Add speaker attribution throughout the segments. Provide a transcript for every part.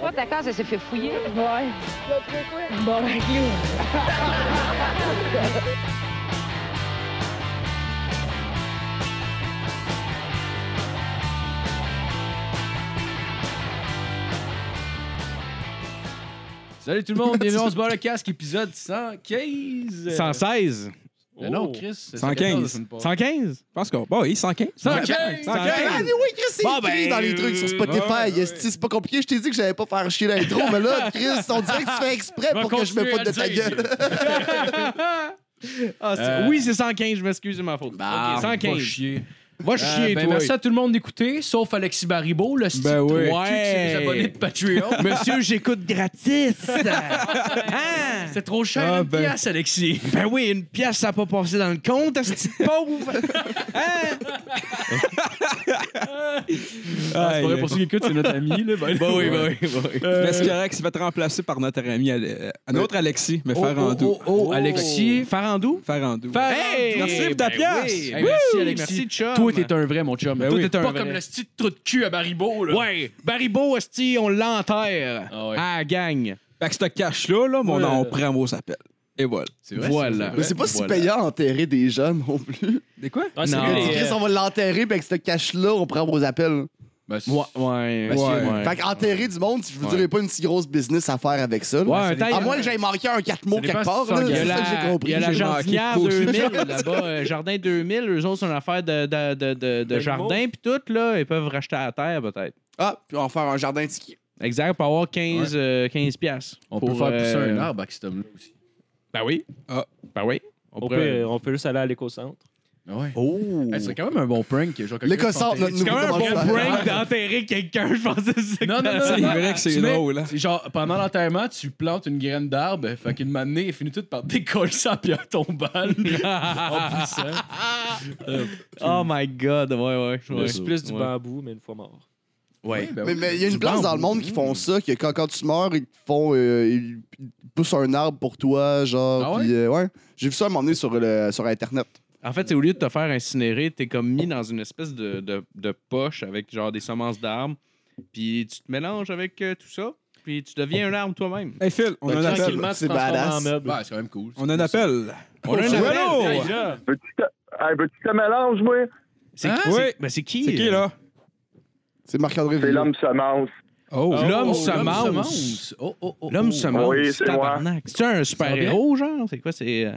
Speaker 1: Toi, ta case, elle s'est fait fouiller.
Speaker 2: Ouais. Bon, ben, clou.
Speaker 3: Salut tout le monde, bienvenue, on se barre le casque, épisode 115.
Speaker 4: 116.
Speaker 3: Mais non, Chris. c'est
Speaker 4: 115.
Speaker 3: 115.
Speaker 4: 115. Je pense qu'on. Bon, oui, 115.
Speaker 3: 115.
Speaker 4: 115.
Speaker 5: Ah, mais oui, Chris, c'est
Speaker 4: Bon,
Speaker 5: écrit
Speaker 4: ben,
Speaker 5: dans les trucs sur Spotify.
Speaker 4: ouais, ouais.
Speaker 5: esti, C'est pas compliqué. Je t'ai dit que j'allais pas faire chier l'intro, mais là, Chris, on dirait que tu fais exprès
Speaker 3: vais
Speaker 5: pour que je me
Speaker 3: continuer
Speaker 5: foute
Speaker 3: à
Speaker 5: de ta
Speaker 3: le dire.
Speaker 5: gueule.
Speaker 4: Ah, c'est-
Speaker 3: Euh.
Speaker 4: Oui, c'est 115, je m'excuse, c'est ma faute.
Speaker 3: Ah,
Speaker 4: Ok,
Speaker 3: va
Speaker 4: 115.
Speaker 3: chier.
Speaker 4: Bah, Va
Speaker 3: Euh,
Speaker 4: chier,
Speaker 3: ben,
Speaker 4: toi.
Speaker 3: merci à tout le monde d'écouter, sauf Alexis Baribeau, le style
Speaker 4: Ben
Speaker 3: de cul
Speaker 4: oui.
Speaker 3: qui s'est
Speaker 4: Ouais.
Speaker 3: abonné de Patreon.
Speaker 4: Monsieur, j'écoute gratis. Ah.
Speaker 3: C'est trop cher,
Speaker 4: Ah,
Speaker 3: une
Speaker 4: ben.
Speaker 3: pièce, Alexis.
Speaker 4: Ben oui, une pièce, ça n'a pas passé dans le compte, ce petit pauvre. Hein?
Speaker 3: Ah, C'est pas vrai, pour ceux qui écoutent, c'est notre ami. Là, Euh, ben,
Speaker 4: Ben oui, ben oui, ben oui.
Speaker 6: Mais c'est correct, il va être remplacé par notre ami, Ale-
Speaker 4: Euh,
Speaker 6: un autre Alexis, mais faire en deux.
Speaker 3: Oh, oh, Alexis.
Speaker 4: Farandou?
Speaker 6: Faire en deux.
Speaker 4: Hey,
Speaker 3: Farandou.
Speaker 4: merci pour ta
Speaker 3: Ben
Speaker 4: pièce.
Speaker 3: oui. Hey,
Speaker 4: Wouh,
Speaker 3: merci, Alexis.
Speaker 4: merci, chum.
Speaker 3: Toi, t'es un vrai, mon chum.
Speaker 4: Ben
Speaker 3: Toi,
Speaker 4: oui.
Speaker 3: t'es un
Speaker 4: Pas
Speaker 3: vrai.
Speaker 4: comme le
Speaker 3: style trou de cul à Baribeau. Là.
Speaker 4: Ouais, Baribo, esti, on l'enterre.
Speaker 3: Ah ouais.
Speaker 4: Ah, gang.
Speaker 6: Fait que ce cash-là, là, mon-
Speaker 3: Ouais.
Speaker 6: on prend vos appels. Et voilà.
Speaker 3: C'est vrai.
Speaker 4: Voilà.
Speaker 5: Mais c'est pas si
Speaker 3: Voilà.
Speaker 5: payant à enterrer des jeunes non plus.
Speaker 6: Des quoi?
Speaker 3: Ah, c'est
Speaker 4: Non.
Speaker 5: Quand
Speaker 3: vrai,
Speaker 5: tu dis,
Speaker 3: les-
Speaker 5: Chris, on va l'enterrer, ben que ce cash-là, on prend vos appels.
Speaker 3: Ben, c'est-
Speaker 4: Ouais, ouais.
Speaker 6: Monsieur,
Speaker 4: ouais.
Speaker 5: Fait qu'enterrer du monde, je vous
Speaker 4: Ouais.
Speaker 5: dirais pas une si grosse business à faire avec ça. là.
Speaker 4: Ouais, un taille-
Speaker 5: À moins que j'aille manquer un 4
Speaker 3: Ça
Speaker 5: mots
Speaker 3: dépend
Speaker 5: quelque part.
Speaker 3: si tu
Speaker 5: là,
Speaker 3: sens
Speaker 4: Il y a
Speaker 5: C'est
Speaker 3: qu'il
Speaker 5: ça
Speaker 4: la,
Speaker 5: que j'ai
Speaker 4: il y
Speaker 5: compris.
Speaker 4: a la
Speaker 6: j'ai
Speaker 4: jardinière
Speaker 6: manqué.
Speaker 4: 2000 là-bas, euh, jardin 2000, eux autres, c'est une affaire de, de, de, de, de jardin, puis tout, là, ils peuvent racheter à terre, peut-être.
Speaker 5: Ah, puis on va faire un jardin ticket.
Speaker 4: Exact, pour avoir 15, euh, 15 piastres.
Speaker 3: On peut
Speaker 4: Pour,
Speaker 3: faire pousser
Speaker 4: euh,
Speaker 3: un arbre avec cet homme-là aussi.
Speaker 4: Ben oui.
Speaker 6: Ah.
Speaker 4: Ben oui. On,
Speaker 7: On
Speaker 4: pourrait-
Speaker 7: peut, on peut juste aller à l'éco-centre.
Speaker 3: Ah Ouais.
Speaker 5: Oh.
Speaker 3: Hey, c'est quand même un bon prank. Genre quelqu'un
Speaker 5: L'éco-centre,
Speaker 3: qui s'enterre-
Speaker 5: notre
Speaker 4: C'est quand même un
Speaker 5: Nous,
Speaker 4: bon
Speaker 5: comment ça-
Speaker 4: prank d'enterrer quelqu'un, je pensais que c'est
Speaker 3: Non, non, non,
Speaker 6: C'est
Speaker 3: non,
Speaker 6: vrai que c'est
Speaker 3: Tu mets-
Speaker 6: drôle, hein?
Speaker 3: c'est Genre, pendant l'enterrement, tu plantes une graine d'arbre, fait qu'une manée, elle finit toute par décoller sa pierre tombale. en poussant.
Speaker 4: Oh my god, ouais, ouais. ouais.
Speaker 7: C'est plus du
Speaker 4: Ouais.
Speaker 7: bambou, mais une fois mort.
Speaker 3: Ouais, ben
Speaker 5: Mais
Speaker 3: oui.
Speaker 5: mais il y a une
Speaker 3: Du
Speaker 5: place
Speaker 3: bambou.
Speaker 5: dans le monde qui font ça, que quand, quand tu meurs, ils te font. euh, ils ils poussent un arbre pour toi, genre.
Speaker 3: Ah ouais?
Speaker 5: puis, euh, ouais. J'ai vu ça à un moment donné sur, le, sur Internet.
Speaker 4: En fait, c'est au lieu de te faire incinérer, t'es comme mis dans une espèce de, de, de poche avec genre des semences d'arbres. Puis tu te mélanges avec euh, tout ça. Puis tu deviens un arbre toi-même.
Speaker 6: Hey Phil, on a un
Speaker 5: Ok.
Speaker 6: appel.
Speaker 7: Tranquillement,
Speaker 5: C'est
Speaker 7: tu te transformes
Speaker 5: badass.
Speaker 7: en meuble.
Speaker 3: Ouais, c'est quand même cool.
Speaker 6: On a un appel. oh!
Speaker 4: On a un
Speaker 6: Allô?
Speaker 4: appel.
Speaker 7: Déjà,
Speaker 8: Hey, veux-tu que je te mélange, moi?
Speaker 4: C'est
Speaker 3: Hein?
Speaker 4: c'est-
Speaker 6: Oui.
Speaker 4: ben, c'est qui?
Speaker 6: C'est qui, là?
Speaker 5: C'est Marc-André
Speaker 8: C'est
Speaker 5: Villeneuve.
Speaker 8: l'homme semence.
Speaker 6: Oh.
Speaker 4: Oh. L'homme
Speaker 3: semence.
Speaker 4: semence.
Speaker 3: Oh, oh, oh.
Speaker 4: L'homme
Speaker 3: oh.
Speaker 4: semence.
Speaker 8: Oui, c'est moi.
Speaker 4: tabarnak. C'est-tu un super-héros, genre? C'est quoi? C'est. euh,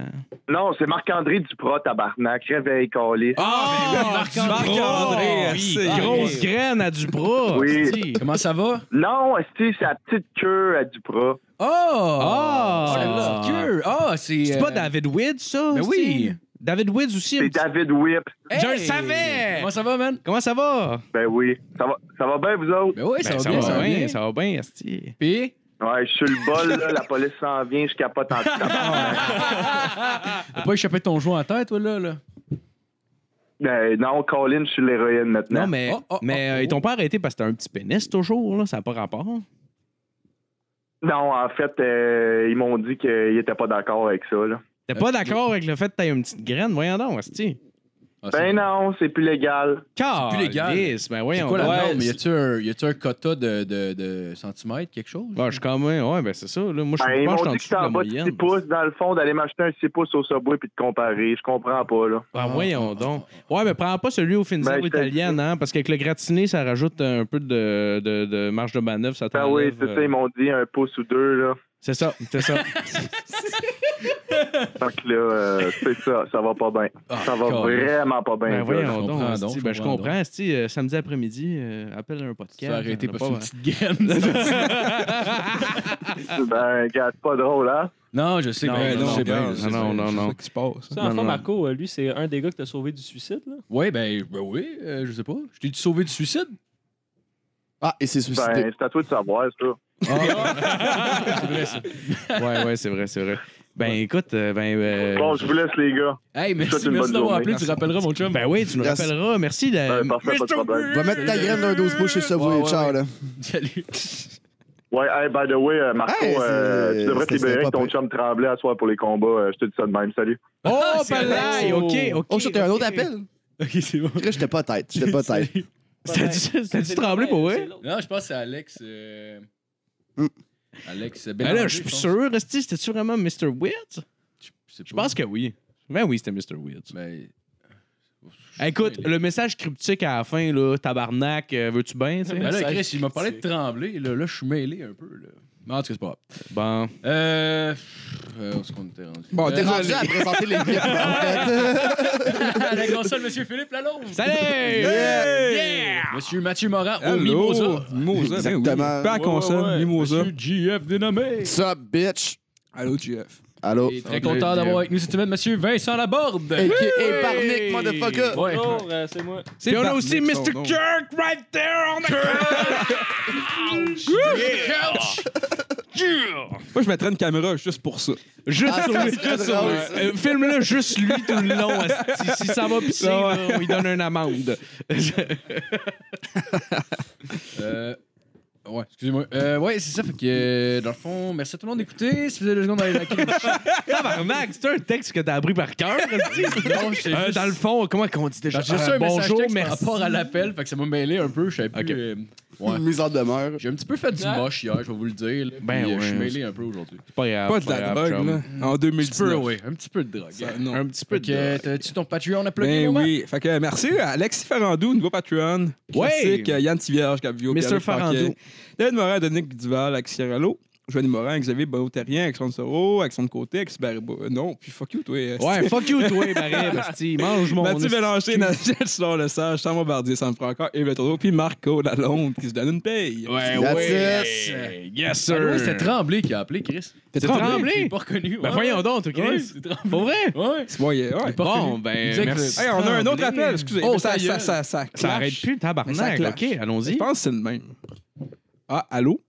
Speaker 8: Non, c'est Marc-André Duprat, tabarnak. Réveille, calé.
Speaker 4: Ah,
Speaker 3: mais ben oui, Marc-André.
Speaker 4: Marc-André,
Speaker 6: Oh, oui.
Speaker 4: c'est
Speaker 6: Ah,
Speaker 4: grosse
Speaker 6: oui.
Speaker 4: graine à du bras.
Speaker 8: Oui. Euh,
Speaker 4: c'est-tu.
Speaker 3: Comment ça va?
Speaker 8: Non, c'est sa petite queue à Duprat.
Speaker 3: Oh!
Speaker 4: Ah!
Speaker 3: la petite queue. Ah, c'est.
Speaker 4: C'est
Speaker 3: euh,
Speaker 4: pas David Widd, ça?
Speaker 3: Ben oui.
Speaker 4: c'est-tu? David Widd aussi. un
Speaker 8: C'est
Speaker 4: petit-
Speaker 8: David Whip.
Speaker 4: Je le savais!
Speaker 3: Comment ça va, man?
Speaker 4: Comment ça va?
Speaker 8: Ben oui. Ça va, ça va bien, vous autres?
Speaker 3: Ben oui, ça
Speaker 4: Ben,
Speaker 3: va bien, ça va bien.
Speaker 4: Ça va bien, Asti.
Speaker 3: Puis,
Speaker 8: Ouais, je suis le bol, là, la police s'en vient, je capote en tabarnak.
Speaker 3: t'as pas échappé ton joint en tête, toi, là? là?
Speaker 8: Ben non, Colin, je suis l'héroïne maintenant.
Speaker 4: Non, mais,
Speaker 3: Oh, oh,
Speaker 4: mais
Speaker 3: oh,
Speaker 4: euh,
Speaker 3: oh.
Speaker 4: ils t'ont pas arrêté parce que t'as un petit pénis toujours, là. Ça n'a pas rapport.
Speaker 8: Non, en fait, euh, ils m'ont dit qu'ils n'étaient pas d'accord avec ça. Là.
Speaker 4: T'es
Speaker 3: Euh,
Speaker 4: pas d'accord avec le fait que t'as une petite graine? Voyons donc, Asti.
Speaker 3: Ah, c'est-
Speaker 8: Ben non, c'est plus légal.
Speaker 4: Car,
Speaker 3: plus légal.
Speaker 4: Ben
Speaker 3: C'est
Speaker 4: voyons
Speaker 3: quoi la
Speaker 4: donc.
Speaker 3: norme? Y a-tu un, y a-tu un quota de, de, de centimètres, quelque chose?
Speaker 4: Ouais, je suis quand même. Ouais, ben c'est ça. Là. Moi, je
Speaker 8: Ben,
Speaker 4: suis
Speaker 8: ils
Speaker 4: pas
Speaker 8: m'ont
Speaker 4: en
Speaker 8: dit que
Speaker 4: dessous
Speaker 8: j'étais
Speaker 4: de la
Speaker 8: en bas de 6
Speaker 4: moyenne.
Speaker 8: pouces, dans le fond, d'aller m'acheter un 6 pouces au Subway puis de comparer. Je comprends pas, là.
Speaker 4: Ah, voyons donc. Ouais, mais prends pas celui au finissant
Speaker 8: Ben, je te le
Speaker 4: italien, hein, parce qu'avec le gratiné, ça rajoute un peu de, de, de marge de manœuvre. Ça
Speaker 8: Ben oui,
Speaker 4: t'enlève,
Speaker 8: c'est ça,
Speaker 4: euh,
Speaker 8: ils m'ont dit un pouce ou deux, là.
Speaker 4: C'est ça, c'est ça.
Speaker 8: Fait que là, euh, c'est ça, ça va pas bien.
Speaker 3: ah,
Speaker 8: Ça va
Speaker 3: calme.
Speaker 8: vraiment pas
Speaker 4: Ben
Speaker 8: bien. gars.
Speaker 4: voyons
Speaker 3: je
Speaker 4: donc,
Speaker 3: comprends
Speaker 4: asti.
Speaker 3: donc, je
Speaker 4: Ben, je
Speaker 3: comprends
Speaker 4: comprends, asti, euh, samedi après-midi, euh, appelle un podcast.
Speaker 3: Tu vas arrêter
Speaker 4: On a
Speaker 3: parce que
Speaker 4: pas-
Speaker 3: c'est une petite graine.
Speaker 8: ben, gars, c'est pas drôle, hein?
Speaker 3: non, je sais.
Speaker 4: Non,
Speaker 3: ben,
Speaker 4: non,
Speaker 3: je
Speaker 4: c'est
Speaker 3: sais bien,
Speaker 4: non,
Speaker 3: je sais bien.
Speaker 4: non, non, non.
Speaker 6: C'est ça qui se passe.
Speaker 7: ça,
Speaker 4: Non,
Speaker 7: en
Speaker 4: non,
Speaker 7: fait,
Speaker 4: non.
Speaker 7: Marco, euh, lui, c'est un des gars que t'as sauvé du suicide. Là.
Speaker 3: Ouais, ben, ben oui, euh, je sais pas. Je t'ai sauvé du suicide?
Speaker 5: Ah, et c'est suicidé.
Speaker 8: Ben, c'est à toi de savoir, ça.
Speaker 3: Ah.
Speaker 4: Ouais, ouais, c'est vrai, c'est vrai. Ben écoute, euh, ben. euh,
Speaker 8: Bon, je vous laisse, les gars.
Speaker 3: Hey,
Speaker 8: souhaite
Speaker 3: merci, merci
Speaker 8: une bonne
Speaker 3: d'avoir
Speaker 8: journée.
Speaker 3: appelé. Tu rappelleras mon chum.
Speaker 4: Ben oui, tu nous
Speaker 5: Yes.
Speaker 4: rappelleras. Merci. La...
Speaker 8: Ben, parfait, pas de problème.
Speaker 5: Va mettre ta graine d'un 12 pouces chez Savoy
Speaker 3: Ouais,
Speaker 5: et
Speaker 3: ouais,
Speaker 5: ciao,
Speaker 3: ouais.
Speaker 5: là.
Speaker 3: Salut.
Speaker 8: Ouais, hey, by the way, euh, Marco,
Speaker 5: Hey, c'est-
Speaker 8: euh, tu devrais te
Speaker 5: c'est- c'est
Speaker 8: libérer avec
Speaker 5: pas
Speaker 8: ton
Speaker 5: pire.
Speaker 8: chum tremblé à soir pour les combats. euh, je te dis ça de même. Salut.
Speaker 4: Oh,
Speaker 3: C'est
Speaker 4: palais, ok,
Speaker 3: vrai.
Speaker 4: ok.
Speaker 5: Oh, ça, t'as un autre
Speaker 4: ok.
Speaker 5: appel?
Speaker 3: Ok, c'est bon.
Speaker 5: Chris, j'étais pas tête. J'étais pas tête.
Speaker 4: T'as dit- t'as dit trembler pour vrai?
Speaker 3: Non, je pense que c'est Alex. euh, Alex, c'est
Speaker 4: Ben là, je suis plus sûr. Resti, c'était-tu vraiment Mr. Witt? Je pense que oui. Ben oui, c'était Mr. Witt.
Speaker 3: Mais.
Speaker 4: Écoute,
Speaker 3: Ben
Speaker 4: le message cryptique à la fin, là, tabarnak, euh, veux-tu bien, tu sais?
Speaker 3: là, Chris, il m'a parlé de trembler. Là, là je suis mêlé un peu. Là. Mais en tout cas, c'est pas grave.
Speaker 4: Bon.
Speaker 3: Euh. euh, où est-ce qu'on était rendu?
Speaker 6: Bon,
Speaker 3: Euh,
Speaker 5: T'es rendu à présenter les clips, en fait.
Speaker 3: la console, monsieur Philippe Lalonde.
Speaker 4: Salut!
Speaker 5: Yeah!
Speaker 4: Yeah!
Speaker 3: Monsieur Mathieu Morin au
Speaker 6: Hello!
Speaker 3: Mimosa.
Speaker 6: Ah, Mimosa,
Speaker 5: Exactement.
Speaker 6: Ben oui. Pas à console, Mimosa.
Speaker 3: Monsieur GF dénommé.
Speaker 5: Ça, bitch.
Speaker 6: Allô, GF.
Speaker 5: Allô.
Speaker 3: Et très content d'avoir avec nous cette semaine, monsieur Vincent Laborde.
Speaker 5: Et Barnick, motherfucker.
Speaker 3: Ouais.
Speaker 7: Bonjour, euh, c'est moi.
Speaker 4: Puis on a aussi
Speaker 6: Barnick, son
Speaker 4: Mr.
Speaker 6: nom.
Speaker 4: Kirk right there on the couch!
Speaker 6: Moi, je mettrais une caméra juste pour ça.
Speaker 4: Juste
Speaker 5: Ah,
Speaker 4: sur
Speaker 5: ça
Speaker 4: lui,
Speaker 5: serait
Speaker 4: juste sur
Speaker 5: drôle,
Speaker 4: lui. Euh, Filme-le juste lui tout le long. asti. Si ça va pisser,
Speaker 6: Ah
Speaker 4: là, on lui donne une amende.
Speaker 3: Euh, ouais, excusez-moi. Euh, ouais, c'est ça. Fait que, euh, dans le fond, merci à tout le monde d'écouter. Si vous avez deux secondes à aller liker.
Speaker 4: Tabarnak, c'est un texte que t'as appris par cœur, esti?
Speaker 3: Non, c'est
Speaker 4: Euh,
Speaker 3: juste-
Speaker 4: Dans le fond, comment qu'on dit déjà?
Speaker 3: J'ai reçu
Speaker 4: Euh,
Speaker 3: un message
Speaker 4: bonjour,
Speaker 3: texte par
Speaker 4: merci.
Speaker 3: rapport à l'appel, fait que ça m'a mêlé un peu. Je savais plus.
Speaker 4: Ok.
Speaker 3: euh,
Speaker 5: Une mise en demeure.
Speaker 3: J'ai un petit peu fait du moche hier, je vais vous le dire. là,
Speaker 4: Ben
Speaker 3: puis, euh, Je suis
Speaker 4: ouais.
Speaker 3: mêlé un peu aujourd'hui.
Speaker 4: C'est Pas, grave,
Speaker 6: Pas de
Speaker 4: pas
Speaker 6: la
Speaker 4: grave,
Speaker 6: drogue,
Speaker 4: chum.
Speaker 6: là. En
Speaker 3: Un petit peu,
Speaker 6: 2019.
Speaker 3: oui. Un petit peu de drogue.
Speaker 6: Ça, non.
Speaker 4: Un petit peu
Speaker 3: Fait que, euh,
Speaker 4: de...
Speaker 3: t'as-tu ton Patreon à plugger,
Speaker 6: Ben
Speaker 3: maman?
Speaker 6: oui. Fait que merci à Alexis Ferrandou, nouveau Patreon.
Speaker 4: Ouais.
Speaker 6: Classique, euh, Yann Tivierge, Capvio.
Speaker 4: Mr.
Speaker 6: Pierre-Luc Paquet.
Speaker 4: Ferrandou.
Speaker 6: David Morin, Dominique Duval, Alexis Rallo. Joanny Morin, Xavier Bonotérien, Alexandre Soro, Alexandre Côté, Alexis Baribou. Euh, Non, puis fuck you, toi. euh,
Speaker 4: Ouais, fuck you, toi, Barret, esti. Mange mon...
Speaker 6: Mathieu
Speaker 4: esti.
Speaker 6: Bélanger, Nagel Slor Le Sage, Sam Bombardier, Sam Francard, Yves Tourneau, puis Marco Lalonde qui se donne une paye.
Speaker 4: Ouais,
Speaker 5: That's
Speaker 4: ouais. Yes,
Speaker 3: Ah
Speaker 4: sir.
Speaker 3: oui, c'est Tremblay qui a appelé, Chris.
Speaker 4: C'est
Speaker 3: Je l'ai
Speaker 4: tremblé.
Speaker 3: pas reconnu.
Speaker 4: Ben
Speaker 3: Ouais,
Speaker 4: voyons donc, toi,
Speaker 3: Ouais,
Speaker 4: Chris.
Speaker 3: c'est Tremblay.
Speaker 4: Pour vrai?
Speaker 3: Ouais.
Speaker 6: C'est moi, il- ouais.
Speaker 3: pas
Speaker 4: Bon,
Speaker 3: reconnu.
Speaker 4: ben,
Speaker 3: Il disait que-
Speaker 4: merci.
Speaker 6: Hey, on a un autre
Speaker 3: Tremblay.
Speaker 6: appel, excusez.
Speaker 3: Oh,
Speaker 6: Mais ça,
Speaker 3: ta
Speaker 6: ça,
Speaker 3: gueule.
Speaker 6: ça, ça,
Speaker 4: Ça
Speaker 6: clash.
Speaker 4: arrête plus,
Speaker 6: Ça
Speaker 4: tabarnak.
Speaker 6: clash.
Speaker 4: OK,
Speaker 6: Je
Speaker 4: allons-y.
Speaker 6: pense que c'est le même. Ah, allô?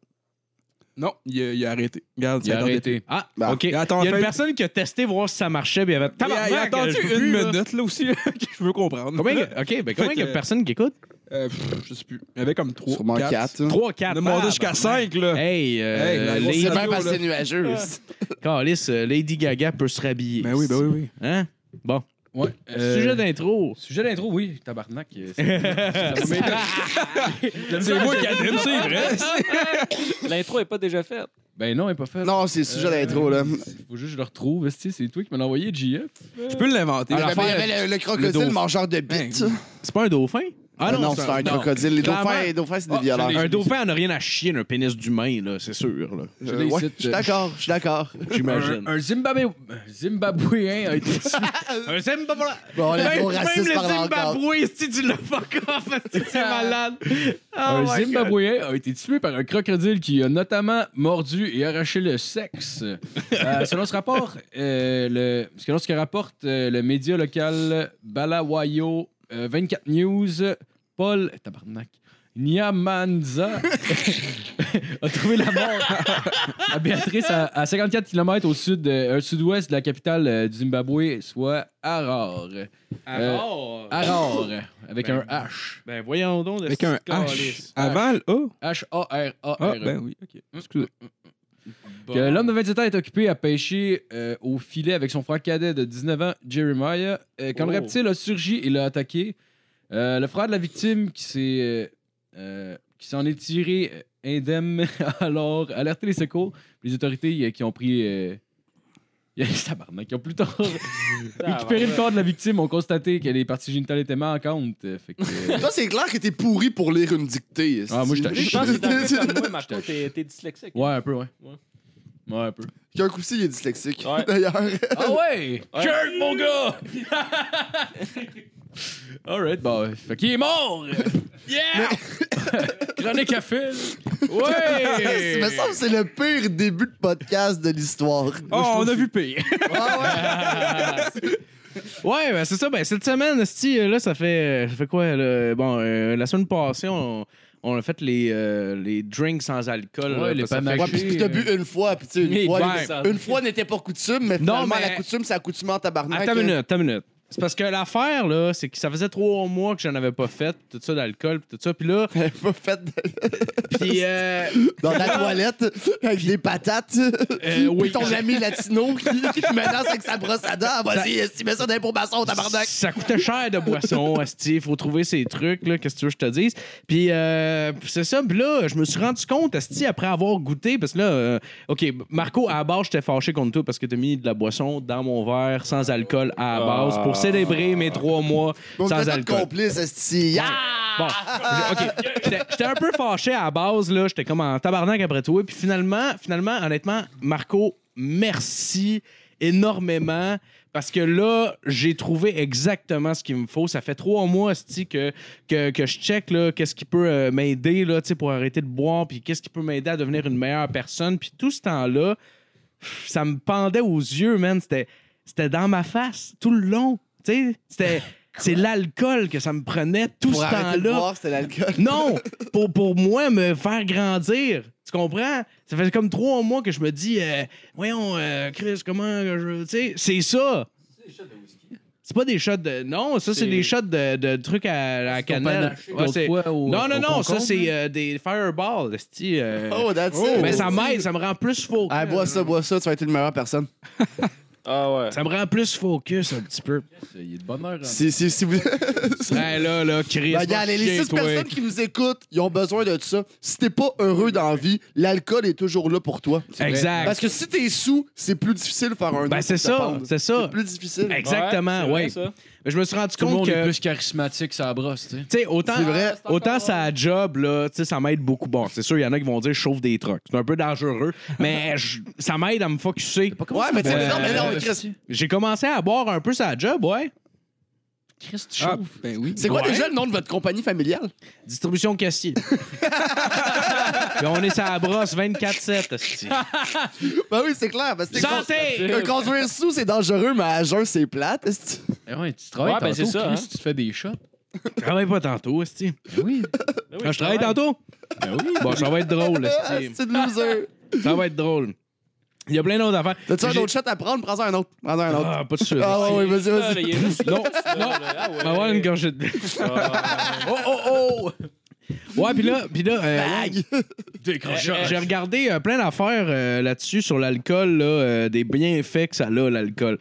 Speaker 6: Non, il a, il a arrêté. Regarde,
Speaker 3: Il
Speaker 6: ça
Speaker 3: a arrêté.
Speaker 4: Ah,
Speaker 5: Bah,
Speaker 4: OK. Il y
Speaker 6: il
Speaker 4: a
Speaker 6: attend
Speaker 4: une
Speaker 6: fait-
Speaker 4: personne qui a testé voir si ça marchait, puis il y avait...
Speaker 6: Il a,
Speaker 4: Tabarnak,
Speaker 6: il a attendu
Speaker 4: je peux
Speaker 6: une
Speaker 4: plus, là.
Speaker 6: minute, là aussi, que je veux comprendre.
Speaker 4: Combien, OK, ben combien
Speaker 6: Fait
Speaker 4: il y a de
Speaker 6: que-
Speaker 4: personnes qui écoutent?
Speaker 6: Euh, pff, je sais plus. Il y avait comme 3.
Speaker 5: Sûrement hein. 4.
Speaker 4: 3,
Speaker 6: On
Speaker 4: 4.
Speaker 6: a monté jusqu'à 5, là.
Speaker 4: Ah, Hey, euh,
Speaker 6: Hey, la grosse
Speaker 4: Lady,
Speaker 5: C'est
Speaker 6: radio,
Speaker 5: bien passé
Speaker 6: là.
Speaker 5: nuageux.
Speaker 4: Calisse, euh, Lady Gaga peut se rhabiller.
Speaker 6: Ben oui, ben oui, oui.
Speaker 4: Hein? Bon.
Speaker 3: Ouais. euh,
Speaker 4: Sujet d'intro.
Speaker 3: Sujet d'intro, oui, tabarnak. euh, c'est- ça m'a mêlé.
Speaker 6: C'est moi qui anime, c'est vrai.
Speaker 7: L'intro est pas déjà faite.
Speaker 3: Ben non, elle est pas faite.
Speaker 5: Non, c'est le sujet
Speaker 3: Euh,
Speaker 5: d'intro, là.
Speaker 3: Faut juste que je le retrouve. esti, C'est toi qui m'as envoyé, JF.
Speaker 6: Tu peux l'inventer.
Speaker 5: Il y avait- il y avait le, le crocodile
Speaker 4: dauphin.
Speaker 5: mangeur de bites.
Speaker 4: C'est pas un dauphin? Ah
Speaker 5: Ah non, c'est un crocodile. Les
Speaker 4: Clairement.
Speaker 5: dauphins, les dauphins, c'est des
Speaker 3: Ah, je
Speaker 5: violeurs.
Speaker 3: l'ai.
Speaker 4: Un dauphin n'a rien à chier d'un pénis d'humain, là, c'est sûr, là.
Speaker 5: Euh,
Speaker 3: Je l'ai
Speaker 5: ouais,
Speaker 3: ici,
Speaker 5: Je suis
Speaker 3: euh,
Speaker 5: d'accord, je suis d'accord.
Speaker 4: J'imagine.
Speaker 3: Un, un Zimbabwe... Zimbabwéen a été tué.
Speaker 4: Un
Speaker 6: Euh,
Speaker 4: Zimbabwe.
Speaker 5: Bon, les
Speaker 4: Même,
Speaker 5: gros
Speaker 4: même
Speaker 5: racistes parlent
Speaker 4: le
Speaker 5: encore.
Speaker 4: Zimbabwe, si tu le fuck off, esti, c'est malade. Oh
Speaker 6: Ah,
Speaker 3: un
Speaker 4: my God.
Speaker 3: Zimbabwéen a été tué par un crocodile qui a notamment mordu et arraché le sexe. Euh, selon ce rapport, euh, le, selon ce que rapporte euh, le média local Balawayo euh, 24 News, Paul Tabarnak. Nyamanza a trouvé la mort à Béatrice à, à 54 km au sud, euh, au sud-ouest de la capitale euh, du Zimbabwe, soit Harare.
Speaker 4: Euh, Alors,
Speaker 3: Harare, avec
Speaker 4: Ben,
Speaker 3: un H.
Speaker 4: Ah, ben voyons donc. le
Speaker 6: Avec un
Speaker 4: petit
Speaker 6: H.
Speaker 4: calice.
Speaker 6: Avant le A.
Speaker 3: H-A-R-A-R-E.
Speaker 6: Ah, ben oui. OK. Excusez.
Speaker 3: Que L'homme de 27 ans est occupé à pêcher euh, au filet avec son frère cadet de 19 ans, Jeremiah. Euh, quand le
Speaker 7: Oh.
Speaker 3: reptile a surgi et l'a attaqué, euh, le frère de la victime qui s'est euh, euh, qui s'en est tiré euh, indemne a alors alerté les secours. Les autorités euh, qui ont pris euh, tabarnak, qui ont plus tard récupéré le corps de la victime ont constaté que les parties génitales étaient manquantes. Euh, Fait que, euh,
Speaker 5: Toi, c'est clair que t'es pourri pour lire une dictée.
Speaker 3: Ah, moi, je t'ai-
Speaker 7: Je pense que c'est un peu comme moi, Marco, t'es t'es dyslexique.
Speaker 3: ouais, un peu, ouais.
Speaker 7: Ouais.
Speaker 3: Ouais, un peu.
Speaker 5: Qu'un coup il est dyslexique,
Speaker 7: Ouais.
Speaker 5: d'ailleurs.
Speaker 3: Ah ouais!
Speaker 7: Ouais.
Speaker 3: Kirk, mon gars! Alright, bon, fait qu'il est mort! Yeah! Chronique à fil!
Speaker 5: Ça me semble que c'est le pire début de podcast de l'histoire.
Speaker 6: Oh,
Speaker 3: Ah,
Speaker 6: on a vu pire.
Speaker 5: Ah
Speaker 4: Ouais, ben c'est ça. Ben, cette semaine, esti, euh, là, ça fait, ça fait quoi? là? Bon, euh, la semaine passée, on, on a fait les, euh, les drinks sans alcool.
Speaker 3: Ouais,
Speaker 4: là,
Speaker 3: les
Speaker 4: parce que ça fait-
Speaker 5: ouais.
Speaker 3: Panache.
Speaker 5: Ouais, puis t'as bu une fois, puis tu sais, une
Speaker 7: Mais ben.
Speaker 5: fois,
Speaker 7: ouais.
Speaker 5: une fois n'était pas coutume, mais
Speaker 4: Non,
Speaker 5: finalement,
Speaker 4: mais-
Speaker 5: la coutume, c'est accoutumé en tabarnak. euh,
Speaker 4: Attends une minute, attends une minute. C'est parce que l'affaire, là, c'est que ça faisait trois mois que j'en avais pas fait, tout ça d'alcool, puis tout ça. Puis là,
Speaker 5: Elle pas faite
Speaker 4: puis euh,
Speaker 5: dans la toilette avec des patates.
Speaker 4: euh,
Speaker 5: Puis
Speaker 4: oui,
Speaker 5: ton ami latino qui, qui menace avec sa brosse à dents. Vas-y, esti, mets ça dans pour maçon, tabarnak.
Speaker 4: Ça coûtait cher de boisson, Asti. Faut trouver ces trucs, là. Qu'est-ce que tu veux que je te dise? Puis, euh, puis c'est ça. Puis là, je me suis rendu compte, Asti, après avoir goûté, parce que là, euh, OK, Marco, à la base, j'étais fâché contre toi parce que t'as mis de la boisson dans mon verre sans alcool à la base pour célébrer mes trois mois
Speaker 5: Bon,
Speaker 4: sans
Speaker 5: t'es
Speaker 4: alcool.
Speaker 5: complice, esti. Ah!
Speaker 4: Bon, je- ok. J'étais- J'étais un peu fâché à la base, là. J'étais comme en tabarnak après toi. Puis finalement, finalement, honnêtement, Marco, merci énormément. Parce que là, j'ai trouvé exactement ce qu'il me faut. Ça fait trois mois, esti, que, que, que je check, là, qu'est-ce qui peut euh, m'aider, là, tu sais, pour arrêter de boire, puis qu'est-ce qui peut m'aider à devenir une meilleure personne. Puis tout ce temps-là, pff, ça me pendait aux yeux, man. C'était, c'était dans ma face, tout le long. Tu sais, c'était... C'est l'alcool que ça me prenait tout
Speaker 5: Pour
Speaker 4: ce
Speaker 5: arrêter de
Speaker 4: temps-là.
Speaker 5: boire, c'était l'alcool.
Speaker 4: Non, pour, pour moi, me faire grandir. Tu comprends? Ça fait comme trois mois que je me dis, euh, voyons, euh, Chris, comment euh, je. Tu sais, c'est ça. C'est pas des shots de. Non, ça, c'est
Speaker 7: C'est-
Speaker 4: des shots de, de trucs à, à la cannelle. Ouais, c'est- non, non, non, ça, c'est euh, des fireballs. esti, euh,
Speaker 5: Oh, that's it.
Speaker 4: mais ça m'aide, ça me rend plus focus.
Speaker 5: Hey, bois ça, bois ça, tu vas être une meilleure personne.
Speaker 7: Ah ouais.
Speaker 4: Ça me rend plus focus un petit peu.
Speaker 3: Il est de bonne heure. hein.
Speaker 5: Si, si, si vous.
Speaker 4: Ouais, là, là,
Speaker 5: Ben,
Speaker 4: Chris. va
Speaker 5: regarde, les
Speaker 4: chier,
Speaker 5: six
Speaker 4: toi.
Speaker 5: personnes qui nous écoutent, ils ont besoin de ça. Si t'es pas heureux dans la vie, l'alcool est toujours là pour toi.
Speaker 4: Exact.
Speaker 5: Parce que si t'es sous, c'est plus difficile de faire un
Speaker 4: Ben,
Speaker 5: autre
Speaker 4: c'est
Speaker 5: qui te
Speaker 4: ça,
Speaker 5: parle.
Speaker 4: c'est ça.
Speaker 5: plus difficile.
Speaker 4: Exactement,
Speaker 7: ouais.
Speaker 4: ouais.
Speaker 7: c'est vrai, ça.
Speaker 4: Je me suis rendu
Speaker 3: Tout le
Speaker 4: compte
Speaker 3: monde est
Speaker 4: que.
Speaker 3: plus charismatique, ça brosse, tu sais.
Speaker 4: Tu sais, autant,
Speaker 5: C'est vrai.
Speaker 4: autant sa job, là, tu sais, ça m'aide beaucoup. Bon, c'est sûr, il y en a qui vont dire je chauffe des trucks. C'est un peu dangereux, mais je- ça m'aide à me focusser.
Speaker 5: Ouais, mais tu sais,
Speaker 4: Euh,
Speaker 5: non, mais non, Chris.
Speaker 4: J'ai commencé à boire un peu sa job, ouais.
Speaker 3: Chris, tu
Speaker 6: Ah,
Speaker 3: chauffes.
Speaker 6: ben oui.
Speaker 5: C'est quoi
Speaker 4: Ouais.
Speaker 5: déjà le nom de votre compagnie familiale?
Speaker 4: Distribution cassier. Puis on est à la brosse 24-7. esti.
Speaker 5: Ben oui, c'est clair. Parce que
Speaker 4: Santé!
Speaker 5: Que construire sous, c'est dangereux, mais à jeun, c'est plate. est-ce que-
Speaker 3: Eh ouais, tu travailles
Speaker 7: Ouais, ben,
Speaker 3: tantôt,
Speaker 7: c'est ça,
Speaker 3: Chris,
Speaker 7: hein.
Speaker 3: tu te fais des shots.
Speaker 4: Je travaille pas tantôt, esti.
Speaker 3: Ben oui.
Speaker 7: Ben oui,
Speaker 4: Ah, je travaille tantôt?
Speaker 3: Ben oui.
Speaker 4: Bon, ça va être drôle,
Speaker 5: Ah,
Speaker 4: esti.
Speaker 5: C'est de loser.
Speaker 4: Ça va être drôle. Il y a plein d'autres affaires.
Speaker 5: T'as-tu un
Speaker 4: J'ai-
Speaker 5: autre shot à prendre? Prends-en un autre. Prends-en un autre.
Speaker 4: Ah, pas de suite.
Speaker 5: Ah, ouais, ouais, vas-y,
Speaker 7: Ah, là,
Speaker 5: vas-y.
Speaker 7: il est juste là,
Speaker 4: Non,
Speaker 7: petit là,
Speaker 4: non.
Speaker 7: là. Ah ouais.
Speaker 4: Ah ouais, une gorgée de-
Speaker 7: Ah.
Speaker 5: Oh, oh, oh! Bah,
Speaker 4: Ouais, puis là, puis là, euh,
Speaker 5: Bag!
Speaker 4: J'ai j'ai regardé euh, plein d'affaires euh, là-dessus sur l'alcool, là, euh, des bienfaits que ça a, l'alcool.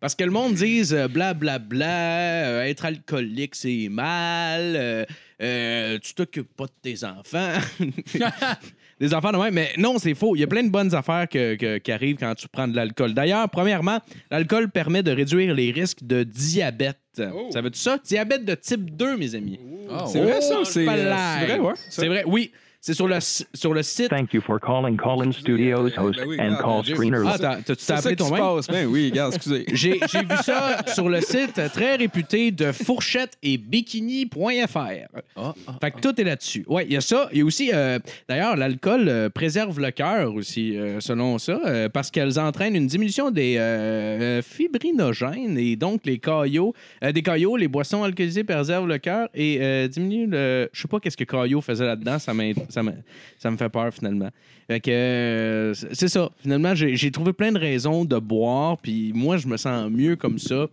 Speaker 4: Parce que le monde dise euh, bla bla bla, euh, être alcoolique c'est mal, euh, euh, tu t'occupes pas de tes enfants. des enfants de même. Mais non, c'est faux. Il y a plein de bonnes affaires que- que- qui arrivent quand tu prends de l'alcool. D'ailleurs, premièrement, l'alcool permet de réduire les risques de diabète. Ça veut dire ça? Diabète de type 2, mes amis. Oh,
Speaker 3: Ah,
Speaker 6: Oh. C'est
Speaker 3: ouais.
Speaker 6: vrai, ça? C'est
Speaker 4: pas
Speaker 6: euh,
Speaker 4: l'air.
Speaker 6: c'est vrai, ouais.
Speaker 4: C'est vrai, oui. C'est sur le, si- sur le site.
Speaker 1: Thank you for calling Colin Studios host
Speaker 6: Ben oui,
Speaker 1: and
Speaker 6: ah,
Speaker 1: call
Speaker 6: ben, j'ai-
Speaker 1: screener.
Speaker 4: Ah, t'as- t'as- tu t'es
Speaker 6: C'est ça
Speaker 4: appelé
Speaker 6: qui se
Speaker 4: toi-même?
Speaker 6: passe. Ben oui, regarde, excusez.
Speaker 4: J'ai j'ai vu ça sur le site très réputé de fourchette et bikini.fr.
Speaker 3: Ah, ah.
Speaker 4: Fait que tout est là-dessus. Ouais, il y a ça. Il y a aussi, euh, d'ailleurs, l'alcool euh, préserve le cœur aussi, euh, selon ça, euh, parce qu'elles entraînent une diminution des euh, euh, fibrinogènes et donc les caillots. euh, des caillots, les boissons alcoolisées préservent le cœur et euh, diminuent le. Je sais pas qu'est-ce que caillot faisait là-dedans, ça, m'in- ça, me- ça me fait peur finalement. Fait que euh, c'est c'est ça. Finalement, j'ai j'ai trouvé plein de raisons de boire, puis moi, je me sens mieux comme ça.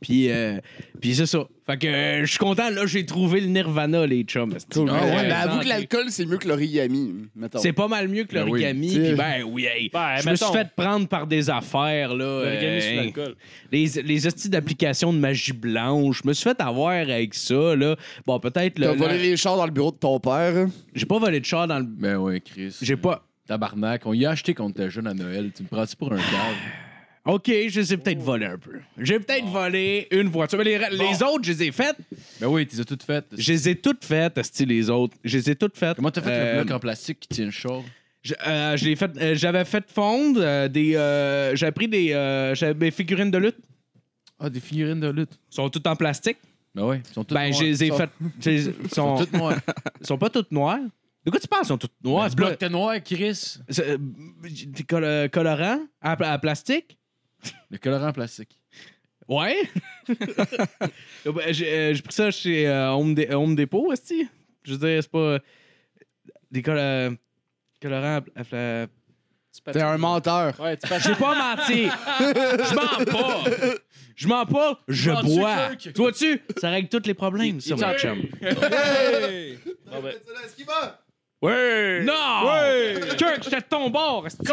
Speaker 4: Puis, euh, puis c'est ça. Fait que euh, je suis content, là, j'ai trouvé le Nirvana, les chums.
Speaker 5: Ah ouais,
Speaker 4: Ouais, ben,
Speaker 3: ben,
Speaker 5: mais avoue
Speaker 4: santé.
Speaker 5: que l'alcool, c'est mieux que l'origami, mettons.
Speaker 4: C'est pas mal mieux que
Speaker 3: Ben oui.
Speaker 4: l'origami.
Speaker 5: T'sais.
Speaker 4: Puis ben oui, hey,
Speaker 7: Ben,
Speaker 4: je me suis
Speaker 7: mettons.
Speaker 4: fait prendre par des affaires, là.
Speaker 7: L'origami sur
Speaker 4: euh,
Speaker 7: l'alcool.
Speaker 4: les, les hosties d'application de magie blanche. Je me suis fait avoir avec ça, là. Bon, peut-être... le-
Speaker 5: T'as
Speaker 4: le-
Speaker 5: volé les chars dans le bureau de ton père.
Speaker 4: J'ai pas volé de char dans le...
Speaker 3: Ben oui, Chris.
Speaker 4: J'ai pas...
Speaker 3: Tabarnak, on y a acheté quand on était jeune à Noël. Tu me prends-tu pour un cave?
Speaker 4: OK, je les ai
Speaker 7: Oh.
Speaker 4: peut-être volés un peu. J'ai peut-être
Speaker 7: Ah.
Speaker 4: volé une voiture. Mais les, les autres, je les ai faites.
Speaker 3: Ben oui, tu les as toutes faites.
Speaker 4: Je les ai toutes faites, hostie, les autres. Je les ai toutes faites.
Speaker 3: Comment t'as fait
Speaker 4: Euh,
Speaker 3: le bloc en plastique qui tient chaud?
Speaker 4: Je- euh, je l'ai fait, euh, j'avais fait fondre euh, des. euh, j'avais pris des, euh, j'avais des figurines de lutte.
Speaker 3: Ah, des figurines de lutte.
Speaker 4: Elles sont toutes en plastique.
Speaker 3: Ben oui, ils sont toutes
Speaker 4: ben,
Speaker 3: noires.
Speaker 4: je les ai
Speaker 3: Ils sont-
Speaker 4: faites. je les- Elles
Speaker 3: Ils
Speaker 4: sont,
Speaker 3: sont toutes noires.
Speaker 4: elles sont pas toutes noires. De quoi tu parles? Elles sont toutes noires.
Speaker 3: Le
Speaker 4: c'est
Speaker 3: bloc,
Speaker 4: pas-
Speaker 3: t'es noir, Chris.
Speaker 4: c'est, euh, des col- euh, colorants à, pla- à plastique?
Speaker 3: Le colorant en plastique.
Speaker 4: Ouais. Euh, ben, j'ai, euh, j'ai pris ça chez euh, Home, Dé- Home Depot, aussi. Je veux dire, c'est pas. Des col- euh, colorants à, pla- à pla-
Speaker 7: T'es
Speaker 5: T'es un menteur.
Speaker 7: Ouais, tu patines.
Speaker 4: J'ai pas menti. Je mens pas. Je mens pas, je
Speaker 3: Mens-tu,
Speaker 4: bois.
Speaker 3: Kirk?
Speaker 4: Toi, tu Ça règle tous les problèmes, ça, mon chum.
Speaker 7: Non, mais-
Speaker 4: Ouais. Non! Kirk, j'étais de ton bord. esti.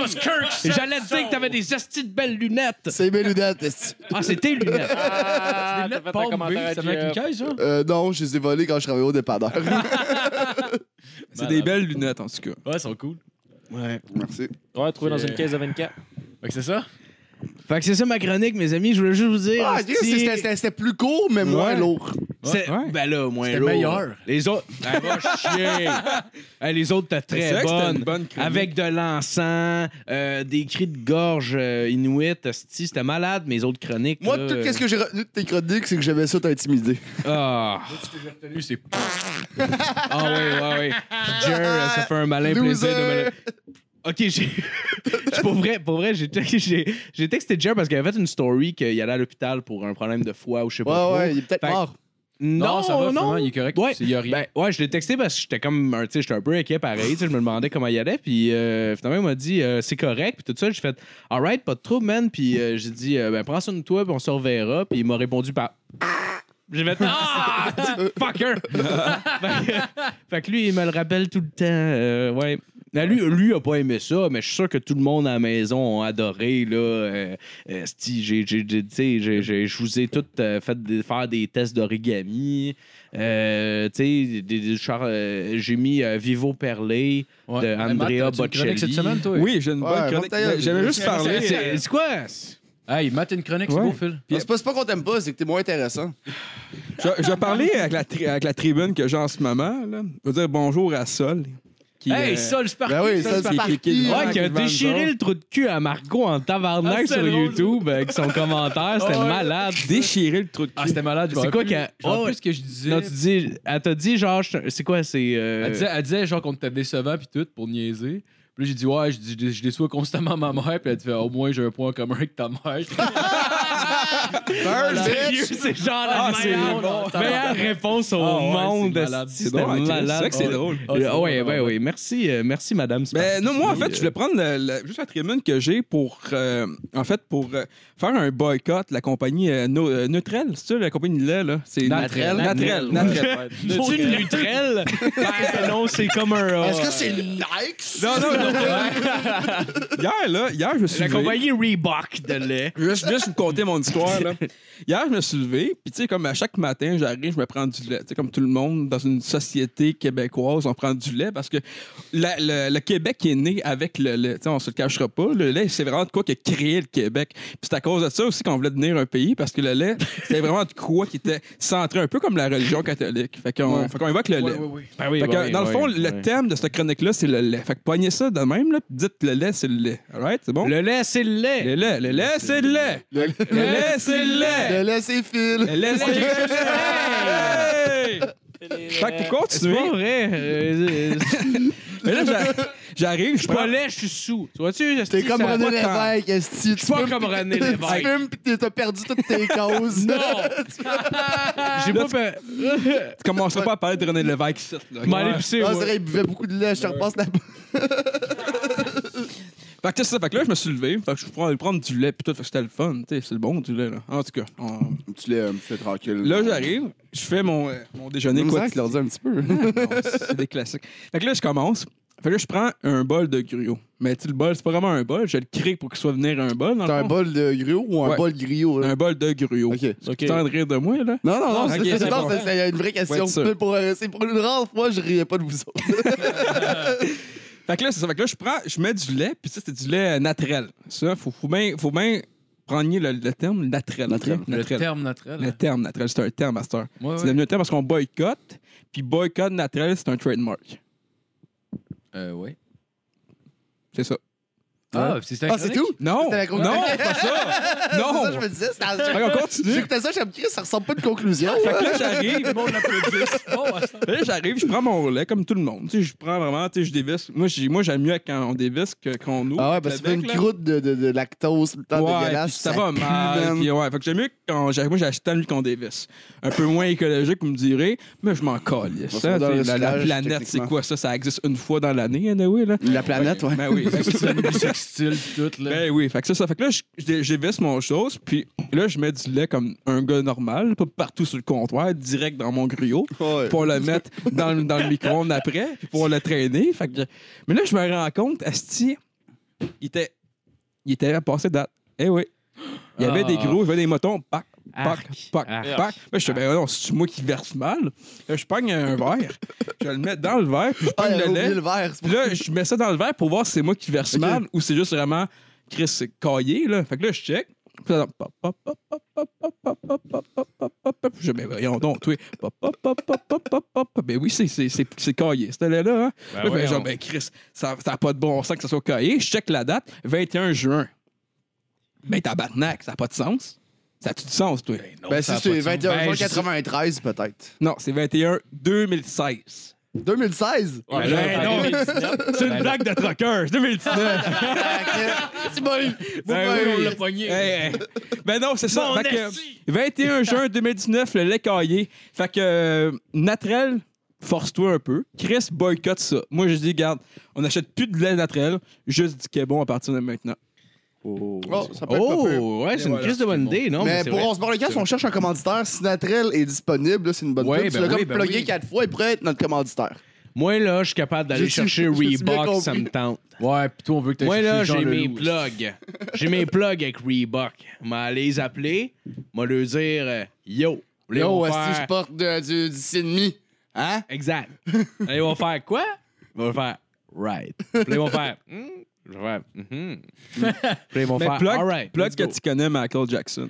Speaker 4: J'allais te dire que t'avais des astis de belles lunettes.
Speaker 5: C'est mes lunettes. esti.
Speaker 4: Ah, c'est tes lunettes.
Speaker 7: Ah, t'as fait un commentaire à
Speaker 3: ça met une
Speaker 7: Jeff.
Speaker 3: caisse,
Speaker 4: hein.
Speaker 3: ça?
Speaker 5: Euh, non, je les ai volées quand je travaillais au dépanneur.
Speaker 6: C'est des belles lunettes, en tout cas.
Speaker 3: Ouais, elles sont cool.
Speaker 5: Merci.
Speaker 7: Ouais, trouvé dans une caisse de 24.
Speaker 3: Fait que c'est ça?
Speaker 4: Fait que c'est ça ma chronique, mes amis. Je voulais juste vous dire.
Speaker 5: Ah,
Speaker 4: esti,
Speaker 5: Chris, c'était- c'était c'était plus court, mais moins
Speaker 6: Ouais.
Speaker 5: lourd.
Speaker 4: c'est-
Speaker 6: Ouais.
Speaker 4: Ben là, moins
Speaker 3: C'était
Speaker 4: lourd.
Speaker 3: meilleur.
Speaker 4: Les autres. Ben, va chier. Eh, les autres, t'as
Speaker 6: C'est vrai
Speaker 4: très
Speaker 6: que c'était
Speaker 4: bonne.
Speaker 6: une bonne chronique.
Speaker 4: Avec de l'encens, euh, des cris de gorge euh, inuit, esti, c'était malade, mes autres chroniques.
Speaker 5: Moi,
Speaker 4: là,
Speaker 5: tout
Speaker 4: euh,
Speaker 5: ce que j'ai retenu de tes chroniques, c'est que j'avais ça t'intimider.
Speaker 4: Ah,
Speaker 3: Salut, c'est
Speaker 4: ah oui, oui, oui. Jer, euh, ça fait un malin
Speaker 5: Loser.
Speaker 4: plaisir de me le- Ok, j'ai. pour vrai, pour vrai j'ai, j'ai, j'ai texté Jer parce qu'il avait fait une story qu'il allait à l'hôpital pour un problème de foie ou je sais
Speaker 5: Ouais,
Speaker 4: pas. trop.
Speaker 5: ouais, il est peut-être
Speaker 4: Fait que-
Speaker 5: mort.
Speaker 4: Non,
Speaker 3: Non, ça va,
Speaker 4: non.
Speaker 3: finalement, il est correct.
Speaker 4: Ouais.
Speaker 3: C'est- Il y a rien.
Speaker 4: Ben, ouais, je l'ai texté parce que j'étais comme un, tu sais, j'étais un peu inquiet pareil. tu sais, Je me demandais comment il allait. Puis euh, finalement, il m'a dit euh, c'est correct. Puis tout ça, j'ai fait alright, pas de trouble, man. Puis euh, j'ai dit euh, ben, prends soin de toi, puis on se reverra. Puis il m'a répondu par. J'ai fait Ah, petit fucker! fait, que, fait que lui, il me le rappelle tout le temps. euh, ouais. Mais lui, lui a pas aimé ça, mais je suis sûr que tout le monde à la maison a adoré. Là, euh, euh, sti, j'ai- j'ai- j'ai- tu sais, j'ai- j'ai- je vous ai tous euh, fait des- faire des tests d'origami. Euh, tu sais, des- des char- euh, j'ai mis euh, Vivo Perlé
Speaker 3: Ouais.
Speaker 4: de
Speaker 3: Hey, Matt, t'as-tu
Speaker 4: Andrea
Speaker 3: une chronique
Speaker 4: Bocelli.
Speaker 3: cette semaine, toi?
Speaker 6: Oui, j'ai une
Speaker 5: Ouais,
Speaker 6: bonne
Speaker 5: ferme ta gueule.
Speaker 6: chronique. J'avais juste
Speaker 4: C'est-
Speaker 6: parlé.
Speaker 4: C'est c'est quoi? c'est-
Speaker 3: Hey, Matt, une chronique, c'est
Speaker 6: Ouais.
Speaker 3: beau, Phil.
Speaker 5: Ah, C'est pas, c'est pas qu'on t'aime pas, c'est que t'es moins intéressant.
Speaker 6: Je, je vais parler avec la, tri- avec la tribune que j'ai en ce moment. Là. Je veux dire bonjour à Sol. Qui, euh,
Speaker 3: Sol Sparky!
Speaker 5: Ben oui, ça,
Speaker 6: Sol
Speaker 5: c'est
Speaker 6: Sparky.
Speaker 5: qui-
Speaker 6: Ouais,
Speaker 4: Ouais, qui a
Speaker 6: avec Van
Speaker 4: déchiré
Speaker 6: Zor.
Speaker 4: le trou de cul à Margot en tabarnak
Speaker 3: Ah, c'est
Speaker 4: sur
Speaker 3: drôle.
Speaker 4: YouTube avec son commentaire. C'était
Speaker 3: Ah ouais.
Speaker 4: malade.
Speaker 6: déchirer le trou de cul.
Speaker 3: Ah, c'était malade. je
Speaker 4: C'est
Speaker 3: me
Speaker 4: quoi
Speaker 3: rappelle
Speaker 4: qu'elle-
Speaker 3: plus- je me rappelle
Speaker 4: Ah ouais.
Speaker 3: plus ce que je disais.
Speaker 4: Non, tu dis, elle t'a dit genre, je- c'est quoi, c'est. euh,
Speaker 3: Elle disait, elle disait, genre qu'on était décevant puis tout pour niaiser. Puis là, j'ai dit ouais, je, dis, je dé- je déçois constamment ma mère. Puis elle dit au moins j'ai un point en commun avec ta mère.
Speaker 5: Burn, bitch!
Speaker 4: c'est genre
Speaker 3: Ah,
Speaker 4: la
Speaker 3: c'est
Speaker 4: meilleure,
Speaker 3: bon.
Speaker 4: meilleure réponse au
Speaker 3: Ah ouais,
Speaker 4: monde.
Speaker 3: c'est malade.
Speaker 4: esti,
Speaker 6: C'est
Speaker 4: c'était
Speaker 6: drôle. hein, Chris. C'est vrai que c'est
Speaker 4: Ouais.
Speaker 6: drôle.
Speaker 3: Ah, c'est
Speaker 4: Ah, ouais,
Speaker 3: bon,
Speaker 4: ouais, ouais. Merci, euh, merci, madame.
Speaker 6: Ben
Speaker 4: Sparky.
Speaker 6: non, moi en fait,
Speaker 4: Euh,
Speaker 6: je voulais prendre le- le- juste la tribune que j'ai pour euh, en fait pour euh, faire un boycott la compagnie euh, No- euh, Neutrel, c'est ça la compagnie lait là, c'est
Speaker 3: Natrel.
Speaker 6: Natrel, Natrel.
Speaker 7: Ouais.
Speaker 4: Faut-tu une lutrelle? Ben, non, c'est comme un. euh,
Speaker 5: Est-ce que c'est Nike?
Speaker 6: Non non non. hier là, hier je me suis
Speaker 4: La
Speaker 6: levé.
Speaker 4: compagnie Reebok de lait.
Speaker 6: Juste, juste vous conter mon histoire là. Hier, je me suis levé, puis tu sais comme à chaque matin, j'arrive, je me prends du lait, tu sais comme tout le monde dans une société québécoise, on prend du lait parce que la- le, le Québec est né avec le lait, tu sais on se le cachera pas, le lait c'est vraiment de quoi qui a créé le Québec. Puis c'est à cause de ça aussi qu'on voulait devenir un pays parce que le lait, c'était vraiment de quoi qui était centré un peu comme la religion catholique. Fait qu'on fait qu'on évoque le lait.
Speaker 4: Ben oui,
Speaker 6: Fait que,
Speaker 4: ouais,
Speaker 6: dans le fond,
Speaker 4: ouais,
Speaker 6: le
Speaker 4: ouais.
Speaker 6: thème de cette chronique-là, c'est le lait. Fait que poignez ça de même, là, puis dites le lait, c'est le lait. All right? C'est bon?
Speaker 4: Le lait, c'est le lait.
Speaker 6: Le lait, le lait, c'est le lait.
Speaker 5: Le
Speaker 6: Le lait, c'est le lait.
Speaker 5: le laisser fil.
Speaker 6: Le lait, c'est le lait. Fait que pour
Speaker 4: C'est
Speaker 6: continuer,
Speaker 4: pas vrai. euh, euh,
Speaker 6: mais là, j'a- j'arrive, je
Speaker 4: Je suis
Speaker 6: prends...
Speaker 4: pas lait, je suis sous. Tu vois-tu?
Speaker 5: T'es
Speaker 4: esti,
Speaker 5: comme
Speaker 4: ça a
Speaker 5: René
Speaker 4: pas de temps.
Speaker 5: Lévesque, esti.
Speaker 4: Je suis pas comme René
Speaker 5: Tu
Speaker 4: Lévesque.
Speaker 5: fumes pis t'es- t'as perdu toutes tes causes. Ah,
Speaker 4: Non! J'ai pas fait.
Speaker 6: Tu commenceras pas à parler de René Lévesque ici. là, ok?
Speaker 4: M'en aller pisser,
Speaker 5: Ah,
Speaker 4: moi.
Speaker 5: c'est vrai, il buvait beaucoup de lait, je te repasse la
Speaker 6: Fait que c'est ça. Fait que là, je me suis levé. Fait que je suis allé prendre du lait. Puis tout, fait que c'était le fun. tu sais, C'est le bon du lait, là. En tout cas, on-
Speaker 5: Tu l'es, fais tranquille.
Speaker 6: là, j'arrive. Je fais mon, euh, mon déjeuner.
Speaker 5: Même ça,
Speaker 6: quotidien.
Speaker 5: tu leur dis un petit peu.
Speaker 6: Non, c'est des classiques. Fait que là, je commence. Fait que là, je prends un bol de gruau. Mais tu sais, le bol, c'est pas vraiment un bol. Je le crée pour qu'il soit venir un bol. dans le
Speaker 5: T'as un
Speaker 6: fond.
Speaker 5: bol de griot ou un
Speaker 6: Ouais.
Speaker 5: bol griot? là?
Speaker 6: Un bol de gruau.
Speaker 5: Ok.
Speaker 6: Tu t'en de rire de moi, là?
Speaker 5: Non, non, non,
Speaker 6: Ok,
Speaker 5: c'est-
Speaker 6: c'est
Speaker 5: non,
Speaker 6: bon.
Speaker 5: c'est c'est une vraie question.
Speaker 6: Ouais, c'est sûr.
Speaker 5: pour, euh, c'est pour une rare fois, je riais pas de vous autres.
Speaker 6: Fait que là, c'est ça. Fait que là, je prends, je mets du lait, puis ça, c'est du lait euh, naturel. Ça, faut, faut bien faut bien prendre le, le terme naturel.
Speaker 5: Naturel.
Speaker 6: ok?
Speaker 3: Le
Speaker 6: Naturel.
Speaker 3: terme naturel. hein.
Speaker 6: Le terme naturel, c'est un terme, Master.
Speaker 3: Ouais,
Speaker 6: C'est
Speaker 3: ouais.
Speaker 6: devenu un terme parce qu'on boycotte, puis boycott naturel, c'est un trademark.
Speaker 3: Euh, ouais.
Speaker 6: C'est ça.
Speaker 3: Ah,
Speaker 9: Ah, c'est c'est un
Speaker 5: Ah, c'est
Speaker 9: chronique?
Speaker 5: tout?
Speaker 6: Non,
Speaker 5: C'était la
Speaker 6: non,
Speaker 5: grosse-
Speaker 6: c'est pas ça.
Speaker 5: C'est
Speaker 6: Non.
Speaker 5: ça, je me disais. c'était-
Speaker 6: Fait qu'on continue.
Speaker 5: J'écoutais ça, j'aime Chris, ça ressemble pas à une conclusion.
Speaker 6: Fait que là, j'arrive.
Speaker 3: Bon, on applaudit. Bon,
Speaker 6: Là, j'arrive, je prends mon relais comme tout le monde. Tu sais, je prends vraiment, tu sais, je dévisse. Moi, j'ai- moi, j'aime mieux quand on dévisse que quand on ouvre.
Speaker 5: Ah ouais, parce que
Speaker 6: Le
Speaker 5: c'est une
Speaker 6: bec, là.
Speaker 5: croûte de, de, de lactose, le temps
Speaker 6: ouais,
Speaker 5: dégueulasse.
Speaker 6: puis ça, va
Speaker 5: pue,
Speaker 6: mal.
Speaker 5: man.
Speaker 6: puis ouais, fait que j'aime mieux quand j'ai- moi j'achète lui qu'on dévisse. Un peu moins écologique, vous me direz, mais je m'en colle.
Speaker 5: Bon,
Speaker 6: Ça,
Speaker 5: c'est dans le
Speaker 6: c'est la, la
Speaker 5: recyclage,
Speaker 6: planète, c'est
Speaker 5: techniquement.
Speaker 6: quoi ça? Ça existe une fois dans l'année, anyway, là.
Speaker 5: La planète, ouais.
Speaker 6: Ben oui.
Speaker 3: c'est du sextile pis tout, là.
Speaker 6: Ben oui, fait que ça, ça fait que là, je- je j'évisse mon chose, puis là, je mets du lait comme un gars normal, pas partout sur le comptoir, direct dans mon griot,
Speaker 5: Ouais.
Speaker 6: pour le mettre dans, le- dans le micro-ondes après, puis pour le traîner. Fait que, mais là, je me rends compte, Asti, il était, il était à passer date. Eh oui. Il y avait des gros, il y avait des motons, pac, pac,
Speaker 9: Ah. Arc.
Speaker 6: pac,
Speaker 9: Arc.
Speaker 6: pac. Là, je suis ben non, c'est moi qui verse mal. Là, je pogne un verre, je le mets dans le verre, puis je
Speaker 5: Ah, il
Speaker 6: pogne
Speaker 5: avait
Speaker 6: le
Speaker 5: oublié
Speaker 6: lait.
Speaker 5: le verre. c'est
Speaker 6: Puis là, je mets ça dans le verre pour voir si c'est moi qui verse
Speaker 5: Ok.
Speaker 6: mal ou c'est juste vraiment Chris c'est caillé. Là. Fait que là, je check. Puis là, pop, pop, pop, pop, pop, pop, pop, pop, pop, pop, pop, pop, pop. Je dis, ben voyons donc, toi. Pop, pop, pop, pop, pop, pop, pop, pop. Ben oui, c'est- c'est c'est- c'est caillé, cette allée-là. Hein?
Speaker 9: Ben
Speaker 6: Là, ben,
Speaker 9: voyons.
Speaker 6: genre, ben Chris, ça n'a pas de bon sens que ça soit caillé. Je check la date, 21 juin. Ben tabarnak, ça n'a pas de sens. Ça a-tu du sens, toi?
Speaker 5: pour- Ben, si c'est 21 juin 93, peut-être.
Speaker 6: Non, c'est 21 2016.
Speaker 5: 2016?
Speaker 7: Ouais,
Speaker 6: Ben
Speaker 7: là, en
Speaker 6: non.
Speaker 7: 2019,
Speaker 6: C'est une blague de trucker, 2019.
Speaker 5: Ah, C'est bon.
Speaker 6: Ben oui, on l'a
Speaker 4: pogné.
Speaker 6: Hey, hey. Ben non, c'est ça. Fait que, 21 juin 2019, le lait caillé. Fait que euh, Natrel, force-toi un peu. Chris boycotte ça. Moi, je dis, garde, on n'achète plus de lait Natrel, juste du Québon à partir de maintenant.
Speaker 5: Oh, ça peut être pas pire.
Speaker 4: Oh, ouais, c'est une
Speaker 6: voilà,
Speaker 4: crise de bonne idée, non?
Speaker 5: mais
Speaker 4: c'est
Speaker 5: pour
Speaker 4: vrai.
Speaker 5: On se barre le casse, on cherche un commanditaire. Si Natrel est disponible, là, c'est une bonne
Speaker 4: Ouais,
Speaker 5: pub.
Speaker 4: ben
Speaker 5: tu l'as
Speaker 4: oui,
Speaker 5: comme
Speaker 4: ben
Speaker 5: plugué
Speaker 4: oui.
Speaker 5: quatre fois, il pourrait être notre commanditaire.
Speaker 4: Moi, là, je suis capable
Speaker 5: Je
Speaker 4: d'aller
Speaker 5: suis-
Speaker 4: chercher
Speaker 5: je suis bien
Speaker 4: Reebok, ça
Speaker 5: compris.
Speaker 4: me tente.
Speaker 3: Ouais, pis toi, on veut que t'aies
Speaker 4: Moi,
Speaker 3: cherché
Speaker 4: là,
Speaker 3: Jean
Speaker 4: j'ai mes
Speaker 3: Leloup.
Speaker 4: plugs. J'ai mes plugs avec Reebok. M'a les appeler, m'a leur dire euh, Yo, les
Speaker 5: Yo,
Speaker 4: va
Speaker 5: est-ce que
Speaker 4: faire-
Speaker 5: je porte de- du, du Sidney? Hein?
Speaker 4: Exact. Là, ils vont faire quoi? Ils vont faire Right. Puis là, ils vont faire Hmm. Je vais faire Mhm. Puis là, ils vont
Speaker 6: Mais
Speaker 4: faire
Speaker 6: Ben, plug,
Speaker 4: All right.
Speaker 6: plug
Speaker 4: let's
Speaker 6: que
Speaker 4: go.
Speaker 6: tu connais Michael Jackson.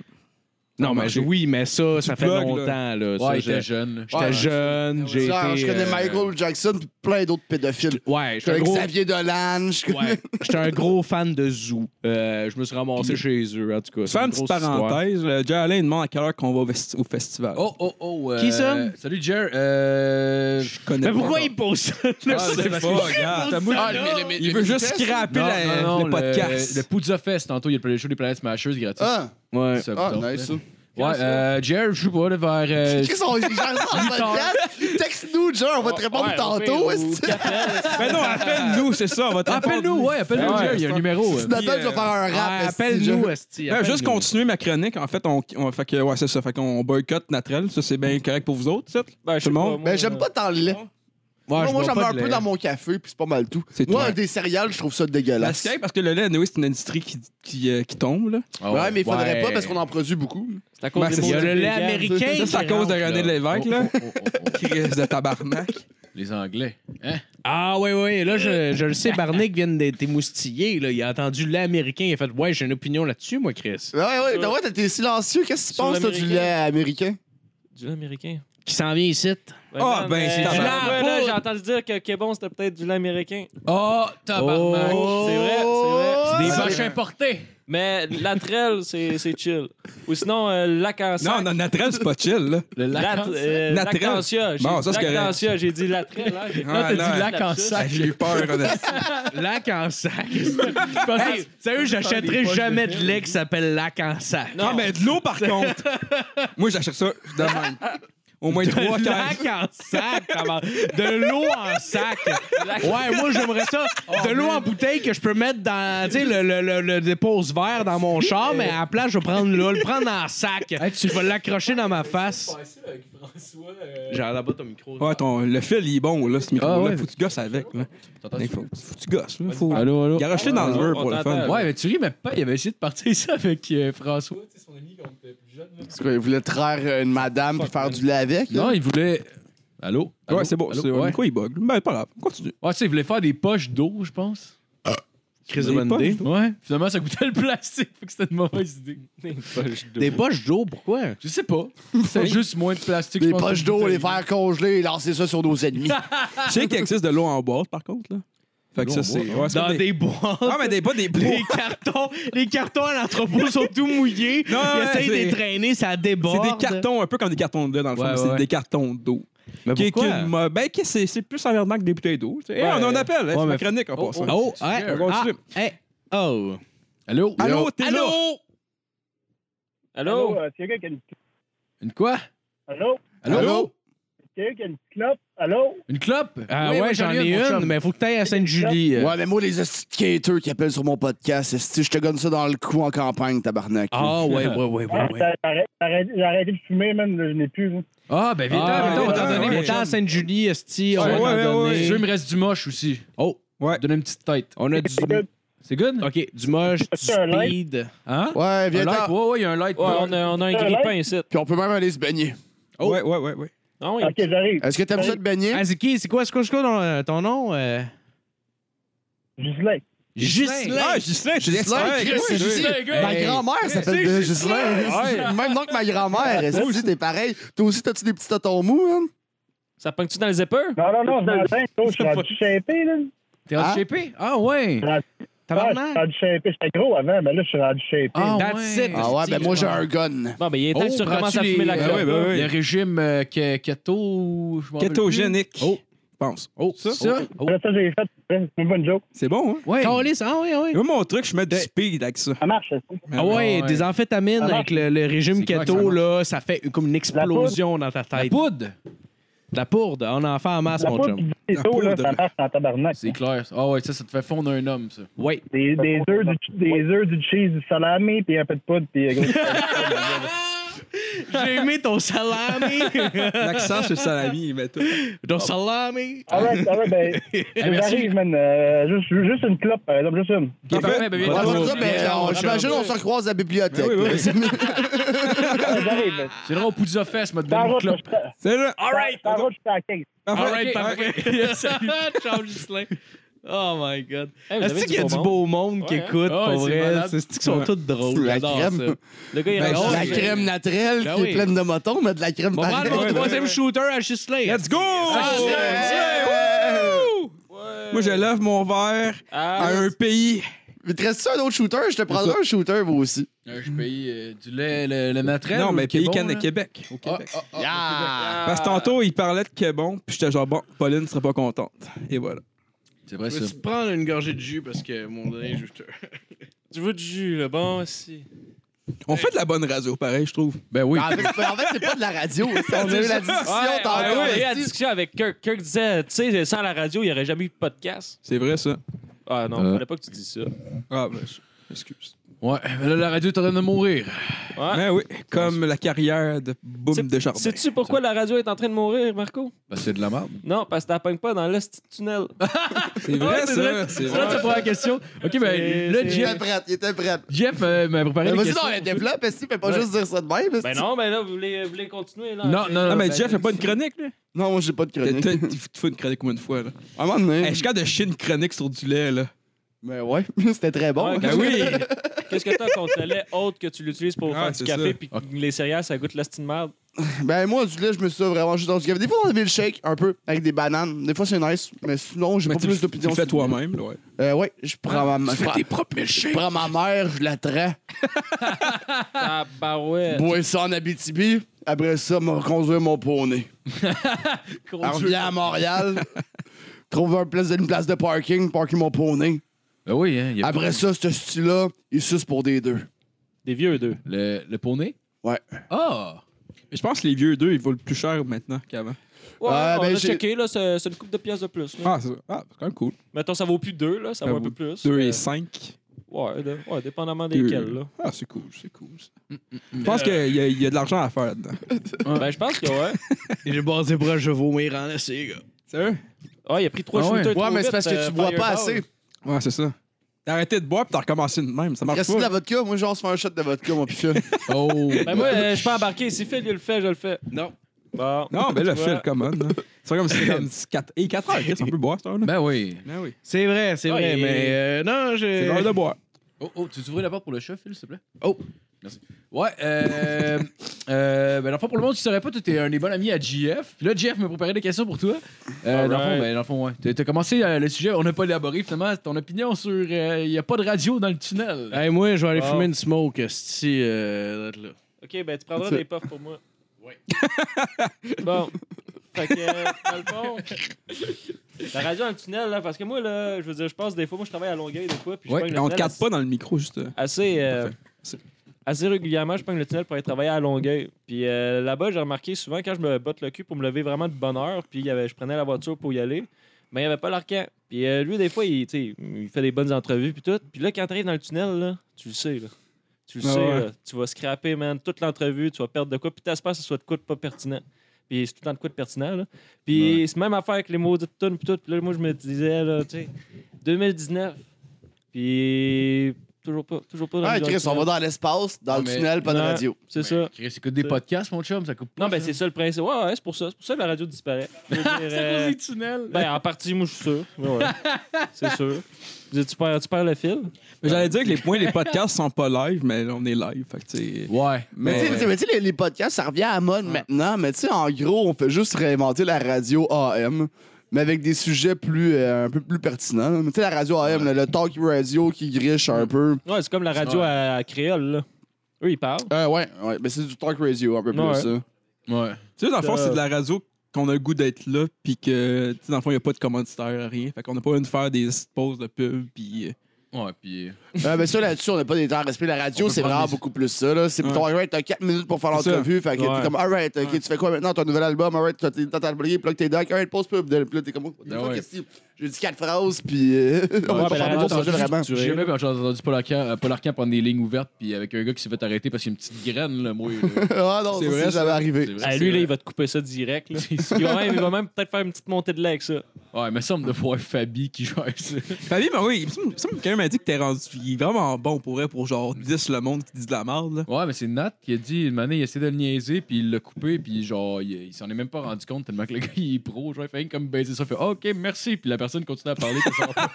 Speaker 4: Non, mais
Speaker 6: marché.
Speaker 4: oui, mais ça, ça fait
Speaker 6: plug, là.
Speaker 4: longtemps. Là. Ça,
Speaker 3: Ouais, il
Speaker 4: je-
Speaker 3: était jeune.
Speaker 4: J'étais
Speaker 5: Ouais.
Speaker 4: jeune, j'ai été...
Speaker 5: Genre, je connais
Speaker 4: euh,
Speaker 5: Michael Jackson puis plein d'autres pédophiles.
Speaker 4: Ouais, j'étais
Speaker 5: Je
Speaker 4: un
Speaker 5: connais
Speaker 4: gros...
Speaker 5: Xavier Dolan. Je connais...
Speaker 4: Ouais, j'étais un gros fan de Zoo. Euh, je me suis ramassé chez eux, en tout cas.
Speaker 6: Je fais une petite
Speaker 4: grosse histoire.
Speaker 6: parenthèse. là, Jay Allen demande à quelle heure qu'on va au, vesti- au festival.
Speaker 3: Oh, oh, oh. euh,
Speaker 4: Qui ça?
Speaker 3: Salut, Jer. Euh...
Speaker 6: je connais
Speaker 4: Mais pourquoi
Speaker 6: pas.
Speaker 4: il pose ça?
Speaker 6: Ah,
Speaker 4: là?
Speaker 6: je sais pas, regarde, t'as mou-
Speaker 5: Ah, le- le- le-
Speaker 6: Il
Speaker 5: le-
Speaker 6: veut
Speaker 5: le
Speaker 6: juste
Speaker 5: test?
Speaker 6: scraper
Speaker 3: Non,
Speaker 6: la-
Speaker 3: non, non,
Speaker 6: le
Speaker 3: le
Speaker 6: podcast.
Speaker 3: Le Poudza Fest, tantôt, il y a le show des planètes smasheuses gratuit.
Speaker 5: Ah,
Speaker 4: Ouais.
Speaker 3: Ça,
Speaker 5: ah,
Speaker 3: donc, là.
Speaker 5: nice.
Speaker 3: Ouais, euh, Jer, je sais pas, là, vers. euh,
Speaker 5: Qu'est-ce qu'on gère ça en podcast? Texte-nous, genre, on va te répondre tantôt. est-ce que-
Speaker 6: Ben non, appelle-nous, c'est ça. On va te
Speaker 3: Appelle-nous, ouais, appelle-nous,
Speaker 6: Ouais,
Speaker 3: Jer, il y a un numéro. euh.
Speaker 5: Si Nathan, je vais faire un rap.
Speaker 4: Ah,
Speaker 5: est-ce que-
Speaker 4: Appelle-nous, Esti.
Speaker 6: Ben, juste
Speaker 4: appelle-nous.
Speaker 6: continuer ma chronique. En fait, on, on- fait que, ouais, c'est ça. Fait qu'on boycotte Natrel. Ça, c'est bien correct pour vous autres, ça. Tout le monde.
Speaker 5: Ben, j'aime pas tant le lait.
Speaker 4: Ouais,
Speaker 5: moi,
Speaker 4: je bois
Speaker 5: j'en mets
Speaker 4: pas
Speaker 5: un
Speaker 4: de
Speaker 5: peu
Speaker 4: lait.
Speaker 5: dans mon café, puis c'est pas mal tout.
Speaker 6: C'est
Speaker 5: Moi,
Speaker 6: toi.
Speaker 5: des céréales, je trouve ça
Speaker 6: La
Speaker 5: dégueulasse.
Speaker 6: Skype, parce que le lait, anyway, c'est une industrie qui, qui, euh, qui tombe. Là.
Speaker 3: Ah
Speaker 5: Ouais, mais il faudrait
Speaker 4: Ouais.
Speaker 5: pas parce qu'on en produit beaucoup.
Speaker 7: C'est à cause
Speaker 6: Ben,
Speaker 7: des
Speaker 6: c'est-
Speaker 7: mots
Speaker 4: Il y a le lait
Speaker 7: vulgaires.
Speaker 4: américain.
Speaker 6: Ça, c'est à
Speaker 4: qui
Speaker 6: cause de
Speaker 4: rentre,
Speaker 6: René
Speaker 4: là.
Speaker 6: Lévesque, là.
Speaker 3: Oh, oh, oh, oh.
Speaker 6: Crise de tabarnak.
Speaker 3: Les Anglais. Hein?
Speaker 4: Ah, oui, oui. Là, je, je le sais, Barnick vient d'être émoustillé. Là. Il a entendu le lait américain. Il a fait Ouais, j'ai une opinion là-dessus, moi, Chris.
Speaker 5: Ouais, ouais, ben ouais, t'as- t'es silencieux. Qu'est-ce qui se
Speaker 7: Sur
Speaker 5: passe, toi, du
Speaker 7: l'américain.
Speaker 5: lait américain?
Speaker 7: Du lait américain.
Speaker 4: Qui s'en vient ici.
Speaker 6: Ah,
Speaker 7: man,
Speaker 6: ben,
Speaker 7: euh,
Speaker 6: c'est
Speaker 7: moi,
Speaker 4: tabarnak.
Speaker 7: là, J'ai entendu dire que Québon, c'était peut-être du lait américain.
Speaker 3: Oh,
Speaker 4: Ah,
Speaker 3: tabarnak.
Speaker 4: Oh.
Speaker 7: C'est vrai, c'est vrai.
Speaker 3: Des
Speaker 5: Ouais.
Speaker 3: vaches importées.
Speaker 7: Mais la trelle, c'est c'est chill. Ou sinon, euh,
Speaker 6: Non,
Speaker 7: Lacansac.
Speaker 6: non, Natrel, c'est pas chill, là.
Speaker 3: Le lac.
Speaker 7: Lat- euh,
Speaker 6: La trelle.
Speaker 7: Lactantia. J'ai
Speaker 6: Bon, ça, c'est correct.
Speaker 7: Lactantia, j'ai dit la trelle. hein. J'ai-
Speaker 6: Ah, non. Ah, J'ai eu peur, honnêtement.
Speaker 4: Lac en sac. Hey, Sérieux, j'achèterai jamais de lait qui s'appelle lac en sac.
Speaker 6: Non, mais de l'eau, par contre. Moi, j'achète ça de même. Au moins trois,
Speaker 4: De
Speaker 6: quatre.
Speaker 4: lac en sac, comment- de l'eau en sac. Ouais, moi j'aimerais ça. De l'eau en bouteille que je peux mettre dans, tu sais, le, le, le, le dépose vert dans mon char, mais à la place, je vais prendre là, le prendre en sac. tu vas l'accrocher dans ma face. J'en ai pas ton micro.
Speaker 6: Ouais, ton, le fil, il est bon, là, ce micro-là.
Speaker 3: Ah, ouais.
Speaker 6: Faut que tu gosses avec, là.
Speaker 3: T'entends
Speaker 6: Faut, faut que tu gosses, là. Faut...
Speaker 3: Allô, allô.
Speaker 6: Garage-le dans le mur
Speaker 7: On
Speaker 6: pour le fun.
Speaker 7: t'entend.
Speaker 3: Ouais, mais tu ris, mais pas, il avait essayé de partir ça avec euh, François.
Speaker 5: C'est quoi, il voulait traire euh, une madame puis faire du lait avec? là?
Speaker 3: Non, il voulait. Allô? Allô?
Speaker 6: Ouais, c'est bon.
Speaker 3: Allô?
Speaker 6: c'est- Le
Speaker 3: Ouais,
Speaker 6: micro, il bug. Ben, pas grave. Continue.
Speaker 3: Ouais, tu sais, il voulait faire des poches d'eau, je pense.
Speaker 4: Ah, Chris
Speaker 6: des poches
Speaker 4: idée.
Speaker 3: Ouais. Finalement, ça coûtait le plastique, fait que c'était une mauvaise idée.
Speaker 4: Des poches d'eau, pourquoi?
Speaker 3: Je sais pas. C'est juste moins de plastique.
Speaker 5: Des poches d'eau, les faire congeler et lancer ça sur nos ennemis.
Speaker 6: Tu sais qu'il existe de l'eau en boîte, par contre, là. Fait que ça, c'est. ouais, c'est
Speaker 4: Dans
Speaker 6: comme
Speaker 4: des boîtes.
Speaker 6: Ah, mais des, pas des
Speaker 4: Les cartons, les cartons à l'entrepôt sont tout mouillés.
Speaker 6: Non,
Speaker 4: ils
Speaker 6: ouais,
Speaker 4: essayent
Speaker 6: c'est-
Speaker 4: de les traîner, ça
Speaker 6: C'est
Speaker 4: déborde.
Speaker 6: des cartons, un peu comme des cartons d'eau, dans le fond.
Speaker 4: Ouais,
Speaker 6: mais C'est
Speaker 4: ouais.
Speaker 6: des cartons d'eau.
Speaker 4: Mais
Speaker 6: Qui-
Speaker 4: pourquoi?
Speaker 6: qui- moi, ben, qui- c'est c'est plus environnement que des bouteilles d'eau. tu sais. Eh,
Speaker 3: Ouais.
Speaker 6: on en appelle. hein,
Speaker 3: Ouais,
Speaker 6: c'est
Speaker 3: mais-
Speaker 6: ma chronique en passant.
Speaker 4: Oh,
Speaker 3: C'est
Speaker 4: ouais.
Speaker 3: clair.
Speaker 6: On
Speaker 4: Ah,
Speaker 6: continue.
Speaker 4: hey, oh.
Speaker 3: Allô?
Speaker 6: Allô, t'es
Speaker 4: Allô?
Speaker 6: là?
Speaker 7: Allô?
Speaker 9: euh, c'est quelqu'un qui a une petite-
Speaker 3: Une quoi?
Speaker 9: Allô?
Speaker 3: Allô?
Speaker 5: Allô?
Speaker 9: C'est quelqu'un qui a une petite clope? Allô?
Speaker 3: Une clope?
Speaker 4: Ah
Speaker 3: Oui,
Speaker 4: ouais,
Speaker 3: moi,
Speaker 4: j'en ai
Speaker 3: mon
Speaker 4: une,
Speaker 3: chum.
Speaker 4: mais faut que t'ailles à Sainte-Julie.
Speaker 5: Ouais, mais moi, les hosties de skaters qui appellent sur mon podcast, esti, je te gonne ça dans le cou en campagne, tabarnak.
Speaker 4: Ah ouais, ouais, ouais, ouais.
Speaker 9: Ah,
Speaker 4: ouais.
Speaker 9: t'as- t'as arrêté- t'as arrêté- J'ai arrêté de fumer, même, là, je n'ai plus. là.
Speaker 3: Ah, ben, viens-t'en,
Speaker 4: Ah,
Speaker 3: viens-t'en, on va t'en
Speaker 6: ouais,
Speaker 3: donner,
Speaker 6: ouais,
Speaker 3: mon
Speaker 4: Viens-t'en à
Speaker 3: chum.
Speaker 4: Sainte-Julie, Esti, on
Speaker 6: Ouais,
Speaker 4: va t'en
Speaker 6: ouais, ouais,
Speaker 4: donner.
Speaker 6: ouais.
Speaker 3: Je il me reste du moche aussi.
Speaker 4: Oh,
Speaker 6: Ouais.
Speaker 3: Donne une petite tête.
Speaker 4: on a du.
Speaker 3: C'est good?
Speaker 4: Ok, du Ah, moche, du
Speaker 9: C'est un light.
Speaker 4: speed.
Speaker 3: Hein?
Speaker 5: Ouais,
Speaker 3: Un
Speaker 5: viens
Speaker 3: light?
Speaker 5: t'en.
Speaker 3: Ouais, ouais, il y a un light.
Speaker 7: Ouais, on a, on a un
Speaker 9: Euh,
Speaker 7: grippin
Speaker 9: là?
Speaker 7: ici. Ah
Speaker 5: Puis on peut même aller se baigner.
Speaker 6: Ouais, ouais, ouais, ouais.
Speaker 7: Non,
Speaker 9: Ok,
Speaker 7: il-
Speaker 9: j'arrive.
Speaker 5: Est-ce que t'aimes ça de baigner?
Speaker 4: Ah, c'est qui? C'est quoi, c'est quoi, c'est quoi ton, euh, ton nom? euh?
Speaker 9: Gislain.
Speaker 4: Ghislain.
Speaker 6: Ah, Gislain, tu
Speaker 5: Ghislain, Chris, c'est Ghislain. Ma grand-mère s'appelle de Ghislain. Même nom que ma grand-mère. Est-ce que t'es pareil? Toi aussi, t'as-tu des petits totons mous, hein?
Speaker 7: ça pogne-tu dans les épeurs?
Speaker 9: Non, non, non, je m'entends. gros, Je suis rendu shapé, là.
Speaker 3: T'es hot
Speaker 5: Ah.
Speaker 3: shapé? Ah, ouais.
Speaker 9: Ah, je
Speaker 4: Tabarnak.
Speaker 9: suis rendu shapé. J'étais gros avant, mais là, je suis rendu shapé.
Speaker 3: Ah,
Speaker 4: That's
Speaker 3: ouais.
Speaker 4: it.
Speaker 5: Ah ouais, ben moi, j'ai un gun.
Speaker 7: Bon, ben, il est temps
Speaker 3: Oh,
Speaker 7: que tu recommences à
Speaker 3: prends-tu
Speaker 7: fumer la
Speaker 3: les-
Speaker 7: clope.
Speaker 6: Ouais, ouais,
Speaker 3: Le
Speaker 6: ouais.
Speaker 3: régime euh, ke- keto... je m'en rappelle plus.
Speaker 6: Kétogénique.
Speaker 3: Oh.
Speaker 6: je pense.
Speaker 3: Oh,
Speaker 6: Ça?
Speaker 3: ça?
Speaker 9: Là, ça, j'ai fait. C'est une bonne joke.
Speaker 6: C'est bon, hein?
Speaker 3: Ouais.
Speaker 4: Calisse, ah ouais, ouais.
Speaker 6: Moi, mon truc, je mets du speed avec ça.
Speaker 9: Ça marche, ça.
Speaker 4: Ah ouais,
Speaker 3: ouais.
Speaker 4: des amphétamines
Speaker 9: marche.
Speaker 4: avec le, le régime
Speaker 3: C'est clair que
Speaker 4: keto,
Speaker 3: ça
Speaker 4: là, ça fait comme une explosion dans ta tête.
Speaker 3: Poudre?
Speaker 4: De La pourde, on en fait en masse,
Speaker 9: La
Speaker 4: mon
Speaker 9: poudre
Speaker 4: chum.
Speaker 9: du keto, là, ça marche en tabarnak.
Speaker 3: C'est clair. Ah ouais, ça, ça te fait fondre un homme, ça.
Speaker 4: Ouais.
Speaker 9: Des, des, œufs, du, des œufs, du cheese, du salami, puis un peu de poudre, puis euh, gros.
Speaker 4: J'ai aimé ton salami.
Speaker 6: L'accent sur le salami, il met tout.
Speaker 4: ton salami.
Speaker 9: All right, all right, ben,
Speaker 3: merci.
Speaker 9: j'arrive, man. Euh, juste, juste une clope, par exemple, juste une.
Speaker 3: Ok, parfait, ben, viens,
Speaker 5: Ouais,
Speaker 3: t'en
Speaker 5: comme
Speaker 3: vas.
Speaker 5: ça, ben, on- J'imagine, on se recroise à la bibliothèque.
Speaker 6: Ben oui, oui.
Speaker 5: C'est mieux.
Speaker 9: Ah, J'arrive.
Speaker 3: C'est drôle, Poudza Fest m'a
Speaker 9: Par
Speaker 3: donné une
Speaker 9: route, je
Speaker 3: clope.
Speaker 9: suis à-
Speaker 6: C'est là.
Speaker 4: Ah,
Speaker 9: par route, je suis à la caisse.
Speaker 6: Parfait.
Speaker 3: Alright, parfait. Salut.
Speaker 4: Ciao, Ghislain. Oh my God.
Speaker 7: Hey, vous avez
Speaker 4: Est-ce qu'il y a
Speaker 7: du
Speaker 4: du
Speaker 7: bon
Speaker 4: beau monde qui
Speaker 7: Ouais, hein?
Speaker 4: écoute,
Speaker 3: Ah,
Speaker 4: pour
Speaker 3: c'est
Speaker 4: vrai?
Speaker 3: malade.
Speaker 4: C'est qu'ils sont tous drôles.
Speaker 5: La
Speaker 4: Oh, j'adore
Speaker 5: crème.
Speaker 4: ça.
Speaker 7: Le gars, il
Speaker 6: Ben,
Speaker 7: est rendu
Speaker 5: La
Speaker 7: shapé.
Speaker 5: crème naturelle qui
Speaker 4: Ben oui. ben,
Speaker 5: est pleine de motons, mais de la crème
Speaker 4: On va prendre
Speaker 5: naturelle.
Speaker 4: mon
Speaker 6: ouais,
Speaker 4: troisième shooter à Ghislain.
Speaker 6: Let's go!
Speaker 4: Ah,
Speaker 6: Ouais,
Speaker 5: ouais.
Speaker 6: wouh! Moi, je lève mon verre
Speaker 7: Ah,
Speaker 6: à un pays.
Speaker 5: Mais te reste-tu un autre shooter? Je te prendrai un shooter, moi aussi.
Speaker 3: Euh, Je paye euh, du lait, le, le naturel.
Speaker 6: Non, mais
Speaker 3: qui est
Speaker 6: pays
Speaker 3: bon,
Speaker 6: Canada,
Speaker 3: là?
Speaker 6: Québec. Au
Speaker 3: Ah,
Speaker 6: Québec.
Speaker 3: ah, ah,
Speaker 5: Yeah!
Speaker 6: Parce que tantôt, il parlait de Québon, puis j'étais genre, bon, Pauline serait pas contente. Et voilà.
Speaker 3: C'est vrai,
Speaker 4: Je
Speaker 3: ça.
Speaker 4: vais prendre une gorgée de jus parce que mon dernier shooter.
Speaker 7: Tu veux du jus, là? Bon, si.
Speaker 6: On fait de la bonne radio, pareil, je trouve.
Speaker 3: Ben oui.
Speaker 5: En fait, c'est pas- en fait, c'est pas de la radio. ça. On a eu la discussion
Speaker 7: Ah, Ouais,
Speaker 5: t'as
Speaker 7: ouais,
Speaker 5: encore
Speaker 7: ouais, il y a la
Speaker 5: dit.
Speaker 7: discussion avec Kirk. Kirk disait, tu sais, sans la radio, il n'y aurait jamais eu de podcast.
Speaker 6: C'est vrai, ça.
Speaker 7: Ah non,
Speaker 3: Euh.
Speaker 7: fallait pas que tu dises ça.
Speaker 6: Ah, ben, je- excuse.
Speaker 3: Ouais, mais là, la radio est en train de mourir.
Speaker 5: Ah.
Speaker 7: Ouais.
Speaker 6: Ben oui, comme la carrière de
Speaker 7: C'est-
Speaker 6: Boom de Chardin.
Speaker 7: Sais-tu pourquoi la radio est en train de mourir, Marco?
Speaker 3: Ben, c'est de la merde.
Speaker 7: Non, parce que t'appeignes pas dans le petit tunnel.
Speaker 6: C'est
Speaker 3: Ouais,
Speaker 6: vrai,
Speaker 3: c'est
Speaker 6: ça.
Speaker 3: vrai.
Speaker 6: C'est
Speaker 3: C'est là
Speaker 6: vrai.
Speaker 3: ta première question. OK, ben, là,
Speaker 5: Il
Speaker 3: Jeff,
Speaker 5: était prêt, il était prêt.
Speaker 3: Jeff euh, m'a préparé
Speaker 5: Mais
Speaker 3: des
Speaker 5: vas-y,
Speaker 3: questions.
Speaker 5: non, elle développe, est-ce qu'il fait pas juste dire ça de même? est-ce
Speaker 7: Ben
Speaker 5: que-
Speaker 7: non, ben là, vous voulez, vous voulez continuer, là?
Speaker 3: Non, non,
Speaker 6: Ah,
Speaker 3: non.
Speaker 6: mais
Speaker 3: ben,
Speaker 6: Jeff, fait pas une chronique, là.
Speaker 5: Non, moi, j'ai pas de
Speaker 6: T'as-
Speaker 5: chronique.
Speaker 6: t'as- Il faut- il faut une chronique combien de fois, là?
Speaker 5: À un moment donné.
Speaker 6: Hey, Ben, Je suis capable de chier une chronique sur du lait, là.
Speaker 5: Mais ouais, c'était très bon.
Speaker 7: Ouais,
Speaker 6: Ben oui!
Speaker 7: Qu'est-ce que t'as contre le lait autre que tu l'utilises pour
Speaker 6: Ah,
Speaker 7: faire du
Speaker 6: c'est
Speaker 7: café
Speaker 6: ça.
Speaker 7: puis que les céréales, ça goûte la de merde?
Speaker 5: Ben moi, du lait, je me suis vraiment juste dans du café. Des fois, on avait le shake un peu avec des bananes. Des fois, c'est nice, mais sinon, j'ai
Speaker 6: Mais
Speaker 5: pas
Speaker 6: tu
Speaker 5: plus
Speaker 6: le- tu
Speaker 5: d'opinion.
Speaker 6: le fais toi-même, là, ouais.
Speaker 5: Euh, ouais, je prends ma je prends-
Speaker 6: propres
Speaker 5: je prends ma mère, je la traite.
Speaker 7: Ah, bah ouais.
Speaker 5: Bois ça en Abitibi. Après ça, me conduire mon poney. Elle revient à Montréal. Trouve un place, une place de parking, parker mon poney.
Speaker 3: Ben oui, hein. il Y a
Speaker 5: Après ça, ce style-là, il suce pour des deux.
Speaker 7: Des vieux deux.
Speaker 3: Le, le poney?
Speaker 5: Ouais.
Speaker 3: Ah!
Speaker 6: Je pense que les vieux deux, ils valent plus cher maintenant qu'avant.
Speaker 7: Ouais,
Speaker 5: Ah,
Speaker 7: on
Speaker 5: ben,
Speaker 7: a
Speaker 5: j'ai-
Speaker 7: checké, là, c'est c'est une coupe de pièces de plus. là.
Speaker 6: Ah, c'est ah, c'est quand même cool.
Speaker 7: Mettons, ça vaut plus deux, là, ça
Speaker 6: Ça
Speaker 7: vaut un
Speaker 6: vaut
Speaker 7: peu plus.
Speaker 6: 2
Speaker 7: Euh,
Speaker 6: et 5.
Speaker 7: Ouais, de- ouais, dépendamment
Speaker 6: Deux. Mm,
Speaker 7: desquels, là. Euh.
Speaker 6: Ah, c'est cool, c'est cool. ça. Je pense qu'il y, a- il y a de l'argent à faire là-dedans.
Speaker 7: Ben, je pense que ouais.
Speaker 4: J'ai basé bras, je vais vomir en essai, gars.
Speaker 6: Sérieux?
Speaker 7: Ah, il a pris trois
Speaker 3: Ah ouais.
Speaker 7: shooters trop
Speaker 5: Ouais, mais c'est
Speaker 7: vite,
Speaker 5: parce que
Speaker 7: euh,
Speaker 5: tu bois pas
Speaker 7: Fireball.
Speaker 5: assez.
Speaker 6: Ouais, c'est ça. T'as arrêté de boire puis t'as recommencé de même. Ça marche
Speaker 5: Reste de la
Speaker 6: pas.
Speaker 5: vodka, moi, genre, se faire un shot de vodka, mon pifia.
Speaker 3: Oh!
Speaker 7: Ben, moi, euh, je suis pas embarqué. Si Phil, il le fait, je le fais.
Speaker 4: Non.
Speaker 7: Bon.
Speaker 6: Non, mais là,
Speaker 7: Tu
Speaker 6: fais le
Speaker 7: vois.
Speaker 6: common. là. C'est comme si comme 4 et 4 heures, Chris, on peut boire cette heure-là.
Speaker 3: Ben oui.
Speaker 6: Ben oui.
Speaker 4: C'est vrai, c'est
Speaker 7: Ah,
Speaker 4: vrai,
Speaker 7: et-
Speaker 4: mais euh, non,
Speaker 6: C'est l'heure
Speaker 4: je.
Speaker 6: de boire.
Speaker 3: Oh, oh, tu t'ouvres la porte pour le chat, Phil, s'il te plaît?
Speaker 4: Oh.
Speaker 3: Ouais, euh, euh, ben dans le fond, pour le monde qui ne saurait pas, tu étais un des bons amis à GF. Puis là, GF me préparait des questions pour toi. Euh, dans, le fond,
Speaker 7: Alright.
Speaker 3: ben, dans le fond, ouais. Tu as commencé euh, le sujet, on n'a pas élaboré finalement ton opinion sur euh, il n'y a pas de radio dans le tunnel.
Speaker 4: Hey, moi, je vais aller
Speaker 7: Bon.
Speaker 4: fumer une smoke, si euh, d'être là.
Speaker 7: Ok, ben tu prendras des puffs pour moi. Oui. bon. Fait que, euh, dans le fond, la radio dans le tunnel, là, parce que moi, là, je veux dire, je passe des fois, moi, je travaille à Longueuil des fois, puis je
Speaker 6: Ouais,
Speaker 7: pogne le
Speaker 6: mais on te
Speaker 7: tunnel
Speaker 6: capte pas dans le micro, juste. euh.
Speaker 7: assez, euh,
Speaker 6: Parfait. C'est-
Speaker 7: assez régulièrement, je pogne le tunnel pour aller travailler à Longueuil. Puis euh, là-bas, j'ai remarqué souvent quand je me botte le cul pour me lever vraiment de bonne heure, puis il y avait, je prenais la voiture pour y aller, mais il n'y avait pas l'arcan. Puis euh, lui, des fois, il, tu sais, il fait des bonnes entrevues, puis tout. Puis là, quand t'arrives dans le tunnel, là, tu le sais, là. Tu le
Speaker 6: Ah
Speaker 7: sais,
Speaker 6: ouais.
Speaker 7: là. tu vas scraper, man, toute l'entrevue, tu vas perdre de quoi, puis t'espères que ce soit de quoi de pas pertinent. Puis c'est tout le temps de quoi de pertinent, là. Puis c'est même affaire avec les mots de tonne, puis tout. Puis là, moi, je me disais, là, tu sais, 2019. Puis toujours pas, toujours pas dans
Speaker 5: Ah,
Speaker 7: le
Speaker 5: Chris, on va dans l'espace, dans
Speaker 3: Ouais,
Speaker 5: le
Speaker 3: mais-
Speaker 5: tunnel, pas de
Speaker 7: Ouais.
Speaker 5: radio.
Speaker 7: C'est ça.
Speaker 3: Chris, écoute des podcasts, mon chum, ça coupe pas.
Speaker 7: Non, ben c'est ça le principe. Ouais, ouais, c'est pour ça. C'est pour ça que la radio disparaît. Je veux dire, euh,
Speaker 3: c'est tunnels.
Speaker 7: ben, en partie, moi, je suis sûr. Ouais, ouais. c'est sûr. Je veux dire, Tu perds, tu perds le fil.
Speaker 6: Mais Ben, J'allais dire que les points, les podcasts sont pas live, mais là, on est live. Fait que, tu sais,
Speaker 3: Ouais,
Speaker 5: Mais tu
Speaker 3: mais.
Speaker 5: sais, mais tu sais, les, les podcasts, ça revient à la mode maintenant. Mais tu sais, en gros, on fait juste réinventer la radio AM, mais avec des sujets plus, euh, un peu plus pertinents. là. Mais tu sais, la radio AM, là, le talk radio qui griche un peu.
Speaker 7: Ouais, c'est comme la radio
Speaker 3: Ouais.
Speaker 7: à, à créole, là. Eux, ils parlent.
Speaker 5: Euh, ouais, ouais, mais c'est du talk radio un peu plus,
Speaker 7: Ouais.
Speaker 5: ça.
Speaker 3: Ouais.
Speaker 6: Tu sais, dans le fond, c'est de la radio qu'on a le goût d'être là, puis que, tu sais, dans le fond, il n'y a pas de commanditaire, rien. Fait qu'on n'a pas besoin de faire des pauses de pub, puis. euh,
Speaker 3: Ouais, puis.
Speaker 5: Euh, mais ça, là-dessus, on n'a pas des temps à respect. La radio,
Speaker 6: On peut
Speaker 5: c'est
Speaker 6: prendre
Speaker 5: vraiment
Speaker 6: des-
Speaker 5: beaucoup plus ça. Là. C'est
Speaker 6: Ouais.
Speaker 5: plutôt, alright, t'as 4 minutes pour faire
Speaker 6: C'est ça.
Speaker 5: l'entrevue. Fait que
Speaker 6: Ouais.
Speaker 5: t'es comme, alright, ok, tu fais quoi maintenant? Ton nouvel album, alright, t'as t'es- t'as ta blague, plug tes docs, alright, pause pub. Puis là, t'es comme, oh, what the
Speaker 3: Ben
Speaker 5: fuck,
Speaker 3: ouais.
Speaker 5: qu'est-ce que c'est? J'ai dit 4 phrases, puis. euh, on va
Speaker 7: Ouais, ben,
Speaker 5: changer
Speaker 7: la
Speaker 5: le
Speaker 7: radio,
Speaker 5: sujet,
Speaker 7: c'est
Speaker 5: vraiment.
Speaker 7: juste-
Speaker 3: J'ai jamais quand j'ai entendu Paul Arcand, Paul Arcand prendre des lignes ouvertes, puis avec un gars qui s'est fait arrêter parce qu'il y a une petite graine, là, moi. là.
Speaker 5: Ah non,
Speaker 6: C'est
Speaker 5: ça,
Speaker 6: vrai,
Speaker 5: c'est
Speaker 6: ça.
Speaker 5: jamais arrivé.
Speaker 3: C'est vrai,
Speaker 7: Ah,
Speaker 3: c'est
Speaker 7: lui, là,
Speaker 3: vrai.
Speaker 7: il va te couper ça direct. Là. il, va même, il va même peut-être faire une petite montée de lait avec ça.
Speaker 3: Ouais, mais ça me semble de voir Fabi qui joue ça.
Speaker 6: Fabien, ben oui, il me semble- il me semble que quelqu'un m'a dit que t'es rendu il est vraiment bon pour vrai, pour genre 10 le monde qui dit de la merde, là.
Speaker 3: Ouais, mais c'est Nat qui a dit une année, il essaie de le niaiser, puis il l'a coupé, puis genre, il, il s'en est même pas rendu compte tellement que le gars, il est pro. Genre, il fait rien comme baiser ça, il fait Ah, OK, merci, puis la personne continue à parler. puis ça va.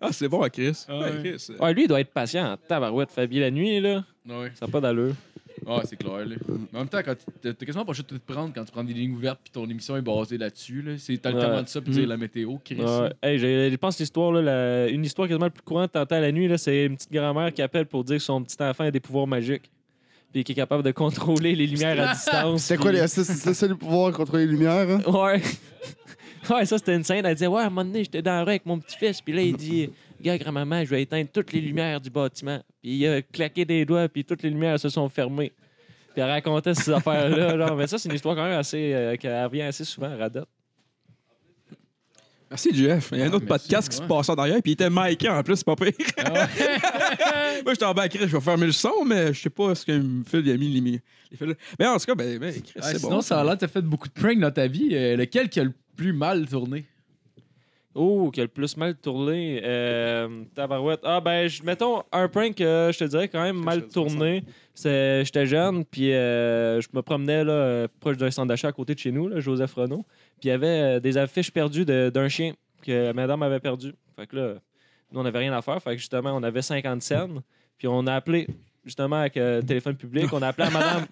Speaker 6: Ah, c'est bon, à Chris. Ouais, Chris, euh,
Speaker 7: Ouais, lui, il doit être patient en tabarouette, Fabi, la nuit, là.
Speaker 3: ouais,
Speaker 7: Ça n'a pas d'allure.
Speaker 3: ouais c'est clair, là. Mais en même temps, quand t- t'as t'as quasiment pas le choix de te prendre quand tu prends des lignes ouvertes, puis ton émission est basée là-dessus, là. C'est t'as le
Speaker 7: Ouais.
Speaker 3: temps de ça, puis
Speaker 7: Mhm.
Speaker 3: dire la météo, Chris.
Speaker 7: Ouais. Hey, je, je pense que l'histoire, là, la- une histoire quasiment la plus courante que t'entends la nuit, là, c'est une petite grand-mère qui appelle pour dire que son petit enfant a des pouvoirs magiques. Puis qui est capable de contrôler les lumières à distance.
Speaker 5: C'était quoi, les- c'est- c'est ça le pouvoir contre les lumières? hein?
Speaker 7: puis- Ouais. ouais, ça, c'était une scène. Elle disait Ouais, à un moment donné, j'étais dans la rue avec mon petit-fils. Puis là, il dit Gars, grand-maman, je vais éteindre toutes les lumières du bâtiment. Puis il a claqué des doigts, puis toutes les lumières se sont fermées. Puis elle racontait ces affaires-là. genre. Mais ça, c'est une histoire quand même assez. euh, qui revient assez souvent à Radot.
Speaker 6: Merci, Jeff. Il y a un autre
Speaker 3: merci,
Speaker 6: podcast qui se
Speaker 3: ouais.
Speaker 6: passait en arrière, puis il était Mike en plus, c'est pas pire. Moi, j'étais en bas à Chris, je vais fermer le son, mais je sais pas ce que Phil a mis les mi- les fils. Mais en tout cas, ben, ben, Chris,
Speaker 3: Ouais,
Speaker 6: c'est
Speaker 3: sinon,
Speaker 6: bon.
Speaker 3: ça a l'air, que t'as fait beaucoup de pranks dans ta vie. Euh, lequel qui a le plus mal tourné
Speaker 7: Oh, qui a le plus mal tourné. Euh, tabarouette. Ah, ben, je- mettons un prank que je te dirais quand même mal tourné. C'est- J'étais jeune, puis euh, je me promenais là, euh, proche d'un centre d'achat à côté de chez nous, là, Joseph Renault. Puis il y avait euh, des affiches perdues de- d'un chien que madame avait perdu. Fait que là, nous, on n'avait rien à faire. Fait que justement, on avait 50 scènes. Puis on a appelé, justement, avec euh, téléphone public, on a appelé à madame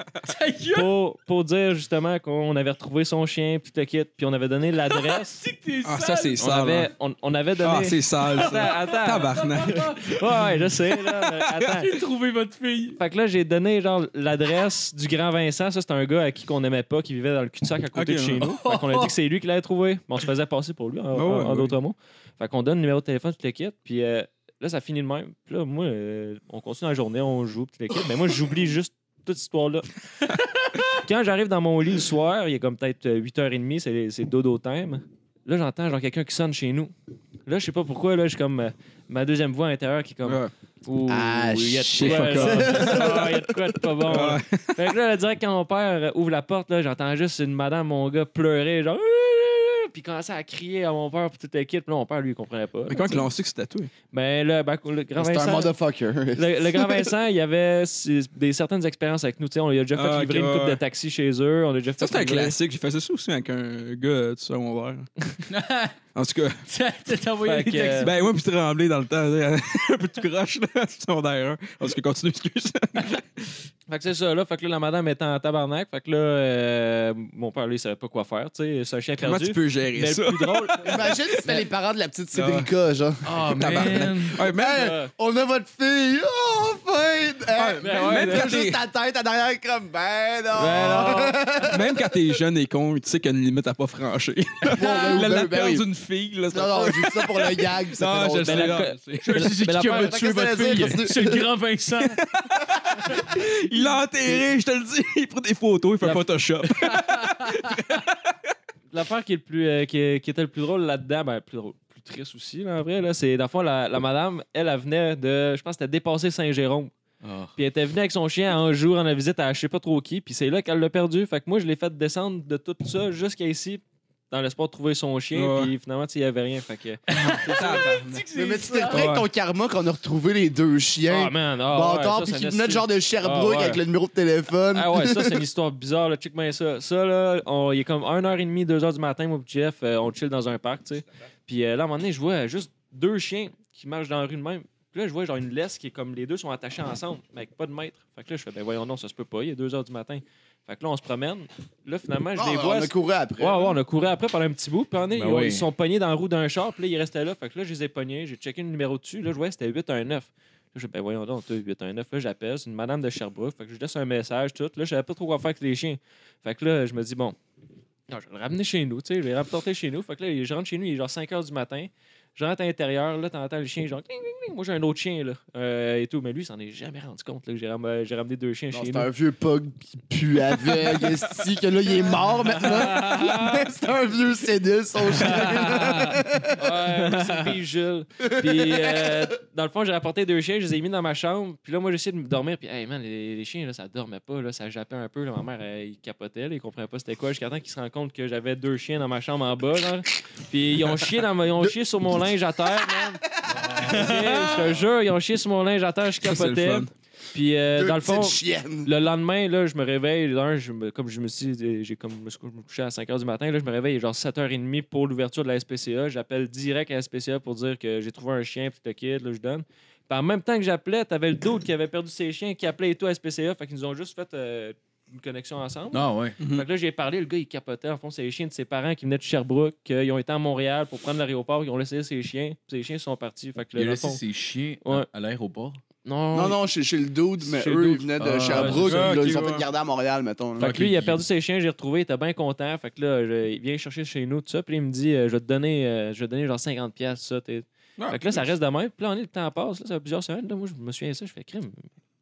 Speaker 7: pour, pour dire, justement, qu'on avait retrouvé son chien, puis tout le kit. Puis on avait donné l'adresse.
Speaker 6: Ah, ça, c'est
Speaker 7: on,
Speaker 6: sale. hein.
Speaker 7: avait, on, on avait donné...
Speaker 6: Ah, c'est Ah bah. sale, ça.
Speaker 7: Attends, attends.
Speaker 6: Tabarnak.
Speaker 7: Ouais, ouais, je sais, là. mais Attends.
Speaker 3: Trouver votre fille.
Speaker 7: Fait que là, j'ai donné, genre, l'adresse du grand Vincent. Ça, c'est un gars à qui qu'on aimait pas, qui vivait dans le cul-de-sac à côté
Speaker 6: Ok. Ah
Speaker 7: de chez nous. Fait qu'on a dit que c'est lui qui l'avait trouvé. Mais on se faisait passer pour lui, en, en-
Speaker 6: ouais,
Speaker 7: en
Speaker 6: ouais.
Speaker 7: d'autres mots. Fait qu'on donne le numéro de téléphone, toute l'équipe. Puis euh, là, ça finit de même. Puis là, moi, euh, on continue la journée, on joue, toute l'équipe. Mais moi, j'oublie juste toute cette histoire-là. Quand j'arrive dans mon lit le soir, il est comme peut-être euh, 8h30, c'est, c'est dodo time. Là, j'entends genre quelqu'un qui sonne chez nous. Là, je sais pas pourquoi, là, je suis comme euh, ma deuxième voix intérieure qui est comme.
Speaker 6: Ouais.
Speaker 7: Ouh,
Speaker 5: Ah,
Speaker 7: il y a
Speaker 5: shit,
Speaker 7: de quoi,
Speaker 6: fuck
Speaker 7: là. Ah, il y a de quoi de pas bon. là. Fait que là, direct, quand mon père euh, ouvre la porte, là, j'entends juste une madame, mon gars, pleurer, genre. puis il commençait à crier à mon père pour toute l'équipe. Là, mon père, lui, il comprenait pas.
Speaker 6: Mais quand ils l'ont su que c'était tatoué?
Speaker 7: Mais là, ben, le grand
Speaker 5: C'est un
Speaker 7: Vincent.
Speaker 5: motherfucker.
Speaker 7: Le, le grand Vincent, il avait si- des certaines expériences avec nous. Tu sais, on lui a déjà fait
Speaker 6: Ah, ok,
Speaker 7: livrer une coupe
Speaker 6: ouais.
Speaker 7: de taxi chez eux. On a déjà fait
Speaker 6: Ça, c'est un
Speaker 7: livrer-
Speaker 6: classique. J'ai fait ça aussi avec un gars euh, du secondaire. en tout cas,
Speaker 3: T'as
Speaker 7: Fait
Speaker 3: envoyé
Speaker 7: que,
Speaker 3: des textes.
Speaker 7: euh,
Speaker 6: ben, moi, puis tremblé dans le temps. un peu de croche, là, du secondaire. En tout cas, continue, excuse.
Speaker 7: Fait que c'est ça, là. Fait que là, la madame était en tabarnak. Fait que là, euh, mon père, lui, il savait pas quoi faire. Tu sais, c'est un chien
Speaker 6: Comment
Speaker 7: perdu.
Speaker 6: tu peux gérer
Speaker 7: mais
Speaker 6: ça?
Speaker 7: le plus drôle.
Speaker 5: Imagine si c'était les parents de la petite Cédrica, genre.
Speaker 3: Ah,
Speaker 6: Tabarnak.
Speaker 3: man.
Speaker 6: Ouais, mais-
Speaker 7: euh,
Speaker 5: hein. On a votre fille! Oh, enfin! Hey,
Speaker 7: ben ouais,
Speaker 5: mettre
Speaker 6: ben
Speaker 5: juste
Speaker 6: des-
Speaker 5: ta tête à derrière comme ben non!
Speaker 6: Ah,
Speaker 7: ben non.
Speaker 6: Même quand t'es jeune et con, tu sais qu'il y a une limite à pas franchir.
Speaker 5: Bon, ben oui, ben
Speaker 6: la la
Speaker 5: oui, ben
Speaker 6: perte
Speaker 5: oui.
Speaker 6: d'une fille, là, c'est
Speaker 5: Non, non, j'ai dit ça pour le gag, puis ça fait
Speaker 6: Non, je
Speaker 5: longtemps.
Speaker 6: sais,
Speaker 7: Mais la
Speaker 6: là,
Speaker 7: co-
Speaker 6: c'est-
Speaker 3: Je sais c'est
Speaker 7: Mais
Speaker 3: qui qui
Speaker 7: l'affaire-
Speaker 3: va tuer
Speaker 5: Qu'est-ce
Speaker 3: votre
Speaker 5: que ça veut dire,
Speaker 3: fille.
Speaker 5: continue.
Speaker 3: C'est le grand Vincent.
Speaker 6: Il l'a enterré, je te le dis. Il prend des photos, il fait
Speaker 7: La-
Speaker 6: un Photoshop.
Speaker 7: L'affaire qui, est le plus, euh, qui, est- qui était le plus drôle là-dedans, ben, plus drôle, plus triste aussi, là, en vrai, là, c'est, dans le fond, la, la madame, elle, elle venait de, je pense, c'était dépasser Saint-Jérôme.
Speaker 3: Ah.
Speaker 7: Puis elle était venue avec son chien un jour en visite à je sais pas trop qui, puis c'est là qu'elle l'a perdu. Fait que moi, je l'ai fait descendre de tout ça jusqu'à ici, dans l'espoir de trouver son chien,
Speaker 6: Ouais.
Speaker 7: puis finalement, tu sais, il y avait rien. Fait que.
Speaker 5: Mais, mais tu t'es repris avec ton karma qu'on a retrouvé les deux chiens.
Speaker 7: Ah, man, ah, ouais,
Speaker 5: Bâtard,
Speaker 7: ça,
Speaker 5: puis
Speaker 7: c'est
Speaker 5: qui
Speaker 7: un
Speaker 5: venait de
Speaker 7: esti-
Speaker 5: genre de Sherbrooke
Speaker 7: Ah, ouais.
Speaker 5: avec le numéro de téléphone.
Speaker 7: Ah ouais, ça, c'est une histoire bizarre. Là. Check bien ça. Ça, là, on, il est comme 1h30, 2h du matin, moi et Jeff, euh, on chill dans un parc, tu sais. Puis euh, là, à un moment donné, je vois juste deux chiens qui marchent dans la rue de même. Puis là, je vois genre une laisse qui est comme les deux sont attachés ensemble, mais avec pas de maître. Fait que là, je fais, ben voyons, non, ça se peut pas, il est 2h du matin. Fait que là, on se promène. Là, finalement, je
Speaker 5: Ah,
Speaker 7: les
Speaker 5: on
Speaker 7: vois.
Speaker 5: a couru après. hein.
Speaker 7: Ouais, ouais, on a couru après pendant un petit bout. Puis on
Speaker 4: Ben
Speaker 7: est- ils, ont-
Speaker 4: oui.
Speaker 7: ils se sont pognés dans la roue d'un char. Puis là, ils restaient là. Fait que là, je les ai pognés. J'ai checké le numéro dessus. Là, je voyais que c'était 819. Là, je dis, ben voyons donc, t'as 819. Là, j'appelle. C'est une madame de Sherbrooke. Fait que je laisse un message, tout. Là, je savais pas trop quoi faire avec les chiens. Fait que là, je me dis, bon, non, je vais le ramener chez nous. Tu sais, je vais le rapporter chez nous. Fait que là, je rentre chez nous. Il est genre 5 h du matin. Je rentre à l'intérieur. Là, t'entends le chien, genre, cling, cling, cling. Moi, j'ai un autre chien, là. euh, et tout. Mais lui, il s'en est jamais rendu compte, là, que j'ai ram- j'ai ramené deux chiens
Speaker 5: Non,
Speaker 7: chez
Speaker 5: c'est
Speaker 7: nous.
Speaker 5: un vieux pug qui pue avec, esti, que là, il est mort maintenant. Mais c'est un vieux sédile,
Speaker 7: Euh,
Speaker 5: son chien.
Speaker 7: Ouais, c'est puis Jules. Puis, euh, dans le fond, j'ai rapporté deux chiens, je les ai mis dans ma chambre. Puis là, moi, j'essayais de me dormir. Puis, hey, man, les, les chiens, là, ça dormait pas. Là, ça jappait un peu. là. Ma mère, elle, il capotait. Là, il comprenait pas c'était quoi. Jusqu'à temps qu'ils se rendent compte que j'avais deux chiens dans ma chambre en bas. genre. Puis, ils ont, chié dans ma- ils ont chié sur mon linge à terre, man. Ok, je te jure, ils ont chié sur mon linge à terre. Je
Speaker 6: Ça, c'est le
Speaker 7: capotais.
Speaker 6: fun.
Speaker 7: Puis, euh,
Speaker 5: Deux
Speaker 7: dans le fond.
Speaker 5: petites chiennes.
Speaker 7: Le lendemain, là, je me réveille, là, je me- comme je me suis dit, j'ai comme je me suis- je me couchais à 5h du matin, là, je me réveille il est genre 7h30 pour l'ouverture de la SPCA, j'appelle direct à la SPCA pour dire que j'ai trouvé un chien puis le kid, là, je donne. Puis en même temps que j'appelais, t'avais le doute qui avait perdu ses chiens qui appelait et tout à la SPCA, fait qu'ils nous ont juste fait euh, une connexion ensemble.
Speaker 3: Non, ouais.
Speaker 7: Fait que là, j'ai parlé, le gars, il capotait. En fond, c'est les chiens de ses parents qui venaient de Sherbrooke, qu'ils ont été à Montréal pour prendre l'aéroport, ils ont laissé ses chiens, puis ses chiens sont partis. Fait que
Speaker 3: Il a
Speaker 7: là, dans le
Speaker 3: laissé
Speaker 7: fond-
Speaker 3: ses chiens à-
Speaker 7: Ouais.
Speaker 3: à l'aéroport.
Speaker 7: Non,
Speaker 5: Non, non, chez, chez le dude, mais
Speaker 7: Chez le
Speaker 5: eux, ils
Speaker 7: dude.
Speaker 5: venaient de
Speaker 3: Ah,
Speaker 5: Sherbrooke.
Speaker 6: c'est ça,
Speaker 5: puis là,
Speaker 6: ok,
Speaker 5: ils sont fait
Speaker 6: ouais.
Speaker 5: garder à Montréal, mettons. là.
Speaker 7: Fait que lui, il a
Speaker 3: Ok.
Speaker 7: perdu ses chiens, j'ai retrouvé, il était bien content. Fait que là, je- il vient chercher chez nous, tout ça. Puis là, il me dit, euh, je vais te donner, euh, je vais te donner genre 50 pièces ça. t'es-
Speaker 6: Ah,
Speaker 7: fait que là, ça reste de même. Puis là, on est, le temps passe, là, ça fait plusieurs semaines. Là, moi, je me souviens de ça, je fais crime.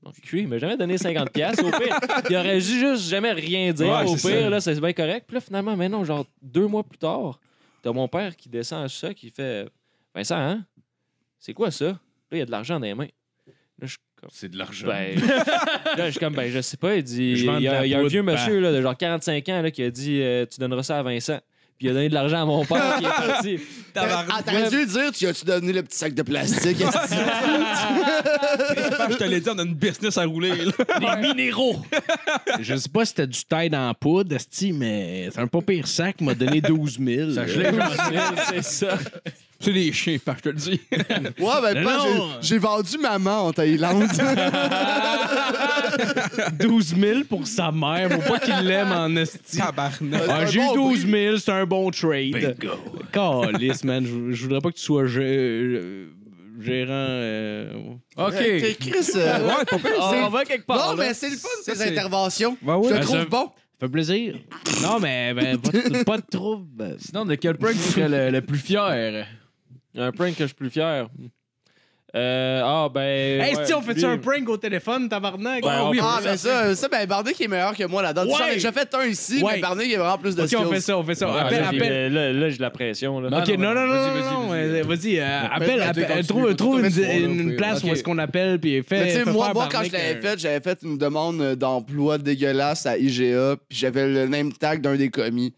Speaker 7: Bon, je suis cuit, il m'a jamais donné 50 pièces Au pire, il aurait ju- juste jamais rien dire.
Speaker 6: Ouais,
Speaker 7: au
Speaker 6: c'est
Speaker 7: pire,
Speaker 6: ça.
Speaker 7: là, c'est bien correct. Puis là, finalement, maintenant, genre deux mois plus tard, t'as mon père qui descend à ça, qui fait, Vincent, hein? C'est quoi ça? Là, il y a de l'argent dans les mains. Là, je suis comme,
Speaker 3: C'est de l'argent.
Speaker 7: ben, là, je suis comme, ben, je sais pas. Il dit,
Speaker 4: Je
Speaker 7: il y
Speaker 4: vends
Speaker 7: a,
Speaker 4: de la
Speaker 7: il y a un
Speaker 4: poudre,
Speaker 7: vieux
Speaker 4: bah.
Speaker 7: monsieur là, de genre 45 ans là, qui a dit, euh, tu donneras ça à Vincent. Puis il a donné de l'argent à mon père qui est parti.
Speaker 5: Ah, t'aurais dû dire, tu as-tu donné le petit sac de plastique? esti?
Speaker 6: Je te l'ai dit, on a une business à rouler. là.
Speaker 4: Je sais pas si c'était du taille dans la poudre, esti, mais c'est un pas pire sac qui m'a donné 12 000.
Speaker 3: Ça gelait.
Speaker 7: c'est ça.
Speaker 6: C'est des chiens, par je te le dis.
Speaker 5: Ouais, ben,
Speaker 4: Non,
Speaker 5: pas, j'ai-
Speaker 4: non.
Speaker 5: j'ai vendu maman en Thaïlande.
Speaker 4: 12 000 pour sa mère. Faut pas qu'il l'aime en esti.
Speaker 6: Tabarnak.
Speaker 4: Ah,
Speaker 5: C'est
Speaker 4: J'ai
Speaker 5: un
Speaker 4: eu
Speaker 5: bon
Speaker 4: 12 000, c'est un bon trade. Calice, man. Je je voudrais pas que tu sois gé- euh, gérant. euh,
Speaker 5: T'es
Speaker 3: OK.
Speaker 5: Chris. euh,
Speaker 6: Ouais, pour pire,
Speaker 5: c'est-
Speaker 4: va quelque
Speaker 5: Non, mais
Speaker 4: hein.
Speaker 5: c'est le fun,
Speaker 6: Ça,
Speaker 5: ces
Speaker 6: c'est-
Speaker 5: interventions.
Speaker 6: Ben oui.
Speaker 5: Je le
Speaker 4: Ben,
Speaker 5: trouve
Speaker 4: ça-
Speaker 5: bon.
Speaker 4: Ça fait plaisir. Non, mais ben, pas, de, pas de trouble.
Speaker 3: Sinon, de quel prank tu serais le, le plus fier?
Speaker 7: Un prank que je suis plus fier. Euh, ah, ben.
Speaker 4: Hey,
Speaker 7: ouais,
Speaker 4: si on fait
Speaker 7: lui-
Speaker 4: ça un prank au téléphone, tabarnak?
Speaker 7: Ben, on-
Speaker 5: Ah, mais ça, ça, ben, Barney qui est meilleur que moi là-dedans.
Speaker 4: Ouais.
Speaker 5: J'en ai déjà fait un ici,
Speaker 4: Ouais.
Speaker 5: mais Barney qui est vraiment plus de
Speaker 4: Ok,
Speaker 5: skills.
Speaker 4: on fait ça, on fait ça.
Speaker 7: Ah,
Speaker 4: appelle,
Speaker 7: là, j'ai-
Speaker 4: appelle.
Speaker 7: Là, là, j'ai de la pression. Là.
Speaker 3: Non,
Speaker 4: Ok, non,
Speaker 3: vas-y,
Speaker 4: non, non, non,
Speaker 3: vas-y,
Speaker 4: non,
Speaker 3: vas-y.
Speaker 4: vas-y, euh, appelle,
Speaker 5: ben,
Speaker 4: appelle,
Speaker 5: continue,
Speaker 4: trouve,
Speaker 5: continue,
Speaker 4: trouve
Speaker 5: continue,
Speaker 4: une,
Speaker 3: continue,
Speaker 4: une
Speaker 3: continue. Ok.
Speaker 4: place où est-ce qu'on appelle, puis fait.
Speaker 5: Mais tu sais,
Speaker 4: fais
Speaker 5: moi,
Speaker 4: faire
Speaker 5: moi, quand je
Speaker 4: Barnick
Speaker 5: l'avais
Speaker 4: un-
Speaker 5: fait, j'avais fait une demande euh, d'emploi dégueulasse à IGA, puis j'avais le name tag d'un des commis.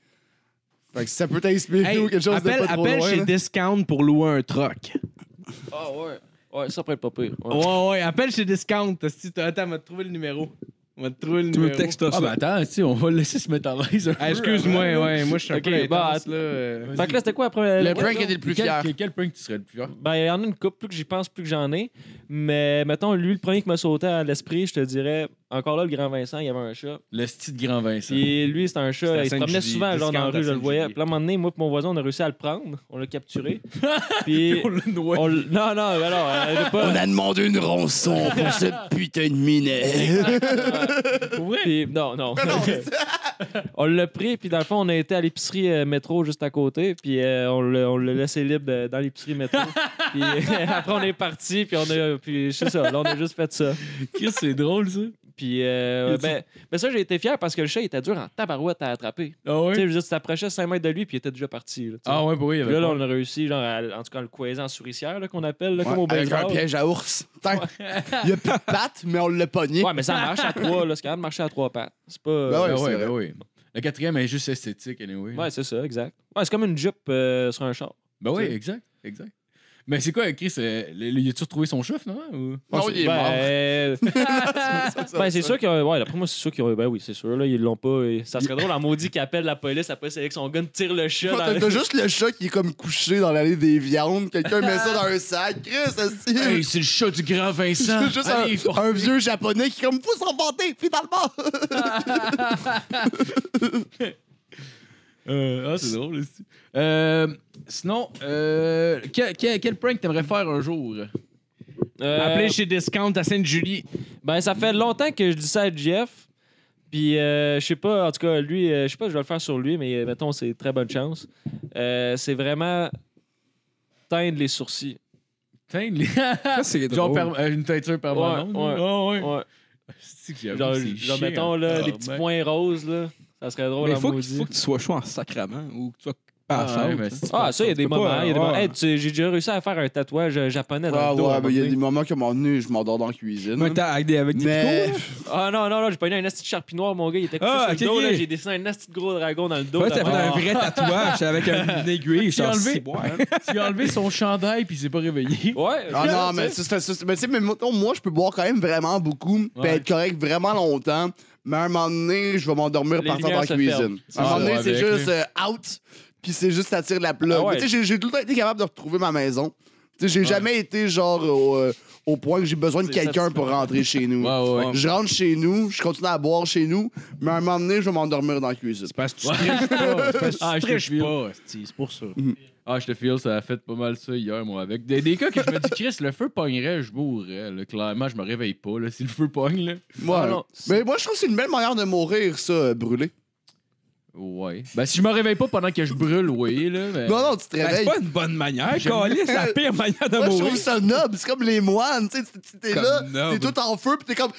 Speaker 5: Fait que si ça peut t'inspirer
Speaker 4: Hey,
Speaker 5: ou quelque chose
Speaker 4: appelle
Speaker 5: de pas trop
Speaker 4: appelle
Speaker 5: loin,
Speaker 4: chez
Speaker 5: là.
Speaker 4: Discount pour louer un truck.
Speaker 7: Ah ouais. Ouais, ça pourrait être pas pire. Ouais.
Speaker 4: Ouais, ouais, appelle chez Discount. Si tu attends, on va te trouver le numéro. On va te trouver le
Speaker 6: Tu
Speaker 4: numéro.
Speaker 6: me textes
Speaker 3: Ah,
Speaker 6: ça.
Speaker 3: ben attends, tu sais, on va le laisser se mettre en l'aise. un
Speaker 4: Ah,
Speaker 3: peu
Speaker 4: Excuse-moi,
Speaker 3: avant, là.
Speaker 4: ouais, moi je suis un
Speaker 7: Ok,
Speaker 4: peu
Speaker 7: bah,
Speaker 4: intense, là. euh.
Speaker 7: Fait que là, c'était quoi après
Speaker 5: Le prank était le plus
Speaker 3: Quel-
Speaker 5: fier.
Speaker 3: Quel, quel prank tu serais le plus fier?
Speaker 7: Ben, il y en a une couple, plus que j'y pense, plus que j'en ai. Mais mettons, lui, le premier qui m'a sauté à l'esprit, je te dirais, encore là, le grand Vincent, il y avait un chat.
Speaker 3: Le style grand Vincent.
Speaker 7: Puis lui, c'était un
Speaker 4: C'était à
Speaker 7: chat. Il se promenait
Speaker 4: Sainte-Julie,
Speaker 7: souvent genre, dans la
Speaker 4: discount à
Speaker 7: rue, je le voyais.
Speaker 4: Sainte-Julie.
Speaker 7: Puis là, à un moment donné, moi et mon voisin, on a réussi à le prendre. On l'a capturé. Puis.
Speaker 3: On le noie.
Speaker 7: on l- non, non, ben non, euh, pas.
Speaker 5: On a demandé une rançon pour ce putain de minet.
Speaker 7: Puis- non, non. on l'a pris, puis dans le fond, on a été à l'épicerie euh, métro juste à côté, puis euh, on l'a on l'a laissé libre euh, dans l'épicerie métro. puis après, on est parti, puis on a. Puis c'est ça, là, on a juste fait ça.
Speaker 3: Chris, c'est drôle, ça.
Speaker 7: Puis euh, ben, ben ça, j'ai été fier parce que le chat, il était dur en tabarouette à attraper.
Speaker 3: Ah
Speaker 7: Tu sais, je
Speaker 3: ouais?
Speaker 7: veux dire, tu t'approchais 5 mètres de lui, puis il était déjà parti. Là, tu sais.
Speaker 3: Ah ouais, bah oui, il y
Speaker 7: Puis
Speaker 3: avait
Speaker 7: là, là,
Speaker 3: peur.
Speaker 7: on a réussi, genre, à- en tout cas, en le coisant en souricière, là, qu'on appelle, là, comme au
Speaker 5: Avec un
Speaker 7: baseball.
Speaker 5: piège à ours. Tac. Il y a plus de pattes, mais on l'a pogné.
Speaker 7: Ouais, mais ça marche à trois, là. C'est quand même marcher à trois pattes. C'est pas. euh,
Speaker 5: Ben
Speaker 3: Ben
Speaker 5: ouais,
Speaker 3: ouais,
Speaker 5: c'est
Speaker 3: ben ouais. Le quatrième est juste esthétique, anyway.
Speaker 7: Ouais, c'est ça, exact. Ouais, c'est comme une jupe euh, sur un char.
Speaker 3: Ben oui, exact, exact. Mais c'est quoi, Chris? euh, le- le- Y a-tu retrouvé son chef, non? Ou...
Speaker 5: Non, il est
Speaker 7: ben,
Speaker 5: mort.
Speaker 7: euh, ben, c'est sûr qu'ils ont. Ouais, d'après moi, c'est sûr qu'ils ont. Ben oui, c'est sûr, là. Ils l'ont pas. et Ça serait drôle en maudit qu'ils appellent la police, la police avec son gun, tire le chat.
Speaker 5: Toi,
Speaker 7: dans
Speaker 5: T'as
Speaker 7: le-
Speaker 5: t'as juste le chat qui est comme couché dans l'allée des viandes. Quelqu'un met ça dans un sac. Chris, esti.
Speaker 3: Hey, c'est le chat du grand Vincent!
Speaker 5: C'est juste
Speaker 3: Allez,
Speaker 5: un, un vieux japonais qui est comme faut s'en vanter finalement.
Speaker 3: Euh, ah, c'est drôle aussi. Euh, sinon, euh, quel, quel- quel prank t'aimerais faire un jour?
Speaker 7: Euh,
Speaker 4: Appelez chez Discount à Sainte-Julie.
Speaker 7: Ben, ça fait longtemps que je dis ça à Jeff. Puis, euh, je sais pas, en tout cas, lui, euh, je sais pas, je vais le faire sur lui, mais euh, mettons, c'est très bonne chance. Euh, c'est vraiment teindre les sourcils.
Speaker 3: Putain, les-
Speaker 6: Ça, c'est
Speaker 3: genre
Speaker 6: drôle.
Speaker 3: per- euh, une teinture permanente.
Speaker 7: Ouais, ouais.
Speaker 3: Ah, ouais.
Speaker 7: Ouais.
Speaker 3: C'est que j'avoue,
Speaker 7: Genre,
Speaker 3: c'est
Speaker 7: genre,
Speaker 3: chiant.
Speaker 7: mettons, là, les petits
Speaker 3: Ah,
Speaker 7: points roses, là. Ça serait drôle
Speaker 6: Mais
Speaker 7: en
Speaker 6: faut que,
Speaker 7: maudit.
Speaker 6: faut que tu sois chaud en sacrament ou que tu sois
Speaker 3: Ah,
Speaker 6: pas
Speaker 3: ouais,
Speaker 6: chaud.
Speaker 3: mais
Speaker 6: tu sais.
Speaker 3: c'est-
Speaker 7: Oh, Ah, ça, il y a des
Speaker 6: peux pas, hein.
Speaker 7: moments. il y a des
Speaker 6: ouais.
Speaker 7: moments. Hey, tu- J'ai déjà réussi à faire un tatouage euh, japonais dans
Speaker 5: Ah
Speaker 7: le dos. à un
Speaker 5: ouais,
Speaker 7: moment
Speaker 5: mais il y a des
Speaker 7: donné.
Speaker 5: moments comme en nu, je m'endors dans la cuisine.
Speaker 6: Mais t'as- avec des, avec des
Speaker 5: Mais-
Speaker 6: picots, là.
Speaker 7: Ah non, non, non, j'ai pas eu un asti de charpinoir, mon gars. Il était couché
Speaker 6: Ah,
Speaker 7: sur
Speaker 6: ok,
Speaker 7: le dos,
Speaker 6: ok.
Speaker 7: là. J'ai dessiné un asti de gros dragon dans le dos.
Speaker 6: Ouais,
Speaker 7: là.
Speaker 6: t'as fait un vrai tatouage avec un- une aiguille.
Speaker 3: J'ai
Speaker 6: genre
Speaker 3: enlevé.
Speaker 6: ciboire.
Speaker 3: Tu as enlevé son chandail puis il s'est pas réveillé.
Speaker 7: Ouais.
Speaker 5: Ah non,
Speaker 7: tu
Speaker 5: mais
Speaker 7: sais.
Speaker 5: ça, c'est- ça, c'est- mais tu sais, mais mettons, moi, je peux boire quand même vraiment beaucoup, puis
Speaker 3: Ouais.
Speaker 5: être correct vraiment longtemps, mais à un moment donné, je vais m'endormir
Speaker 7: Les
Speaker 5: partant dans
Speaker 7: lumières
Speaker 5: la
Speaker 7: se
Speaker 5: cuisine.
Speaker 7: ferment. Ah,
Speaker 5: À un moment donné,
Speaker 3: Ouais,
Speaker 5: c'est
Speaker 3: avec,
Speaker 5: juste euh, out, puis c'est juste ça tire la plug.
Speaker 7: Ah ouais.
Speaker 5: Mais tu sais, j'ai- j'ai tout le temps été capable de retrouver ma maison. Tu sais, j'ai jamais été genre au, euh, au point que j'ai besoin de
Speaker 7: C'est
Speaker 5: quelqu'un pour rentrer chez nous.
Speaker 3: Ouais, ouais, ouais.
Speaker 5: Je rentre chez nous, je continue à boire chez nous, mais à un moment donné, je vais m'endormir dans la cuisine.
Speaker 4: Parce que tu triches pas. c'est parce que tu
Speaker 3: Ah, je te
Speaker 4: triches
Speaker 3: file.
Speaker 4: pas, hostie, c'est pour ça.
Speaker 5: Mhm.
Speaker 3: Ah, je te feel, ça a fait pas mal ça hier, moi, avec. Des, des cas que je me dis, Chris, le feu pognerait, je mourrais. là. Clairement, je me réveille pas, là, si le feu pogne, là.
Speaker 5: Moi,
Speaker 7: Ah non, c'est-
Speaker 5: mais moi, je trouve que c'est une belle manière de mourir, ça, euh, brûler.
Speaker 3: Ouais. Ben, si je me réveille pas pendant que je brûle, oui, là. mais-
Speaker 5: Non, non, tu te
Speaker 6: Ben,
Speaker 5: réveilles.
Speaker 6: c'est pas une bonne manière. Calé, c'est la pire manière de
Speaker 5: Moi, je
Speaker 6: mourir.
Speaker 5: trouve ça noble. C'est comme les moines, tu sais. tu- tu- T'es
Speaker 6: Comme
Speaker 5: là,
Speaker 6: noble.
Speaker 5: t'es tout en feu, puis t'es comme.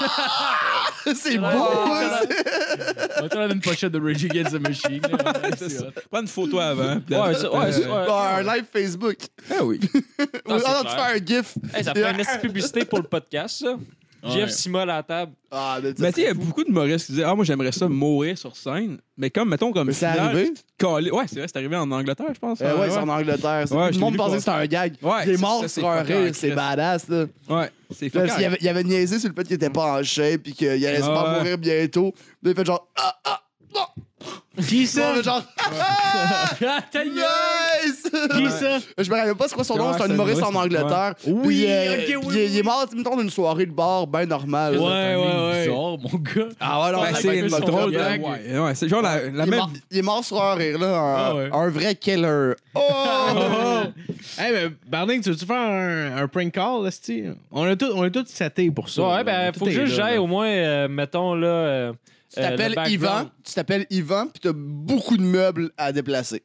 Speaker 5: Ah! c'est beau! hein, c'est-
Speaker 3: On va te mettre une pochette de Rage Against the Machine. là. C'est
Speaker 6: C'est ça.
Speaker 3: hot.
Speaker 6: Prends une photo avant. puis
Speaker 7: Ouais, ça- ouais, ça- ouais.
Speaker 5: Bah, un live Facebook.
Speaker 6: Ah oui.
Speaker 5: Ah,
Speaker 7: c'est
Speaker 5: non, tu
Speaker 7: clair.
Speaker 5: fais un GIF.
Speaker 7: Hey, ça fait une asti de publicité pour le podcast, ça.
Speaker 3: Ouais.
Speaker 7: Jeff Simol à la table.
Speaker 5: Ah, mais tu
Speaker 6: Mais tu sais, il y a beaucoup de Maurice qui disaient Ah, moi, j'aimerais ça mourir sur scène. Mais comme, mettons, comme.
Speaker 5: Mais c'est
Speaker 6: final,
Speaker 5: arrivé.
Speaker 6: calé- Ouais, c'est vrai, c'est arrivé en Angleterre, je pense.
Speaker 5: Euh, ouais, c'est en Angleterre. c'est- Tout
Speaker 6: Ouais, je
Speaker 5: le
Speaker 6: l'ai
Speaker 5: monde
Speaker 6: lu
Speaker 5: pensait que
Speaker 6: passer.
Speaker 5: c'était un gag.
Speaker 6: Ouais,
Speaker 5: Il est
Speaker 6: ça,
Speaker 5: mort
Speaker 6: ça, c'est
Speaker 5: sur un
Speaker 6: fucking
Speaker 5: rire, c'est
Speaker 6: Christ.
Speaker 5: badass, là.
Speaker 6: Ouais, c'est
Speaker 5: Là,
Speaker 6: fucking-
Speaker 5: il, avait, il avait niaisé sur le fait qu'il était pas en shape puis qu'il allait se
Speaker 6: Ah
Speaker 5: faire
Speaker 6: ouais.
Speaker 5: mourir bientôt. Là, il fait genre Ah, ah, non!
Speaker 4: Qui
Speaker 5: Non, mais
Speaker 4: ça?
Speaker 5: genre Ah,
Speaker 3: Ah, ta gueule!
Speaker 5: yes!
Speaker 4: Qui ça?
Speaker 5: Je me rappelle pas c'est quoi son nom,
Speaker 6: Ouais,
Speaker 5: c'est un
Speaker 6: c'est
Speaker 5: humoriste
Speaker 6: un
Speaker 5: en
Speaker 6: humoriste,
Speaker 5: Angleterre.
Speaker 4: ouais.
Speaker 5: Puis,
Speaker 4: Oui,
Speaker 5: euh,
Speaker 4: ok,
Speaker 5: puis
Speaker 4: oui,
Speaker 5: il, est- il est mort, mettons, d'une soirée de bar bien normale.
Speaker 3: Ouais, ouais,
Speaker 5: là.
Speaker 3: ouais.
Speaker 4: ouais.
Speaker 3: bizarre, mon gars.
Speaker 5: Ah ouais, non,
Speaker 6: Ouais,
Speaker 5: ça
Speaker 6: c'est
Speaker 5: s'appelle
Speaker 6: une
Speaker 5: son
Speaker 6: drôle de.
Speaker 5: blague.
Speaker 6: Ouais, ouais, c'est genre la la
Speaker 5: il, est
Speaker 6: même.
Speaker 5: mort, il est mort sur un rire, là. Un,
Speaker 3: Ah ouais.
Speaker 5: un vrai killer. Oh!
Speaker 4: Hey, mais Barding, tu veux-tu faire un, un prank call, hostie? On a tout- on est tous satés pour ça.
Speaker 7: Ouais,
Speaker 4: là.
Speaker 7: ben,
Speaker 4: Tout
Speaker 7: faut que
Speaker 4: est
Speaker 7: juste
Speaker 4: là,
Speaker 7: j'aille
Speaker 4: là.
Speaker 7: au moins, euh, mettons, là. euh,
Speaker 5: tu
Speaker 7: euh, le
Speaker 5: t'appelles
Speaker 7: background.
Speaker 5: Yvan, tu t'appelles Yvan, puis t'as beaucoup de meubles à déplacer.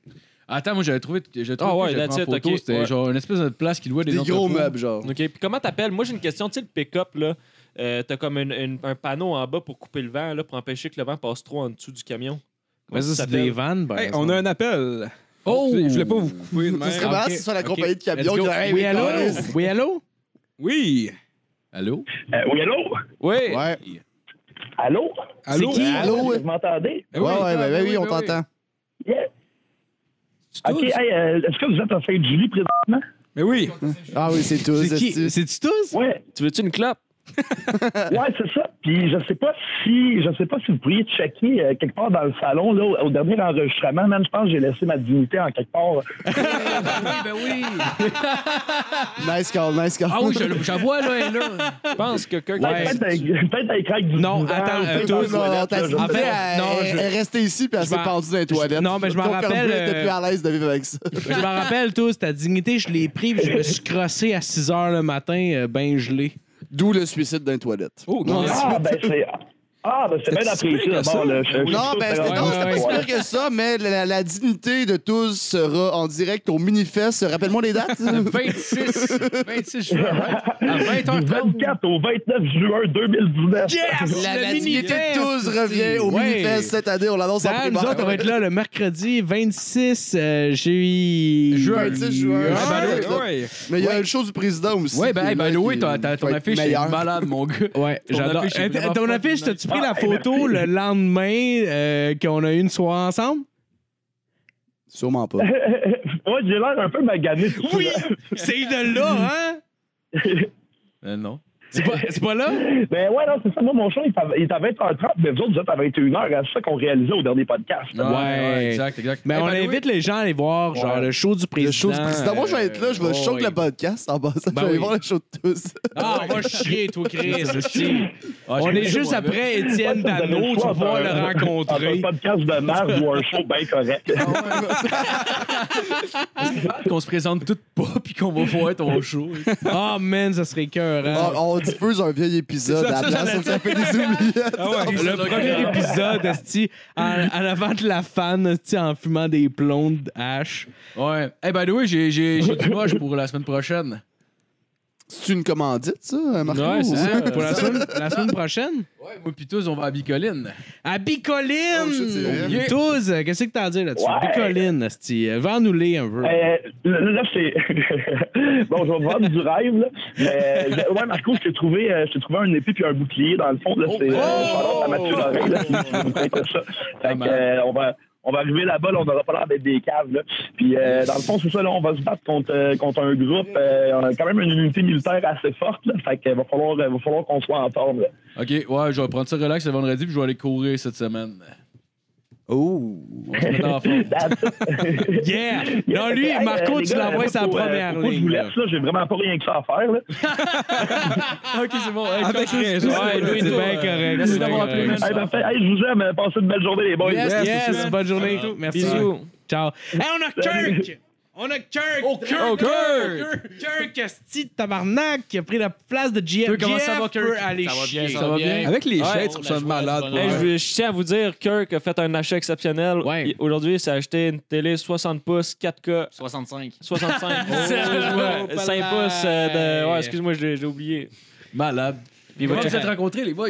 Speaker 3: Attends, moi, j'avais trouvé. J'avais trouvé
Speaker 7: Ah ouais,
Speaker 3: que j'avais
Speaker 7: that's
Speaker 3: pris en
Speaker 7: it,
Speaker 3: photo,
Speaker 7: ok,
Speaker 3: C'était
Speaker 7: ouais.
Speaker 3: genre une espèce de place qui louait des
Speaker 5: Des gros
Speaker 3: entrepôts.
Speaker 5: meubles, genre.
Speaker 7: OK. Puis comment t'appelles? Moi, j'ai une question. Tu sais, le pick-up, là, euh, t'as comme une- une- un panneau en bas pour couper le vent, là, pour empêcher que le vent passe trop en dessous du camion.
Speaker 4: Mais ça, c'est
Speaker 7: Comment ça
Speaker 4: des vannes, par
Speaker 6: Hey,
Speaker 4: exemple.
Speaker 6: on a un appel.
Speaker 3: Oh!
Speaker 6: Je voulais pas vous couper de
Speaker 5: Ce serait
Speaker 6: même.
Speaker 5: marrant
Speaker 4: ok,
Speaker 5: si ce soit la
Speaker 4: ok.
Speaker 5: compagnie de
Speaker 4: Let's
Speaker 5: camions
Speaker 4: go.
Speaker 5: qui dirait, Hey,
Speaker 4: Oui,
Speaker 5: mais
Speaker 4: allô?
Speaker 5: Carlis.
Speaker 4: Oui, allô?
Speaker 6: Oui.
Speaker 3: Allô?
Speaker 9: Euh, oui, allô?
Speaker 7: Oui.
Speaker 5: Ouais.
Speaker 9: Allô?
Speaker 6: Allô?
Speaker 5: Allô?
Speaker 9: Vous m'entendez?
Speaker 6: Eh
Speaker 4: Ah,
Speaker 5: Ouais, ouais, ben, ben oui, on
Speaker 3: ben oui.
Speaker 5: t'entend.
Speaker 9: Yeah.
Speaker 3: C'est tout,
Speaker 9: OK,
Speaker 3: ça?
Speaker 9: hey, euh, est-ce que vous êtes en Sainte-Julie présentement?
Speaker 6: Mais oui,
Speaker 5: Ah oui, c'est tout.
Speaker 4: C'est qui?
Speaker 5: esti.
Speaker 4: C'est-tu tous?
Speaker 9: Ouais,
Speaker 7: Tu veux-tu une clope?
Speaker 9: ouais, c'est ça. Puis je sais pas si je sais pas si vous pourriez checker euh, quelque part dans le salon là au, au dernier enregistrement, man, je pense que j'ai laissé ma dignité en quelque part.
Speaker 4: Ah,
Speaker 3: oui, ben oui.
Speaker 5: Nice call, nice call.
Speaker 3: Ah oui, je, je vois, là, elle est là.
Speaker 7: Je pense que quelqu'un
Speaker 9: Ouais, peut-être avec- peut-être avec crack du
Speaker 4: Non,
Speaker 9: 12 ans,
Speaker 4: attends,
Speaker 9: ou
Speaker 4: euh,
Speaker 9: peut-être
Speaker 4: tout-
Speaker 9: dans
Speaker 5: Non,
Speaker 9: les toilettes, là,
Speaker 5: t'as
Speaker 9: je
Speaker 5: dit,
Speaker 9: sais
Speaker 4: en fait,
Speaker 5: elle,
Speaker 4: Ah, ben, non, je-
Speaker 5: elle est restée ici puis elle
Speaker 4: je
Speaker 5: s'est
Speaker 4: m'en-
Speaker 5: pendue dans les toilettes.
Speaker 4: non, mais je m'en
Speaker 5: Confirmé,
Speaker 4: rappelle,
Speaker 5: T'es plus
Speaker 4: euh,
Speaker 5: à l'aise de vivre avec ça.
Speaker 4: Je m'en rappelle tous, ta dignité, je l'ai pris, puis je me suis crossé à 6 h le matin, euh, ben gelé.
Speaker 5: D'où le suicide dans les toilettes.
Speaker 6: Oh,
Speaker 5: non,
Speaker 6: ok.
Speaker 5: c'est-
Speaker 9: Ah, ben c'est. Ah, ben c'est bien
Speaker 6: C'est si
Speaker 9: apprécié
Speaker 6: pire que ça.
Speaker 9: d'abord. là. Je- je-
Speaker 5: Non,
Speaker 9: je-
Speaker 5: ben, c'était
Speaker 9: ouais,
Speaker 5: non,
Speaker 9: ouais,
Speaker 5: c'était pas si
Speaker 9: ouais.
Speaker 5: pire que ça, mais la, la- la dignité de tous sera en direct au mini-fest. Rappelle-moi les dates.
Speaker 3: 26, 26 juin, right? À 20h30.
Speaker 9: 24 au 29 juin 2019.
Speaker 5: la
Speaker 4: Le
Speaker 5: la dignité
Speaker 4: mini-fest,
Speaker 5: de tous revient au
Speaker 4: Ouais.
Speaker 5: mini-fest cette année. On l'annonce en
Speaker 4: Ça, nous
Speaker 5: primaire.
Speaker 4: autres, on va être là le mercredi 26 euh, ju-
Speaker 3: Juin.
Speaker 5: 26 juin.
Speaker 3: Ah,
Speaker 5: Ah,
Speaker 3: ben,
Speaker 5: ouais. Mais il y a le show du président aussi.
Speaker 3: Ouais, ben,
Speaker 5: qui
Speaker 3: hey,
Speaker 5: est
Speaker 3: ben,
Speaker 5: là,
Speaker 3: Louis,
Speaker 5: qui-
Speaker 3: t'as- t'as- ton
Speaker 5: qui va être
Speaker 3: affiche est
Speaker 5: meilleur.
Speaker 3: malade, mon gars.
Speaker 4: Ouais,
Speaker 3: Ton
Speaker 4: j'adore.
Speaker 3: affiche est
Speaker 4: Euh,
Speaker 3: vraiment
Speaker 4: Ton affiche,
Speaker 3: forte,
Speaker 4: t'as-tu pris la
Speaker 9: Ah,
Speaker 4: photo le lendemain euh, qu'on a eu une soirée ensemble?
Speaker 5: Sûrement pas.
Speaker 9: ouais, j'ai l'air un peu magané.
Speaker 4: Oui! C'est de là, hein?
Speaker 3: Euh, non.
Speaker 4: C'est pas, c'est pas là?
Speaker 9: Ben ouais, non, c'est ça. Moi, mon show, il est à- il est à 20h30, mais vous autres, vous êtes à 21h. hein, C'est ça qu'on réalisait au dernier podcast.
Speaker 4: Ouais.
Speaker 3: exact, exact.
Speaker 4: Mais
Speaker 5: Eh,
Speaker 3: Hey,
Speaker 4: on
Speaker 5: ben,
Speaker 3: by the way,
Speaker 4: invite les gens à aller voir, genre,
Speaker 9: Ouais.
Speaker 4: le show du président.
Speaker 5: Le show du président. Moi, je vais être là, je vais
Speaker 4: euh,
Speaker 5: choquer
Speaker 4: ouais.
Speaker 5: le podcast en passant. je
Speaker 4: Ben
Speaker 5: vais
Speaker 4: oui.
Speaker 5: aller voir le show de tous.
Speaker 4: Ah, moi, chier, toi, Chris. esti.
Speaker 3: Ah, j'ai
Speaker 4: On
Speaker 3: pas
Speaker 4: est
Speaker 3: le
Speaker 4: juste
Speaker 3: choix, là.
Speaker 4: après Étienne
Speaker 9: Ouais, ça, vous avez
Speaker 4: Dano,
Speaker 9: le
Speaker 4: tu
Speaker 9: choix
Speaker 4: vas pouvoir
Speaker 9: entre
Speaker 4: le
Speaker 9: un- entre
Speaker 4: rencontrer.
Speaker 9: Un podcast de merde ou un show bien correct.
Speaker 3: qu'on se présente toutes pas puis qu'on va voir ton show.
Speaker 4: Ah, man, ça serait cœur. hein?
Speaker 5: Ah, on diffuse un vieil épisode.
Speaker 6: Ça,
Speaker 5: à
Speaker 6: ça,
Speaker 5: la
Speaker 6: ça,
Speaker 5: place,
Speaker 6: ça,
Speaker 5: on s'en fait des oubliettes.
Speaker 4: Le premier épisode, esti, en, en avant de la fan, esti, en fumant des blondes haches.
Speaker 3: Ouais. Hey, by the way, j'ai, j'ai, j'ai du moche pour la semaine prochaine.
Speaker 5: C'est une commandite, ça, euh, Marco?
Speaker 7: Ouais, c'est ça.
Speaker 4: Pour la semaine, la semaine prochaine?
Speaker 3: Ouais, moi pis tous, on va à Bicoline.
Speaker 4: À
Speaker 5: Oh, shit, c'est vrai.
Speaker 4: Bicoline! Tous, euh, qu'est-ce que t'as à dire là-dessus?
Speaker 9: Ouais.
Speaker 4: Bicoline, esti, euh, vends-nous-les un peu.
Speaker 9: Euh, là, là, c'est. bon, je vais me vendre du rêve, là. Mais, je- ouais, Marco, je t'ai trouvé, euh, je t'ai trouvé un épée puis un bouclier, dans le fond. Là, c'est. euh,
Speaker 4: Oh!
Speaker 9: je vais Mathieu Lorrain, là, qui- qui nous prête ça. Fait que, euh, on va. On va arriver là-bas, là, on n'aura pas l'air d'être des caves. Là. Puis, euh, dans le fond, c'est ça, là, on va se battre contre, euh, contre un groupe. euh, on a quand même une unité militaire assez forte. Là, fait que, euh, va falloir, euh, va falloir qu'on soit en forme. Là.
Speaker 3: Ok, ouais, je vais prendre ça relax le vendredi puis je vais aller courir cette semaine. Oh! On se met en forme.
Speaker 9: That's it.
Speaker 4: Yeah! Non, lui,
Speaker 9: Hey, euh,
Speaker 4: Marco,
Speaker 9: les
Speaker 4: tu
Speaker 9: gars,
Speaker 4: l'envoies
Speaker 9: euh,
Speaker 4: sa
Speaker 9: faut- euh,
Speaker 4: première
Speaker 9: faut pas que Je
Speaker 4: ligne.
Speaker 9: vous
Speaker 4: là.
Speaker 9: laisse, là. J'ai vraiment pas rien que ça à faire, là.
Speaker 7: Ah,
Speaker 3: ok, c'est bon. Hey,
Speaker 6: Avec
Speaker 3: coach,
Speaker 6: raison.
Speaker 7: Ouais, lui,
Speaker 4: C'est
Speaker 7: toi,
Speaker 4: bien
Speaker 7: euh,
Speaker 4: correct.
Speaker 3: merci
Speaker 4: c'est bien
Speaker 3: d'avoir appelé, man.
Speaker 4: correct.
Speaker 9: Ah,
Speaker 8: Eh ben,
Speaker 9: Hey, ben, parfait. Hey, je vous aime. Passez une belle journée, les boys.
Speaker 3: Yes,
Speaker 4: Yes, bonne journée. Merci.
Speaker 7: Bisous.
Speaker 4: Ciao. Hey, on a Kirk! On a Kirk! Oh, Kirk!
Speaker 6: Oh, Kirk!
Speaker 4: Kirk, esti de tabarnak, qui a pris la place de GF.
Speaker 3: Toi, comment ça va, Kirk?
Speaker 4: peut aller
Speaker 3: Ça va bien,
Speaker 4: chier.
Speaker 3: ça va bien.
Speaker 6: Avec les
Speaker 7: Ouais,
Speaker 6: chaises, je trouve ça malade.
Speaker 7: Hey, Eh, je, veux- je tiens à vous dire, Kirk a fait un achat exceptionnel.
Speaker 4: Ouais.
Speaker 7: Il- Aujourd'hui, il s'est acheté une télé 60 pouces, 4K,
Speaker 10: 65.
Speaker 7: 65, Ouais, 5 pouces. euh, de... Ouais, excuse-moi, je l'ai- je l'ai oublié.
Speaker 3: Malade.
Speaker 7: Puis il va
Speaker 3: Comment vous
Speaker 7: checker.
Speaker 3: êtes rencontrés, les boys?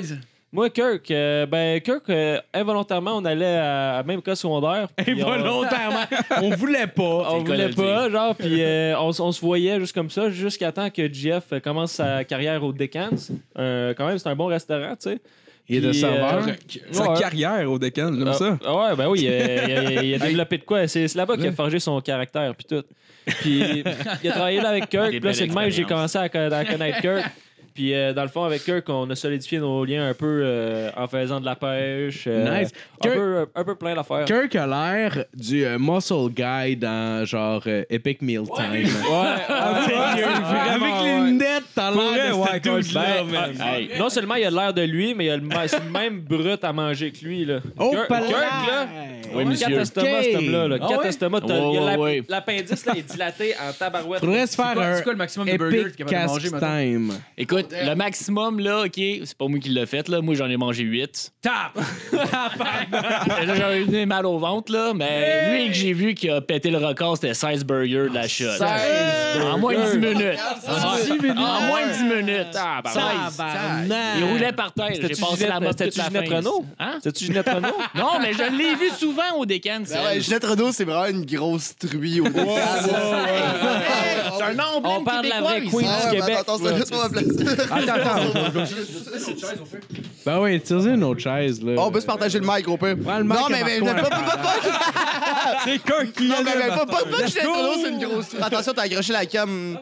Speaker 7: Moi, Kirk, euh, ben, Kirk, euh, involontairement, on allait à, à même cas secondaire. puis on-
Speaker 4: Involontairement. on voulait pas.
Speaker 7: On
Speaker 10: le cas
Speaker 7: voulait
Speaker 10: de le
Speaker 7: pas, genre, puis euh, on, s- on se voyait juste comme ça, jusqu'à temps que Jeff euh, commence sa carrière au Decans. Euh, quand même, c'est un bon restaurant, tu sais.
Speaker 4: Il est de
Speaker 7: Puis,
Speaker 4: serveur.
Speaker 7: euh,
Speaker 6: Sa
Speaker 7: ouais.
Speaker 6: carrière au Decan, j'aime
Speaker 7: Ah,
Speaker 6: ça.
Speaker 7: ah ouais, ben oui, il a, il a- il a- il a développé de quoi. C'est c'est là-bas qu'il a forgé son caractère, puis tout. Puis il a travaillé là avec Kirk,
Speaker 10: Des
Speaker 7: puis là, c'est
Speaker 10: belles
Speaker 7: de même que j'ai
Speaker 10: expériences.
Speaker 7: commencé à, conna- à connaître Kirk. Puis euh, dans le fond, avec Kirk, on a solidifié nos liens un peu euh, en faisant de la pêche. euh,
Speaker 4: Nice.
Speaker 7: Un,
Speaker 4: Kirk-
Speaker 7: peu, un peu plein d'affaires.
Speaker 4: Kirk a l'air du euh, muscle guy dans genre euh, Epic Meal Time. Ah, Avec les lunettes, t'as l'air de
Speaker 6: Pour vrai,
Speaker 4: cette
Speaker 6: ouais,
Speaker 4: douce là
Speaker 7: Ben, ah, hey, non seulement il a l'air de lui, mais il a le, ma- c'est le même brut à manger que lui. Là.
Speaker 4: Oh,
Speaker 7: Kirk,
Speaker 4: palais!
Speaker 7: Kirk, là,
Speaker 10: Oui,
Speaker 7: quatre
Speaker 10: monsieur.
Speaker 7: estomacs, cet homme-là. là.
Speaker 3: Ah
Speaker 7: Quatre
Speaker 3: ouais?
Speaker 7: estomacs, t'as-
Speaker 10: Ouais,
Speaker 7: il a la-
Speaker 10: ouais, ouais.
Speaker 7: l'appendice là, est dilaté en tabarouette.
Speaker 4: Faudrait se faire
Speaker 3: Quoi-
Speaker 4: un
Speaker 3: C'est quoi le maximum de burgers que
Speaker 4: Epic
Speaker 3: tu capable de manger
Speaker 4: Cast
Speaker 3: maintenant?
Speaker 4: Time.
Speaker 10: Écoute, le maximum, là, OK, c'est pas moi qui l'ai fait, là. Moi, j'en ai mangé 8.
Speaker 3: Tap!
Speaker 10: là, j'avais eu des mal au ventre, là, mais lui que j'ai vu qui a pété le record, c'était 16 burgers de la shot.
Speaker 5: 16
Speaker 10: En moins de 10 minutes. En, en moins de 10 minutes.
Speaker 7: Ah, bah,
Speaker 10: Ça, Il roulait par terre. J'ai
Speaker 7: Euh, C'était-tu
Speaker 10: passé la
Speaker 7: Ginette-
Speaker 10: mode toute
Speaker 7: c'était-tu
Speaker 10: la
Speaker 7: Ginette
Speaker 10: fin.
Speaker 7: Renault?
Speaker 10: Hein?
Speaker 7: C'est-tu Ginette Renault?
Speaker 10: Non, mais je l'ai vu souvent au Décan.
Speaker 5: Ben ouais, Ginette Renault, c'est vraiment une grosse truie au début.
Speaker 10: C'est un emblème
Speaker 7: On parle de la vraie
Speaker 10: québécoise.
Speaker 7: queen du Québec.
Speaker 5: Ah attends,
Speaker 7: là.
Speaker 5: c'est juste pour ma place.
Speaker 4: Attends, attends. Ben oui, tire une autre chaise, là.
Speaker 10: Oh, ben,
Speaker 5: On peut se partager le mic, au pire.
Speaker 4: Prends le mic
Speaker 5: non,
Speaker 4: à
Speaker 5: mais, mais,
Speaker 4: Marco,
Speaker 5: pas, pas, pas, pas,
Speaker 6: C'est qu'un qui
Speaker 5: non,
Speaker 6: est
Speaker 5: mais, mais,
Speaker 6: là.
Speaker 5: pas, pas, pas que Ginette Renault, c'est une grosse truie. Attention, t'as accroché la cam.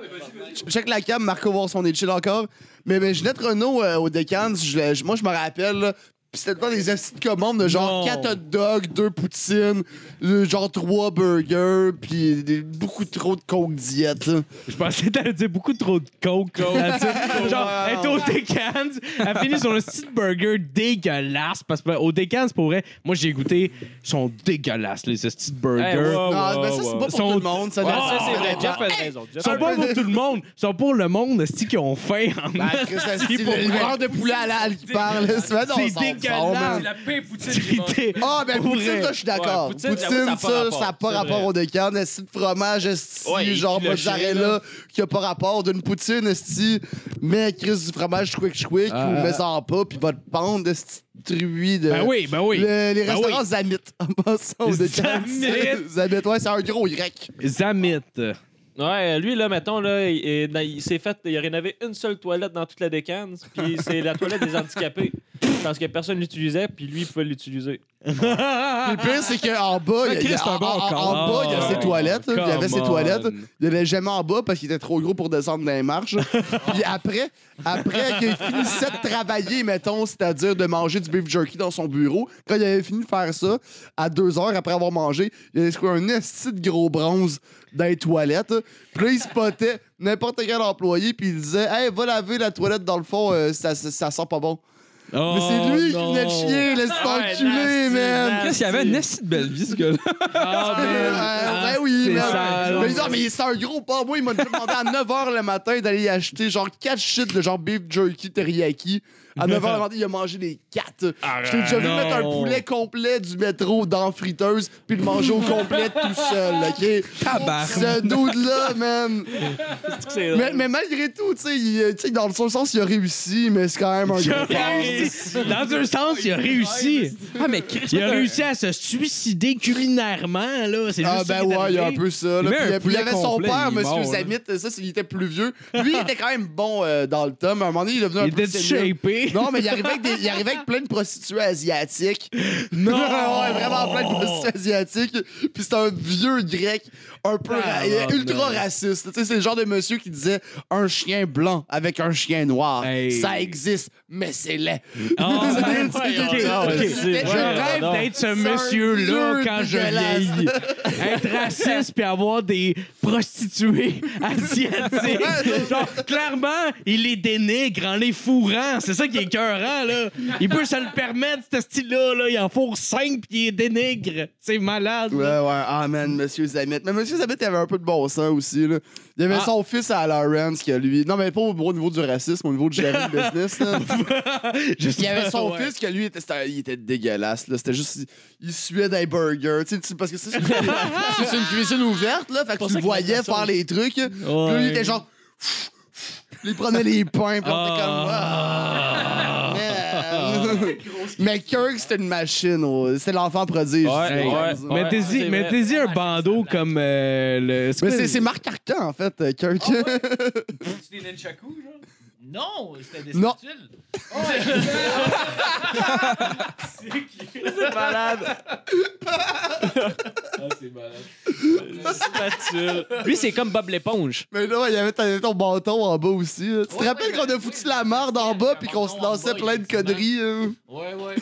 Speaker 5: Ch- Check la cam, Marco voir son est chill encore. Mais, mais Ginette Renault euh, au Deccan, je- je- moi, je me rappelle, là, pis c'était dans des assises de commandes de genre
Speaker 4: Non.
Speaker 5: 4 hot dogs, 2 poutines, euh, genre 3 burgers, puis des- beaucoup trop de coke diète. là.
Speaker 4: Je pensais que t'allais dire beaucoup trop de coke. là, tu sais. Genre, elle est au Decans, elle finit son petit burger dégueulasse. Parce que au Decans, pour vrai, moi j'ai goûté, ils sont dégueulasses, les petits burgers.
Speaker 7: Hey, wow, wow,
Speaker 5: Ah, mais ça, c'est
Speaker 7: wow.
Speaker 5: pas pour
Speaker 4: Sont-
Speaker 5: tout le monde. Ça,
Speaker 7: Ouais,
Speaker 5: dépend.
Speaker 7: ça, c'est vrai.
Speaker 5: Ah,
Speaker 7: Jeff a raison. Jeff
Speaker 4: Ils sont
Speaker 7: a
Speaker 4: pas
Speaker 7: raison.
Speaker 4: pour tout le monde, ils sont pour le monde, cest qui ont faim en
Speaker 5: Ben, Chris, c'est
Speaker 4: pour
Speaker 5: le
Speaker 4: vrai.
Speaker 5: livreur de poulet à l'âle qui parle. C'est vrai, non, on
Speaker 4: C'est
Speaker 5: s'en prend,
Speaker 4: dégueulasse.
Speaker 5: oh, man.
Speaker 4: La paix poutine. C'est
Speaker 5: Ah, ben,
Speaker 4: Pour
Speaker 5: Poutine,
Speaker 4: vrai.
Speaker 5: ça, je suis d'accord.
Speaker 7: Ouais,
Speaker 5: poutine,
Speaker 7: poutine, j'avoue,
Speaker 5: ça, ça n'a pas rapport au décan. Esti de fromage, esti,
Speaker 10: Ouais, et
Speaker 5: genre
Speaker 10: puis le chien,
Speaker 5: mozzarella, qui n'a pas rapport. D'une poutine, esti, mais Chris, du fromage quick quick,
Speaker 4: Ah.
Speaker 5: ou mets-en pas, puis va te pendre, esti, de truie de.
Speaker 4: Ben oui, ben oui.
Speaker 5: Le- les
Speaker 4: Ben
Speaker 5: restaurants Zamit, en passant au décan.
Speaker 4: Zamit.
Speaker 5: Zamit, ouais, c'est un gros grec.
Speaker 4: Zamit.
Speaker 7: Ouais, lui, là, mettons, là, il, il- il s'est fait, il a rénové une seule toilette dans toute la décane, puis c'est la toilette des handicapés. Parce que personne l'utilisait, puis lui, il pouvait l'utiliser.
Speaker 5: Puis le pire, c'est qu'en bas, il y a,
Speaker 6: Chris, c'est un
Speaker 5: en-
Speaker 6: bon
Speaker 5: en-
Speaker 6: con.
Speaker 5: en bas, il y a ses
Speaker 7: Oh,
Speaker 5: toilettes. Il y avait ses
Speaker 4: come on.
Speaker 5: toilettes. Il n'y allait jamais en bas parce qu'il était trop gros pour descendre dans les marches. Puis après, après qu'il finissait de travailler, mettons, c'est-à-dire de manger du beef jerky dans son bureau, quand il avait fini de faire ça, à deux heures après avoir mangé, il avait secoué un esti de gros bronze dans les toilettes. Puis là, il spotait n'importe quel employé, puis il disait Hey, va laver la toilette dans le fond, euh, ça, ça, ça sent pas bon. Mais c'est lui qui venait de chier, laisse t'enculer, man!
Speaker 6: Qu'est-ce qu'il y avait une esti de belle vie, ce gars-là?
Speaker 5: Ah, ben oui,
Speaker 4: c'est
Speaker 5: man.
Speaker 4: sale.
Speaker 5: Mais non, mais c'est un gros pas. Moi, il m'a demandé à 9h le matin d'aller acheter genre 4 shit de genre beef jerky teriyaki. À 9h le matin, il a mangé les 4. Je t'ai déjà vu
Speaker 4: non.
Speaker 5: mettre un poulet complet du métro dans la friteuse puis le manger au complet tout seul, OK?
Speaker 6: Tabarnak.
Speaker 5: Ce dude-là, man.
Speaker 7: C'est
Speaker 5: Mais, mais malgré tout, tu sais, il- tu sais, dans le son sens, il a réussi, mais c'est quand même un
Speaker 4: Il
Speaker 5: gros
Speaker 4: a
Speaker 5: pas.
Speaker 4: réussi. Dans un sens, il a réussi.
Speaker 6: Ah, mais Chris,
Speaker 4: Il a réussi à se suicider culinairement, là. C'est
Speaker 5: Ah
Speaker 4: juste
Speaker 5: ben
Speaker 4: ça qui est
Speaker 5: ouais, il y a un
Speaker 4: arrivé.
Speaker 5: peu ça.
Speaker 6: Il
Speaker 5: Là.
Speaker 6: met
Speaker 5: Puis
Speaker 6: un
Speaker 5: il y a- puis il y
Speaker 6: poulet
Speaker 5: avait son
Speaker 6: complet,
Speaker 5: père,
Speaker 6: il est
Speaker 5: monsieur
Speaker 6: mort, là.
Speaker 5: Zamit, ça, c'est- il était plus vieux. Lui, il était quand même bon euh, dans le tome. À un moment donné, il est devenu un
Speaker 4: Il
Speaker 5: peu
Speaker 4: était
Speaker 5: sénile.
Speaker 4: shapé.
Speaker 5: Non, mais il arrivait, avec des- il arrivait avec plein de prostituées asiatiques.
Speaker 4: Non!
Speaker 5: ouais, vraiment plein de prostituées asiatiques. Puis c'était un vieux grec, un peu ra-
Speaker 4: Ah,
Speaker 5: euh,
Speaker 4: non,
Speaker 5: ultra
Speaker 4: non.
Speaker 5: raciste. Tu sais, c'est le genre de monsieur qui disait un chien blanc avec un chien noir.
Speaker 4: Hey.
Speaker 5: Ça existe, mais c'est laid.
Speaker 4: Ah,
Speaker 5: C'est-
Speaker 4: ben,
Speaker 5: c'est-
Speaker 4: ok,
Speaker 5: c'est-
Speaker 4: ok.
Speaker 5: c'est-
Speaker 4: Je rêve d'être ce monsieur-là quand je vieillis. Être raciste puis avoir des prostituées asiatiques. Genre, clairement, il les dénigre en les fourrant. C'est ça qui est écœurant, là. Il peut se le permettre, ce style-là. Là. Il en fourre cinq puis il les dénigre. C'est malade.
Speaker 5: Ouais,
Speaker 4: là.
Speaker 5: ouais. Ah, man, Monsieur Zamit. Mais Monsieur Zamit, il avait un peu de bon sens aussi. Là. Il avait son fils à Lawrence, que lui. Non, mais pas au, au niveau du racisme, au niveau du gérer le business. là.
Speaker 4: Juste-
Speaker 5: Il y avait son
Speaker 4: Ouais.
Speaker 5: fils, que lui, était, c'était- il était dégueulasse. Là. C'était juste. Il, il suait des burgers. Tu sais, tu- parce que c'est, c'est- c'est une cuisine ouverte, là. Fait que tu le voyais faire les trucs. Puis là, il était genre. Il prenait les pains, puis on était comme. Ah, man. Mais Kirk, c'était une machine. oh. C'était l'enfant prodige.
Speaker 7: Ouais, ouais.
Speaker 4: Mettez-y
Speaker 7: c'est
Speaker 4: mettez-y
Speaker 6: Ah,
Speaker 4: un bandeau comme euh, le.
Speaker 5: Mais c'est, c'est Marc Arcan, en fait, euh, Kirk.
Speaker 10: C'était des nunchakus, genre? Non, c'était des
Speaker 5: Non.
Speaker 10: spatules.
Speaker 7: spatule. Lui, c'est comme Bob l'éponge.
Speaker 5: Mais là, il y avait ton, ton bâton en bas aussi. là. Tu te rappelles qu'on a foutu la merde en bas puis qu'on se lançait plein de conneries. hein?
Speaker 10: Ouais, ouais.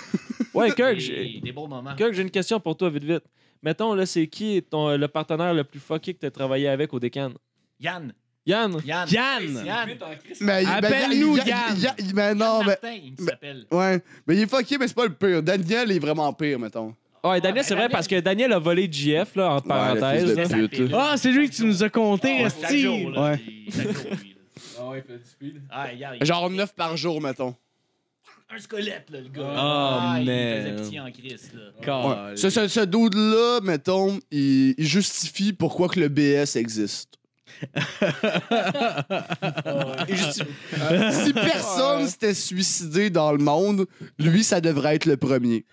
Speaker 7: Ouais, Kirk, j'ai
Speaker 10: Des, des beaux moments.
Speaker 7: Kirk, j'ai une question pour toi, vite, vite. Mettons, là, c'est qui ton, le partenaire le plus fucké que t'as travaillé avec au décan?
Speaker 10: Yann.
Speaker 7: Yann?
Speaker 10: Yann.
Speaker 4: Yann.
Speaker 10: Yann.
Speaker 5: Mais, ben, mais-
Speaker 4: Appelle-nous,
Speaker 5: mais-
Speaker 4: Yann.
Speaker 5: mais- mais- mais non, mais.
Speaker 10: Martin, il s'appelle.
Speaker 5: Ouais, mais il est fucké, mais c'est pas le pire. Daniel est vraiment pire, mettons.
Speaker 7: Ouais, Ah, Daniel, c'est vrai, parce que Daniel a volé JF, là, entre parenthèses. là.
Speaker 4: Ah, c'est lui que tu nous as conté,
Speaker 10: Ah, chaque
Speaker 4: Esti.
Speaker 10: jour, là,
Speaker 5: Ouais.
Speaker 10: il- chaque jour, lui, là.
Speaker 3: Ah ouais, il fait du speed.
Speaker 10: Ah, Yann, il-
Speaker 5: Genre 9 par jour, mettons.
Speaker 10: Un squelette, là, le gars.
Speaker 4: Ah,
Speaker 10: il
Speaker 4: man.
Speaker 10: faisait pitié en Christ, là.
Speaker 5: Ouais. Ce, ce, ce dude-là, mettons, il, il justifie pourquoi que le BS existe. Et je dis, si personne s'était suicidé dans le monde, lui, ça devrait être le premier.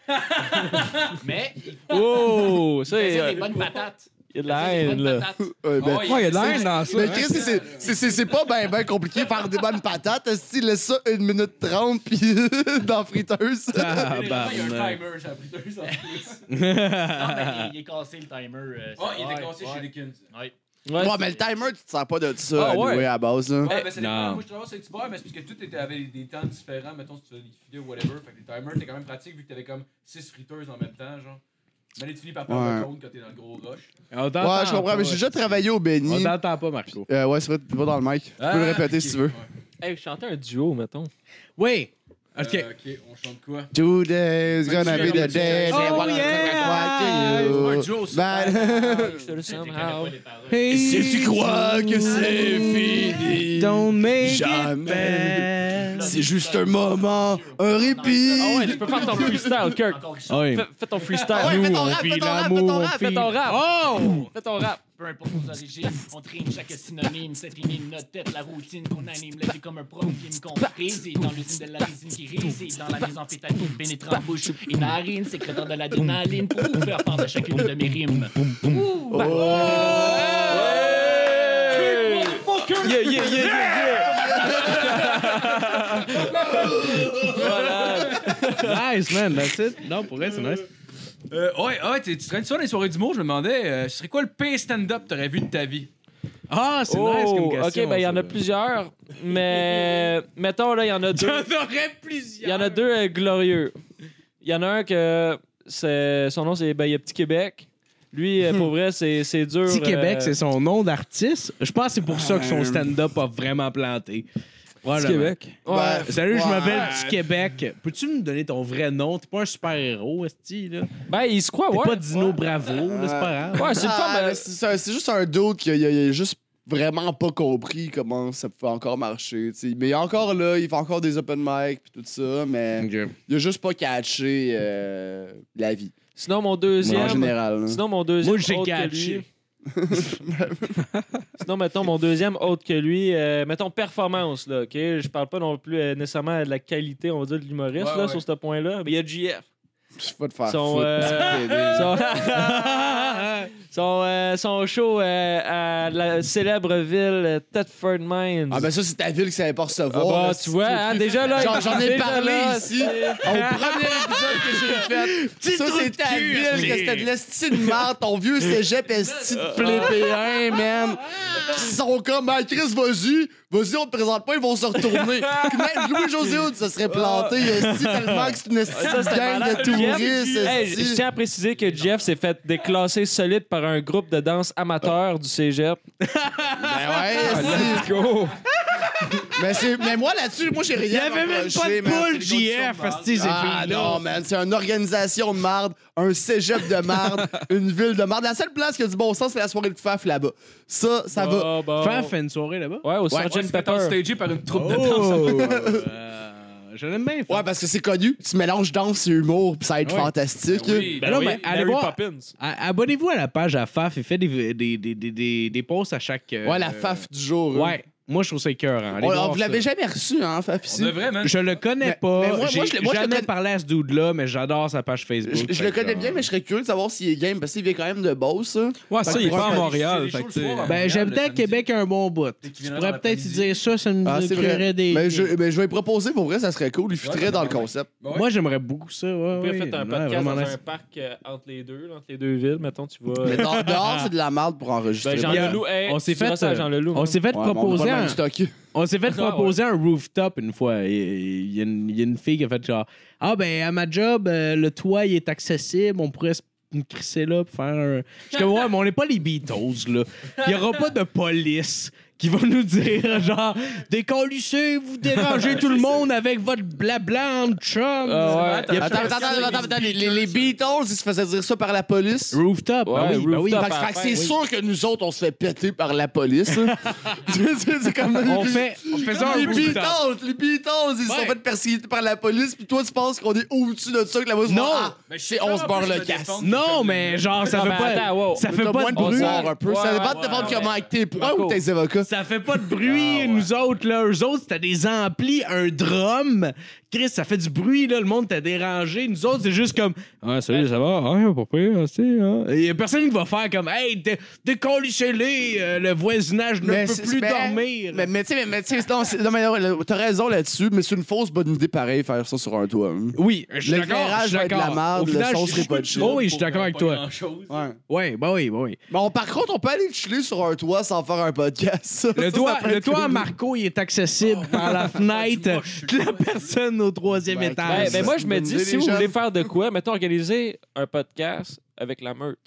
Speaker 10: Mais
Speaker 7: Oh, ça, il
Speaker 10: il
Speaker 7: y a
Speaker 10: faisait des bonnes patates.
Speaker 7: il y a de
Speaker 10: Il
Speaker 7: la
Speaker 10: faisait des
Speaker 7: haine,
Speaker 10: bonnes
Speaker 7: là.
Speaker 10: patates.
Speaker 5: Ouais, ben,
Speaker 10: Ah ouais,
Speaker 6: Ouais, il y a de la haine dans ça.
Speaker 5: Mais
Speaker 6: hein.
Speaker 5: Chris, c'est- c'est- c'est c'est pas bien ben compliqué faire des bonnes patates. Si laisse ça une minute trente puis dans la friteuse.
Speaker 4: Ah,
Speaker 10: il y a un
Speaker 4: ben,
Speaker 10: timer, ça a pris deux ans. Non, mais il est cassé le timer. euh, ça. Ouais, ouais.
Speaker 3: Dickens.
Speaker 10: Ouais.
Speaker 7: Ouais,
Speaker 5: Ouais, mais le timer, tu te sers pas de ça
Speaker 7: Ah, ouais.
Speaker 5: anyway, à la base. là.
Speaker 3: Ouais, mais ça dépend.
Speaker 4: Eh, Non.
Speaker 3: Moi, je travaille sur Uber, mais c'est parce que tout était avec des temps différents. Mettons, si tu faisais des filets ou whatever. Fait que les timers, c'était quand même pratique vu que t'avais comme 6 friteuses en même temps, genre. Mais les tu finis par prendre
Speaker 5: Ouais.
Speaker 3: le compte quand t'es dans le gros rush.
Speaker 4: on t'entend
Speaker 5: Ouais, je comprends,
Speaker 4: pas.
Speaker 5: mais j'ai déjà travaillé au
Speaker 4: On
Speaker 5: Benny.
Speaker 4: t'entend pas, Marco.
Speaker 5: Euh, ouais, c'est vrai, t'es pas dans le mic. Tu peux le
Speaker 3: Ah,
Speaker 5: répéter si tu veux.
Speaker 7: Hey, je chantais un duo, mettons.
Speaker 4: Oui. OK.
Speaker 10: Euh,
Speaker 3: Euh, ok, on chante quoi
Speaker 5: Two days, gonna be the day.
Speaker 4: Oh,
Speaker 5: that wanna Oh,
Speaker 4: yeah!
Speaker 5: come back to you.
Speaker 3: Joe,
Speaker 5: Man.
Speaker 7: Je te le
Speaker 10: Je connais pas
Speaker 7: somehow.
Speaker 10: les paroles.
Speaker 4: Hey,
Speaker 5: Si tu crois que c'est fini,
Speaker 4: Don't make
Speaker 5: Jamais.
Speaker 4: it bad.
Speaker 5: c'est juste un moment, un
Speaker 7: Ah ouais,
Speaker 5: répit.
Speaker 7: tu peux faire ton freestyle, Kirk.
Speaker 10: Encore une
Speaker 4: Ah oui.
Speaker 7: Fais, fais ton freestyle.
Speaker 5: Ouais, fais ton
Speaker 4: Nous, on
Speaker 5: rap, fais
Speaker 4: vit
Speaker 5: ton rap,
Speaker 4: l'amour,
Speaker 5: fais ton
Speaker 4: on
Speaker 5: rap,
Speaker 7: fais
Speaker 4: vit...
Speaker 7: ton rap.
Speaker 4: Oh!
Speaker 7: Fais ton rap.
Speaker 10: Peu importe nos origines, on trime chaque synonyme, cette ligne, notre tête, la routine qu'on anime, la vie comme un prof qui me comprise, et dans l'usine de la résine qui réside, dans la maison fétale pénétrant en bouche et narine, sécrétant de l'adrénaline pour vous faire part de chacune de mes rimes.
Speaker 7: Yeah, yeah, yeah, Oh, yeah, yeah.
Speaker 4: Nice, man, that's it. Non, pour vrai, c'est nice.
Speaker 3: Euh, ouais, ouais, tu tu traînes ça dans les soirées d'humour, je me demandais, euh, ce serait quoi le pire stand-up que t'aurais vu de ta vie
Speaker 4: Ah, c'est
Speaker 7: Oh,
Speaker 4: nice comme question.
Speaker 7: ok, ben il y en
Speaker 4: ça.
Speaker 7: a plusieurs, mais mettons là, il y en a deux.
Speaker 4: aurait
Speaker 7: Il
Speaker 4: plusieurs.
Speaker 7: y en a deux euh, glorieux. Il y en a un que c'est- son nom c'est ben, il y a Petit Québec. Lui, euh, pour vrai, c'est c'est dur.
Speaker 4: Petit Québec,
Speaker 7: euh,
Speaker 4: c'est son nom d'artiste. Je pense que c'est pour ça que son stand-up a vraiment planté.
Speaker 6: Petit
Speaker 4: Probablement.
Speaker 6: Québec.
Speaker 7: Ouais.
Speaker 4: Salut, je m'appelle Petit Québec. Peux-tu me donner ton vrai nom? T'es pas un super-héros, Esti, là.
Speaker 7: Ben, il se croit,
Speaker 4: T'es
Speaker 7: ouais.
Speaker 4: pas Dino Bravo, là, c'est pas grave.
Speaker 7: Ouais, c'est une
Speaker 5: Ah,
Speaker 7: femme. euh,
Speaker 5: mais c'est- c'est un- c'est juste un dude qui a, il a- il a juste vraiment pas compris comment ça peut encore marcher. tu sais. Mais il est encore là, il fait encore des open mic puis tout ça, mais il a juste pas catché euh, la vie
Speaker 7: Sinon, mon
Speaker 5: en
Speaker 7: deuxième.
Speaker 5: général. là.
Speaker 7: Sinon, mon deuxième.
Speaker 4: Moi, j'ai
Speaker 7: autre que
Speaker 4: catché.
Speaker 7: lui. Sinon, mettons, mon deuxième autre que lui, euh, mettons, performance, là, OK? Je parle pas non plus euh, nécessairement de la qualité, on va dire, de l'humoriste,
Speaker 3: Ouais,
Speaker 7: là,
Speaker 3: ouais.
Speaker 7: sur ce point-là. Mais il y a JF.
Speaker 5: Je vais te faire
Speaker 7: Son,
Speaker 5: foutre,
Speaker 7: euh,
Speaker 5: petit pédé.
Speaker 7: Son, son, euh, son show euh, à la célèbre ville euh, Thetford Mines.
Speaker 5: Ah ben ça, c'est ta ville qui savait pas
Speaker 7: Ah
Speaker 5: recevoir.
Speaker 7: bah,
Speaker 5: là,
Speaker 7: tu vois, hein, déjà là...
Speaker 5: Genre, j'en ai
Speaker 7: déjà
Speaker 5: parlé
Speaker 7: là,
Speaker 5: ici,
Speaker 7: c'est-
Speaker 5: au premier épisode que j'ai fait. ça, c'est ta ville, que c'était de l'esti de merde, ton vieux cégep esti de plébéien, man. Ils sont comme, ah, Chris, vas-y, vas-y, on te présente pas, ils vont se retourner. Même Louis-José Hood se serait planté, esti, tellement que c'est une esti
Speaker 7: Ça,
Speaker 5: de
Speaker 7: c'était
Speaker 5: gang
Speaker 7: malade.
Speaker 5: de touristes,
Speaker 7: Jeff, hey, je
Speaker 5: esti.
Speaker 7: tiens à préciser que Jeff s'est fait déclasser solide par un groupe de danse amateur du cégep.
Speaker 5: Ben ouais, esti.
Speaker 6: Let's go.
Speaker 5: Mais, c'est- mais moi, là-dessus, moi, j'ai rien
Speaker 4: Il y avait même pas de
Speaker 5: reproché, man.
Speaker 4: poule, JF, Esti, ces
Speaker 5: Ah non,
Speaker 4: filles-là.
Speaker 5: man, c'est une organisation de marde, un cégep de marde, une ville de marde. La seule place qui a du bon sens, c'est la soirée de Faf là-bas. Ça, ça va.
Speaker 7: Bon, Oh. bon.
Speaker 4: Faf fait une soirée là-bas.
Speaker 7: Ouais, au Sgt.
Speaker 3: Ouais, c'est mettons,
Speaker 7: Pepper.
Speaker 3: stagé par une troupe de danse.
Speaker 4: Oh! Euh, Je l'aime bien, Faf.
Speaker 5: Ouais, parce que c'est connu. Tu mélanges danse et humour, puis ça va être
Speaker 4: Ouais.
Speaker 5: fantastique.
Speaker 4: Ben là, ben, allez
Speaker 7: Mary
Speaker 4: voir.
Speaker 7: Poppins.
Speaker 4: A- Abonnez-vous à la page à Faf et faites des, des, des, des, des, des posts à chaque. euh,
Speaker 5: Ouais, la Faf du jour. hein.
Speaker 4: Ouais, moi je trouve ça écœurant. Allez
Speaker 5: On,
Speaker 4: voir
Speaker 5: on vous l'avez
Speaker 4: ça.
Speaker 5: jamais reçu, hein, Faf,
Speaker 3: On
Speaker 5: ici?
Speaker 3: devrait, man.
Speaker 4: Je le connais
Speaker 5: Mais-
Speaker 4: pas.
Speaker 5: mais moi- moi,
Speaker 4: J'ai
Speaker 5: je le- moi, je le
Speaker 4: jamais
Speaker 5: connais-
Speaker 4: parlé à ce dude-là, mais j'adore sa page Facebook.
Speaker 5: Je, je
Speaker 4: Fait
Speaker 5: le
Speaker 4: que,
Speaker 5: connais
Speaker 4: genre,
Speaker 5: bien, mais je serais curieux de savoir s'il est game, parce qu'il vient quand même de Beauce. hein.
Speaker 6: Ouais, ça, il est pas à
Speaker 5: Ouais,
Speaker 6: Montréal.
Speaker 3: c'est
Speaker 6: fait
Speaker 3: les
Speaker 6: que,
Speaker 3: shows
Speaker 6: tu sais,
Speaker 3: le soir,
Speaker 6: ben,
Speaker 4: Ben, j'aime
Speaker 3: Montréal,
Speaker 4: tant
Speaker 3: le
Speaker 4: Québec un bon bout.
Speaker 3: Dès qu'il
Speaker 4: Tu
Speaker 3: viendra dans
Speaker 4: pourrais peut-être
Speaker 3: l'après-midi.
Speaker 4: dire ça, ça nous
Speaker 5: Ah, c'est vrai.
Speaker 4: créerait des.
Speaker 5: Mais je, mais je vais lui proposer, pour vrai, ça serait cool. Il fitterait
Speaker 3: Ouais,
Speaker 5: dans le
Speaker 3: ouais.
Speaker 5: concept.
Speaker 3: Ouais.
Speaker 4: Moi, j'aimerais beaucoup ça. Ouais,
Speaker 7: Vous
Speaker 4: ouais.
Speaker 7: pouvez faire un
Speaker 4: Ouais,
Speaker 7: podcast
Speaker 4: vraiment
Speaker 7: dans
Speaker 4: nice.
Speaker 7: un parc euh, entre les deux, là, entre les deux villes. Mettons, tu vas.
Speaker 5: Mais dans- dehors, c'est de la marde pour enregistrer.
Speaker 7: Ben, Jean
Speaker 4: bien.
Speaker 7: Leloup, hey,
Speaker 4: On s'est
Speaker 7: tu diras
Speaker 4: fait,
Speaker 7: ça à
Speaker 4: euh,
Speaker 7: Jean Leloup.
Speaker 4: On s'est fait
Speaker 5: Ouais, mais on va
Speaker 4: proposer
Speaker 5: pas mal
Speaker 4: un.
Speaker 5: stocker.
Speaker 4: On s'est fait
Speaker 7: Ah, ouais.
Speaker 4: proposer un rooftop une fois. Il- Il il y, a une- il y a une fille qui a fait genre Ah, ben, à ma job, euh, le toit, il est accessible. On pourrait se me crisser là pour faire un. Je suis comme, ouais, mais on n'est pas les Beatles, là. Il n'y aura pas de police. qui va nous dire, genre, décollissez, vous dérangez tout le monde avec votre blabla en chum.
Speaker 7: Ah ouais.
Speaker 4: Il y a
Speaker 5: Attends, attends, attends, attends, attends, les, les- les Beatles, ils se faisaient dire ça par la police.
Speaker 4: Rooftop,
Speaker 7: Ouais,
Speaker 4: ben oui, ben oui.
Speaker 7: rooftop.
Speaker 5: Fait que- fait que c'est
Speaker 7: Oui.
Speaker 5: sûr que nous autres, on se fait péter par la police. hein. C'est- c'est c'est comme
Speaker 4: On fait, on fait ça un
Speaker 5: les
Speaker 4: rooftop.
Speaker 5: Beatles, les Beatles, ils se sont
Speaker 4: Ouais.
Speaker 5: fait persécuter par la police, puis toi, tu penses qu'on est au-dessus de ça, que la police
Speaker 4: Non.
Speaker 5: Ah, c'est on se barre le casse.
Speaker 4: Non, mais genre, ça
Speaker 7: Non,
Speaker 4: fait
Speaker 7: mais
Speaker 4: pas,
Speaker 7: Ah, ben, attends, wow.
Speaker 4: ça
Speaker 5: Mais
Speaker 4: fait
Speaker 5: t'as
Speaker 4: pas
Speaker 5: moins
Speaker 4: de
Speaker 5: pouvoir
Speaker 4: bruit.
Speaker 5: un peu.
Speaker 7: Ouais,
Speaker 5: ça dépend
Speaker 7: ouais,
Speaker 5: de défendre
Speaker 7: ouais,
Speaker 5: comment avec tes points
Speaker 7: Marco.
Speaker 5: ou tes avocats.
Speaker 4: Ça fait pas de
Speaker 5: Ah,
Speaker 4: bruit, nous autres, là. Eux autres, c'était des amplis, un drum. Chris, ça fait du bruit, là. Le monde t'a dérangé. Nous autres, c'est juste comme. Ah, salut, ça va? Ah, pas pire, ah, c'est. hein. Il y a personne qui va faire comme. Hey, dé- décollissez-les. euh, le voisinage ne peut
Speaker 5: c'est-
Speaker 4: plus
Speaker 5: mais-
Speaker 4: dormir.
Speaker 5: Mais, mais tu sais, mais- mais tu sais, non, c'est- non, mais non, le- t'as raison là-dessus, mais c'est une fausse bonne idée pareil, faire ça sur un toit. hein.
Speaker 4: oui, je suis d'accord.
Speaker 5: L'éclairage
Speaker 4: je suis
Speaker 5: va être de la
Speaker 4: d'accord.
Speaker 5: merde,
Speaker 4: Au
Speaker 5: le
Speaker 4: final,
Speaker 5: son
Speaker 4: je-
Speaker 5: serait pas de shit.
Speaker 4: Oh oui, je suis d'accord avec toi.
Speaker 5: Ouais.
Speaker 4: Oui, bah oui, bah oui.
Speaker 5: Bon, par contre, on peut aller chiller sur un toit sans faire un podcast. Ça,
Speaker 4: Le
Speaker 5: ça,
Speaker 4: toit,
Speaker 5: ça peut
Speaker 4: le
Speaker 5: être
Speaker 4: toit à
Speaker 5: cool.
Speaker 4: Marco, il est accessible par la fenêtre de la personne au troisième
Speaker 5: Ben,
Speaker 7: Ben,
Speaker 4: étage.
Speaker 7: ben, moi, je me dis,
Speaker 5: Bonne
Speaker 7: si
Speaker 5: idée,
Speaker 7: vous
Speaker 5: les
Speaker 7: voulez
Speaker 5: jeunes.
Speaker 7: faire de quoi, mettons, organiser un podcast avec la meute.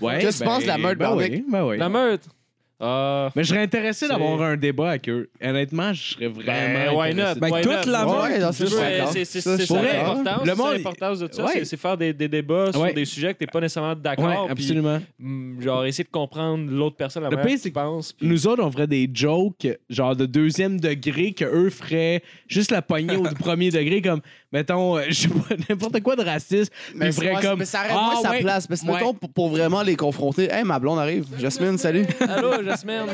Speaker 4: Ouais,
Speaker 5: Qu'est-ce que tu penses de la meute,
Speaker 4: ben
Speaker 5: Barbic?
Speaker 4: oui, ben oui.
Speaker 7: La meute! Ah.
Speaker 4: Mais je serais intéressé d'avoir un débat avec eux. Honnêtement, je serais vraiment.
Speaker 7: Ben, why not?
Speaker 4: intéressé.
Speaker 6: Ben,
Speaker 7: Why
Speaker 6: toute
Speaker 7: not?
Speaker 6: la
Speaker 7: Ouais,
Speaker 5: Ah Ouais, non, c'est
Speaker 7: C'est
Speaker 5: sûr. d'accord.
Speaker 7: c'est- c'est-
Speaker 5: Ça,
Speaker 7: c'est
Speaker 5: je
Speaker 7: ça
Speaker 5: suis d'accord.
Speaker 7: l'importance
Speaker 4: hein. Le
Speaker 7: c'est ça
Speaker 4: monde-
Speaker 7: l'importance de ça.
Speaker 4: Ouais.
Speaker 7: c'est- C'est faire des, des débats sur
Speaker 4: Ouais.
Speaker 7: des sujets que t'es pas nécessairement
Speaker 4: Ouais,
Speaker 7: d'accord. puis,
Speaker 4: absolument.
Speaker 7: mm, genre, essayer de comprendre l'autre personne la
Speaker 4: Le
Speaker 7: manière
Speaker 4: pire,
Speaker 7: que
Speaker 4: c'est
Speaker 7: tu penses. puis-
Speaker 4: Nous autres, on ferait des jokes, genre de deuxième degré, que eux feraient juste la poignée au premier degré, comme, mettons, euh, je sais pas, n'importe quoi de raciste. Mais ils
Speaker 5: c'est-
Speaker 4: feraient
Speaker 5: ouais,
Speaker 4: comme.
Speaker 5: mais ça reste
Speaker 4: ah,
Speaker 5: moins sa
Speaker 4: ouais,
Speaker 5: place. Parce que
Speaker 4: ouais.
Speaker 5: mettons, pour, pour vraiment les confronter, hey, ma blonde arrive. Jasmine, salut.
Speaker 7: Allô, Jasmine?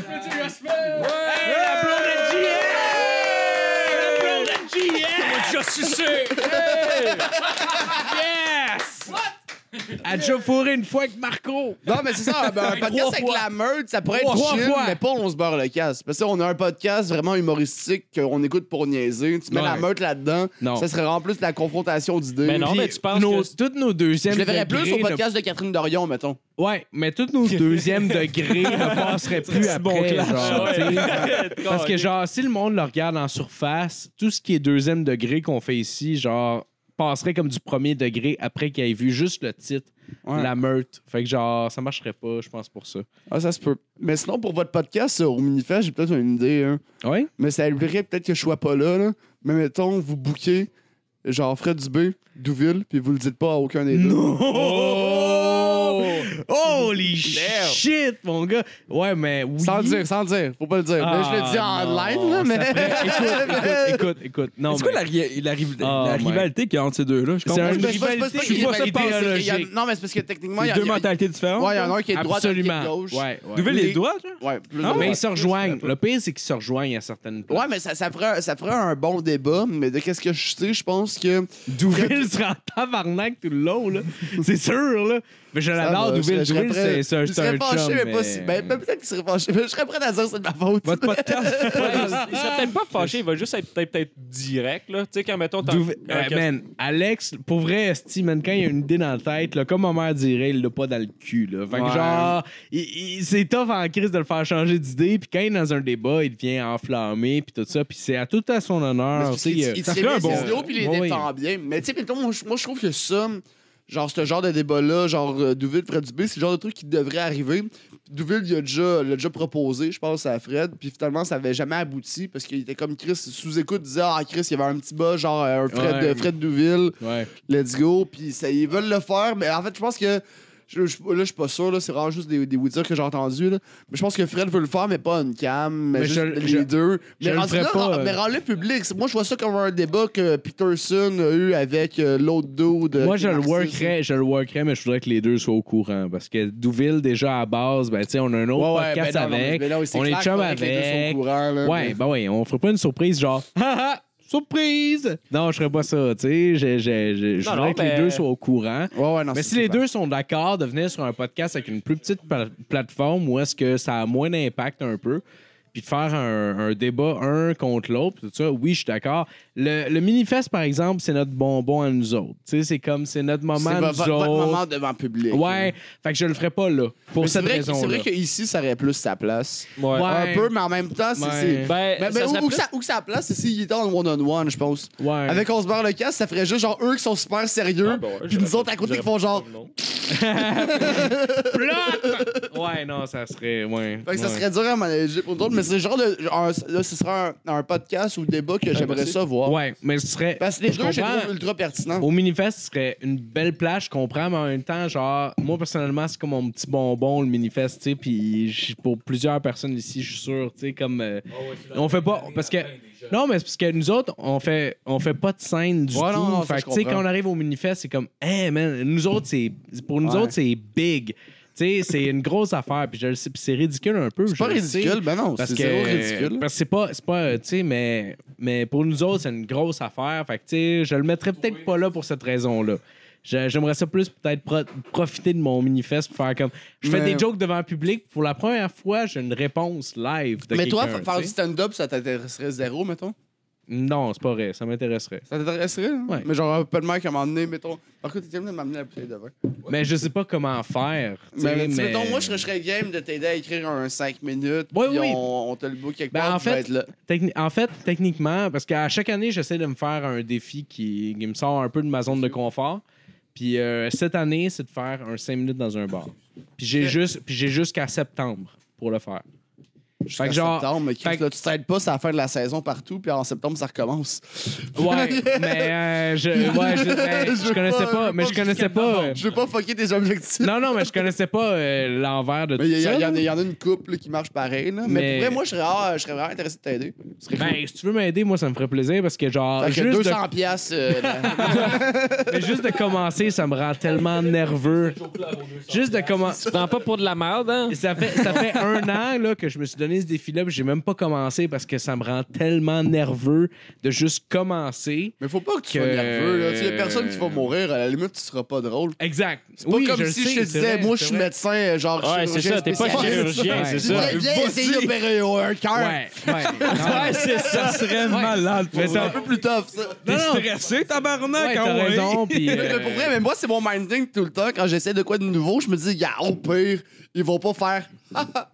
Speaker 4: Elle a déjà fourré une fois avec Marco.
Speaker 5: non, mais c'est ça, un, un podcast avec la meute, ça pourrait être
Speaker 4: Trois
Speaker 5: chill,
Speaker 4: fois.
Speaker 5: mais pas on se beurre le casse. Parce que on a un podcast vraiment humoristique qu'on écoute pour niaiser. Tu mets
Speaker 4: Ouais.
Speaker 5: la meute là-dedans,
Speaker 4: Non.
Speaker 5: ça serait en plus de la confrontation d'idées.
Speaker 7: Mais non,
Speaker 5: Puis
Speaker 7: mais tu penses
Speaker 4: Nos-
Speaker 7: que.
Speaker 4: Toutes nos deuxièmes
Speaker 5: Je le verrais plus
Speaker 4: degrés
Speaker 5: au
Speaker 4: ne-
Speaker 5: podcast de Catherine Dorion, mettons.
Speaker 4: Ouais, mais tous nos deuxièmes degrés ne passeraient plus après. genre, tu sais. Parce que, genre, si le monde le regarde en surface, tout ce qui est deuxième degré qu'on fait ici, genre, passerait comme du premier degré après qu'il ait vu juste le titre,
Speaker 5: Ouais.
Speaker 4: La Meute. Fait que, genre, ça marcherait pas, je pense, pour ça.
Speaker 5: Ah, ça se peut. Mais sinon, pour votre podcast euh, au Minifest, j'ai peut-être une idée. hein.
Speaker 4: Oui?
Speaker 5: Mais ça impliquerait peut-être que je sois pas là, là. Mais mettons, vous bouquez genre Fred Dubé, Douville, puis vous le dites pas à aucun des deux.
Speaker 4: Oh! Holy shit, mon gars! Ouais, mais oui.
Speaker 5: Sans le dire, sans le dire. Faut pas le dire. Mais je le dis
Speaker 4: Ah,
Speaker 5: en
Speaker 4: non,
Speaker 5: live, là,
Speaker 4: ça
Speaker 5: mais...
Speaker 4: ferait- Écoute, écoute, écoute, écoute. Non,
Speaker 6: C'est
Speaker 4: mais...
Speaker 6: quoi la, ri- la, riv-
Speaker 4: Oh
Speaker 6: la
Speaker 4: my-
Speaker 6: rivalité qu'il y a entre ces deux-là? Je
Speaker 4: C'est
Speaker 6: comprends.
Speaker 4: un-
Speaker 5: C'est pas- c'est pas- c'est pas- c'est pas
Speaker 4: rivalité,
Speaker 5: ça,
Speaker 4: je vois
Speaker 5: parce
Speaker 4: ça
Speaker 5: que il y a-
Speaker 4: idéologique.
Speaker 5: Non, mais c'est parce que techniquement, il y
Speaker 6: C'est
Speaker 5: a...
Speaker 6: deux
Speaker 5: il y a-
Speaker 6: mentalités différentes.
Speaker 5: Ouais, il y en a un qui est de droite, l'autre qui est de
Speaker 4: Absolument.
Speaker 5: gauche.
Speaker 4: Ouais, ouais.
Speaker 6: Douville est droit, genre?
Speaker 5: Ouais, plus de
Speaker 6: Ah,
Speaker 5: droite.
Speaker 4: Mais ils se rejoignent. Le pire, c'est qu'ils se rejoignent à certaines places.
Speaker 5: Ouais, mais ça, ça, ferait, ça ferait un bon débat, mais de qu'est-ce que je sais, je pense que...
Speaker 4: Douville sera en tabarnak tout le long, là. C'est sûr, là. Mais je l'adore,
Speaker 5: va,
Speaker 4: Douville.
Speaker 5: Ah, je serais- je
Speaker 4: Douville,
Speaker 5: serais
Speaker 4: c'est c'est un
Speaker 5: Je
Speaker 4: c'est
Speaker 5: serais
Speaker 4: un
Speaker 5: fâché,
Speaker 4: chum.
Speaker 5: mais pas si... Ben, ben, peut-être qu'il serait fâché, mais je serais prêt à dire que c'est de ma faute.
Speaker 6: Votre podcast.
Speaker 7: Ouais, il serait peut-être pas fâché, il va juste être peut-être peut-être direct. là. Tu sais, quand mettons. t'as-
Speaker 4: Douv-
Speaker 7: un-
Speaker 4: Euh, man, Alex, pour vrai, esti, man, quand il y a une idée dans la tête, là, comme ma mère dirait, il l'a pas dans le cul. Là. Fait que
Speaker 5: Ouais.
Speaker 4: genre, il- il- c'est tough en crise de le faire changer d'idée, puis quand il est dans un débat, il devient enflammé, puis tout ça, puis c'est à tout à son honneur.
Speaker 5: Parce
Speaker 4: tu sais,
Speaker 5: qu'il-
Speaker 4: euh,
Speaker 5: il, il
Speaker 6: ça
Speaker 5: se
Speaker 6: ferait
Speaker 5: met
Speaker 6: un
Speaker 5: ses
Speaker 6: bon-
Speaker 5: idéaux puis il
Speaker 4: Oui.
Speaker 5: les défend bien. Mais tu sais, mettons, moi, je- moi, je trouve que ça, genre, ce genre de débat-là, genre, euh, Douville, Fred Dubé, c'est le genre de truc qui devrait arriver. Douville, il a déjà, l'a déjà proposé, je pense, à Fred, puis finalement, ça avait jamais abouti parce qu'il était comme Chris, sous-écoute, disait, ah, Chris, il y avait un petit bas, genre, euh, un Fred,
Speaker 4: Ouais.
Speaker 5: euh, Fred Douville,
Speaker 4: Ouais.
Speaker 5: let's go, puis ça, ils veulent le faire, mais en fait, je pense que. Je, je- là, je suis pas sûr, là, c'est vraiment juste des, des oui-dire que j'ai entendus. là. Mais je pense que Fred veut le faire, mais pas une cam, mais,
Speaker 4: Mais
Speaker 5: juste
Speaker 4: je-
Speaker 5: les
Speaker 4: je-
Speaker 5: deux.
Speaker 4: je
Speaker 5: Mais
Speaker 4: le
Speaker 5: rendu
Speaker 4: ferais
Speaker 5: là,
Speaker 4: pas, euh.
Speaker 5: mais rends-le public. C'est- Moi, je vois ça comme un débat que Peterson a eu avec euh, l'autre dude. euh,
Speaker 4: Moi,
Speaker 5: qui
Speaker 4: je
Speaker 5: est
Speaker 4: le
Speaker 5: marxiste.
Speaker 4: workerais, je le workerais, mais je voudrais que les deux soient au courant. Parce que Douville, déjà à base, ben, tu sais, on a un autre
Speaker 5: Ouais, ouais,
Speaker 4: podcast
Speaker 5: ben non, non,
Speaker 4: avec.
Speaker 5: mais non, c'est
Speaker 4: on
Speaker 5: clair
Speaker 4: est chum
Speaker 5: que les deux sont au
Speaker 4: avec.
Speaker 5: courant, là,
Speaker 4: Ouais,
Speaker 5: mais-
Speaker 4: ben ouais, on ferait pas une surprise genre Ah, ah, surprise! Non, je ferais pas ça, tu sais. Je, je- je- je
Speaker 7: Non,
Speaker 4: voudrais
Speaker 7: non,
Speaker 4: que les
Speaker 7: mais-
Speaker 4: deux soient au courant.
Speaker 5: Ouais, ouais, non,
Speaker 4: mais
Speaker 5: c'est
Speaker 4: si les
Speaker 5: super.
Speaker 4: deux sont d'accord de venir sur un podcast avec une plus petite pla- plateforme où est-ce que ça a moins d'impact un peu, puis de faire un, un débat un contre l'autre, puis tout ça, oui, je suis d'accord. Le, le mini-fest, par exemple, c'est notre bonbon à nous autres. Tu sais, c'est comme, c'est notre moment
Speaker 5: C'est
Speaker 4: à
Speaker 5: vo-
Speaker 4: nous
Speaker 5: votre, votre
Speaker 4: autres.
Speaker 5: moment devant public.
Speaker 4: Ouais, fait que je le ferais pas là, pour
Speaker 5: Mais C'est
Speaker 4: cette
Speaker 5: vrai, que- c'est
Speaker 4: raison-là.
Speaker 5: vrai qu'ici, ça aurait plus sa place.
Speaker 7: Ouais.
Speaker 4: Ouais.
Speaker 5: Un peu, mais en même temps, c'est.
Speaker 4: Ouais.
Speaker 5: c'est-
Speaker 7: Ben,
Speaker 5: Ben, ben,
Speaker 7: ça
Speaker 5: où,
Speaker 7: serait
Speaker 5: où
Speaker 7: plus-
Speaker 5: que ça, où que ça a place, c'est s'il était en one-on-one, je pense.
Speaker 4: Ouais. bah
Speaker 5: Avec On se barre le casse, ça ferait juste genre eux qui sont super sérieux,
Speaker 7: Ah, ben ouais,
Speaker 5: puis
Speaker 7: j'aurais
Speaker 5: nous
Speaker 7: pas-
Speaker 5: autres à côté
Speaker 7: j'aurais
Speaker 5: qui font
Speaker 7: pas
Speaker 5: genre.
Speaker 7: dit non.
Speaker 4: Ouais, non, ça serait. Ouais.
Speaker 5: Fait que ça serait dur à manager pour d'autres, mais c'est le genre de. un- là, ce serait un, un podcast ou débat que j'aimerais ça voir.
Speaker 4: Ouais, mais ce serait.
Speaker 5: Parce que les
Speaker 4: Je
Speaker 5: deux, j'ai
Speaker 4: comprends.
Speaker 5: trouvé ultra pertinent.
Speaker 4: Au Minifest, ce serait une belle plage, je comprends, mais en même temps, genre, moi personnellement, c'est comme mon petit bonbon, le Minifest, tu sais, puis j- pour plusieurs personnes ici, je suis sûr, tu sais, comme. euh, on fait pas. Parce que. Non, mais c'est parce que nous autres, on fait, on fait pas de scène du
Speaker 5: Ouais,
Speaker 4: tout.
Speaker 5: non, non, ça,
Speaker 4: fait
Speaker 5: je
Speaker 4: que, tu sais,
Speaker 5: comprends.
Speaker 4: quand on arrive au Minifest, c'est comme, hey man, nous autres, c'est. Pour nous
Speaker 5: Ouais.
Speaker 4: autres, c'est big. Tu sais, c'est une grosse affaire, puis je le sais, puis c'est ridicule un peu.
Speaker 5: C'est pas
Speaker 4: je le sais.
Speaker 5: ridicule, ben non,
Speaker 4: Parce
Speaker 5: c'est
Speaker 4: que
Speaker 5: zéro ridicule.
Speaker 4: Parce que c'est pas, c'est pas euh, tu sais, mais, mais pour nous autres, c'est une grosse affaire. Fait que, tu sais, je le mettrais peut-être pas là pour cette raison-là. Je- J'aimerais ça plus peut-être pro- profiter de mon manifeste pour faire comme. Je fais
Speaker 5: Mais-
Speaker 4: des jokes devant le public. Pour la première fois, j'ai une réponse live de
Speaker 5: Mais toi,
Speaker 4: quelqu'un,
Speaker 5: fa- faire
Speaker 4: tu
Speaker 5: du
Speaker 4: sais.
Speaker 5: stand-up, ça t'intéresserait zéro, mettons?
Speaker 4: Non, c'est pas vrai. Ça m'intéresserait.
Speaker 5: Ça t'intéresserait? hein?
Speaker 4: Ouais.
Speaker 5: Mais genre, pas de mec à un moment donné, mettons. Par contre, t'es venu de m'amener la bouteille de vin.
Speaker 4: Mais je sais pas comment faire. tu sais,
Speaker 5: Mais, tu-
Speaker 4: mais-
Speaker 5: mettons, moi, je serais- je serais game de t'aider à écrire un 5 minutes.
Speaker 4: Oui,
Speaker 5: puis
Speaker 4: oui.
Speaker 5: On, on te le book quelque
Speaker 4: Ben,
Speaker 5: part.
Speaker 4: en
Speaker 5: tu vas
Speaker 4: fait-
Speaker 5: être là.
Speaker 4: Techni- en fait, techniquement, parce qu'à chaque année, j'essaie de me faire un défi qui, qui me sort un peu de ma zone de confort. Puis euh, cette année, c'est de faire un 5 minutes dans un bar. Puis j'ai juste, puis j'ai jusqu'à septembre pour le faire.
Speaker 5: Jusqu'à
Speaker 4: Fait que genre-
Speaker 5: septembre, mais Chris,
Speaker 4: fait que-
Speaker 5: là, tu t'aides pas, c'est la fin de la saison partout, puis en septembre, ça recommence.
Speaker 4: Ouais, mais euh, je, ouais, je, mais
Speaker 5: Je
Speaker 4: je
Speaker 5: veux
Speaker 4: connaissais
Speaker 5: pas, je
Speaker 4: pas,
Speaker 5: veux
Speaker 4: mais
Speaker 5: pas
Speaker 4: je connaissais pas. euh,
Speaker 5: Je veux pas fucker tes objectifs.
Speaker 4: non, non, mais je connaissais pas euh, l'envers de tout
Speaker 5: Mais il y,
Speaker 4: ça.
Speaker 5: a- y
Speaker 4: là.
Speaker 5: en a- y en a une couple là, qui marche pareil. Là. Mais,
Speaker 4: Mais-
Speaker 5: pour vrai, moi, je serais, ah, je serais vraiment intéressé de t'aider. Ce serait cool.
Speaker 4: Ben, si tu veux m'aider, moi, ça me ferait plaisir parce que genre,
Speaker 5: Fait que
Speaker 4: juste de-
Speaker 5: 200 piastres. euh, ben,
Speaker 4: mais juste de commencer, ça me rend tellement nerveux. Juste de commencer.
Speaker 7: Tu prends pas pour de la merde, hein?
Speaker 4: Et Ça fait, ça fait un an là, que je me suis donné ce défi-là, puis j'ai même pas commencé parce que ça me rend tellement nerveux de juste commencer.
Speaker 5: mais faut pas que tu sois
Speaker 4: Que- Euh,
Speaker 5: nerveux. là. Tu sais, y a personne qui va mourir. À la limite, tu seras pas drôle.
Speaker 4: Exact.
Speaker 5: C'est pas comme si je te disais, moi, je suis médecin, euh, genre,
Speaker 7: Ouais, c'est
Speaker 5: chirurgien
Speaker 7: ça, t'es pas
Speaker 5: spécialiste.
Speaker 7: chirurgien, c'est
Speaker 5: Tu
Speaker 7: ça.
Speaker 5: pourrais bien essayer d'opérer un cœur.
Speaker 4: Ouais, ouais. Non,
Speaker 6: Ouais, c'est ça. Ça serait malade pour
Speaker 4: Mais
Speaker 5: C'est un
Speaker 4: ça-
Speaker 5: peu plus tough, ça.
Speaker 6: T'es
Speaker 4: non, non.
Speaker 6: stressé, tabarnak,
Speaker 4: ouais,
Speaker 6: ah
Speaker 4: t'as
Speaker 6: ouais.
Speaker 4: raison. Puis, euh,
Speaker 5: Mais pour vrai, mais moi, c'est mon minding tout le temps. Quand j'essaie de quoi de nouveau, je me dis, y'a au pire, ils vont pas faire. Ah, ah.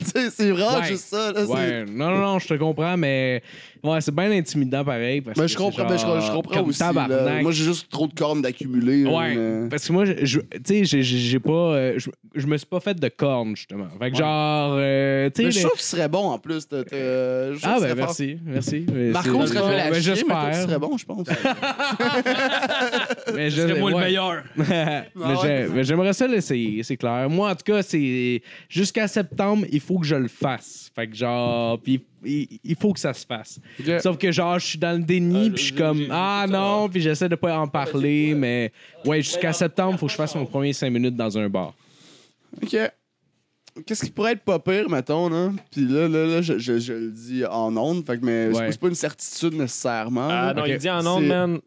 Speaker 5: Tu sais, c'est vraiment
Speaker 4: Ouais.
Speaker 5: juste ça. Là, c'est-
Speaker 4: Ouais, non, non, non, je te comprends, mais ouais, c'est bien intimidant pareil. Parce
Speaker 5: Mais
Speaker 4: que
Speaker 5: je
Speaker 4: c'est
Speaker 5: comprends,
Speaker 4: genre,
Speaker 5: mais je, je comprends
Speaker 4: comme
Speaker 5: aussi. là.
Speaker 4: tabarnak.
Speaker 5: Moi, j'ai juste trop de cornes d'accumuler.
Speaker 4: Ouais, Ben,
Speaker 5: euh,
Speaker 4: parce que moi, je- je- tu sais, j'ai- j'ai j'ai pas, euh, je, je me suis pas fait de cornes justement. Fait que genre, euh, tu sais,
Speaker 5: Mais je
Speaker 4: les-
Speaker 5: trouve que tu serais bon en plus. t'as- t'as- euh, je trouve que
Speaker 4: Ah,
Speaker 5: tu
Speaker 4: ben
Speaker 5: serais fort.
Speaker 4: merci, merci. Mais
Speaker 5: Marco serait
Speaker 4: c'est-
Speaker 5: fait
Speaker 4: Ben,
Speaker 5: la chier, mais toi, tu
Speaker 4: J'espère.
Speaker 5: serais bon, je pense.
Speaker 4: Mais je-
Speaker 6: C'est moi le
Speaker 4: ouais.
Speaker 6: meilleur.
Speaker 5: Ah
Speaker 4: mais j'ai- mais j'aimerais ça l'essayer, c'est clair. Moi, en tout cas, c'est jusqu'à septembre, il faut que je le fasse. Fait que genre, puis il, il faut que ça se fasse.
Speaker 5: Euh,
Speaker 4: Sauf que genre, je suis dans le déni, puis je suis comme ah non, puis j'essaie de pas en parler, mais ouais, jusqu'à septembre, il faut que je fasse mon premier 5 minutes dans un bar.
Speaker 5: OK. Qu'est-ce qui pourrait être pas pire, mettons, là? Puis là, là, là, je, je- je le dis en ondes, fait que, mais c'est
Speaker 4: Ouais.
Speaker 5: pas- c'est pas une certitude nécessairement.
Speaker 7: Ah
Speaker 5: là.
Speaker 7: non,
Speaker 4: Ok.
Speaker 7: il dit en ondes,
Speaker 5: C'est-
Speaker 7: man.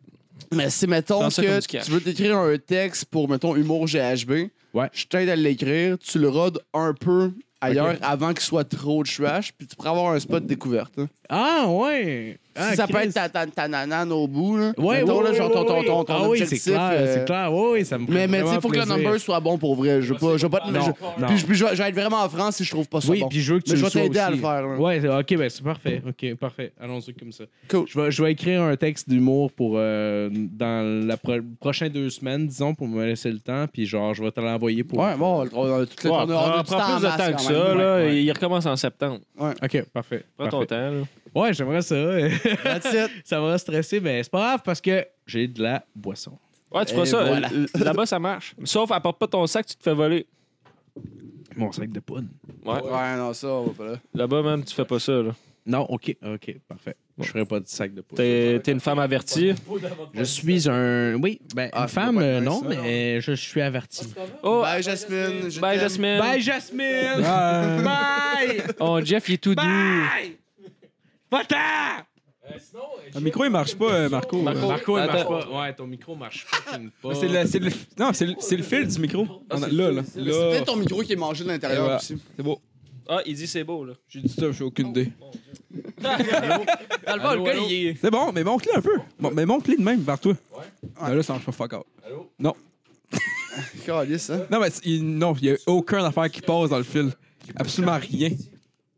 Speaker 5: Mais si, mettons
Speaker 7: Prends ça
Speaker 5: que
Speaker 7: comme du cash.
Speaker 5: tu veux t'écrire un texte pour, mettons, humour GHB,
Speaker 4: Ouais.
Speaker 5: je t'aide à l'écrire, tu le rodes un peu ailleurs avant qu'il soit trop de trash, puis tu pourrais avoir un spot de découverte. hein.
Speaker 4: Ah ouais. Ah,
Speaker 5: si ça peut
Speaker 4: Chris.
Speaker 5: être ta, ta, ta nanane au bout, là.
Speaker 4: Ouais,
Speaker 5: mettons,
Speaker 4: ouais,
Speaker 5: là,
Speaker 4: ouais,
Speaker 5: genre ton, ton,
Speaker 4: ouais,
Speaker 5: ton,
Speaker 4: ouais.
Speaker 5: ton
Speaker 4: Ah oui, c'est
Speaker 5: objectif.
Speaker 4: clair,
Speaker 5: euh,
Speaker 4: c'est clair. Oui, oui, ça me
Speaker 5: Mais,
Speaker 4: ferait
Speaker 5: mais tu sais,
Speaker 4: vraiment
Speaker 5: faut que le
Speaker 4: plaisir.
Speaker 5: number soit bon pour vrai. Je veux pas, je veux pas te- mais
Speaker 4: Non,
Speaker 5: je-
Speaker 4: non.
Speaker 5: Puis je- puis je vais je vais être vraiment en France si je trouve pas ça
Speaker 4: oui,
Speaker 5: bon.
Speaker 4: puis je veux que tu
Speaker 5: Mais
Speaker 4: le
Speaker 5: je vais
Speaker 4: sois
Speaker 5: t'aider à
Speaker 4: aussi.
Speaker 5: le faire, là.
Speaker 4: Ouais, ok, ben c'est parfait. Ok, parfait. Allons-y comme ça.
Speaker 5: Cool.
Speaker 4: Je vais, je vais écrire un texte d'humour pour euh, dans la pro- prochaine deux semaines, disons, pour me laisser le temps, puis genre, je vais te l'envoyer pour.
Speaker 5: Ouais, bon, on a- on a tout le
Speaker 7: Ouais,
Speaker 5: on a- on a
Speaker 7: prends,
Speaker 5: du temps
Speaker 7: prends
Speaker 5: en
Speaker 7: plus de
Speaker 5: masse,
Speaker 7: temps que
Speaker 5: quand
Speaker 7: ça,
Speaker 5: même.
Speaker 7: là.
Speaker 4: Ouais, ouais.
Speaker 7: Il recommence en septembre.
Speaker 4: Ok, parfait.
Speaker 7: Prends ton
Speaker 4: parfait.
Speaker 7: temps, là.
Speaker 4: Ouais, j'aimerais ça.
Speaker 5: That's it.
Speaker 4: ça va stresser, mais c'est pas grave parce que j'ai de la boisson.
Speaker 7: Ouais, tu
Speaker 5: Et
Speaker 7: feras ça.
Speaker 5: voilà.
Speaker 7: L- Là-bas, ça marche. Sauf, apporte pas ton sac, tu te fais voler.
Speaker 4: Mon sac de poudre.
Speaker 7: Ouais.
Speaker 5: Ouais, non, ça, on va pas là.
Speaker 7: Là-bas, même, tu fais pas ça, là.
Speaker 4: Non, ok, ok, parfait. Je ferai pas de sac de poudre.
Speaker 7: T'es t'es une femme avertie.
Speaker 4: Je suis un. Oui, ben,
Speaker 5: Ah,
Speaker 4: une
Speaker 5: ça doit
Speaker 4: femme,
Speaker 5: pas être
Speaker 4: euh,
Speaker 5: nice,
Speaker 4: non,
Speaker 5: ça,
Speaker 4: mais je suis averti.
Speaker 7: Oh,
Speaker 5: Bye, Jasmine. je
Speaker 7: bye,
Speaker 5: t'aime.
Speaker 7: Jasmine.
Speaker 4: Bye, Jasmine! Bye!
Speaker 7: Oh, Jeff, il est tout doux.
Speaker 6: Le micro, il marche pas, euh, Marco.
Speaker 7: Marco.
Speaker 4: Marco, il marche
Speaker 7: Attends.
Speaker 4: pas. Ouais, ton micro marche fucking pas.
Speaker 6: C'est le, c'est le- non, c'est le, c'est le fil du micro. On a- là,
Speaker 5: Mais
Speaker 6: là.
Speaker 5: C'est
Speaker 6: là.
Speaker 5: peut-être ton micro qui est mangé de
Speaker 6: Et
Speaker 5: l'intérieur
Speaker 6: voilà.
Speaker 5: aussi.
Speaker 6: C'est beau.
Speaker 7: Ah, il dit c'est beau, là.
Speaker 6: J'ai dit ça, j'ai aucune idée.
Speaker 7: Dans le fond, le gars, il est.
Speaker 6: C'est bon, mais monte-le un peu. Bon, mais monte-le de même vers toi. Ouais. là, ça marche pas fuck out.
Speaker 5: Calisse, hein.
Speaker 6: Non, mais c'est- il- non, il y a aucune affaire qui passe dans le fil. Absolument rien.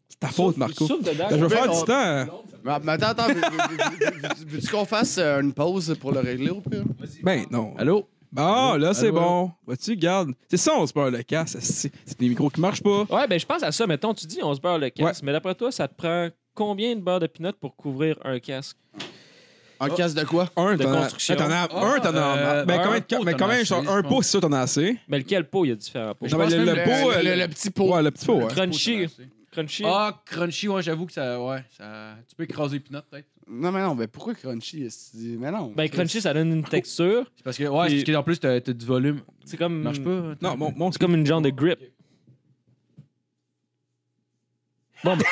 Speaker 6: C'est ta faute, Marco.
Speaker 7: Souffle dedans.
Speaker 6: Ben, je vais faire
Speaker 5: on-
Speaker 6: du temps.
Speaker 5: Mais mais attends, attends. veux- veux- veux- veux- Veux-tu qu'on fasse euh, une pause pour le régler au pire?
Speaker 6: Ben, non.
Speaker 4: Allô?
Speaker 6: Ah, là, c'est
Speaker 3: Allô,
Speaker 6: bon. Vois-tu, garde. C'est ça, on se perd le casque. C'est c'est des micros qui marchent pas.
Speaker 7: Ouais, ben je pense à ça. Mettons, tu dis on se beurre le casque, mais d'après toi, ça te prend combien de beurre de pinot pour couvrir un casque?
Speaker 5: Un casse de quoi?
Speaker 6: Un,
Speaker 7: De
Speaker 6: t'en as.
Speaker 7: construction.
Speaker 6: T'en as
Speaker 3: Ah,
Speaker 6: un, t'en as.
Speaker 3: euh,
Speaker 6: Ben,
Speaker 3: un
Speaker 6: quand même,
Speaker 3: pot,
Speaker 6: mais
Speaker 3: t'en
Speaker 6: quand
Speaker 3: as
Speaker 6: même,
Speaker 3: assez,
Speaker 6: genre,
Speaker 3: je
Speaker 6: un
Speaker 3: pense.
Speaker 6: pot, c'est sûr, t'en as assez.
Speaker 7: Mais lequel pot? Il y a différents pots.
Speaker 3: Je
Speaker 6: Non, mais
Speaker 3: pense
Speaker 6: le,
Speaker 3: même
Speaker 6: le
Speaker 3: le-
Speaker 6: pot. euh,
Speaker 5: le, le petit pot.
Speaker 6: Ouais, le petit pot, ouais.
Speaker 7: Crunchy. Crunchy.
Speaker 3: Ah, Crunchy, ouais, j'avoue que ça. Ouais, ça... Tu peux écraser Pinot, peut-être.
Speaker 5: Non, mais non, mais pourquoi Crunchy? est-ce que tu dis? Mais non.
Speaker 7: Ben crunchy, ça donne une texture.
Speaker 3: C'est parce que, ouais,
Speaker 7: Et-
Speaker 3: c'est parce qu'en plus, t'as t'as du volume.
Speaker 7: C'est comme.
Speaker 4: Hmm.
Speaker 3: Marche pas. hein, t'as-
Speaker 6: Non, mon, mon
Speaker 7: C'est comme une genre de grip. Bon, ben.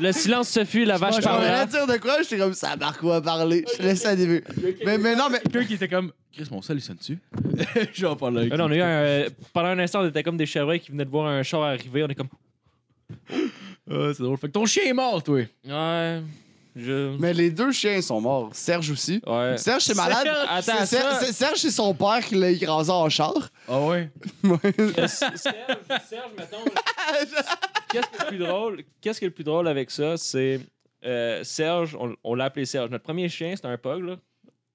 Speaker 7: le silence se fut, la vache
Speaker 5: Je t'en
Speaker 7: parla.
Speaker 5: à dire de quoi? J'étais comme ça, par quoi parler? Je te laisse à début. Mais, mais non, mais.
Speaker 3: Quelqu'un qui était comme. Chris, mon sel, il sonne dessus. Je vais en parler avec
Speaker 4: Ah,
Speaker 7: Là, on a
Speaker 3: lui.
Speaker 7: eu un, euh, pendant un instant, on était comme des chevreuils qui venaient de voir un char arriver. On est comme.
Speaker 3: Ah, c'est drôle. Fait que ton chien est mort, toi.
Speaker 7: Ouais. Je.
Speaker 5: Mais les deux chiens sont morts. Serge aussi.
Speaker 7: Ouais.
Speaker 5: Serge, c'est malade.
Speaker 7: Attends,
Speaker 5: C'est-
Speaker 7: ça-
Speaker 5: c'est- Serge, c'est son père qui l'a écrasé en char.
Speaker 3: Ah ouais?
Speaker 7: Euh, Serge, Serge, mettons. Qu'est-ce qui est le plus drôle? Qu'est-ce qui est le plus drôle avec ça? C'est euh, Serge, on, on l'a appelé Serge. Notre premier chien, c'était un pug, là.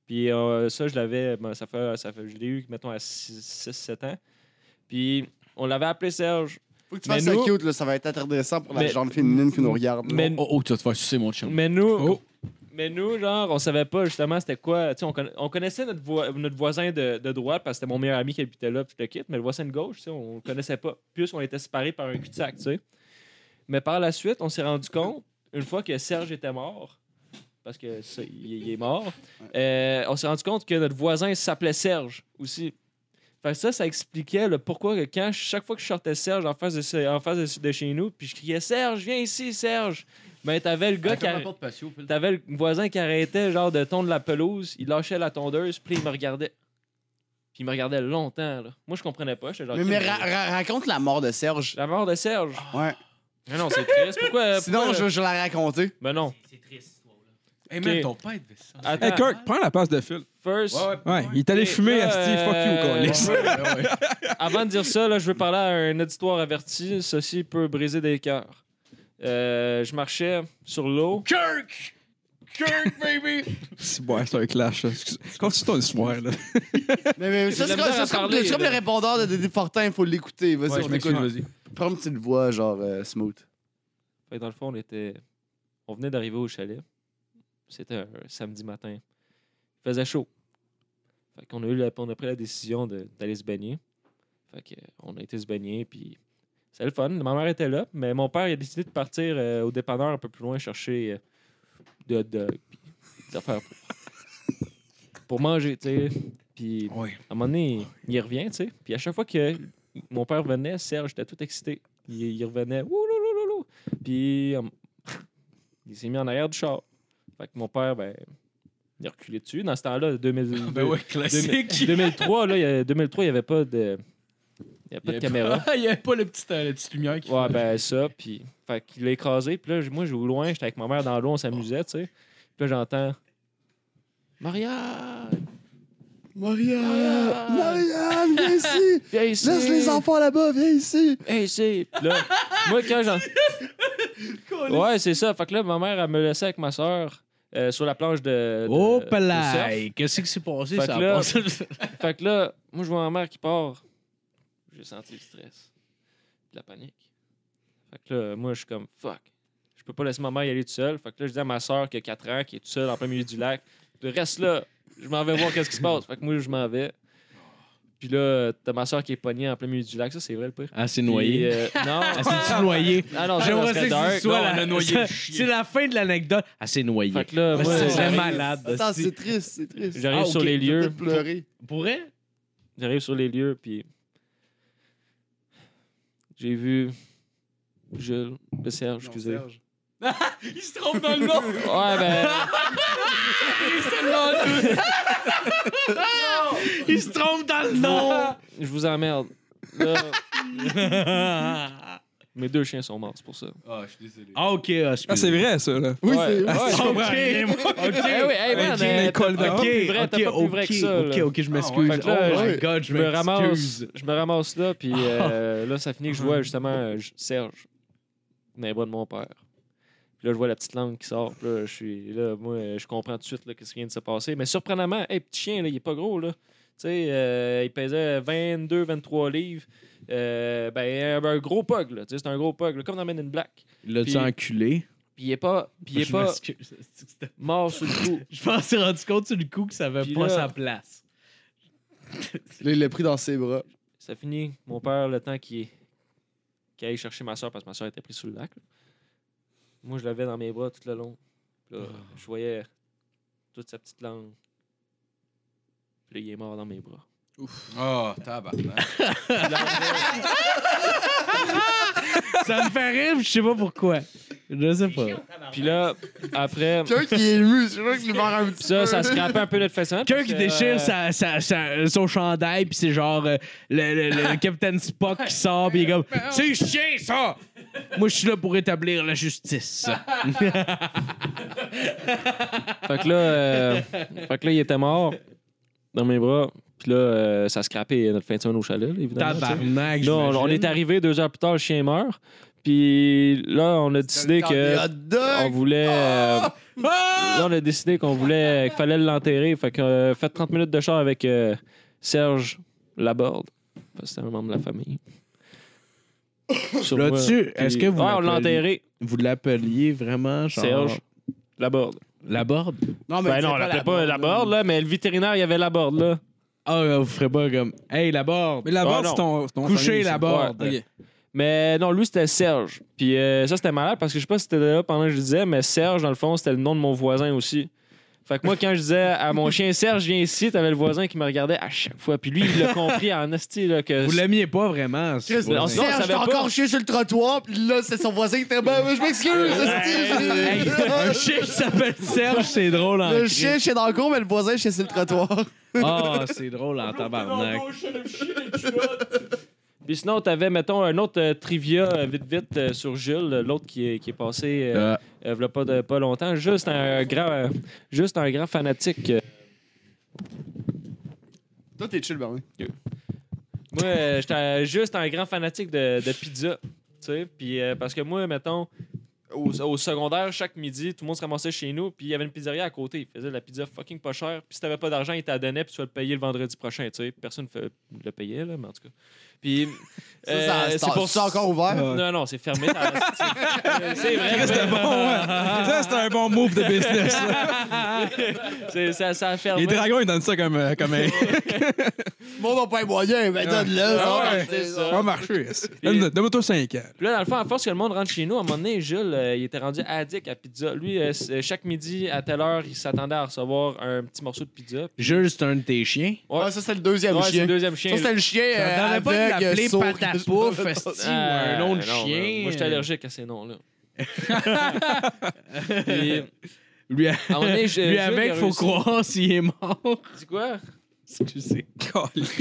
Speaker 7: Puis euh, ça, je l'avais, ben, ça fait, ça fait, je l'ai eu, mettons, à 6-7 ans. Puis on l'avait appelé Serge.
Speaker 5: Faut que tu
Speaker 7: Mais
Speaker 5: fasses
Speaker 7: nous-
Speaker 5: ça cute, là. Ça va être intéressant pour la
Speaker 7: Mais-
Speaker 5: genre féminine qui nous regarde.
Speaker 7: Mais-
Speaker 3: Oh, oh, tu vas te faire sucer, mon chien.
Speaker 7: Mais nous,
Speaker 3: Oh.
Speaker 7: mais nous genre, on savait pas justement c'était quoi. Tu sais, On, conna- on connaissait notre, voi- notre voisin de, de droite parce que c'était mon meilleur ami qui habitait là, puis je le quitte, mais le voisin de gauche, tu sais, on le connaissait pas. Plus on était séparés par un cul-de-sac, tu sais. Mais par la suite, on s'est rendu compte, une fois que Serge était mort, parce que ça, il, il est mort, euh, on s'est rendu compte que notre voisin s'appelait Serge aussi. Fait que ça, ça expliquait le pourquoi que quand chaque fois que je sortais Serge en face de, ce- en face de, de chez nous, puis je criais Serge, viens ici, Serge! Mais t'avais le gars qui arri- T'avais le voisin qui arrêtait genre de tondre la pelouse, il lâchait la tondeuse, puis il me regardait. Puis il me regardait longtemps là. Moi je comprenais pas, j'étais genre
Speaker 5: Mais, mais
Speaker 7: Qu'est-ce
Speaker 5: ra-
Speaker 7: que-
Speaker 5: ra- raconte la mort de Serge.
Speaker 7: la mort de Serge.
Speaker 5: Ouais.
Speaker 7: Mais non, c'est triste. Pourquoi euh,
Speaker 5: Sinon,
Speaker 7: pourquoi-
Speaker 5: je, je vais la raconter.
Speaker 7: Mais non.
Speaker 10: C'est triste, cette histoire-là.
Speaker 3: Hey,
Speaker 7: man,
Speaker 3: man,
Speaker 7: ton
Speaker 3: ton père devait ça.
Speaker 7: Attends,
Speaker 6: Hey, Kirk, prends la passe de Phil.
Speaker 7: first.
Speaker 6: Ouais, il est allé
Speaker 7: Et
Speaker 6: fumer
Speaker 7: là,
Speaker 6: à Steve. Fuck you,
Speaker 7: euh,
Speaker 6: Carlis.
Speaker 7: Avant de dire ça, là, je veux parler à un auditoire averti, ceci peut briser des cœurs. Euh, je marchais sur l'eau.
Speaker 3: Kirk! Kirk, baby!
Speaker 6: C'est ouais, c'est un clash. là. Excuse- Continue ton histoire, là.
Speaker 5: Mais, mais
Speaker 7: J'ai
Speaker 5: ça,
Speaker 7: de
Speaker 5: c'est
Speaker 7: la
Speaker 5: comme,
Speaker 7: misère
Speaker 5: ça,
Speaker 7: à
Speaker 5: c'est comme-
Speaker 7: parler,
Speaker 5: c'est comme
Speaker 7: là.
Speaker 5: le répondeur de Dédé Fortin, il faut l'écouter. Vas-y,
Speaker 3: Ouais, je
Speaker 5: on t'écoute.
Speaker 3: m'écoute, vas-y.
Speaker 5: Prends une petite voix, genre euh, smooth.
Speaker 7: Fait que dans le fond, on était. On venait d'arriver au chalet. C'était un samedi matin. Il faisait chaud. Fait qu'on a eu la- on a pris la décision de- d'aller se baigner. Fait que, euh, on a été se baigner, puis c'était le fun. Ma mère était là, mais mon père il a décidé de partir euh, au dépanneur un peu plus loin chercher euh, des hot dogs, puis des affaires pour, pour manger, tu sais. Puis
Speaker 3: Ouais.
Speaker 7: à un moment donné, il, il revient, tu sais. Puis à chaque fois que mon père venait, Serge était tout excité. Il, il revenait, ouh, lou, lou, lou, lou. Puis euh, il s'est mis en arrière du char. Fait que mon père, ben, il a reculé dessus. Dans ce temps-là, 2000,
Speaker 3: Ben ouais,
Speaker 7: 2000,
Speaker 3: classique.
Speaker 7: 2003, là, il y a- 2003, il n'y avait pas de, il y
Speaker 3: Il
Speaker 7: avait pas
Speaker 3: y
Speaker 7: de
Speaker 3: avait
Speaker 7: caméra.
Speaker 3: il y avait pas le petit, euh, la petite lumière qui.
Speaker 7: Ouais, ben ça, puis... Fait qu'il l'a écrasé, puis là, j- moi, j'ai au loin, j'étais avec ma mère dans l'eau, on s'amusait, tu sais. Puis là, j'entends... Marianne!
Speaker 5: Marianne!
Speaker 7: Marianne!
Speaker 5: Marianne, viens ici!
Speaker 7: Viens ici!
Speaker 5: Laisse les enfants là-bas, viens ici!
Speaker 7: Viens ici! Puis là, moi, quand j'en... Ouais, c'est ça. Fait que là, ma mère, elle me laissait avec ma soeur euh, sur la planche de... de-
Speaker 4: Oh,
Speaker 7: de surf.
Speaker 4: palais! Qu'est-ce qui s'est passé,
Speaker 7: Fait
Speaker 4: ça?
Speaker 7: que là-
Speaker 4: a passé-
Speaker 7: Fait que là, moi, je vois ma mère qui part. J'ai senti le stress. De la panique. Fait que là, moi, je suis comme fuck. Je peux pas laisser ma mère y aller toute seule. Fait que là, je dis à ma soeur qui a 4 ans, qui est toute seule en plein milieu du lac, de reste là. Je m'en vais voir qu'est-ce qui se passe. Fait que moi, je m'en vais. Puis là, t'as ma soeur qui est pognée en plein milieu du lac. Ça, c'est vrai le pire.
Speaker 4: Ah, c'est
Speaker 7: Puis,
Speaker 4: noyé.
Speaker 7: euh, non.
Speaker 4: Ah, c'est noyé.
Speaker 7: Ah non, ça, ça
Speaker 4: J'aimerais
Speaker 7: serait
Speaker 4: ça que ce
Speaker 7: dark.
Speaker 4: soit
Speaker 7: Non,
Speaker 4: la...
Speaker 7: on a noyé le chien.
Speaker 4: C'est la fin de l'anecdote.
Speaker 3: euh,
Speaker 4: Ah, c'est noyé.
Speaker 7: Fait que là, moi,
Speaker 4: C'est
Speaker 7: j'arrive-
Speaker 4: malade.
Speaker 5: Attends,
Speaker 4: c'est-
Speaker 5: c'est triste, c'est triste.
Speaker 7: j'arrive
Speaker 4: Ah,
Speaker 7: sur
Speaker 4: ok,
Speaker 7: les
Speaker 5: J'ai
Speaker 7: lieux. Oh,
Speaker 5: peut-être pleuré.
Speaker 4: Pour vrai?
Speaker 7: J'arrive sur les lieux, puis j'ai vu Jules, le Serge, excusez.
Speaker 4: Il se trompe dans le nom.
Speaker 7: Ouais, ben,
Speaker 4: Il se trompe dans le nom. Ah,
Speaker 7: je vous emmerde. Là, mes deux chiens sont morts, c'est pour ça.
Speaker 3: Ah, je suis désolé.
Speaker 4: Ah, ok, ah, excuse.
Speaker 6: Ah, c'est vrai, ça, là.
Speaker 5: Oui,
Speaker 7: Ouais.
Speaker 5: c'est
Speaker 7: Ouais.
Speaker 4: Ok, ok,
Speaker 7: Eh oui, hey, man, euh, t'as
Speaker 6: col
Speaker 7: pas
Speaker 6: d'or.
Speaker 7: plus vrai, t'as pas plus vrai que ça.
Speaker 4: ok,
Speaker 7: là.
Speaker 4: ok, je m'excuse.
Speaker 7: Ah, Fait que là,
Speaker 4: oh my
Speaker 5: je-
Speaker 4: god, je
Speaker 7: Je me
Speaker 4: m'excuse.
Speaker 7: ramasse, je me ramasse là, puis euh, là, ça finit que je vois justement euh, je- Serge dans les bras de mon père. Puis là, je vois la petite langue qui sort. Puis là, je suis là, moi, euh, je comprends tout de suite là, ce qui vient de se passer. Mais surprenamment, hey, petit chien, là, il est pas gros, là. Tu sais, euh, il pesait 22, 23 livres. Euh, ben, un, un gros pug, là. Tu sais, c'est un gros pug, là, comme dans Men in Black.
Speaker 4: Il l'a-tu
Speaker 7: Puis-
Speaker 4: enculé?
Speaker 7: Puis il est pas, puis il est
Speaker 4: Je
Speaker 7: pas
Speaker 4: m'excuse.
Speaker 7: mort sur le coup.
Speaker 4: Je m'en suis rendu compte sur le coup que ça avait
Speaker 7: Puis
Speaker 4: pas
Speaker 7: là-
Speaker 4: sa place.
Speaker 5: Là, il l'a pris dans ses bras.
Speaker 7: Ça finit, mon père, le temps qu'il qu'il aille chercher ma soeur parce que ma soeur était prise sous le lac. là. Moi, je l'avais dans mes bras tout le long. Puis là, je voyais toute sa petite langue. Puis là, il est mort dans mes bras.
Speaker 3: Oh, tabarnak.
Speaker 4: ça me fait rire, puis je sais pas pourquoi. Je sais pas.
Speaker 7: Puis là, après,
Speaker 5: Quelqu'un qui est ému, c'est vrai qu'il meurt un petit peu.
Speaker 7: ça, ça scrapait un peu notre façon. euh,
Speaker 4: Quelqu'un qui déchire sa- sa- sa- son chandail, puis c'est genre euh, le, le- le Capitaine Spock qui sort, puis il est comme C'est chiant, ça! Moi, je suis là pour établir la justice.
Speaker 7: Ah. Fait que là, euh, fait que là, il était mort dans mes bras. Puis là, euh, ça scrapait notre fin de semaine au chalet, là, évidemment. tu sais.
Speaker 4: Tabarnak,
Speaker 7: Là, on, on est arrivé deux heures plus tard, le chien meurt. Puis là, on a décidé que
Speaker 5: Hot dog!
Speaker 7: on voulait. euh, là, on a décidé qu'on voulait euh, qu'il fallait l'enterrer. Fait que euh, faites 30 minutes de char avec euh, Serge Laborde. Parce que C'était un membre de la famille. Sur moi.
Speaker 4: Là-dessus, est-ce
Speaker 7: Puis-
Speaker 4: que vous
Speaker 7: Ouais, on l'a
Speaker 4: l'appelez-
Speaker 7: enterré,
Speaker 4: Vous l'appeliez vraiment genre,
Speaker 7: Serge Laborde.
Speaker 4: La borde?
Speaker 5: Non,
Speaker 7: Ben non, on l'appelait pas Laborde, là, mais le vétérinaire, il y avait Laborde, là.
Speaker 4: Ah, vous ferez pas comme Hey, la borde!
Speaker 6: Mais la
Speaker 7: Ah,
Speaker 6: borde,
Speaker 7: non.
Speaker 6: c'est ton, c'est ton
Speaker 4: Couchez
Speaker 6: famille,
Speaker 4: la
Speaker 6: ça.
Speaker 4: borde!
Speaker 6: Ouais, ok.
Speaker 7: Mais non, lui, c'était Serge. Puis euh, ça, c'était malade parce que je sais pas si c'était là pendant que je le disais, mais Serge, dans le fond, c'était le nom de mon voisin aussi. Fait que moi, quand je disais à mon chien Serge, viens ici, t'avais le voisin qui me regardait à chaque fois. Puis lui, il l'a compris en esti, là, que.
Speaker 4: Vous l'aimiez pas vraiment. c'est
Speaker 5: Chris,
Speaker 4: pas-
Speaker 7: on
Speaker 5: Serge,
Speaker 7: s'en savait
Speaker 5: t'as
Speaker 7: pas.
Speaker 5: encore chié sur le trottoir, pis là, c'est son voisin qui était ben, je m'excuse,
Speaker 4: Hey,
Speaker 5: c'est
Speaker 4: un chien qui s'appelle Serge, c'est drôle en
Speaker 5: Le
Speaker 4: crise.
Speaker 5: chien chez dans le cours, mais le voisin chez sur le trottoir.
Speaker 4: Ah, c'est drôle en tabarnak.
Speaker 7: Puis sinon, t'avais, mettons, un autre euh, trivia euh, vite vite euh, sur Jules, euh, l'autre qui, est- qui est passé euh, euh, v'là pas, de- pas longtemps. Juste un grand, euh, juste un grand fanatique. euh.
Speaker 5: Toi, t'es chill, ben Bernie.
Speaker 7: Moi, euh, j'étais euh, juste un grand fanatique de, de pizza. Tu sais, puis euh, parce que moi, mettons, au, au secondaire, chaque midi, tout le monde se ramassait chez nous, puis il y avait une pizzeria à côté. Ils faisaient de la pizza fucking pas chère. Puis si t'avais pas d'argent, ils t'en donnaient, puis tu vas le payer le vendredi prochain. Tu sais, personne fait- le payait, là, mais en tout cas. Puis.
Speaker 5: Ça, ça,
Speaker 7: euh,
Speaker 5: c'est pour ça encore ouvert.
Speaker 7: Non, non, c'est fermé. t'as- c'est- c'est vrai.
Speaker 6: C'était bon, ouais. Ça, c'était un bon move de business.
Speaker 7: C'est- ça, ça a fermé.
Speaker 6: Les dragons, ils donnent ça comme, euh, comme un.
Speaker 5: Le monde n'a pas les moyens, mais donne-le.
Speaker 7: Ah ouais,
Speaker 5: ça.
Speaker 7: c'est
Speaker 6: Ça
Speaker 7: ça.
Speaker 6: va marcher. Donne- Donne-moi 5 ans.
Speaker 7: Puis là, dans le fond, à force que le monde rentre chez nous, à un moment donné, Jules, euh, il était rendu addict à pizza. Lui, euh, c'est- chaque midi, à telle heure, il s'attendait à recevoir un petit morceau de pizza.
Speaker 4: Jules, c'est un de tes chiens.
Speaker 5: Ouais, Ah, ça, c'est le deuxième
Speaker 7: Ouais, c'est
Speaker 5: chien.
Speaker 7: le deuxième
Speaker 5: Ça,
Speaker 7: chien.
Speaker 5: c'était le chien
Speaker 4: Ça
Speaker 5: euh,
Speaker 4: donnerait pas de l'appeler
Speaker 5: aveugle, sourd.
Speaker 4: Patapouf, esti, ou
Speaker 7: Ah,
Speaker 4: un autre
Speaker 7: non,
Speaker 4: chien.
Speaker 7: mais Moi, j'étais allergique à ces noms-là. Puis,
Speaker 4: Lui, a-
Speaker 7: à un moment donné, je-
Speaker 4: lui
Speaker 7: Jules, il
Speaker 4: avec,
Speaker 7: a
Speaker 4: faut
Speaker 7: réussi-
Speaker 4: croire s'il est mort.
Speaker 7: Dis quoi?
Speaker 4: Excusez.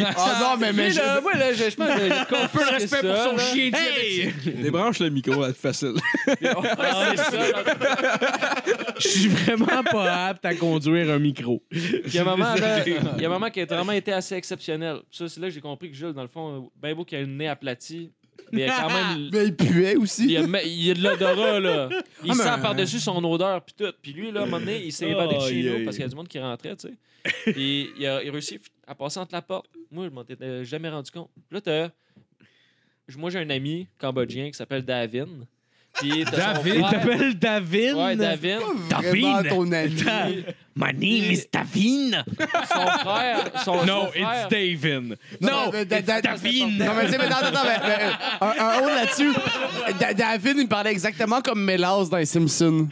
Speaker 5: Ah non, mais, mais
Speaker 7: Lui,
Speaker 5: je-
Speaker 7: là, moi, euh, là, je je pense que j'ai compris
Speaker 4: le respect
Speaker 7: ça,
Speaker 4: pour son
Speaker 7: là.
Speaker 4: chien
Speaker 7: Hey!
Speaker 6: Débranche le micro, c'est facile.
Speaker 7: Ah, c'est ça, là.
Speaker 4: Je suis vraiment pas apte à conduire un micro.
Speaker 7: Il y a un moment, là, il y a un moment qui a vraiment été assez exceptionnel. Ça, c'est là que j'ai compris que Jules, dans le fond, ben beau qu'il a le nez aplati, mais il a quand même.
Speaker 5: mais il puait
Speaker 7: Il
Speaker 5: aussi.
Speaker 7: a, ma- il a de l'odorat, là. Il
Speaker 6: Ah, mais-
Speaker 7: sent par-dessus son odeur, puis tout. Puis lui, là, à un moment donné, il s'est évadé de chez
Speaker 4: Aïe, aïe.
Speaker 7: nous parce qu'il y a du monde qui rentrait, tu sais. Puis il a, il a réussi à passer entre la porte. Moi, je m'en étais jamais rendu compte. Puis là, t'as. je- Moi, j'ai un ami cambodgien qui s'appelle Davin. Puis t'as son
Speaker 4: Il
Speaker 7: frère.
Speaker 4: t'appelle David.
Speaker 7: Ouais, Davin.
Speaker 5: Vraiment
Speaker 4: Tapine.
Speaker 5: ton ami.
Speaker 4: My name is Davin.
Speaker 7: Son frère. Son, son
Speaker 4: No,
Speaker 7: frère.
Speaker 4: it's Davin.
Speaker 5: Non,
Speaker 4: No,
Speaker 5: mais
Speaker 4: it's
Speaker 5: da- da- Non,
Speaker 4: Davin.
Speaker 5: mais tu sais, mais attends, attends, mais, mais, euh, un, un autre là-dessus. Da- David, il me parlait exactement comme Mélas dans les Simpsons.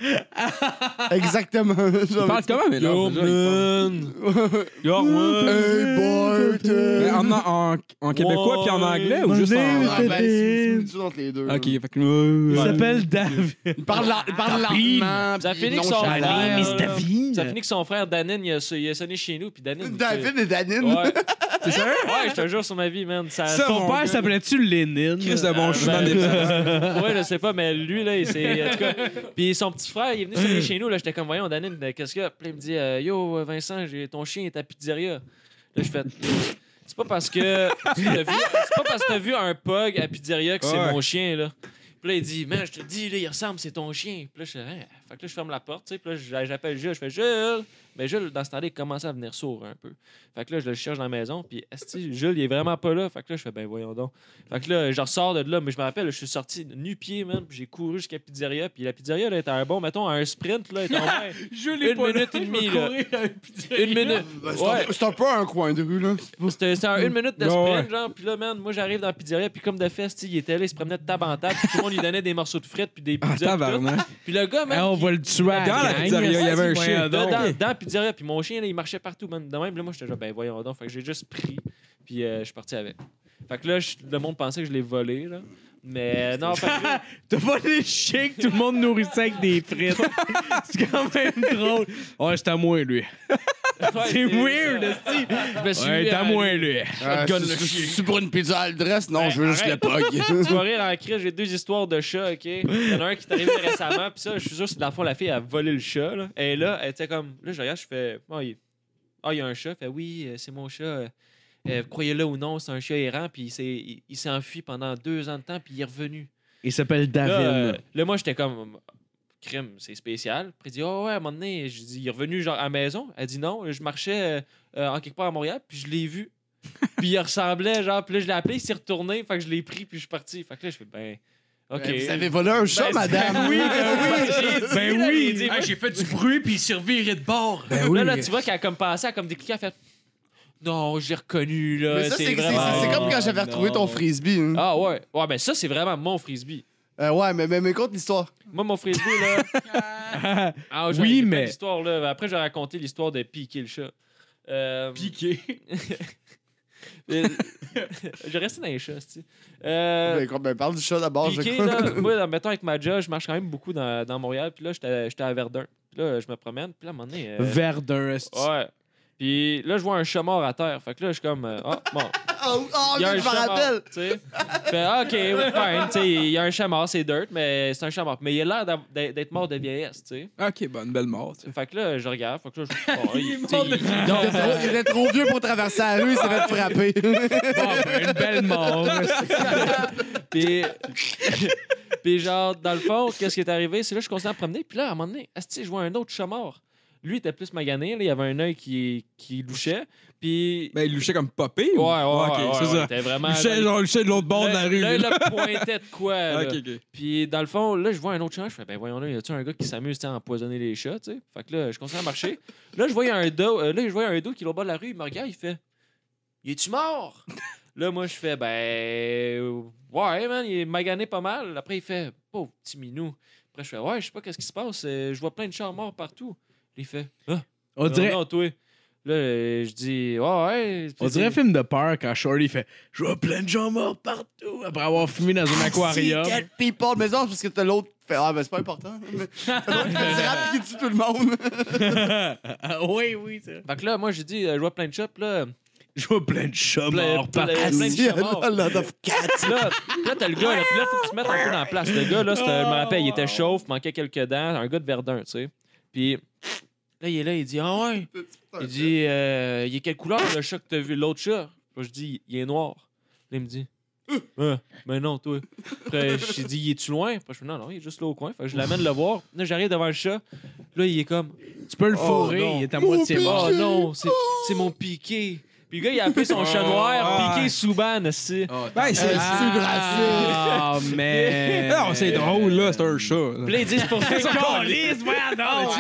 Speaker 5: exactement.
Speaker 6: Il parle comment, mais là? déjà, il
Speaker 7: Yorman.
Speaker 5: Hey, boy,
Speaker 6: parle-
Speaker 5: t'es-
Speaker 6: En, en, en québécois puis en anglais ou juste
Speaker 5: Ah,
Speaker 6: en.
Speaker 5: ben, c'est une similitude entre les deux.
Speaker 6: Ok, fait que.
Speaker 4: Il s'appelle David.
Speaker 5: Il parle, la- il parle
Speaker 4: Tapine.
Speaker 5: lentement.
Speaker 7: Ça
Speaker 5: puis
Speaker 7: finit que son
Speaker 5: nonchalant.
Speaker 7: frère. là,
Speaker 4: Davin.
Speaker 7: Ça finit que son frère Danine, il a, so- il a sonné chez nous, puis Danine. il-
Speaker 5: David et Danine.
Speaker 7: Ouais. C'est sérieux? Ouais, je te jure sur ma vie, man. Ça,
Speaker 6: Ça,
Speaker 4: Ton
Speaker 6: mon
Speaker 4: père
Speaker 6: gars.
Speaker 4: s'appelait-tu Lénine?
Speaker 6: Chris de bon chemin
Speaker 7: ben,
Speaker 6: des
Speaker 7: Ouais, je sais pas, mais lui, là, il s'est. En tout cas. Puis son petit frère, il est venu sonner chez nous, là. J'étais comme, voyons, Danine, euh, qu'est-ce qu'il y a? Puis là, il me dit, euh, yo, Vincent, j'ai- ton chien est à pizzeria. Là, je fais. C'est pas parce que. tu l'as vu- C'est pas parce que t'as vu un pug à pizzeria que c'est
Speaker 6: Ouais.
Speaker 7: mon chien, là. Puis là, il dit, man, je te dis, là, il ressemble, c'est ton chien. Puis là, je fais, Hein? Fait que là, je ferme la porte, tu sais. Puis là, j'a- j'appelle Jules, je fais, Jules, Mais Jules, dans ce temps-là, il commençait à venir sourd un peu. Fait que là, je le cherche dans la maison, puis esti, Jules, il est vraiment pas là. Fait que là, je fais, ben voyons donc. Fait que là, je ressors de là, mais je me rappelle, je suis sorti nu-pied, man, puis j'ai couru jusqu'à la pizzeria, puis la pizzeria, là, était un bon, mettons, un sprint, là, était en vrai,
Speaker 4: Jules
Speaker 7: Une minute et demie, là. Une minute.
Speaker 5: C'est un-
Speaker 7: Ouais.
Speaker 5: c'est un peu un coin de rue, là.
Speaker 7: C'était c'était un- une minute de
Speaker 6: Ouais,
Speaker 7: sprint,
Speaker 6: ouais.
Speaker 7: genre. Puis là, man, moi, j'arrive dans la pizzeria, puis comme de fait, tu sais, il était là, il se promenait de table en table, puis tout le monde lui donnait des morceaux de frites, puis des
Speaker 6: Ah,
Speaker 7: pizzas. puis tout.
Speaker 6: tabarnak. Ah,
Speaker 7: puis le gars, man,
Speaker 4: on va le tuer à
Speaker 6: Dans la
Speaker 4: gang.
Speaker 6: pizzeria, il y avait un
Speaker 4: Voyons
Speaker 6: chien.
Speaker 7: dans,
Speaker 4: donc.
Speaker 7: dans, dans la pizzeria, puis mon chien, là, il marchait partout, man. De même, là, moi, j'étais genre, ben voyons donc. Fait que j'ai juste pris, puis euh, je suis parti avec. Fait que là, je- le monde pensait que je l'ai volé, là. Mais non, fait que là,
Speaker 4: T'as pas les chiens que tout le monde nourrissait avec des frites. c'est quand même drôle. Ouais, c'est à moi, lui.
Speaker 7: ouais,
Speaker 4: C'est weird, esti.
Speaker 7: Je me suis
Speaker 4: Ouais,
Speaker 7: mis
Speaker 4: c'est à
Speaker 7: à-
Speaker 4: moi, lui.
Speaker 5: Ah,
Speaker 4: Shotgun le
Speaker 5: c'est-
Speaker 4: chien.
Speaker 5: C'est pour une pizza à dress? Non,
Speaker 7: Hey,
Speaker 5: je veux juste le
Speaker 7: arrête. Tu
Speaker 5: pog.
Speaker 7: vas rire en crise, j'ai deux histoires de chats, OK? Il y en a un qui est arrivé récemment, puis ça, je suis sûr que c'est dans le fond, la fille a volé le chat, là. Et là, elle était comme... Là, je regarde, je fais... Ah, il... ah, il y a un chat. Fait oui, euh, c'est mon chat. Euh, euh, Croyez-le ou non, c'est un chat errant, puis il s'est- il il s'est enfui pendant deux ans de temps, puis il est revenu.
Speaker 4: Il s'appelle
Speaker 7: Là, euh,
Speaker 4: Davin.
Speaker 7: là, moi, j'étais comme... Crime, c'est spécial. Puis il dit, oh ouais, à un moment donné, je dis, il est revenu genre à la maison. Elle dit non, je marchais euh, euh, en quelque part à Montréal, puis je l'ai vu. puis il ressemblait, genre, puis là, je l'ai appelé, il s'est retourné, fait que je l'ai pris, puis je suis parti. Fait que là, je fais, ben, ok.
Speaker 5: Vous avez volé un chat,
Speaker 7: Ben,
Speaker 5: madame?
Speaker 7: oui, ben oui, Ben
Speaker 4: Ben
Speaker 7: là,
Speaker 4: oui.
Speaker 7: il dit,
Speaker 4: Ah, J'ai fait du bruit, puis il s'est reviré de bord.
Speaker 7: Là, là, tu vois qu'elle a comme passé, elle a comme décliqué, elle a fait, non, je l'ai reconnu, là.
Speaker 5: Mais ça, c'est c'est-
Speaker 7: vraiment-
Speaker 5: c'est- c'est comme quand j'avais retrouvé ton frisbee. hein.
Speaker 7: Ah ouais, ouais, ben ça, c'est vraiment mon frisbee.
Speaker 5: Euh, ouais, mais, mais, mais compte l'histoire.
Speaker 7: Moi, mon frisbee, là. Ah, j'ai-
Speaker 4: Oui,
Speaker 7: j'ai pas
Speaker 4: mais-
Speaker 7: l'histoire, là. Après, j'ai raconté l'histoire de piquer le chat. Euh,
Speaker 4: Piqué.
Speaker 7: euh, je restais dans les chats, tu sais. Euh,
Speaker 5: Ben, compte- ben, parle du chat d'abord. je
Speaker 7: Piqué,
Speaker 5: crois.
Speaker 7: là, moi, dans- mettons avec ma job, je marche quand même beaucoup dans, dans Montréal. Puis là, j'étais j'étais à Verdun. Puis là, je me promène. Puis là, à un moment donné. euh,
Speaker 4: Verdun, esti.
Speaker 7: ouais. Puis là, je vois un chat mort à terre. Fait que là, je suis comme. euh, Ah, bon.
Speaker 5: Ah, ah,
Speaker 7: Il y a
Speaker 5: mais
Speaker 7: un
Speaker 5: je
Speaker 7: chat
Speaker 5: me
Speaker 7: mort.
Speaker 5: rappelle.
Speaker 7: tu sais. Fait, ah, ok, oui, fine. Tu sais, il y a un chat mort, c'est dirt, mais c'est un chat mort. Mais il a l'air d'av- d'être d'être mort de vieillesse, tu sais.
Speaker 6: Ok, bonne belle mort. tu sais.
Speaker 7: Fait que là, je regarde. Fait que là, je. bon, il- tu sais, il-
Speaker 5: Il était trop- il était trop vieux pour traverser la rue, il s'est fait frapper.
Speaker 4: Ah, ben, une belle mort.
Speaker 7: Puis, puis genre, dans le fond, qu'est-ce qui est arrivé? C'est là que je continue à me promener. Puis là, à un moment donné, asti, je vois un autre chat mort. Lui, il était plus magané. Là, il avait un œil qui, qui louchait. Puis...
Speaker 6: Ben, il louchait comme popé.
Speaker 7: ouais,
Speaker 6: ou-
Speaker 7: ouais,
Speaker 6: Ah,
Speaker 7: ouais,
Speaker 6: ok,
Speaker 7: ouais,
Speaker 6: c'est
Speaker 7: ouais,
Speaker 6: ça.
Speaker 7: C'était vraiment...
Speaker 6: Louchait, genre, louchait de l'autre bord de la rue.
Speaker 7: L'œil,
Speaker 6: là.
Speaker 7: là, pointait de quoi. là.
Speaker 6: Ok, ok.
Speaker 7: Puis dans le fond, là, je vois un autre chat. Je fais, ben voyons là, y a-tu un gars qui s'amuse tu sais, à empoisonner les chats, tu sais? Fait que là, je continue à marcher. Là, je vois un dos, euh, là, je vois un dos qui est au bas de la rue. Il me regarde, il fait, il est-tu mort? là, moi, je fais, ben, euh, ouais, man, il est magané pas mal. Après, il fait, pauvre petit minou. Après, je fais, ouais, je sais pas qu'est-ce qui se passe. euh, Je vois plein de chats morts partout. Il fait, ah,
Speaker 4: On
Speaker 7: non,
Speaker 4: dirait,
Speaker 7: Non, toi. Là, euh, je dis, ouais, ouais.
Speaker 4: on dirait un film de peur quand Shorty fait Je vois plein de gens morts partout après avoir fumé dans
Speaker 6: Ah,
Speaker 4: un aquarium.
Speaker 5: See dead people. Mais non, c'est parce que t'as l'autre. fait, Ah, ben c'est pas important. Mais T'as l'autre qui fait rap qui tue tout le monde.
Speaker 4: oui, oui, ça.
Speaker 7: Fait que là, moi, j'ai dit, euh, je vois plein de chats, puis là.
Speaker 4: Je vois plein de chats
Speaker 7: Plein-
Speaker 4: morts
Speaker 7: plein-
Speaker 4: partout.
Speaker 7: plein de
Speaker 5: See
Speaker 7: chats morts.
Speaker 5: a lot of cats.
Speaker 7: là, là t'as le gars, là, puis là, faut que tu mettes un peu dans la place. Le gars, là, c'était- je me rappelle, il était chauve, manquait quelques dents, un gars de Verdun, tu sais. Puis là, il est là, il dit Ah ouais. Il dit Euh, Il est quelle couleur le chat que t'as vu L'autre chat Puis Je dis Il est noir. Là, il me dit Ah, Mais non, toi. Après, je lui dis Il est-tu loin Après, je fais Non, non, il est juste là au coin. Fait que je l'amène le voir. Là, j'arrive devant le chat. Là, il est comme
Speaker 4: Tu peux le
Speaker 7: Oh,
Speaker 4: fourrer,
Speaker 7: non.
Speaker 4: il est à moitié mort.
Speaker 7: Oh non, c'est c'est mon piqué. Puis le gars, il a appelé son chat
Speaker 6: Ah.
Speaker 7: noir Piqué Souban, aussi.
Speaker 3: Oh,
Speaker 6: Ben, c'est.
Speaker 4: Ah, mais.
Speaker 6: Non, c'est drôle, là, c'est un chat. là.
Speaker 7: Puis là, ils disent pour faire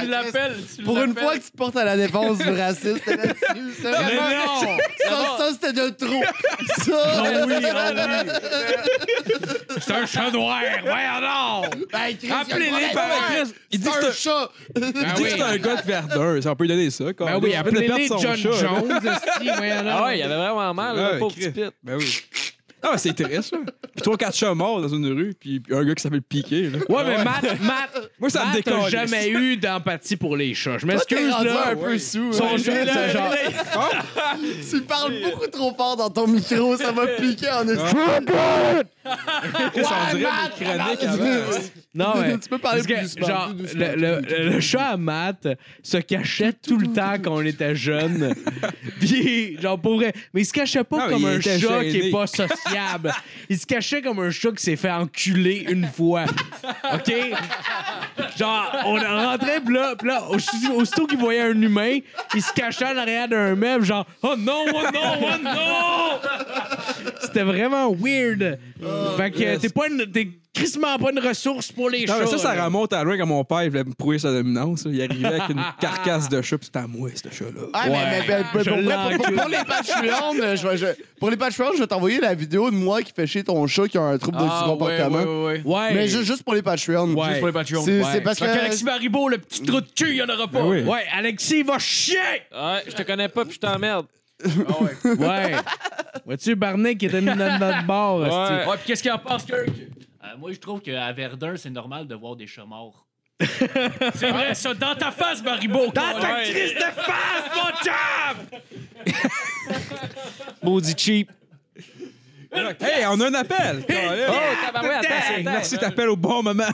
Speaker 5: Tu l'appelles. Pour une fois que tu te portes à la défense du racisme, t'es là-dessus. c'est vraiment-
Speaker 4: non!
Speaker 5: Ça, Ah ça c'était de trop. Ça.
Speaker 4: C'est un chat noir! Ouais, non!
Speaker 5: Ben, Chris,
Speaker 6: Appelez-les par la crise. Il dit
Speaker 5: C'est
Speaker 6: que
Speaker 5: un Ah
Speaker 6: c'est
Speaker 5: chat.
Speaker 6: un-
Speaker 4: Ben
Speaker 6: il dit que c'est un gars de Verdun. Ça, on peut lui donner ça.
Speaker 4: Ben oui, appelez-les John
Speaker 6: John.
Speaker 4: Jones, aussi, ouais,
Speaker 7: Ah ouais, il y avait vraiment mal, là,
Speaker 6: Ouais,
Speaker 7: pauvre
Speaker 6: Chris.
Speaker 7: petit pit.
Speaker 6: Ben oui. Ah, ben, c'est triste, ça. Puis trois, quatre chats morts dans une rue, puis un gars qui s'appelle Piqué. là.
Speaker 4: Ouais, mais Matt, Matt,
Speaker 6: Moi, ça me
Speaker 4: Matt
Speaker 6: décolle.
Speaker 4: a jamais eu d'empathie pour les chats. Je
Speaker 5: Toi,
Speaker 4: m'excuse,
Speaker 5: t'es rendu
Speaker 4: là.
Speaker 5: un peu sous.
Speaker 4: Son
Speaker 5: hein.
Speaker 4: jeu, là, genre-
Speaker 5: Tu parles beaucoup trop fort dans ton micro, ça m'a piqué en est.
Speaker 6: on dirait une chronique avant.
Speaker 4: Non, ouais.
Speaker 5: hein. Tu peux parler
Speaker 4: Parce que,
Speaker 5: plus doucement,
Speaker 4: genre,
Speaker 5: plus doucement,
Speaker 4: le, le-
Speaker 5: plus
Speaker 4: le- le chat à Matt se cachait tout le temps quand on était jeune. Puis, genre, pour vrai. Mais il se cachait pas
Speaker 6: Non,
Speaker 4: comme
Speaker 6: il
Speaker 4: un
Speaker 6: était
Speaker 4: chat qui
Speaker 6: gêné.
Speaker 4: est pas sociable. il se cachait comme un chat qui s'est fait enculer une fois. OK? Genre, on rentrait, pis là, pis là aussitôt- aussitôt qu'il voyait un humain, il se cachait en arrière d'un meuble, genre, oh non, oh non, oh non! C'était vraiment weird. fait que t'es pas une. T'es crissement pas une ressource pour les
Speaker 6: Non,
Speaker 4: chats.
Speaker 6: mais ça, ça
Speaker 4: là.
Speaker 6: remonte à loin quand mon père il voulait me prouver sa dominance. là. Il arrivait avec une carcasse de chat, puis c'était à moi, ce chat-là.
Speaker 5: Ah, mais- mais- mais- mais
Speaker 4: je
Speaker 5: pour, vrai, pour-
Speaker 4: l'encule.
Speaker 5: pour les Patreons, euh, je vais- je- pour les Patreons, je vais t'envoyer la vidéo de moi qui fait chier ton chat qui a un trouble de
Speaker 3: Ah, ouais, ouais,
Speaker 5: comportement.
Speaker 3: ouais, ouais.
Speaker 4: Ouais.
Speaker 5: Mais ju- juste pour les Patreons.
Speaker 4: Ouais.
Speaker 3: Juste pour les Patreons.
Speaker 5: C'est-
Speaker 3: ouais.
Speaker 5: c'est parce
Speaker 3: Fait
Speaker 5: que-
Speaker 3: qu'Alexis Baribeau, le petit trou de cul, il y en aura pas.
Speaker 6: oui.
Speaker 4: Ouais, Alexis, il va chier!
Speaker 7: Ouais, je te connais pas, puis je t'emmerde.
Speaker 4: Ouais. Vois-tu, Barney qui était de notre notre bord. hostie.
Speaker 3: Ouais, puis qu'est-ce qu'il en pense, Kirk?
Speaker 10: Euh, moi, je trouve qu'à Verdun, c'est normal de voir des chats morts.
Speaker 3: C'est vrai, ça, dans ta face, Baribeau. Dans
Speaker 7: ta crise
Speaker 3: de face, mon chum!
Speaker 7: Maudit cheap.
Speaker 6: Hey, on a un appel!
Speaker 7: Oh, tabarouette, attends, c'est
Speaker 6: Merci, t'appelles au bon moment.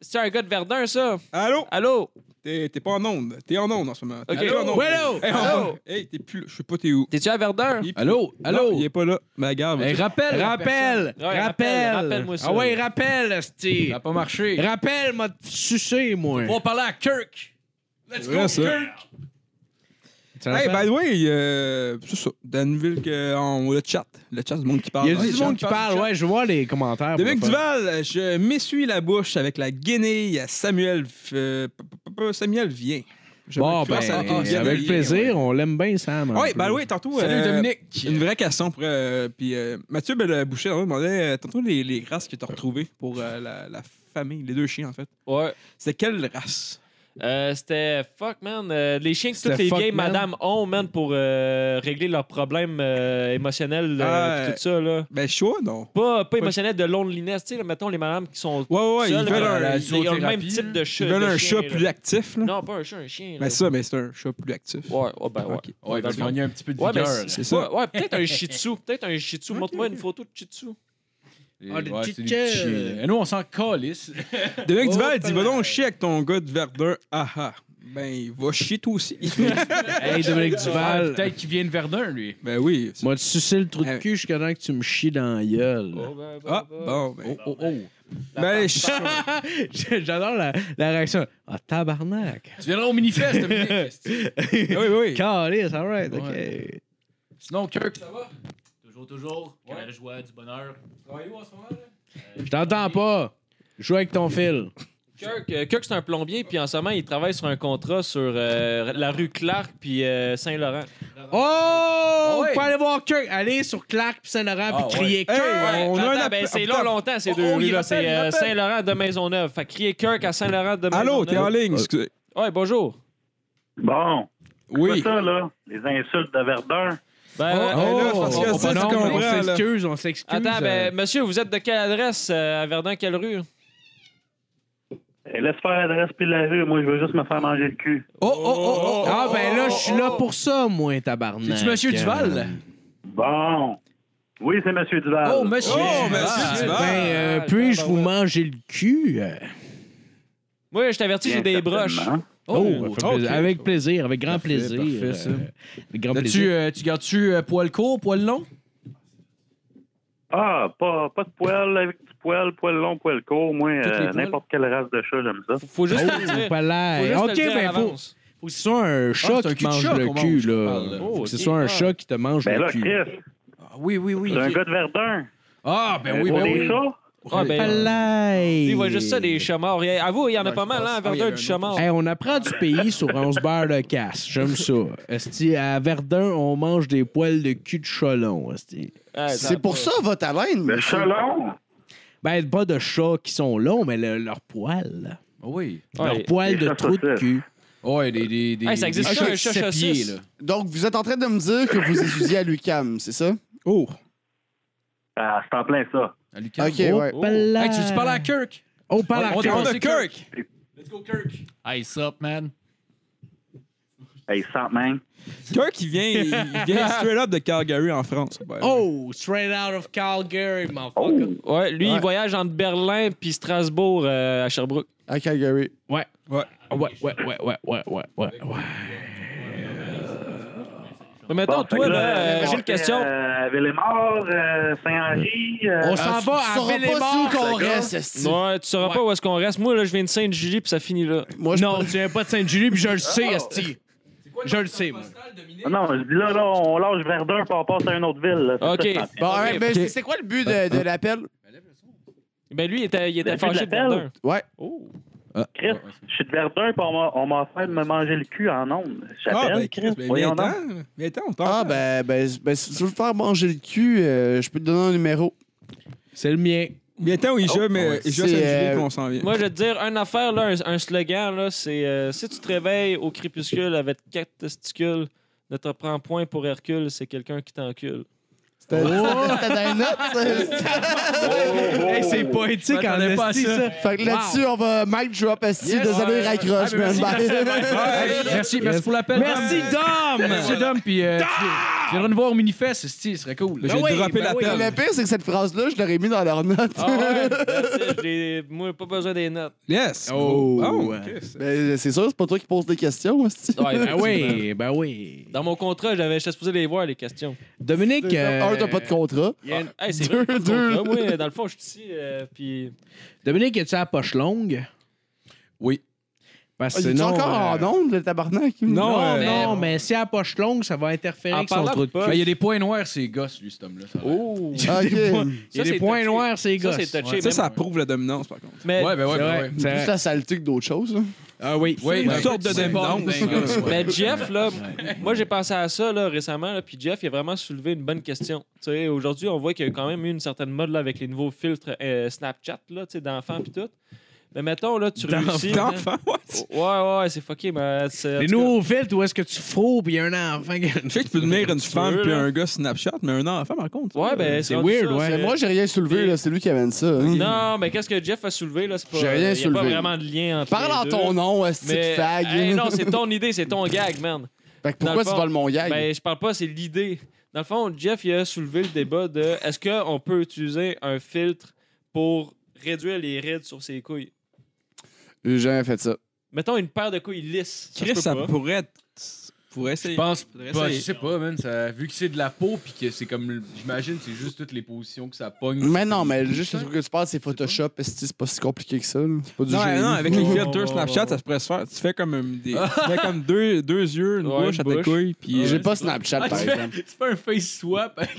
Speaker 7: C'est un gars de Verdun, ça.
Speaker 6: Allô?
Speaker 7: Allô?
Speaker 6: T'es t'es pas en onde. T'es en onde en ce moment. T'es
Speaker 7: Ok.
Speaker 6: plus en onde.
Speaker 4: Hello!
Speaker 6: Hey, on- hey, t'es plus là. Je sais pas t'es où.
Speaker 7: T'es-tu à Verdun?
Speaker 6: Il est plus-
Speaker 3: Allô?
Speaker 6: Non, Il
Speaker 3: Allô?
Speaker 6: est pas là. Mais gars,
Speaker 3: Hey, rappelle! la
Speaker 4: Rappel!
Speaker 7: Ouais,
Speaker 4: rappel!
Speaker 7: rappelle, rappelle-moi ça.
Speaker 4: Ah ouais, rappel, hostie.
Speaker 3: Ça a pas marché.
Speaker 4: Rappel m'a sucé, moi.
Speaker 3: On va parler à Kirk. Let's
Speaker 6: Ouais, ça. Hey, by the way, euh, c'est ça. Danville, que- on- le chat. Le chat du monde qui parle.
Speaker 4: Il y a
Speaker 6: Ouais,
Speaker 4: du
Speaker 6: le
Speaker 4: monde
Speaker 6: chat
Speaker 4: qui parle,
Speaker 6: du chat.
Speaker 4: ouais, je vois les commentaires.
Speaker 6: Dominique
Speaker 4: pour le fun.
Speaker 6: Duval, je m'essuie la bouche avec la guenille à Samuel. euh, p- p- p- Samuel vient. Je
Speaker 4: Bon,
Speaker 6: me classe en tant que
Speaker 4: ben,
Speaker 6: guenille.
Speaker 4: avec plaisir, on l'aime bien, Sam. en
Speaker 6: Oui,
Speaker 4: plus.
Speaker 6: bah oui, tantôt.
Speaker 3: Salut,
Speaker 6: euh,
Speaker 3: Dominique.
Speaker 6: Une vraie question. Pour, euh, puis euh, Mathieu Belle- Boucher on demandait euh, tantôt les, les races que tu as retrouvées pour euh, la, la famille, les deux chiens en fait.
Speaker 7: Ouais.
Speaker 6: C'est quelle race
Speaker 7: Euh, c'était fuck, man. euh, les chiens que toutes
Speaker 4: C'était
Speaker 7: les
Speaker 4: fuck,
Speaker 7: vieilles
Speaker 4: man.
Speaker 7: madames ont, man, pour euh, régler leurs problèmes euh, émotionnels, euh,
Speaker 6: Ah,
Speaker 7: pis tout ça, là.
Speaker 6: Ben, chaud, non
Speaker 7: Pas, pas émotionnels de loneliness, tu sais, là, mettons les madames qui sont.
Speaker 6: Ouais, ouais, ouais,
Speaker 7: seules,
Speaker 6: ils veulent
Speaker 7: là,
Speaker 6: un,
Speaker 3: la-
Speaker 6: ils
Speaker 7: ils ont le même
Speaker 3: zoothérapie,
Speaker 7: type de chat.
Speaker 6: veulent
Speaker 7: de
Speaker 6: un
Speaker 7: chien,
Speaker 6: chat
Speaker 7: là.
Speaker 6: plus actif. Là.
Speaker 7: Non, pas un chat, un chien.
Speaker 6: Ben,
Speaker 7: là.
Speaker 6: ça, mais c'est un chat plus actif.
Speaker 7: Ouais, ouais, ben ouais.
Speaker 6: Ok.
Speaker 3: Ouais, il va
Speaker 7: Dans
Speaker 3: se
Speaker 7: le fond.
Speaker 3: gagner un petit peu de
Speaker 7: Ouais,
Speaker 3: vigueur.
Speaker 7: mais
Speaker 6: C'est
Speaker 7: c'est
Speaker 6: ça.
Speaker 7: ça. Ouais, peut-être un shih tzu. Peut-être un shih tzu. Montre-moi une photo de shih tzu.
Speaker 3: là.
Speaker 4: Ah,
Speaker 3: Ouais,
Speaker 4: des
Speaker 3: c'est
Speaker 4: petits
Speaker 3: des petits
Speaker 4: chiens.
Speaker 3: chiens, là. Et nous, on s'en calisse.
Speaker 6: Dominique
Speaker 4: Oh,
Speaker 6: Duval dit
Speaker 4: pas
Speaker 6: Va
Speaker 4: mal.
Speaker 6: donc chier avec ton gars de Verdun. Ah ah. Ben, il va chier toi aussi.
Speaker 4: Hey, Dominique Duval.
Speaker 3: Peut-être qu'il vient de Verdun, lui.
Speaker 6: ben oui. c'est-
Speaker 4: Moi, tu sucer le trou de
Speaker 6: Hey.
Speaker 4: cul jusqu'à temps que tu me chies dans la gueule.
Speaker 6: Ah, bon, ben.
Speaker 3: Oh, oh.
Speaker 6: Ben, je-
Speaker 4: J'adore la, la réaction. Ah, tabarnak.
Speaker 3: Tu viendras au mini-fest, Dominique.
Speaker 6: Ben oui, oui.
Speaker 4: Calice, all right, OK.
Speaker 3: Ouais. Sinon, Kirk, ça va?
Speaker 10: Toujours, toujours. Que la joie, du bonheur.
Speaker 4: Je t'entends pas. Joue avec ton fil.
Speaker 7: Kirk, euh, Kirk, c'est un plombier, puis en ce moment, il travaille sur un contrat sur euh, la rue Clark, puis euh, Saint-Laurent.
Speaker 4: Oh!
Speaker 3: Ah ouais.
Speaker 4: Vous pouvez aller voir Kirk. Allez sur Clark puis Saint-Laurent puis
Speaker 3: Ah,
Speaker 4: crier
Speaker 6: Hey,
Speaker 4: Kirk.
Speaker 6: on a un
Speaker 7: Attends,
Speaker 6: appel-
Speaker 7: ben, c'est
Speaker 6: Ah, putain.
Speaker 7: long, longtemps, ces
Speaker 3: Oh,
Speaker 7: deux
Speaker 3: oh, il
Speaker 7: rues-là.
Speaker 3: rappelle,
Speaker 7: C'est
Speaker 3: il
Speaker 7: euh,
Speaker 3: rappelle.
Speaker 7: Saint-Laurent de Maisonneuve. Fait crier Kirk à Saint-Laurent de Maisonneuve.
Speaker 6: Allô, t'es en ligne, excusez.
Speaker 7: Ouais, bonjour.
Speaker 8: Bon, c'est
Speaker 6: Oui.
Speaker 8: ça, là? Les insultes de Verdun.
Speaker 4: Ah
Speaker 7: Ben,
Speaker 6: Oh,
Speaker 7: euh,
Speaker 6: hey, là, c'est parce que
Speaker 4: Oh,
Speaker 6: ça,
Speaker 4: non,
Speaker 6: c'est qu'on
Speaker 4: on
Speaker 6: voit, là.
Speaker 4: s'excuse, on s'excuse.
Speaker 7: attends,
Speaker 4: Euh,
Speaker 7: ben, monsieur, vous êtes de quelle adresse euh, à Verdun, quelle rue?
Speaker 8: Eh, Laisse faire l'adresse puis la rue. Moi, je veux juste me faire manger le cul.
Speaker 6: Oh, oh, oh, oh.
Speaker 4: Ah, ben là, je suis là pour ça, moi, tabarnak. Euh, oh,
Speaker 3: C'est-tu Monsieur Duval?
Speaker 8: Bon. Oui, c'est Monsieur Duval.
Speaker 3: Oh, monsieur!
Speaker 6: Oh, monsieur
Speaker 3: Ah,
Speaker 6: Duval.
Speaker 4: Ben, euh, puis-je vous manger le cul? euh?
Speaker 7: Moi, je t'avertis, j'ai des broches.
Speaker 8: certainement.
Speaker 4: Oh, ça fait
Speaker 6: ok.
Speaker 4: plaisir. avec plaisir, avec grand
Speaker 3: Parfait,
Speaker 4: plaisir.
Speaker 3: parfait, ça.
Speaker 4: euh, avec grand
Speaker 3: T'as-tu,
Speaker 4: plaisir.
Speaker 3: euh, tu gardes-tu euh, poil court, poil long?
Speaker 8: Ah, pas, pas de poil avec du poil, poil long, poil court. Moi,
Speaker 3: Toutes les
Speaker 8: euh,
Speaker 3: poils.
Speaker 8: n'importe quelle race de chat, j'aime ça.
Speaker 7: Faut juste
Speaker 4: Oh,
Speaker 7: te le dire.
Speaker 4: pas
Speaker 7: Faut juste
Speaker 4: l'air.
Speaker 7: te
Speaker 4: Ok,
Speaker 7: le dire à
Speaker 4: ben, faut,
Speaker 7: l'avance.
Speaker 4: faut que ce soit un
Speaker 3: Ah, c'est
Speaker 4: chat
Speaker 3: un
Speaker 4: qui te
Speaker 3: cul de
Speaker 4: mange
Speaker 3: chat
Speaker 4: le
Speaker 3: qu'on
Speaker 4: cul,
Speaker 3: mange, je
Speaker 4: là.
Speaker 3: parle.
Speaker 4: Faut
Speaker 7: Oh,
Speaker 4: que ce
Speaker 7: ok.
Speaker 4: soit un
Speaker 7: Ah.
Speaker 4: chat qui te mange
Speaker 8: Ben
Speaker 4: le
Speaker 8: là,
Speaker 4: cul.
Speaker 8: Chris,
Speaker 3: oui, oui, oui.
Speaker 8: c'est un gars de Verdun.
Speaker 3: Ah, ben oui,
Speaker 8: Pour
Speaker 3: ben
Speaker 8: des
Speaker 3: oui.
Speaker 8: chats?
Speaker 7: Ah, ben,
Speaker 4: Palais.
Speaker 7: Il voit juste ça, des chamards. Et Avoue, il y en a pas mal, hein, à
Speaker 6: Ah, il y
Speaker 7: Verdun,
Speaker 6: avait
Speaker 7: du
Speaker 6: un
Speaker 7: chamard.
Speaker 4: Hey, on apprend du pays sur 11 beurre de casse. J'aime ça. Esti, à Verdun, on mange des poils de cul de cholon. esti.
Speaker 7: Ah,
Speaker 5: C'est pour ça votre haleine.
Speaker 8: Le
Speaker 5: monsieur.
Speaker 8: chat long?
Speaker 4: Ben, pas de chats qui sont longs, mais le- leurs poils.
Speaker 3: Ah oui.
Speaker 7: Ouais.
Speaker 4: Leurs poils
Speaker 8: Les
Speaker 4: de
Speaker 8: chats
Speaker 4: trou de
Speaker 8: saucisses.
Speaker 4: cul.
Speaker 3: Ouais, des. des, des
Speaker 7: Hey, ça existe
Speaker 3: des
Speaker 7: ça, un
Speaker 3: qui
Speaker 7: chat
Speaker 3: se
Speaker 7: chaussisse?
Speaker 3: pied, là.
Speaker 5: Donc, vous êtes en train de me dire que vous étudiez à l'UCAM, c'est ça?
Speaker 6: Oh.
Speaker 8: Ah, c'est en plein ça.
Speaker 3: À Lucas.
Speaker 5: Ok,
Speaker 4: Oh,
Speaker 5: ouais.
Speaker 4: palais.
Speaker 3: Hey, tu veux parler
Speaker 4: Euh.
Speaker 3: à Kirk?
Speaker 4: On parle
Speaker 3: On-
Speaker 4: à
Speaker 3: on-
Speaker 4: Kirk.
Speaker 3: on-
Speaker 6: On a Kirk.
Speaker 10: Hey, sup, man?
Speaker 8: Hey, Salt, man.
Speaker 6: Kirk, il vient, il vient straight up de Calgary en France. Ben,
Speaker 4: Oh, straight out of Calgary, motherfucker.
Speaker 8: Oh.
Speaker 7: Ouais, lui,
Speaker 5: Ouais.
Speaker 7: il voyage entre Berlin puis Strasbourg euh, à Sherbrooke.
Speaker 5: À Calgary.
Speaker 4: Ouais.
Speaker 6: Ouais.
Speaker 4: Ouais, ouais, ouais, ouais, ouais, ouais, ouais, ouais.
Speaker 7: Mais mettons,
Speaker 8: Bon, fait
Speaker 7: toi,
Speaker 8: que
Speaker 7: là,
Speaker 8: là,
Speaker 7: euh, j'ai une question.
Speaker 8: Euh, Villemort, euh, Saint-Henri. euh,
Speaker 4: On s'en
Speaker 5: Ah, tu
Speaker 4: va
Speaker 5: sauras
Speaker 4: à
Speaker 5: pas
Speaker 4: Villemort,
Speaker 5: sous qu'on
Speaker 8: le gars.
Speaker 5: reste, esti.
Speaker 7: Ouais, tu sauras
Speaker 4: Ouais.
Speaker 7: pas où est-ce qu'on reste. Moi, là, je viens de Sainte-Julie puis ça finit là.
Speaker 5: Moi, je
Speaker 4: Non, tu viens pas de Sainte-Julie, puis je le sais, Esti. Je le sais, moi.
Speaker 8: Ah Non, je dis là, là, on lâche Verdun puis on passe à une autre ville. là. C'est
Speaker 7: OK.
Speaker 8: ça, je pense.
Speaker 5: Bon,
Speaker 7: Ok,
Speaker 5: alright, ben,
Speaker 7: ok.
Speaker 5: c'est- c'est quoi le but de, de l'appel?
Speaker 7: Ben lui, il était, il était
Speaker 8: Ben, c'est de
Speaker 7: fâché de
Speaker 8: l'appel.
Speaker 7: Verdun.
Speaker 5: Ouais.
Speaker 7: Oh.
Speaker 8: Chris, je suis de Verdun puis on m'a- on m'a fait me manger le cul en ondes.
Speaker 6: Ah,
Speaker 8: J'appelle,
Speaker 6: ben, Chris,
Speaker 8: Chris.
Speaker 6: ben,
Speaker 8: voyons
Speaker 6: viens-t'en.
Speaker 8: donc.
Speaker 6: Viens-t'en, on
Speaker 5: Ah,
Speaker 6: parle.
Speaker 5: ben, ben, ben, si tu veux me faire manger le cul, euh, je peux te donner un numéro.
Speaker 4: C'est le mien.
Speaker 6: Viens-t'en, il joue, mais il joue à
Speaker 5: C'est,
Speaker 6: Sainte-Julie
Speaker 5: euh,
Speaker 6: qu'on s'en vient.
Speaker 7: Moi, je vais te dire, une affaire, là, un, un slogan, là, c'est euh, si tu te réveilles au crépuscule avec quatre testicules, ne te prends point pour Hercule, c'est quelqu'un qui t'encule.
Speaker 5: C'était c'était dans les notes, ça.
Speaker 4: Hey, c'est poétique
Speaker 3: Je
Speaker 4: en
Speaker 3: m'attendais pas à
Speaker 4: esti,
Speaker 3: ça.
Speaker 4: ça.
Speaker 5: Fait que là-dessus, on va mic drop, esti.
Speaker 3: Yes.
Speaker 5: Désolé,
Speaker 3: Ouais.
Speaker 5: raccroche,
Speaker 3: Ouais, mais
Speaker 5: man.
Speaker 3: merci,
Speaker 5: Bye.
Speaker 3: Merci, merci,
Speaker 4: Yes.
Speaker 3: pour l'appel.
Speaker 4: Merci,
Speaker 3: Dom. Merci,
Speaker 4: Dom!
Speaker 3: Dom. Puis euh, tu- tu viendras nous voir au Minifest, ce serait cool.
Speaker 6: J'ai
Speaker 4: oui,
Speaker 6: droppé
Speaker 4: ben
Speaker 6: la
Speaker 4: oui.
Speaker 5: Le
Speaker 6: pelle.
Speaker 5: pire, c'est que cette phrase-là, je l'aurais mis dans leurs notes.
Speaker 7: Ah ouais, merci, j'ai- moi, pas besoin des notes.
Speaker 6: Yes.
Speaker 3: Ah
Speaker 4: Oh.
Speaker 6: Chris.
Speaker 5: Ben, c'est sûr, c'est pas toi qui poses des questions, esti.
Speaker 4: Ben oui, ben oui.
Speaker 7: Dans mon contrat, j'avais j'étais supposé les voir, les questions. Ah,
Speaker 4: Dominique.
Speaker 5: Un,
Speaker 4: euh,
Speaker 5: t'as pas de contrat.
Speaker 4: y a une-
Speaker 7: Hey, c'est
Speaker 5: Deux,
Speaker 7: vrai, j'ai pas
Speaker 5: deux.
Speaker 7: de contrat. Moi, dans le fond, je suis ici, euh, puis...
Speaker 4: Dominique, es-tu à la poche longue?
Speaker 3: Oui.
Speaker 4: Parce que
Speaker 5: Ah, Il est
Speaker 4: sinon,
Speaker 5: encore
Speaker 4: euh,
Speaker 5: en onde, le tabarnak?
Speaker 4: Non, non, mais...
Speaker 7: mais-
Speaker 4: si à la poche longue, ça va interférer
Speaker 7: En
Speaker 4: avec son
Speaker 7: parlant
Speaker 4: trou
Speaker 7: de
Speaker 4: de
Speaker 7: poche,
Speaker 3: Ben,
Speaker 4: cul.
Speaker 3: Il y a des points noirs, ces gosses, lui, cet homme-là. ça a l'air.
Speaker 7: Oh!
Speaker 5: Ah,
Speaker 4: Il y a des points- il y a
Speaker 7: Ça,
Speaker 4: des
Speaker 7: c'est
Speaker 4: points
Speaker 7: touché.
Speaker 4: noirs, ces
Speaker 7: Ça,
Speaker 4: gosses.
Speaker 7: c'est touché.
Speaker 6: Ça,
Speaker 7: mais-
Speaker 6: ça prouve la dominance, par contre.
Speaker 7: Mais,
Speaker 3: Ouais, ben ouais,
Speaker 4: C'est
Speaker 3: ben
Speaker 4: vrai,
Speaker 3: ouais.
Speaker 4: c'est vrai.
Speaker 5: Plus la saleté que d'autres choses. là.
Speaker 4: Ah oui.
Speaker 3: Oui,
Speaker 6: une
Speaker 3: ben,
Speaker 6: sorte de
Speaker 3: c'est
Speaker 6: démon.
Speaker 3: bon, d'un gosse, ouais.
Speaker 7: Ben, Jeff, là, moi, j'ai pensé à ça là, récemment, là, puis Jeff, il a vraiment soulevé une bonne question. Tu sais, Aujourd'hui, on voit qu'il y a quand même eu une certaine mode là, avec les nouveaux filtres euh, Snapchat là, tu sais, d'enfants puis tout. Mais mettons, là, tu réussis...
Speaker 6: D'enfant,
Speaker 7: Ouais,
Speaker 6: ouais.
Speaker 7: ouais, ouais, c'est fucké, mais... euh, c'est- en
Speaker 4: Les
Speaker 7: tout cas,
Speaker 4: nouveaux filtres, où est-ce que tu fous, puis il y a un enfant qui...
Speaker 6: Je sais que tu peux devenir une femme
Speaker 7: veux,
Speaker 6: puis
Speaker 7: là.
Speaker 6: un gars Snapchat, mais un enfant, par contre.
Speaker 7: Ouais, ben,
Speaker 4: C'est
Speaker 7: rendu
Speaker 4: weird,
Speaker 7: ça,
Speaker 4: ouais.
Speaker 7: c'est-
Speaker 5: Mais moi, j'ai rien soulevé, là. C'est lui qui amène ça. hein.
Speaker 7: Non, mais qu'est-ce que Jeff a soulevé, là? C'est pas...
Speaker 5: J'ai rien
Speaker 7: il y a
Speaker 5: soulevé.
Speaker 7: pas vraiment de lien entre
Speaker 5: Parle en
Speaker 7: les
Speaker 5: ton
Speaker 7: deux.
Speaker 5: nom, esti de
Speaker 7: Mais...
Speaker 5: fag.
Speaker 7: Hey, non, c'est ton idée, c'est ton gag, man.
Speaker 5: Fait que pourquoi
Speaker 7: Dans le
Speaker 5: tu
Speaker 7: fond,
Speaker 5: voles mon gag?
Speaker 7: Ben, je parle pas, c'est l'idée. Dans le fond, Jeff, il a soulevé le débat de est-ce qu'on peut utiliser un filtre pour réduire les rides sur ses couilles?
Speaker 5: J'ai jamais fait ça.
Speaker 7: Mettons une paire de couilles lisses. Ça se
Speaker 6: Chris,
Speaker 7: peut
Speaker 6: ça
Speaker 7: pas.
Speaker 6: pourrait être. Pourrait
Speaker 3: Je
Speaker 6: essayer.
Speaker 3: pense
Speaker 6: Faudrait
Speaker 3: pas, je
Speaker 6: essayer.
Speaker 3: sais pas, man. ça- vu que c'est de la peau, puis que c'est comme. le- J'imagine que c'est juste toutes les positions que ça pogne.
Speaker 5: Mais non, mais juste le truc que tu parles, c'est Photoshop. esti, C'est pas si compliqué que ça. là. C'est pas du
Speaker 6: Non,
Speaker 5: génie.
Speaker 6: non, avec les
Speaker 7: Oh.
Speaker 6: filtres Snapchat, ça se pourrait se faire. Tu fais comme une- des, tu fais comme deux, deux yeux, une
Speaker 7: Ouais,
Speaker 6: bouche
Speaker 7: une
Speaker 6: à tes
Speaker 7: bouche.
Speaker 6: couilles, puis euh,
Speaker 5: J'ai pas Snapchat,
Speaker 3: Ah, tu,
Speaker 5: par
Speaker 3: fais,
Speaker 5: exemple.
Speaker 3: tu fais un face swap avec,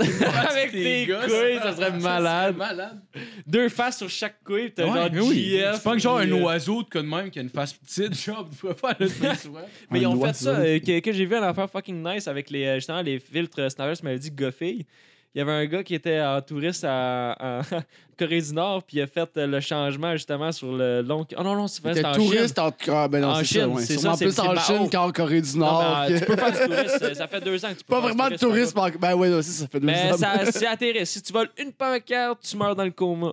Speaker 7: Avec tes couilles, ça serait malade.
Speaker 3: malade.
Speaker 7: Deux faces sur chaque couille, pis t'as
Speaker 3: Ouais, mais
Speaker 7: genre
Speaker 3: oui.
Speaker 7: JF,
Speaker 3: Tu pognes genre un
Speaker 7: puis, euh,
Speaker 3: oiseau de quoi de même qui a une face petite, genre, tu pourrais faire le face swap.
Speaker 7: Mais ils
Speaker 5: Un
Speaker 7: ont fait
Speaker 5: oiseau.
Speaker 7: ça, euh, que, que j'ai vu un affaire fucking nice avec les, euh, justement les filtres euh, Snapchat, tu m'avais dit Goffey. Il y avait un gars qui était en touriste à, en Corée du Nord, puis il a fait euh, le changement justement sur le long. Oh non, non, c'est vrai,
Speaker 5: T'es
Speaker 7: c'était en Chine.
Speaker 5: touriste en, ah, ben non,
Speaker 7: En
Speaker 5: c'est ça,
Speaker 7: Chine,
Speaker 5: ouais.
Speaker 7: c'est
Speaker 5: Sûrement
Speaker 7: ça, c'est-
Speaker 5: plus
Speaker 7: c'est
Speaker 5: en
Speaker 7: Mao.
Speaker 5: Chine qu'en Corée du
Speaker 7: Non,
Speaker 5: Nord.
Speaker 7: mais, euh,
Speaker 5: que-
Speaker 7: tu peux faire du tourisme. Ça fait deux ans que tu peux
Speaker 5: Pas
Speaker 7: faire du
Speaker 5: vraiment de tourisme. en- Ben ouais, non, ça, ça fait deux
Speaker 7: Mais
Speaker 5: ans.
Speaker 7: ça, c'est atterri. Si tu voles une pancarte, tu meurs dans le coma.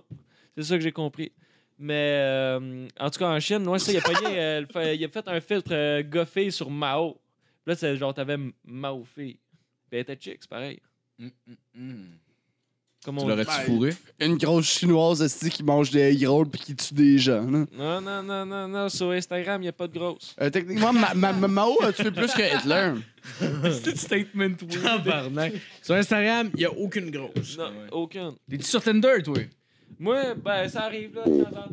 Speaker 7: C'est ça que j'ai compris. Mais euh, en tout cas, en Chine, ouais, ça, il, a pogné, euh, le fa- il a fait un filtre euh, goffé sur Mao. Puis Là, c'est genre, t'avais M- Mao fille. Ben, elle était chick, c'est pareil. Comme
Speaker 3: Mm. Tu
Speaker 7: on
Speaker 3: l'aurais-tu
Speaker 5: Ouais.
Speaker 3: fourré?
Speaker 5: Une grosse chinoise esti, qui mange des egg puis qui tue des gens. là.
Speaker 7: Non, non, non, non, non. Sur Instagram, il n'y a pas de grosse.
Speaker 5: Euh, techniquement, ma, ma- ma- Mao a tué plus que Hitler.
Speaker 3: C'est statement
Speaker 4: Tabarnak. Sur Instagram, il n'y a aucune grosse.
Speaker 7: Non, aucune.
Speaker 3: T'es-tu sur Tinder, toi?
Speaker 7: Moi, ben, ça arrive, là, de temps en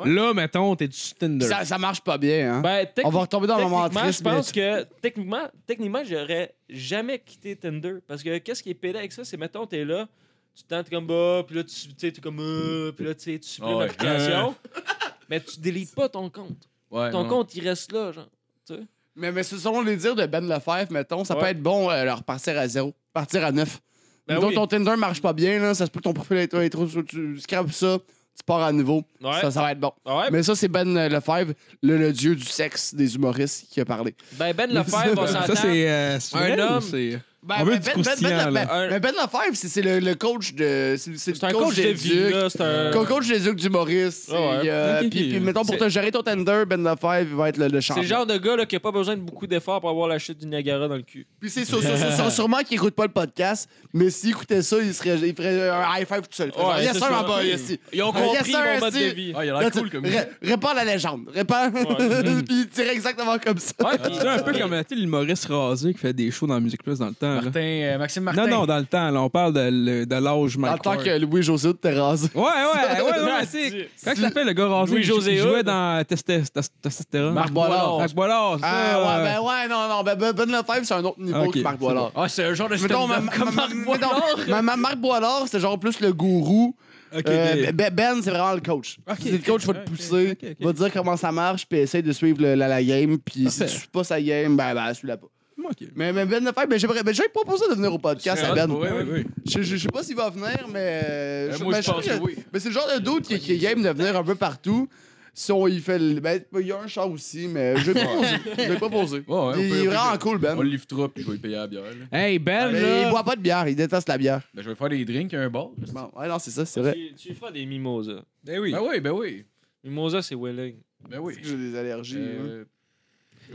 Speaker 7: temps. là.
Speaker 4: Là, mettons, t'es du Tinder.
Speaker 5: Ça, ça marche pas bien. Hein?
Speaker 7: Ben,
Speaker 5: On va retomber dans un moment
Speaker 7: Techniquement,
Speaker 5: triste.
Speaker 7: je pense que techniquement, techniquement, j'aurais jamais quitté Tinder parce que qu'est-ce qui est pédé avec ça, c'est mettons t'es là, tu te tentes comme bah, puis là tu tu sais t'es comme euh, puis là tu sais, tu supprimes
Speaker 3: Ah ouais.
Speaker 7: l'application, mais tu délites pas ton compte.
Speaker 3: Ouais.
Speaker 7: Ton
Speaker 3: non.
Speaker 7: compte il reste là, genre.
Speaker 5: Mais, mais ce selon les dires de Ben Lefebvre, mettons, ça peut
Speaker 7: Ouais.
Speaker 5: être bon euh, de repartir à zéro, partir à neuf.
Speaker 7: Ben
Speaker 5: Donc
Speaker 7: oui.
Speaker 5: ton Tinder marche pas bien, là, ça se peut que ton profil est est trop. Tu, tu scrapes ça, tu pars à nouveau.
Speaker 7: Ouais.
Speaker 5: Ça, ça va être bon.
Speaker 7: ouais.
Speaker 5: Mais ça, c'est Ben euh, Lefebvre, le, le dieu du sexe des humoristes qui a parlé.
Speaker 7: Ben Ben Lefebvre, on
Speaker 6: Ça,
Speaker 7: s'entend.
Speaker 6: c'est. euh, c'est
Speaker 7: Un
Speaker 6: vrai,
Speaker 7: homme.
Speaker 6: ou c'est-
Speaker 5: Ben,
Speaker 6: On veut
Speaker 5: ben,
Speaker 6: du
Speaker 5: ben,
Speaker 6: croustillant,
Speaker 5: ben, ben,
Speaker 6: là.
Speaker 5: ben, ben, Ben Lefebvre, c'est c'est le, le coach de. C'est c'est
Speaker 7: C'est un coach de
Speaker 5: des
Speaker 7: vie,
Speaker 5: Ducs.
Speaker 7: là. C'est un.
Speaker 5: Co- coach des Ducs du Maurice.
Speaker 7: Ah ouais.
Speaker 5: Et, euh,
Speaker 6: Ok.
Speaker 5: puis, puis, mettons, pour
Speaker 7: C'est-
Speaker 5: te gérer ton tender, Ben Lefebvre il va être le, le
Speaker 7: C'est
Speaker 5: champion.
Speaker 7: le genre de gars là, qui a pas besoin de beaucoup d'efforts pour avoir la chute du Niagara dans le cul.
Speaker 5: Puis c'est sûr, sûr- sûr- sûr- sûrement qu'il écoute pas le podcast, mais s'il écoutait ça, il, serait, il ferait un high five tout seul.
Speaker 7: Ouais,
Speaker 5: yes,
Speaker 7: c'est
Speaker 5: sir,
Speaker 7: ça.
Speaker 5: en bas, yes, si.
Speaker 7: Ils ont
Speaker 5: Ah, yes,
Speaker 7: compris
Speaker 5: sir,
Speaker 7: mon mode de
Speaker 5: c'est-
Speaker 7: vie.
Speaker 3: Ah, il a
Speaker 5: Là,
Speaker 3: l'air
Speaker 5: tu-
Speaker 3: cool comme
Speaker 5: ré- Répand la légende. Répand.
Speaker 7: Ouais.
Speaker 5: puis il tirait exactement comme ça.
Speaker 6: Ouais, puis c'est un peu comme euh, tu sais, l'humoriste rasé qui fait des shows dans Musique Plus dans le temps. là.
Speaker 3: Martin, euh, Maxime Martin.
Speaker 6: Non, non, dans le temps, là, on parle de, le- de l'âge
Speaker 5: En
Speaker 6: Mike
Speaker 5: tant
Speaker 6: Ward.
Speaker 5: que Louis-José de Terrasse.
Speaker 6: Ouais, ouais, ouais, ouais,
Speaker 7: Ah,
Speaker 6: ouais,
Speaker 7: si.
Speaker 6: c'est. Comment il s'appelle le gars rasé
Speaker 7: Louis
Speaker 6: qui
Speaker 7: José
Speaker 6: jou- jouait
Speaker 7: Hood.
Speaker 6: dans Testé- Tes- Testostérone?
Speaker 3: Marc Boilard.
Speaker 6: Marc Boilard, c'est ça,
Speaker 5: Ah, ouais,
Speaker 6: euh,
Speaker 5: ben ouais, non, non. Ben, ben, ben Lefebvre, c'est un autre niveau
Speaker 6: Ok,
Speaker 5: que Marc Boilard.
Speaker 3: Ah, c'est un genre de
Speaker 5: Mettons, ma,
Speaker 3: stand-up
Speaker 5: ma-
Speaker 3: comme
Speaker 5: ma-
Speaker 3: Marc
Speaker 5: mettons,
Speaker 3: Boilard.
Speaker 5: ma- ma- Marc Boilard, c'est genre plus le gourou.
Speaker 6: ok,
Speaker 5: Euh,
Speaker 6: ok.
Speaker 5: ben, Ben, c'est vraiment le coach.
Speaker 6: Ok,
Speaker 5: c'est le coach qui va
Speaker 6: ok,
Speaker 5: te pousser,
Speaker 6: ok, ok.
Speaker 5: va te dire comment ça marche, puis essaye de suivre le- la, la game. Puis si
Speaker 6: Parfait.
Speaker 5: tu suis pas sa game, ben, ben, suis-la pas.
Speaker 6: Ok.
Speaker 5: Mais, mais Ben Lefebvre, ben, j'aimerais- ben, j'avais proposé de venir au podcast à Ben.
Speaker 6: Ouais, ouais, ouais.
Speaker 5: Je, je- je sais pas s'il va venir, mais. euh,
Speaker 3: Euh, moi,
Speaker 5: ben,
Speaker 3: je pense
Speaker 5: sais
Speaker 3: que oui.
Speaker 5: Mais c'est le genre de doute qui, qui est game de venir un peu partout. Si on y fait. le- Ben, il y a un chat aussi, mais je vais proposer. Je vais proposer.
Speaker 3: Ouais, ouais, on
Speaker 5: il
Speaker 3: peut-
Speaker 5: est
Speaker 3: on peut-
Speaker 5: vraiment cool, Ben.
Speaker 3: On le livre trop, puis je vais lui payer la bière. là.
Speaker 4: Hey, Ben,
Speaker 5: Mais il
Speaker 4: là.
Speaker 5: boit pas de bière, il déteste la bière.
Speaker 3: Ben, je vais faire des drinks à un bar.
Speaker 5: Bon, ouais, non, c'est ça, c'est vrai.
Speaker 7: Tu, tu feras des mimosas.
Speaker 6: Ben oui.
Speaker 3: Ben oui, ben oui.
Speaker 7: Mimosa, c'est Welling.
Speaker 3: Ben oui.
Speaker 5: J'ai des allergies. hein.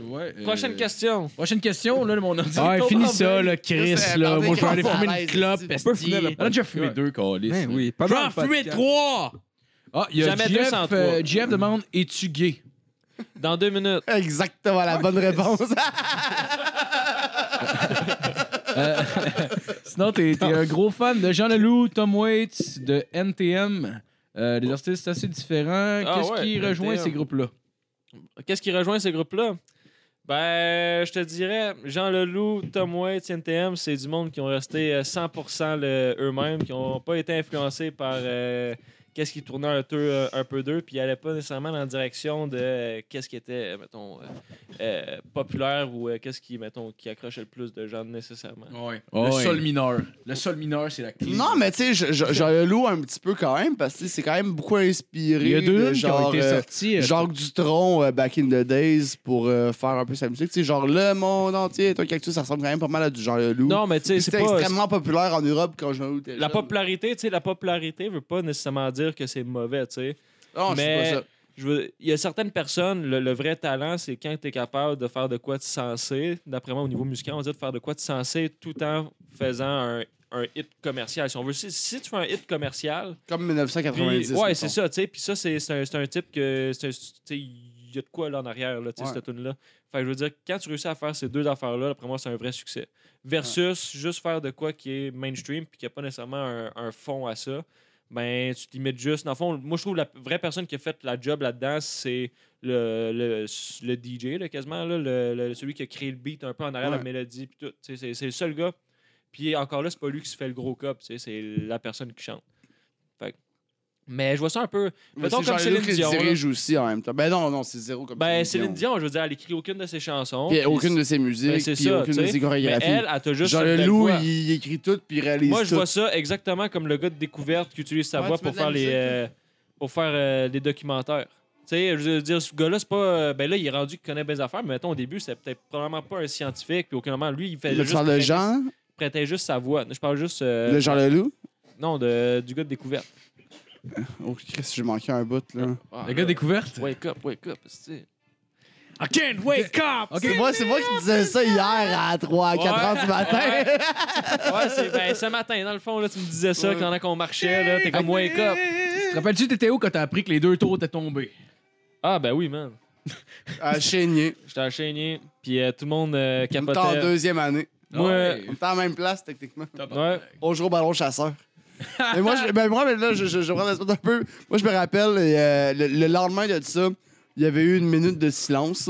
Speaker 3: Euh, ouais, euh,
Speaker 7: Prochaine question.
Speaker 3: Prochaine question, là, mon
Speaker 7: Ah
Speaker 3: ordi.
Speaker 4: Ouais,
Speaker 3: tombe
Speaker 4: finis
Speaker 3: en
Speaker 4: ça,
Speaker 3: bas.
Speaker 4: là, Chris,
Speaker 5: Juste, euh,
Speaker 4: là.
Speaker 5: parler
Speaker 4: Moi, je vais aller
Speaker 5: quand
Speaker 4: fumer
Speaker 5: on
Speaker 4: une
Speaker 5: est
Speaker 4: clope,
Speaker 5: à l'aise,
Speaker 4: esti.
Speaker 6: On peut finir le
Speaker 3: On a déjà fumé
Speaker 6: Ouais.
Speaker 3: deux, Calis.
Speaker 6: Ben oui.
Speaker 4: Je vais
Speaker 6: pendant
Speaker 4: en
Speaker 6: le
Speaker 4: fumer
Speaker 6: podcast.
Speaker 4: trois!
Speaker 3: Ah, il y a
Speaker 7: Jamais
Speaker 3: Jeff,
Speaker 7: 203.
Speaker 3: euh, Jeff demande Es-tu gay
Speaker 7: Dans deux minutes.
Speaker 5: Exactement la bonne réponse.
Speaker 3: Euh, Sinon, t'es t'es un gros fan de Jean Leloup, Tom Waits, de NTM. Euh, des artistes assez différents.
Speaker 7: Ah
Speaker 3: Qu'est-ce
Speaker 7: ouais,
Speaker 3: qui rejoint
Speaker 7: NTM.
Speaker 3: ces groupes-là
Speaker 7: Qu'est-ce qui rejoint ces groupes-là? Ben, je te dirais, Jean Leloup, Tom Waits, NTM, c'est du monde qui ont resté euh, 100% le- eux-mêmes, qui n'ont pas été influencés par euh, qu'est-ce qui tournait un peu, euh, un peu d'eux, puis ils n'allaient pas nécessairement dans la direction de euh, qu'est-ce qui était, euh, mettons, euh, euh, populaire ou euh, qu'est-ce qui, mettons, qui accrochait le plus de gens nécessairement.
Speaker 6: Ah,
Speaker 3: Ah, ouais.
Speaker 4: Ouais.
Speaker 3: Le sol mineur. Le sol mineur, c'est la clé.
Speaker 5: non, mais tu sais, je- je- j'en loue un petit peu quand même, parce que c'est quand même beaucoup inspiré.
Speaker 4: Il y a deux
Speaker 5: de
Speaker 4: hymnes qui ont
Speaker 5: genre,
Speaker 4: été
Speaker 5: euh,
Speaker 4: sortis. euh,
Speaker 5: Jacques Dutronc, euh, Back in the Days, pour euh, faire un peu sa musique. Tu sais, genre, le monde entier est un cactus, ça ressemble quand même pas mal à du genre euh, loup.
Speaker 7: Non, mais tu sais, c'est
Speaker 5: C'était
Speaker 7: pas...
Speaker 5: extrêmement populaire en Europe quand Jean-Loup était
Speaker 7: La
Speaker 5: jeune.
Speaker 7: popularité, tu sais, la popularité veut pas nécessairement dire que c'est mauvais, tu sais.
Speaker 5: Non, Ah, je sais
Speaker 7: mais-
Speaker 5: pas ça.
Speaker 7: Je veux- Il y a certaines personnes, le, le vrai talent, c'est quand tu es capable de faire de quoi de sensé. D'après moi, au niveau musical, on dit de faire de quoi de sensé tout en faisant un, un hit commercial. Si, on veut, si, si tu fais un hit commercial,
Speaker 5: Comme
Speaker 7: puis-
Speaker 5: 1990.
Speaker 7: ouais,
Speaker 5: mettons.
Speaker 7: c'est ça, tu sais. Puis ça, c'est c'est un, c'est un type que. c'est un- tu sais, Il y a de quoi là en arrière, là, tu sais,
Speaker 5: Ouais.
Speaker 7: cette tune-là. Fait que je veux dire, quand tu réussis à faire ces deux affaires-là, après moi, c'est un vrai succès. Versus juste faire de quoi qui est mainstream puis qui a pas nécessairement un, un fond à ça, ben tu t'y mets juste. Dans le fond, moi je trouve la vraie personne qui a fait la job là-dedans, c'est le, le, le DJ là, quasiment, là, le, le- celui qui a créé le beat un peu en arrière de
Speaker 5: Ouais.
Speaker 7: la mélodie puis tout. Tu sais, C'est c'est le seul gars. Puis encore là, c'est pas lui qui se fait le gros cop, tu sais, c'est la personne qui chante. Fait que- Mais je vois ça un peu.
Speaker 5: Mais
Speaker 7: Mettons
Speaker 5: c'est Jean-Loup
Speaker 7: comme Céline
Speaker 5: qui le
Speaker 7: Dion. là.
Speaker 5: dirige aussi en même temps. Ben non, non, c'est zéro comme Céline
Speaker 7: Ben, Céline Dion, je veux dire, elle écrit aucune de ses chansons.
Speaker 5: Puis
Speaker 7: puis
Speaker 5: aucune de ses
Speaker 7: Ben,
Speaker 5: musiques,
Speaker 7: c'est
Speaker 5: puis
Speaker 7: ça,
Speaker 5: aucune
Speaker 7: tu
Speaker 5: de
Speaker 7: sais.
Speaker 5: ses
Speaker 7: Mais
Speaker 5: chorégraphies.
Speaker 7: elle, elle t'a juste.
Speaker 5: Jean
Speaker 7: une belle
Speaker 5: Leloup,
Speaker 7: voix.
Speaker 5: il, il écrit tout puis il réalise
Speaker 7: Moi,
Speaker 5: tout.
Speaker 7: je vois ça exactement comme le gars de découverte qui utilise sa
Speaker 5: Ouais,
Speaker 7: voix
Speaker 5: tu mets
Speaker 7: pour
Speaker 5: de la
Speaker 7: faire, les,
Speaker 5: musique,
Speaker 7: euh, pour faire euh, des documentaires. Tu sais, je veux dire, ce gars-là, c'est pas. euh, ben là, il est rendu qu'il connaît bien les affaires, mais mettons, au début, c'était peut-être probablement pas un scientifique, puis aucun moment, lui, il fait
Speaker 5: Tu
Speaker 7: juste.
Speaker 5: parles de
Speaker 7: prêter-
Speaker 5: Jean,
Speaker 7: prêtait juste sa voix. Je parle juste. euh,
Speaker 5: de Jean Leloup.
Speaker 7: Non, de, du gars de découverte.
Speaker 5: Oh, Chris, j'ai manqué un bout, là.
Speaker 7: Ah,
Speaker 3: Le gars
Speaker 7: là,
Speaker 3: découverte
Speaker 7: Wake up, wake up, c'est
Speaker 4: I can't wake up!
Speaker 5: C'est moi, c'est moi qui disais ça hier à 3 à 4
Speaker 7: Ouais.
Speaker 5: heures du matin.
Speaker 7: Ouais, c'est ben, ce matin, dans le fond, là, tu me disais ça quand on marchait, là, t'es comme wake up.
Speaker 3: Te rappelles-tu, t'étais où quand t'as appris que les deux tours étaient tombés
Speaker 7: Ah, ben oui, man.
Speaker 5: À Chénier.
Speaker 7: J'étais à Chénier, puis euh, tout le monde euh,
Speaker 5: On était en
Speaker 7: capotait.
Speaker 5: deuxième année.
Speaker 7: Moi,
Speaker 5: On était en même place, techniquement.
Speaker 7: ouais.
Speaker 5: On joue au ballon chasseur. Mais moi, je, ben moi, mais là, je, je, je prends l'aspect un peu. Moi, je me rappelle, euh, le, le lendemain de ça, il y avait eu une minute de silence.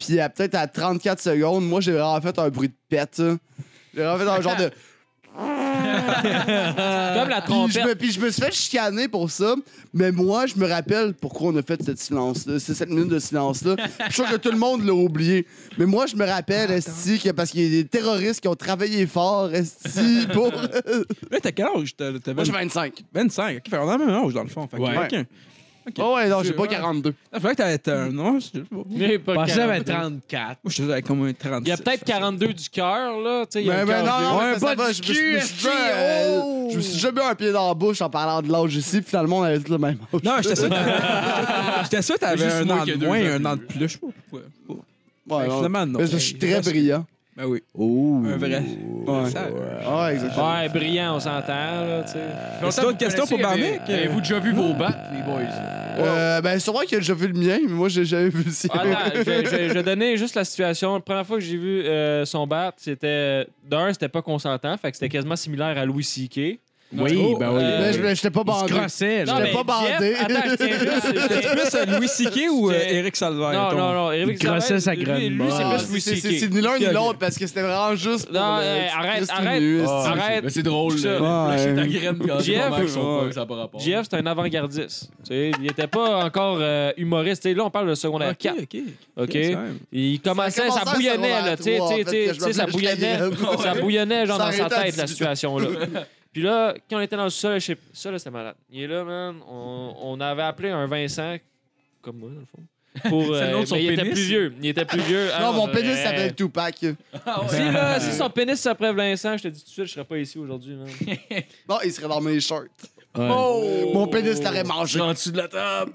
Speaker 5: Puis, à, peut-être à 34 secondes, moi, j'ai vraiment fait un bruit de pète. hein. J'ai vraiment fait un genre de.
Speaker 7: Comme la
Speaker 5: Euh, Puis je,
Speaker 7: trompette.
Speaker 5: me, puis je me suis fait chicaner pour ça, mais moi, je me rappelle pourquoi on a fait cette silence c'est cette minute de silence-là. Puis Je suis sûr que tout le monde l'a oublié. Mais moi, je me rappelle, Esti, que parce qu'il y a des terroristes qui ont travaillé fort, Esti, pour.
Speaker 6: Là, t'as quel âge? T'as- T'avais
Speaker 5: moi, j'ai 25.
Speaker 6: 25. Ok, fait, on a le même âge, dans le fond. Fait que,
Speaker 4: Ouais.
Speaker 6: ok.
Speaker 5: Oh ouais, non,
Speaker 6: C'est
Speaker 5: j'ai pas
Speaker 6: vrai.
Speaker 5: 42.
Speaker 6: Il faudrait que t'avais un nom. je sais pas. Moi,
Speaker 7: Il est pas
Speaker 4: Pensez à
Speaker 7: 42.
Speaker 4: 34.
Speaker 6: je te dirais comme un 36.
Speaker 7: Il y a peut-être 42 du cœur, là. tu sais, il y a
Speaker 5: Mais,
Speaker 7: un
Speaker 5: mais non,
Speaker 7: cœur
Speaker 5: Ben, non,
Speaker 7: vieux.
Speaker 5: mais ça, ça va, je, me- je me suis déjà, euh, je me suis déjà mis un pied dans la bouche en parlant de l'âge ici, puis finalement, on avait tout le même âge.
Speaker 6: Non, j'étais sûr que- j'étais sûr que t'avais
Speaker 3: Juste
Speaker 6: un
Speaker 3: moi
Speaker 6: an
Speaker 3: qui ai
Speaker 6: de
Speaker 3: deux
Speaker 6: moins et
Speaker 3: ans
Speaker 6: un
Speaker 3: de
Speaker 6: an de plus. Je sais pas pourquoi.
Speaker 5: Ouais,
Speaker 6: Ben,
Speaker 5: ouais.
Speaker 6: Finalement, non.
Speaker 5: Mais je suis très brillant.
Speaker 6: Ben oui.
Speaker 5: Oh.
Speaker 6: Un vrai. Ah,
Speaker 5: Ouais.
Speaker 6: Ça-
Speaker 5: Euh, Ouais, exactement.
Speaker 7: Ouais, brillant, on s'entend, là, tu sais.
Speaker 6: C'est une autre question pour Barnick?
Speaker 3: Euh, Avez-vous déjà vu vos battes, les boys?
Speaker 5: Euh, ben, sûrement qu'il a déjà vu le mien, mais moi, j'ai jamais vu le sien.
Speaker 7: Ah, Attends, je, vais- je vais- je vais donner juste la situation. La première fois que j'ai vu euh, son bat, c'était. D'un, c'était pas consentant, fait que c'était quasiment similaire à Louis C.K.
Speaker 4: Oui, ben oui.
Speaker 7: euh,
Speaker 5: Ben, je- ben, j'étais pas
Speaker 4: Il se
Speaker 5: bandé.
Speaker 4: crossait, là.
Speaker 7: Non, mais
Speaker 5: pas bandé.
Speaker 7: Jeff- Attends, je tiens juste- je
Speaker 6: T'es
Speaker 7: tiens-
Speaker 6: plus euh, Louis C.K. ou euh,
Speaker 7: J'étais-
Speaker 6: Eric Salvaire?
Speaker 7: Non,
Speaker 6: ton-
Speaker 7: non, non. Eric
Speaker 4: Il grossait
Speaker 7: Salvaire,
Speaker 4: sa
Speaker 7: lui-
Speaker 4: grande
Speaker 7: Lui, c'est
Speaker 4: mort.
Speaker 7: plus Louis
Speaker 5: C'est- c'est-
Speaker 7: C.K.
Speaker 5: C'est ni l'un ni
Speaker 6: Ok.
Speaker 5: l'autre, parce que c'était vraiment juste. pour
Speaker 7: Non,
Speaker 5: le
Speaker 7: hey,
Speaker 5: petit
Speaker 7: arrête,
Speaker 5: Christ tout
Speaker 7: arrête.
Speaker 5: nu,
Speaker 7: Ah,
Speaker 5: esti.
Speaker 7: Arrête.
Speaker 3: Ben, c'est drôle,
Speaker 7: Ça.
Speaker 3: là.
Speaker 5: Ouais.
Speaker 3: Flasher ta graine quand
Speaker 7: Jeff,
Speaker 3: tes mamans qui sont
Speaker 7: ouais.
Speaker 3: pas- ça n'a pas rapport.
Speaker 7: Jeff, c'est un avant-gardiste. Tu sais, il était pas encore euh, humoriste. Tu sais, là, on parle de secondaire
Speaker 6: Ok,
Speaker 7: 4.
Speaker 6: ok.
Speaker 7: Ben, OK?
Speaker 6: c'est vrai.
Speaker 7: Il
Speaker 5: Ça
Speaker 7: commençait,
Speaker 5: a
Speaker 7: ça,
Speaker 5: commencé à
Speaker 7: bouillonnait,
Speaker 5: secondaire
Speaker 7: là. Tu sais,
Speaker 5: trois, en
Speaker 7: tu sais,
Speaker 5: fait,
Speaker 7: tu sais,
Speaker 5: que je
Speaker 7: tu sais, ça
Speaker 5: m'appelais
Speaker 7: bouillonnait.
Speaker 5: Julien.
Speaker 7: Ça bouillonnait, genre,
Speaker 5: Ça
Speaker 7: dans sa
Speaker 5: arrêtait à
Speaker 7: tête, la
Speaker 5: 18.
Speaker 7: situation-là. Puis là, quand on était dans le sol, je sais ça, là, c'était malade. Il est là, man. On, on avait appelé un Vincent, comme moi, dans le fond. Pour, euh,
Speaker 6: C'est le nom de son
Speaker 7: mais il était
Speaker 6: pénis?
Speaker 7: plus vieux. Il était plus vieux.
Speaker 5: Non,
Speaker 7: Alors,
Speaker 5: mon pénis
Speaker 7: euh,
Speaker 5: s'appelle Tupac.
Speaker 7: Si, là, si son pénis s'appelait Vincent, je te dis tout de suite, je serais pas ici aujourd'hui, man.
Speaker 5: Non, il serait dans mes shorts. Oh!
Speaker 4: Ouais.
Speaker 7: Oh!
Speaker 5: Mon pénis l'aurait mangé.
Speaker 3: En dessous de la table.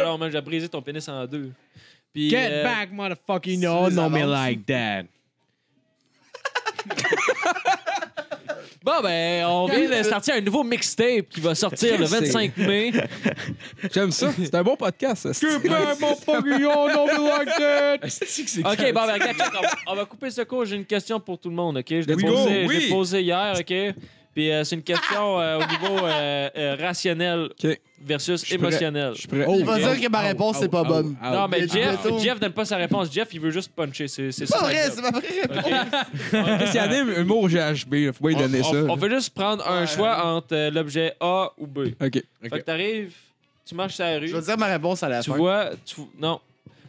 Speaker 7: Alors, Ah, man, j'ai brisé ton pénis en deux. Puis,
Speaker 4: Get
Speaker 7: euh,
Speaker 4: back, motherfucking
Speaker 5: sur
Speaker 4: no,
Speaker 5: les
Speaker 4: no me
Speaker 5: avances.
Speaker 4: like that.
Speaker 7: Bon, ben, on vient de sortir un nouveau mixtape qui va sortir le 25 mai.
Speaker 6: J'aime ça. C'est un bon podcast. ça.
Speaker 7: OK, bon, ben, regarde, check, on va- on va couper ce cours. J'ai une question pour tout le monde, OK? Je l'ai
Speaker 6: Let's
Speaker 7: posée
Speaker 6: go,
Speaker 7: je l'ai
Speaker 6: oui.
Speaker 7: posée hier, OK? Puis euh, c'est une question euh, au niveau euh, euh, rationnel
Speaker 6: OK.
Speaker 7: versus
Speaker 6: suis prêt.
Speaker 7: émotionnel.
Speaker 6: Je suis prêt.
Speaker 5: Il va dire que ma réponse, c'est pas bonne.
Speaker 7: Non, mais
Speaker 5: Ah,
Speaker 7: Jeff,
Speaker 5: ah.
Speaker 7: Jeff n'aime pas sa réponse. Jeff, il veut juste puncher. C'est c'est
Speaker 5: C'est
Speaker 7: ça.
Speaker 5: pas
Speaker 7: sa
Speaker 5: vrai,
Speaker 7: job.
Speaker 5: c'est ma vraie réponse.
Speaker 6: Qu'est-ce qu'il y a un mot GHB? là, Faut pas lui donner
Speaker 7: on,
Speaker 6: ça.
Speaker 7: on veut juste prendre un choix entre euh, l'objet A ou B.
Speaker 6: OK.
Speaker 7: Fait que t'arrives, tu marches sur la rue,
Speaker 5: Je vais dire ma réponse à la
Speaker 7: tu
Speaker 5: fin.
Speaker 7: vois, tu, non,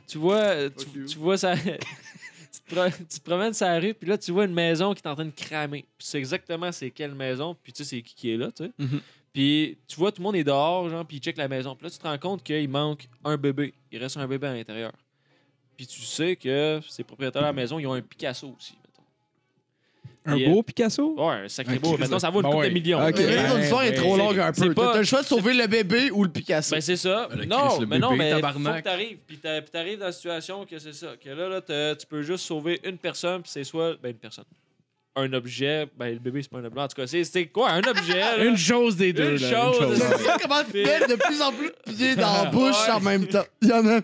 Speaker 7: tu vois,
Speaker 5: Ah,
Speaker 7: euh,
Speaker 5: Fuck you.
Speaker 7: tu, tu vois ça. tu, te pro- tu te promènes sur la rue, puis là, tu vois une maison qui est en train de cramer. Puis c'est exactement c'est quelle maison, puis tu sais, c'est qui qui est là, tu sais.
Speaker 6: Mhm.
Speaker 7: Puis tu vois, tout le monde est dehors, genre, puis il check la maison. Puis là, tu te rends compte qu'il manque un bébé. Il reste un bébé à l'intérieur. Puis tu sais que ces propriétaires de la maison, ils ont un Picasso aussi. mettons.
Speaker 6: Un
Speaker 7: Puis,
Speaker 6: beau Picasso?
Speaker 7: euh, Ouais, un sacré
Speaker 6: Un
Speaker 7: beau. Maintenant, ça vaut une
Speaker 6: Ben
Speaker 7: couple
Speaker 6: ouais.
Speaker 7: de millions.
Speaker 6: Ok.
Speaker 5: Le
Speaker 6: Ben,
Speaker 5: reste de l'histoire est trop
Speaker 7: c'est-
Speaker 5: longue un
Speaker 7: c'est
Speaker 5: peu.
Speaker 7: pas-
Speaker 5: T'as le choix de sauver le bébé ou le Picasso.
Speaker 7: Ben, c'est ça.
Speaker 3: Ben, le
Speaker 7: non,
Speaker 3: Christ, le
Speaker 7: mais non,
Speaker 3: bébé,
Speaker 7: mais faut
Speaker 3: tabarnak.
Speaker 7: que t'arrives. Puis t'a- puis t'arrives dans la situation que c'est ça. Que là, là t'as- tu peux juste sauver une personne, puis c'est soit... Ben, une personne. Un objet. Ben, le bébé, c'est pas un objet. En tout cas, c'est- c'est quoi? Un objet, là?
Speaker 4: Une chose des deux.
Speaker 7: Une
Speaker 4: là,
Speaker 7: chose.
Speaker 5: J'aime ça comment tu mets de plus en plus de pieds dans la bouche
Speaker 7: Ouais.
Speaker 5: en même temps. Il y en a.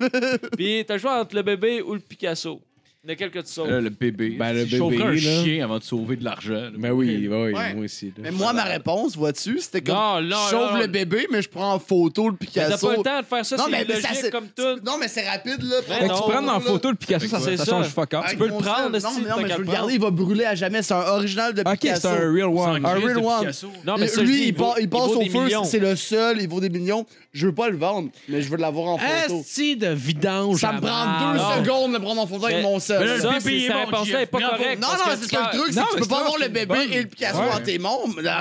Speaker 7: Puis t'as le choix entre le bébé ou le Picasso. Lequel que tu sauves.
Speaker 3: Là, le bébé.
Speaker 4: Ben, le
Speaker 3: Si je chaufferais un
Speaker 4: bébé, là.
Speaker 3: chien avant de sauver de l'argent. là.
Speaker 4: Ben
Speaker 6: Ah
Speaker 4: oui, ben oui,
Speaker 5: Ouais.
Speaker 4: moi aussi. là.
Speaker 5: Mais moi, ma réponse, vois-tu, c'était comme.
Speaker 7: Non, non,
Speaker 5: je
Speaker 7: non,
Speaker 5: sauve
Speaker 7: non.
Speaker 5: le bébé, mais je prends en photo le
Speaker 7: Mais T'as
Speaker 5: Picasso.
Speaker 7: pas le temps de faire ça,
Speaker 5: Non,
Speaker 7: c'est
Speaker 5: mais- mais ça,
Speaker 7: logique
Speaker 5: c'est-
Speaker 7: comme tout.
Speaker 5: Non, mais c'est rapide, là.
Speaker 7: Mais
Speaker 6: Faut
Speaker 5: prends
Speaker 6: que
Speaker 7: non.
Speaker 6: tu prennes en photo le Picasso.
Speaker 7: C'est
Speaker 6: Ça
Speaker 7: ça.
Speaker 6: change fuck up.
Speaker 7: Tu peux le prendre,
Speaker 5: Non,
Speaker 7: esti,
Speaker 5: mais, non,
Speaker 7: t'as
Speaker 5: mais je vais
Speaker 7: qu'à le
Speaker 5: le
Speaker 7: prendre.
Speaker 5: garder, il va brûler à jamais. C'est un original de
Speaker 6: OK, c'est
Speaker 5: Picasso.
Speaker 6: un real one.
Speaker 5: Un
Speaker 3: Christ
Speaker 5: real
Speaker 3: de
Speaker 5: one.
Speaker 3: Picasso.
Speaker 7: Non, mais ça, je
Speaker 5: lui,
Speaker 7: dis,
Speaker 5: il,
Speaker 7: vaut-
Speaker 5: part- il passe
Speaker 7: vaut
Speaker 5: au
Speaker 7: des
Speaker 5: feu,
Speaker 7: millions.
Speaker 5: c'est le seul, il vaut des millions. Je veux pas le vendre, mais je veux l'avoir en photo.
Speaker 4: Asti de vidange.
Speaker 5: Ça me prend deux
Speaker 7: Eh, non.
Speaker 5: secondes de le prendre en photo
Speaker 7: Mais-
Speaker 5: avec mon
Speaker 7: Ça,
Speaker 5: seul.
Speaker 3: le
Speaker 7: c'est-
Speaker 3: bébé est
Speaker 7: cette
Speaker 3: mort,
Speaker 7: réponse-là
Speaker 3: Jeff.
Speaker 7: est pas
Speaker 3: Bravo.
Speaker 7: correcte.
Speaker 5: Non,
Speaker 7: parce
Speaker 5: non,
Speaker 7: que
Speaker 5: c'est ça
Speaker 7: quand-
Speaker 5: le truc, c'est
Speaker 6: Non,
Speaker 5: que tu
Speaker 6: mais
Speaker 5: peux
Speaker 6: c'est
Speaker 5: pas avoir
Speaker 6: ça,
Speaker 5: le
Speaker 6: c'est
Speaker 5: bébé
Speaker 6: bon.
Speaker 5: et le Picasso
Speaker 6: Ouais.
Speaker 5: dans tes mains.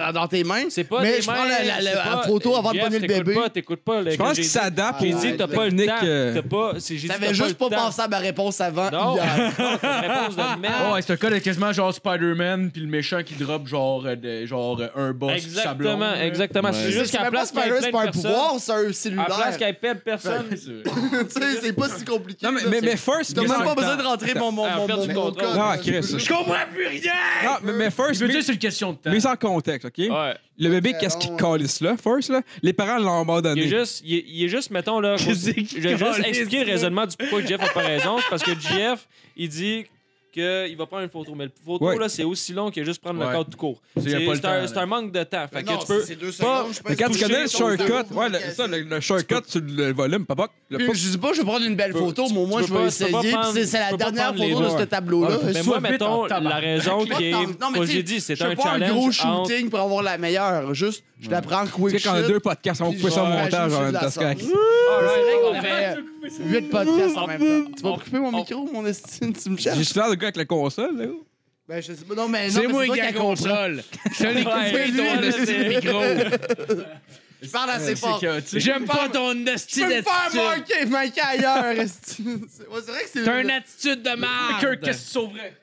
Speaker 5: Dans, dans tes mains.
Speaker 7: C'est pas
Speaker 5: Mais
Speaker 7: des
Speaker 5: je prends
Speaker 7: mains,
Speaker 5: la- la- la-
Speaker 7: c'est
Speaker 5: la
Speaker 7: pas-
Speaker 5: photo avant de
Speaker 7: Jeff,
Speaker 5: pogner le
Speaker 7: t'écoutes
Speaker 5: bébé.
Speaker 7: pas, T'écoutes pas, le-
Speaker 6: Je pense
Speaker 7: j'ai
Speaker 6: qu'il
Speaker 7: dit.
Speaker 6: s'adapte.
Speaker 7: J'ai
Speaker 5: Ah,
Speaker 7: dit,
Speaker 5: ouais,
Speaker 7: t'as
Speaker 5: le
Speaker 7: pas le
Speaker 6: Nick,
Speaker 7: temps.
Speaker 6: euh,
Speaker 7: T'as pas. c'est- j'ai dit, t'as
Speaker 5: T'avais
Speaker 7: pas le
Speaker 5: juste pas
Speaker 7: temps.
Speaker 5: pensé à hein. ma réponse avant.
Speaker 7: Non,
Speaker 5: hier.
Speaker 7: réponse de
Speaker 3: Ah
Speaker 7: merde.
Speaker 3: ouais, c'est un cas de quasiment genre Spider-Man, puis le méchant qui drop genre, euh, des- genre euh, un boss sur sa blonde,
Speaker 7: Exactement,
Speaker 3: là.
Speaker 7: exactement.
Speaker 4: Ouais.
Speaker 7: C'est
Speaker 5: C'est
Speaker 7: juste qu'à
Speaker 5: même pas
Speaker 7: place qu'il y ait
Speaker 5: Spider, c'est
Speaker 7: plein
Speaker 5: pas
Speaker 7: de
Speaker 5: un pouvoir,
Speaker 7: personnes.
Speaker 5: c'est un
Speaker 7: À place
Speaker 5: cellulaire.
Speaker 7: qu'il y ait plein de personnes.
Speaker 3: C'est vrai.
Speaker 5: Tu sais, c'est pas si compliqué.
Speaker 6: Non, mais,
Speaker 5: là.
Speaker 6: mais, mais first,
Speaker 5: T'as
Speaker 6: mais-
Speaker 5: même pas besoin de rentrer mon mon
Speaker 7: Ah,
Speaker 5: mon mon-
Speaker 7: perdu le
Speaker 5: mon
Speaker 7: contrôle.
Speaker 5: code.
Speaker 6: Non, Chris.
Speaker 5: Je comprends.
Speaker 6: Non, mais, mais first,
Speaker 3: Je veux
Speaker 6: mais-
Speaker 3: dire, c'est une question de temps.
Speaker 6: mise en contexte, OK?
Speaker 7: Ouais.
Speaker 6: Le bébé, qu'est-ce qu'il calisse là, first, là? Les parents l'ont
Speaker 7: Il est
Speaker 6: abandonné.
Speaker 7: juste, il est, il est juste, mettons là, je
Speaker 4: Qu'est-ce
Speaker 7: vais
Speaker 4: qu'il
Speaker 7: juste
Speaker 4: calisse,
Speaker 7: expliquer le
Speaker 4: là?
Speaker 7: raisonnement du pourquoi Jeff a pas raison. C'est parce que Jeff, il dit qu'il va prendre une photo. Mais le photo,
Speaker 6: Ouais.
Speaker 7: là, c'est aussi long que juste prendre
Speaker 3: Ouais.
Speaker 7: le cadre tout court.
Speaker 3: y a
Speaker 7: C'est
Speaker 3: pas le
Speaker 7: c'est un,
Speaker 3: temps,
Speaker 7: c'est
Speaker 3: là.
Speaker 7: un manque de temps. Fait que
Speaker 5: Non,
Speaker 7: tu peux.
Speaker 5: c'est deux secondes, je
Speaker 7: pas...
Speaker 5: pense.
Speaker 6: Quand tu connais le
Speaker 5: Toucher, toucher,
Speaker 6: shortcut, ouais, le,
Speaker 5: toucher.
Speaker 6: ça, le, le shortcut sur le volume, papa, le
Speaker 5: Puis,
Speaker 6: pop-
Speaker 5: je dis pas, je vais prendre une belle photo, mais au moins
Speaker 7: peux
Speaker 5: je
Speaker 7: pas-
Speaker 5: vais
Speaker 7: tu peux pas
Speaker 5: essayer. puis
Speaker 7: prendre-
Speaker 5: C'est c'est
Speaker 7: tu
Speaker 5: la
Speaker 7: peux pas
Speaker 5: dernière
Speaker 7: prendre les
Speaker 5: photo de
Speaker 7: deux.
Speaker 5: ce tableau-là.
Speaker 3: Ouais,
Speaker 7: Mais
Speaker 5: Soit
Speaker 7: moi,
Speaker 5: vite en
Speaker 7: mettons,
Speaker 5: tabarnak.
Speaker 7: la raison qui est.
Speaker 5: Non, mais
Speaker 7: Comme
Speaker 5: tu
Speaker 7: j'ai
Speaker 5: sais,
Speaker 7: dit, c'est
Speaker 5: je
Speaker 7: un
Speaker 5: fais pas
Speaker 7: challenge.
Speaker 5: un gros
Speaker 7: entre-
Speaker 5: shooting pour avoir la meilleure. Juste, je la prends quick
Speaker 6: Tu sais, quand
Speaker 5: shot.
Speaker 6: deux podcasts, on
Speaker 5: puis
Speaker 6: coupe ça au
Speaker 5: je-
Speaker 6: montage
Speaker 5: je-
Speaker 6: en
Speaker 5: je
Speaker 6: même
Speaker 5: la
Speaker 6: temps. c'est
Speaker 5: sors.
Speaker 6: correct.
Speaker 5: On fait 8 podcasts en même temps. Tu vas couper mon micro, mon estime, tu me
Speaker 6: J'ai
Speaker 5: cherches.
Speaker 6: souvent le gars avec la console, là.
Speaker 5: Ben, je sais pas. Non, mais non,
Speaker 4: C'est
Speaker 5: mais
Speaker 4: moi
Speaker 5: toi
Speaker 4: qui la
Speaker 5: comprends.
Speaker 4: console. Je t'ai
Speaker 7: Ouais,
Speaker 4: coupé
Speaker 7: lui,
Speaker 4: ton
Speaker 7: là,
Speaker 4: esti de micro.
Speaker 5: Je parle
Speaker 7: Euh,
Speaker 5: assez fort.
Speaker 3: chaotique.
Speaker 4: J'aime pas ton esti
Speaker 5: Tu peux me faire
Speaker 4: d'attitude.
Speaker 5: manquer, manquer ailleurs. esti. C'est ouais, c'est vrai que c'est.
Speaker 4: T'as une attitude de merde.
Speaker 3: que tu sauverais?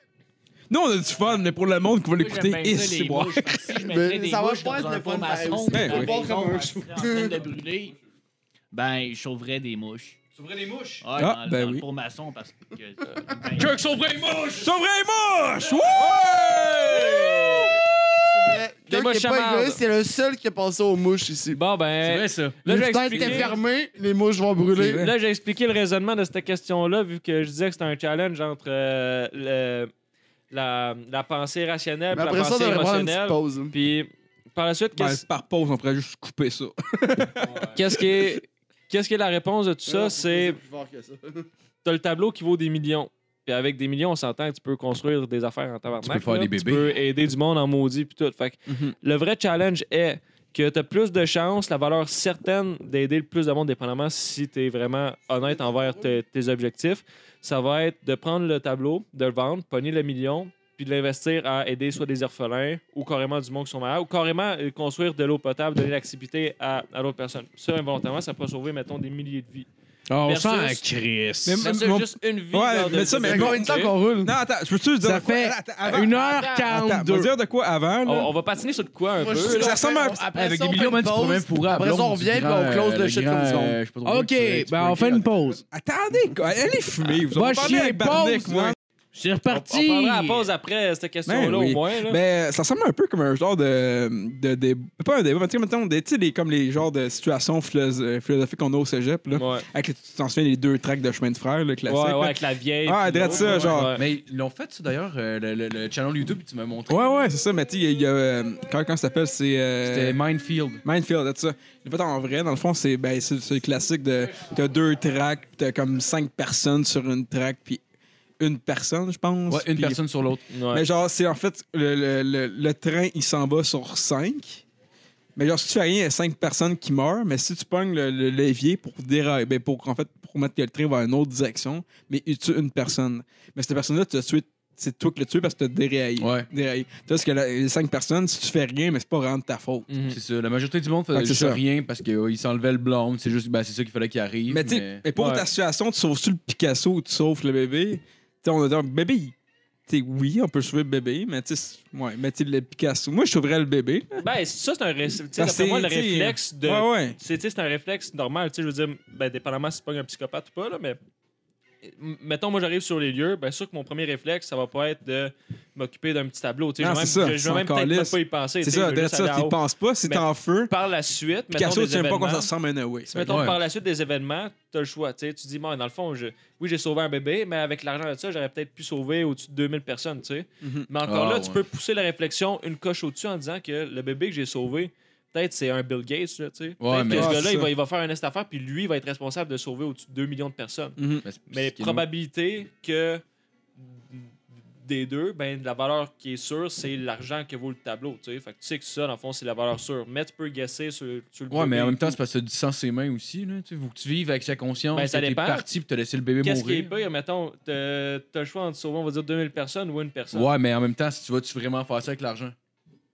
Speaker 6: Nous, on a du fun, mais pour le monde qui va
Speaker 10: Moi, j'aime
Speaker 6: l'écouter,
Speaker 10: bien
Speaker 6: et
Speaker 10: ça,
Speaker 6: c'est
Speaker 10: les
Speaker 6: bon.
Speaker 10: mouches. Fait que Si je
Speaker 5: Mais
Speaker 10: mettrais des
Speaker 5: ça va
Speaker 10: mouches
Speaker 5: pas
Speaker 10: dans
Speaker 5: être
Speaker 10: un
Speaker 5: le fun
Speaker 10: format
Speaker 5: pareil
Speaker 10: sombre,
Speaker 5: aussi.
Speaker 10: dans
Speaker 6: Ouais,
Speaker 10: la
Speaker 5: pas
Speaker 10: maison,
Speaker 5: comme un
Speaker 10: en
Speaker 5: chou.
Speaker 10: train de brûler, ben, je sauverais des mouches.
Speaker 3: Sauverais des mouches?
Speaker 10: Ah,
Speaker 6: Ah,
Speaker 10: dans,
Speaker 6: ben
Speaker 10: dans
Speaker 6: oui.
Speaker 10: le formaçon, parce que... euh,
Speaker 3: Kirk sauverait les mouches!
Speaker 6: Sauverai les mouches! Ouais!
Speaker 5: Mais Kirk
Speaker 7: mouches
Speaker 5: est
Speaker 7: à
Speaker 5: pas
Speaker 7: marde.
Speaker 5: égoïste, c'est le seul qui a passé aux mouches ici.
Speaker 7: Bon, ben.
Speaker 3: C'est vrai, ça.
Speaker 7: Là,
Speaker 5: Les
Speaker 7: j'ai
Speaker 5: fenêtres étaient
Speaker 7: expliqué,
Speaker 5: fermées, les mouches vont brûler.
Speaker 7: là, j'ai expliqué le raisonnement de cette question-là, vu que je disais que c'était un challenge entre euh, le- la, la pensée rationnelle
Speaker 5: Mais
Speaker 7: et la
Speaker 5: après ça, on
Speaker 7: pensée
Speaker 5: devrait prendre une petite
Speaker 7: émotionnelle.
Speaker 5: pause.
Speaker 7: Puis, par la suite,
Speaker 6: Ben,
Speaker 7: qu'est-ce
Speaker 6: par pause, on pourrait juste couper ça.
Speaker 7: qu'est-ce qui est. Qu'est-ce qui est la réponse de tout ça? C'est
Speaker 5: plus fort que ça.
Speaker 7: t'as le tableau qui vaut des millions. Puis avec des millions, on s'entend que tu peux construire des affaires en tabarnak.
Speaker 3: Tu peux faire
Speaker 7: là.
Speaker 3: des
Speaker 7: Tu
Speaker 3: bébés.
Speaker 7: peux aider du monde en maudit puis tout. Fait que le vrai challenge est que t'as plus de chances, la valeur certaine d'aider le plus de monde, dépendamment si t'es vraiment honnête envers te- tes objectifs, ça va être de prendre le tableau, de le vendre, pogner le million, puis de l'investir à aider soit des orphelins ou carrément du monde qui sont malades, ou carrément euh, construire de l'eau potable, donner l'activité à, à l'autre personne. Ça, involontairement, ça peut sauver, mettons, des milliers de vies.
Speaker 4: On
Speaker 7: Versus-
Speaker 4: s'en crisse.
Speaker 6: Mais-
Speaker 7: Versus
Speaker 6: mon-
Speaker 7: juste une vie.
Speaker 6: Ouais,
Speaker 7: genre, de-
Speaker 6: mais ça,
Speaker 7: de-
Speaker 6: mais
Speaker 5: Ça fait
Speaker 6: bon,
Speaker 5: combien de temps
Speaker 7: ok.
Speaker 5: qu'on roule?
Speaker 6: Non, attends, je peux-tu dire
Speaker 4: Ça
Speaker 6: de quoi?
Speaker 4: fait
Speaker 6: Attends, avant- Attends, on va
Speaker 4: 1h42.
Speaker 6: dire de quoi avant,
Speaker 7: On,
Speaker 6: là?
Speaker 7: on va patiner sur de quoi un
Speaker 5: Moi,
Speaker 7: peu?
Speaker 5: je suis
Speaker 7: là?
Speaker 6: ça ressemble à un-
Speaker 3: Avec des millions, man, tu pourrais même pourrir à
Speaker 5: Après ça,
Speaker 3: blonde
Speaker 5: on
Speaker 3: du
Speaker 5: revient,
Speaker 3: grand,
Speaker 5: puis on close
Speaker 3: euh,
Speaker 5: le shit
Speaker 3: grand,
Speaker 5: comme ça.
Speaker 3: euh, je sais pas trop quoi, tu-
Speaker 4: OK,
Speaker 3: tu
Speaker 4: ben
Speaker 3: peux
Speaker 4: on fait
Speaker 3: écrire.
Speaker 4: une pause.
Speaker 6: Attendez, quoi, allez fumer, vous
Speaker 4: Va
Speaker 6: avez parlé
Speaker 4: chier,
Speaker 6: avec Barnick,
Speaker 4: pause,
Speaker 6: moi.
Speaker 4: C'est
Speaker 7: On, on
Speaker 4: reparti.
Speaker 7: prendra la pause après cette question-là,
Speaker 6: Ben oui.
Speaker 7: au moins. Là.
Speaker 6: Mais ça ressemble un peu comme un genre de. de, dé- pas un débat, mais tu sais, mettons, des- tu sais, les- comme les genres de situations philo- philosophiques qu'on a au cégep, là.
Speaker 7: Ouais.
Speaker 6: Avec, les- tu t'en souviens, les deux tracts de chemin de frère, le classique.
Speaker 7: Ouais, ouais,
Speaker 6: là.
Speaker 7: avec la vieille.
Speaker 6: Ah,
Speaker 7: puis
Speaker 6: drette
Speaker 7: l'autre,
Speaker 6: ça,
Speaker 7: ouais,
Speaker 6: genre.
Speaker 7: ouais.
Speaker 3: Mais ils l'ont fait, ça, d'ailleurs, euh, le, le- le channel YouTube, tu m'as montré.
Speaker 6: Ouais, ouais, c'est ça, mais tu sais, il y a- il y a. euh, comment comment ça s'appelle C'est. euh,
Speaker 3: C'était Minefield.
Speaker 6: Minefield, c'est ça. Le fait en vrai, dans le fond, c'est ben, c'est- c'est le classique de. T'as deux tracts, t'as comme cinq personnes sur une track, puis une personne, je pense.
Speaker 3: Ouais, une
Speaker 6: puis-
Speaker 3: personne sur l'autre.
Speaker 7: Ouais.
Speaker 6: Mais genre, c'est en fait, le, le- le- le train, il s'en va sur 5. Mais genre, si tu fais rien, il y a 5 personnes qui meurent. Mais si tu pognes le, le levier pour dérailler, ben, pour, en fait, pour mettre le train vers une autre direction, mais il tue une personne. Mais cette personne-là, tu l'as tué- c'est toi qui l'as tué parce que tu as déraillé.
Speaker 3: Ouais.
Speaker 6: déraillé. Tu vois, parce que la- les 5 personnes, si tu fais rien, mais c'est pas vraiment de ta faute.
Speaker 7: Mhm.
Speaker 3: C'est ça. La majorité du monde
Speaker 6: Fait
Speaker 3: faisait
Speaker 6: que c'est
Speaker 3: juste
Speaker 6: ça.
Speaker 3: rien parce qu'ils s'enlevaient le blonde. C'est juste, ben, c'est ça qu'il fallait qu'il arrive.
Speaker 6: Mais tu sais, mais pour
Speaker 7: ouais.
Speaker 6: ta situation, tu sauves-tu le Picasso ou tu sauves le bébé? Tu sais, on a dit, bébé, il- tu sais, oui, on peut sauver le bébé, mais tu sais, c'est- ouais, mais tu sais, le Picasso. Moi, je sauverais le bébé.
Speaker 7: Ben, ça, c'est un, ré... tu sais,
Speaker 6: Ben,
Speaker 7: d'après moi, le
Speaker 6: c'est- tu sais,
Speaker 7: réflexe de.
Speaker 6: Ouais, ouais.
Speaker 7: C'est, tu sais, c'est un réflexe normal. Tu sais, je veux dire, ben, dépendamment si c'est pas un psychopathe ou pas, là, mais. M- Mettons, moi, j'arrive sur les lieux, bien sûr que mon premier réflexe, ça va pas être de m'occuper d'un petit tableau. Tu sais,
Speaker 6: Non,
Speaker 7: je vais
Speaker 6: c'est
Speaker 7: même,
Speaker 6: ça,
Speaker 7: je- je vais
Speaker 6: s'en
Speaker 7: même peut-être même
Speaker 6: calisse.
Speaker 7: pas y penser. tu
Speaker 6: C'est
Speaker 7: sais, je
Speaker 6: ça,
Speaker 7: vais
Speaker 6: de
Speaker 7: juste aller
Speaker 6: ça,
Speaker 7: en
Speaker 6: tu
Speaker 7: haut.
Speaker 6: penses pas, c'est
Speaker 7: Mais-
Speaker 6: en feu.
Speaker 7: Par la suite, mettons,
Speaker 6: Picasso,
Speaker 7: des
Speaker 6: tu sais même pas quoi ça
Speaker 7: événements-
Speaker 6: ressemble à un away.
Speaker 7: Si, mettons,
Speaker 3: Ouais.
Speaker 7: par la suite des événements, t'as le choix. Tu sais, tu te dis, bon, dans le fond, je- oui, j'ai sauvé un bébé, mais avec l'argent de ça, j'aurais peut-être pu sauver au-dessus de 2000 personnes. tu sais.
Speaker 6: Mhm.
Speaker 7: Mais encore
Speaker 3: Ah,
Speaker 7: là, tu
Speaker 3: ouais.
Speaker 7: peux pousser la réflexion une coche au-dessus en disant que le bébé que j'ai sauvé, peut-être c'est un Bill Gates. Là, tu sais. peut-être
Speaker 3: mais-
Speaker 7: que
Speaker 6: Ah,
Speaker 7: ce gars-là,
Speaker 6: c'est
Speaker 7: il va,
Speaker 6: ça.
Speaker 7: il va faire un est affaire, puis lui, il va être responsable de sauver au-dessus de 2 millions de personnes.
Speaker 6: Mm-hmm.
Speaker 3: Mm-hmm.
Speaker 7: Mais
Speaker 3: probablement.
Speaker 7: probabilité que des deux, ben la valeur qui est sûre, c'est l'argent que vaut le tableau. Tu sais, Fait que tu sais que ça, dans le fond, c'est la valeur sûre. Mais tu peux guesser sur, sur le
Speaker 3: Ouais, mais
Speaker 7: bébé
Speaker 3: en même
Speaker 7: et
Speaker 3: temps,
Speaker 7: tout.
Speaker 3: c'est parce que t'as du sang ses mains aussi. Là. Tu sais, faut que tu vives avec sa conscience.
Speaker 7: Ben, ça
Speaker 3: que t'es
Speaker 7: dépend.
Speaker 3: parti puis t'as laissé le bébé
Speaker 7: Qu'est-ce qui est
Speaker 3: mourir.
Speaker 7: pire, mettons, t'as t'as le choix entre sauver, on va dire 2000 personnes ou une personne.
Speaker 3: ouais, mais en même temps, si tu vas-tu vraiment faire ça avec l'argent?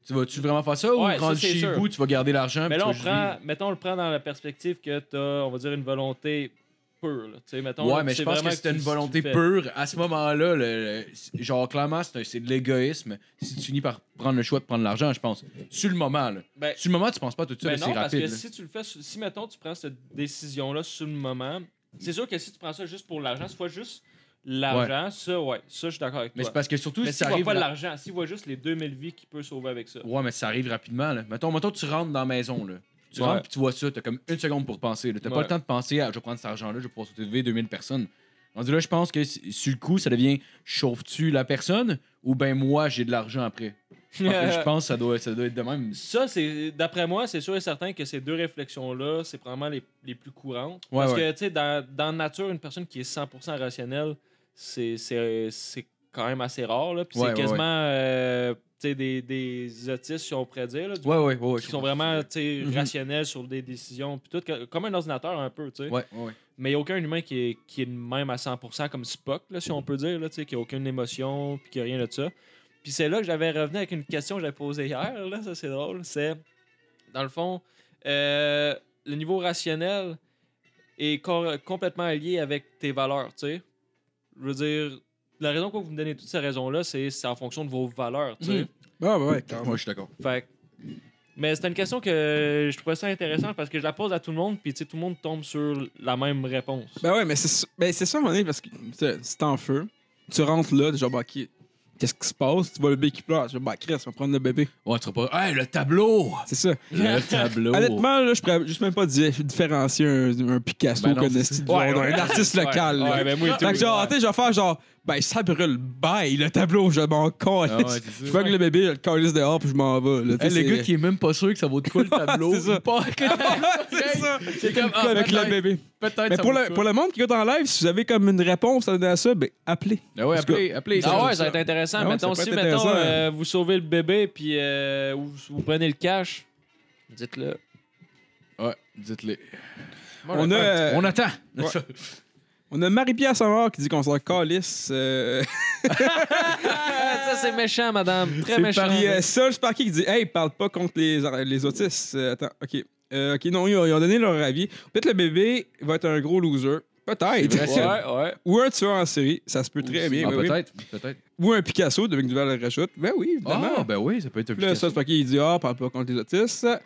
Speaker 3: Tu vas-tu vraiment faire ça ou
Speaker 7: Ouais, ça,
Speaker 3: rendre
Speaker 7: c'est
Speaker 3: chez
Speaker 7: sûr.
Speaker 3: vous, tu vas garder l'argent?
Speaker 7: mais
Speaker 3: puis
Speaker 7: là, on
Speaker 3: tu vas juste
Speaker 7: prend, mettons, on le prend dans la perspective que t'as, on va dire, une volonté pure. là. Tu sais, mettons,
Speaker 3: vivre?
Speaker 7: là,
Speaker 3: Ouais, mais
Speaker 7: c'est
Speaker 3: je pense que
Speaker 7: vraiment
Speaker 3: si t'as
Speaker 7: tu-
Speaker 3: une
Speaker 7: tu le
Speaker 3: volonté
Speaker 7: fais.
Speaker 3: pure, à ce moment-là, le- le- genre, clairement, c'est un- c'est de l'égoïsme si tu finis par prendre le choix de prendre l'argent, je pense. Sur le moment, là.
Speaker 7: Ben,
Speaker 3: Sur le moment, tu penses pas tout de suite,
Speaker 7: ben
Speaker 3: là,
Speaker 7: non,
Speaker 3: c'est
Speaker 7: parce
Speaker 3: rapide.
Speaker 7: que
Speaker 3: là.
Speaker 7: si tu le fais, sur- si, mettons, tu prends cette décision-là sur le moment, c'est sûr que si tu prends ça juste pour l'argent, si tu vois juste l'argent, ça, ouais, ça, je suis d'accord avec
Speaker 3: Mais
Speaker 7: toi.
Speaker 3: c'est parce que surtout,
Speaker 7: mais
Speaker 3: si
Speaker 7: s'il
Speaker 3: ça
Speaker 7: voit
Speaker 3: arrive
Speaker 7: pas
Speaker 3: là-
Speaker 7: l'argent, s'il voit juste les 2000 vies qu'il peut sauver avec ça.
Speaker 3: Ouais, mais ça arrive rapidement. Là. Mettons, mettons, tu rentres dans la maison. Là. Tu
Speaker 7: Ouais.
Speaker 3: rentres puis tu vois ça. T'as comme une seconde pour penser. là. T'as
Speaker 7: Ouais.
Speaker 3: pas le temps de penser à je vais prendre cet argent-là, je vais pouvoir sauver 2000 personnes. On dit là, je pense que si- sur le coup, ça devient chauffe-tu la personne ou ben moi, j'ai de l'argent après. Parce que Je pense que ça doit, ça doit être de même.
Speaker 7: Ça, c'est d'après moi, c'est sûr et certain que ces deux réflexions-là, c'est probablement les, les plus courantes.
Speaker 3: Ouais,
Speaker 7: Parce que,
Speaker 3: ouais.
Speaker 7: tu sais, dans, dans nature, une personne qui est 100% rationnelle, c'est- c'est c'est quand même assez rare. là. Puis
Speaker 3: Ouais,
Speaker 7: c'est
Speaker 3: ouais,
Speaker 7: quasiment euh, tu sais, des, des autistes, si on pourrait dire, là, du-
Speaker 3: Ouais, ouais, ouais. ouais, je
Speaker 7: qui sont
Speaker 3: comprends.
Speaker 7: vraiment tu sais,
Speaker 6: Mhm.
Speaker 7: rationnels sur des décisions, puis tout, que- comme un ordinateur un peu. tu sais.
Speaker 3: Ouais, ouais, ouais.
Speaker 7: Mais il n'y a aucun humain qui est, qui est de même à 100% comme Spock, là, si on peut dire, là, tu sais, qui n'a aucune émotion, puis qui a rien de ça. Puis c'est là que j'avais revenu avec une question que j'avais posée hier, là, ça c'est drôle. C'est, dans le fond, euh, le niveau rationnel est cor- complètement lié avec tes valeurs, tu sais. Je veux dire, la raison pour laquelle vous me donnez toutes ces raisons-là, c'est c'est en fonction de vos valeurs, tu sais.
Speaker 3: Ah, ouais, ouais, moi, je suis d'accord.
Speaker 7: Fait que- Mais c'était une question que je trouvais ça intéressante parce que je la pose à tout le monde, puis tu sais, tout le monde tombe sur la même réponse.
Speaker 6: Ben ouais, mais c'est ben c'est ça, à un moment donné, parce que c'est c'est en feu. Tu rentres là, déjà, bah, qui- qu'est-ce qui se passe? Tu vois le bébé qui pleure. Tu dis, bah, Chris, on va prendre le bébé.
Speaker 3: Ouais, tu seras pas. Hey, le tableau!
Speaker 6: C'est ça.
Speaker 3: Le tableau!
Speaker 6: Honnêtement, là, je pourrais juste même pas di- différencier un, un Picasso
Speaker 3: Ben non,
Speaker 6: qu'un
Speaker 3: c'est
Speaker 6: esti de
Speaker 7: ça.
Speaker 6: genre,
Speaker 7: Ouais,
Speaker 6: un artiste local. là.
Speaker 7: ben moi
Speaker 6: Fait que genre, tu sais, je vais faire genre, ben, ça brûle, bye, le tableau, je m'en calisse.
Speaker 3: Ah ouais, c'est
Speaker 6: je
Speaker 3: ça.
Speaker 6: bug le bébé, je le calisse dehors, puis je m'en vais. là. Tu
Speaker 3: Hey,
Speaker 6: sais,
Speaker 3: le
Speaker 6: c'est-
Speaker 3: gars qui est même pas sûr que ça vaut de quoi le tableau.
Speaker 6: C'est ça.
Speaker 3: il part-
Speaker 6: C'est ça.
Speaker 3: C'est comme. ah,
Speaker 6: Avec le
Speaker 3: peut-être-
Speaker 6: bébé.
Speaker 3: Peut-être.
Speaker 6: Mais
Speaker 3: ça
Speaker 6: pour
Speaker 3: vaut
Speaker 6: le,
Speaker 3: ça.
Speaker 6: pour le monde qui est en live, si vous avez comme une réponse à donner à ça, ben, appelez.
Speaker 3: Ah ouais, appelez, appelez.
Speaker 7: Ah ouais, ça va être intéressant.
Speaker 6: Ah ouais,
Speaker 7: mettons,
Speaker 6: ça
Speaker 7: si
Speaker 6: peut être
Speaker 7: mettons,
Speaker 6: intéressant.
Speaker 7: euh, vous sauvez le bébé puis euh, ou vous, prenez le cash, dites-le.
Speaker 3: Ouais, dites-les.
Speaker 6: On a, euh,
Speaker 3: On attend.
Speaker 6: Ouais. On a Marie-Pierre Savard qui dit qu'on s'en calisse. euh,
Speaker 7: Ah, ça, c'est méchant, madame. Très
Speaker 6: Puis
Speaker 7: méchant. hein.
Speaker 6: euh, Serge Parquet qui dit Hey, parle pas contre les, ar- les autistes. Euh, attends, ok. Euh, ok, non, ils ont, ils ont donné leur avis. Peut-être le bébé va être un gros loser. Peut-être.
Speaker 3: C'est vrai,
Speaker 7: Ouais, ouais.
Speaker 6: Ou un tueur en série. Ça se peut très
Speaker 3: Ah,
Speaker 6: bien. ben oui, oui.
Speaker 3: peut-être. Peut-être.
Speaker 6: Ou un Picasso de Duval le rajoute. Ben oui, évidemment.
Speaker 3: Ah, ben oui, ça peut être un
Speaker 6: Puis là, Serge Parquet, il dit Ah, parle pas contre les autistes. Euh,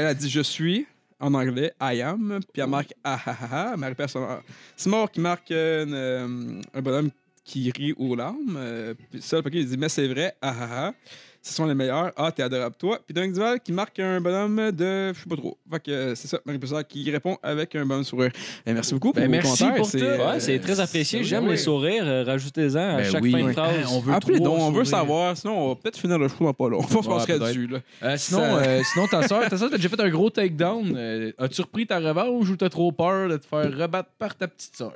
Speaker 6: elle a dit Je suis. En anglais, I am. Puis elle marque Ah ah ah ah. Marie-Pierre Savard. Simon qui marque euh, une, euh, un bonhomme qui rit aux larmes. Euh, puis Sol Paquet, il dit Mais c'est vrai, ah ah ah. Ce sont les meilleurs. Ah, t'es adorable, toi. Puis Dominique Duval qui marque un bonhomme de. Je sais pas trop. Fait que euh, c'est ça, Marie-Pierre Savard qui répond avec un bon sourire. Ben, merci beaucoup pour
Speaker 3: Ben,
Speaker 6: vos
Speaker 3: merci
Speaker 6: commentaires.
Speaker 3: pour tout.
Speaker 6: euh,
Speaker 7: Ouais, c'est très apprécié.
Speaker 3: oui,
Speaker 7: J'aime
Speaker 3: oui.
Speaker 7: les sourires. euh, Rajoutez-en à
Speaker 3: Ben
Speaker 7: chaque
Speaker 3: oui.
Speaker 7: fin de
Speaker 3: Ouais.
Speaker 7: phrase.
Speaker 3: On veut
Speaker 6: Appelez
Speaker 3: trois
Speaker 6: donc, Hein, on veut
Speaker 3: sourires.
Speaker 6: savoir. Sinon, on va peut-être finir le show dans pas long. On se
Speaker 3: Ouais,
Speaker 6: passerait
Speaker 3: peut-être.
Speaker 6: dessus, là.
Speaker 3: Euh, sinon,
Speaker 6: Ça-
Speaker 3: euh, sinon ta soeur, ta soeur, t'as déjà fait un gros takedown. Euh, As-tu repris ta revanche ou t'as trop peur de te faire rebattre par ta petite soeur?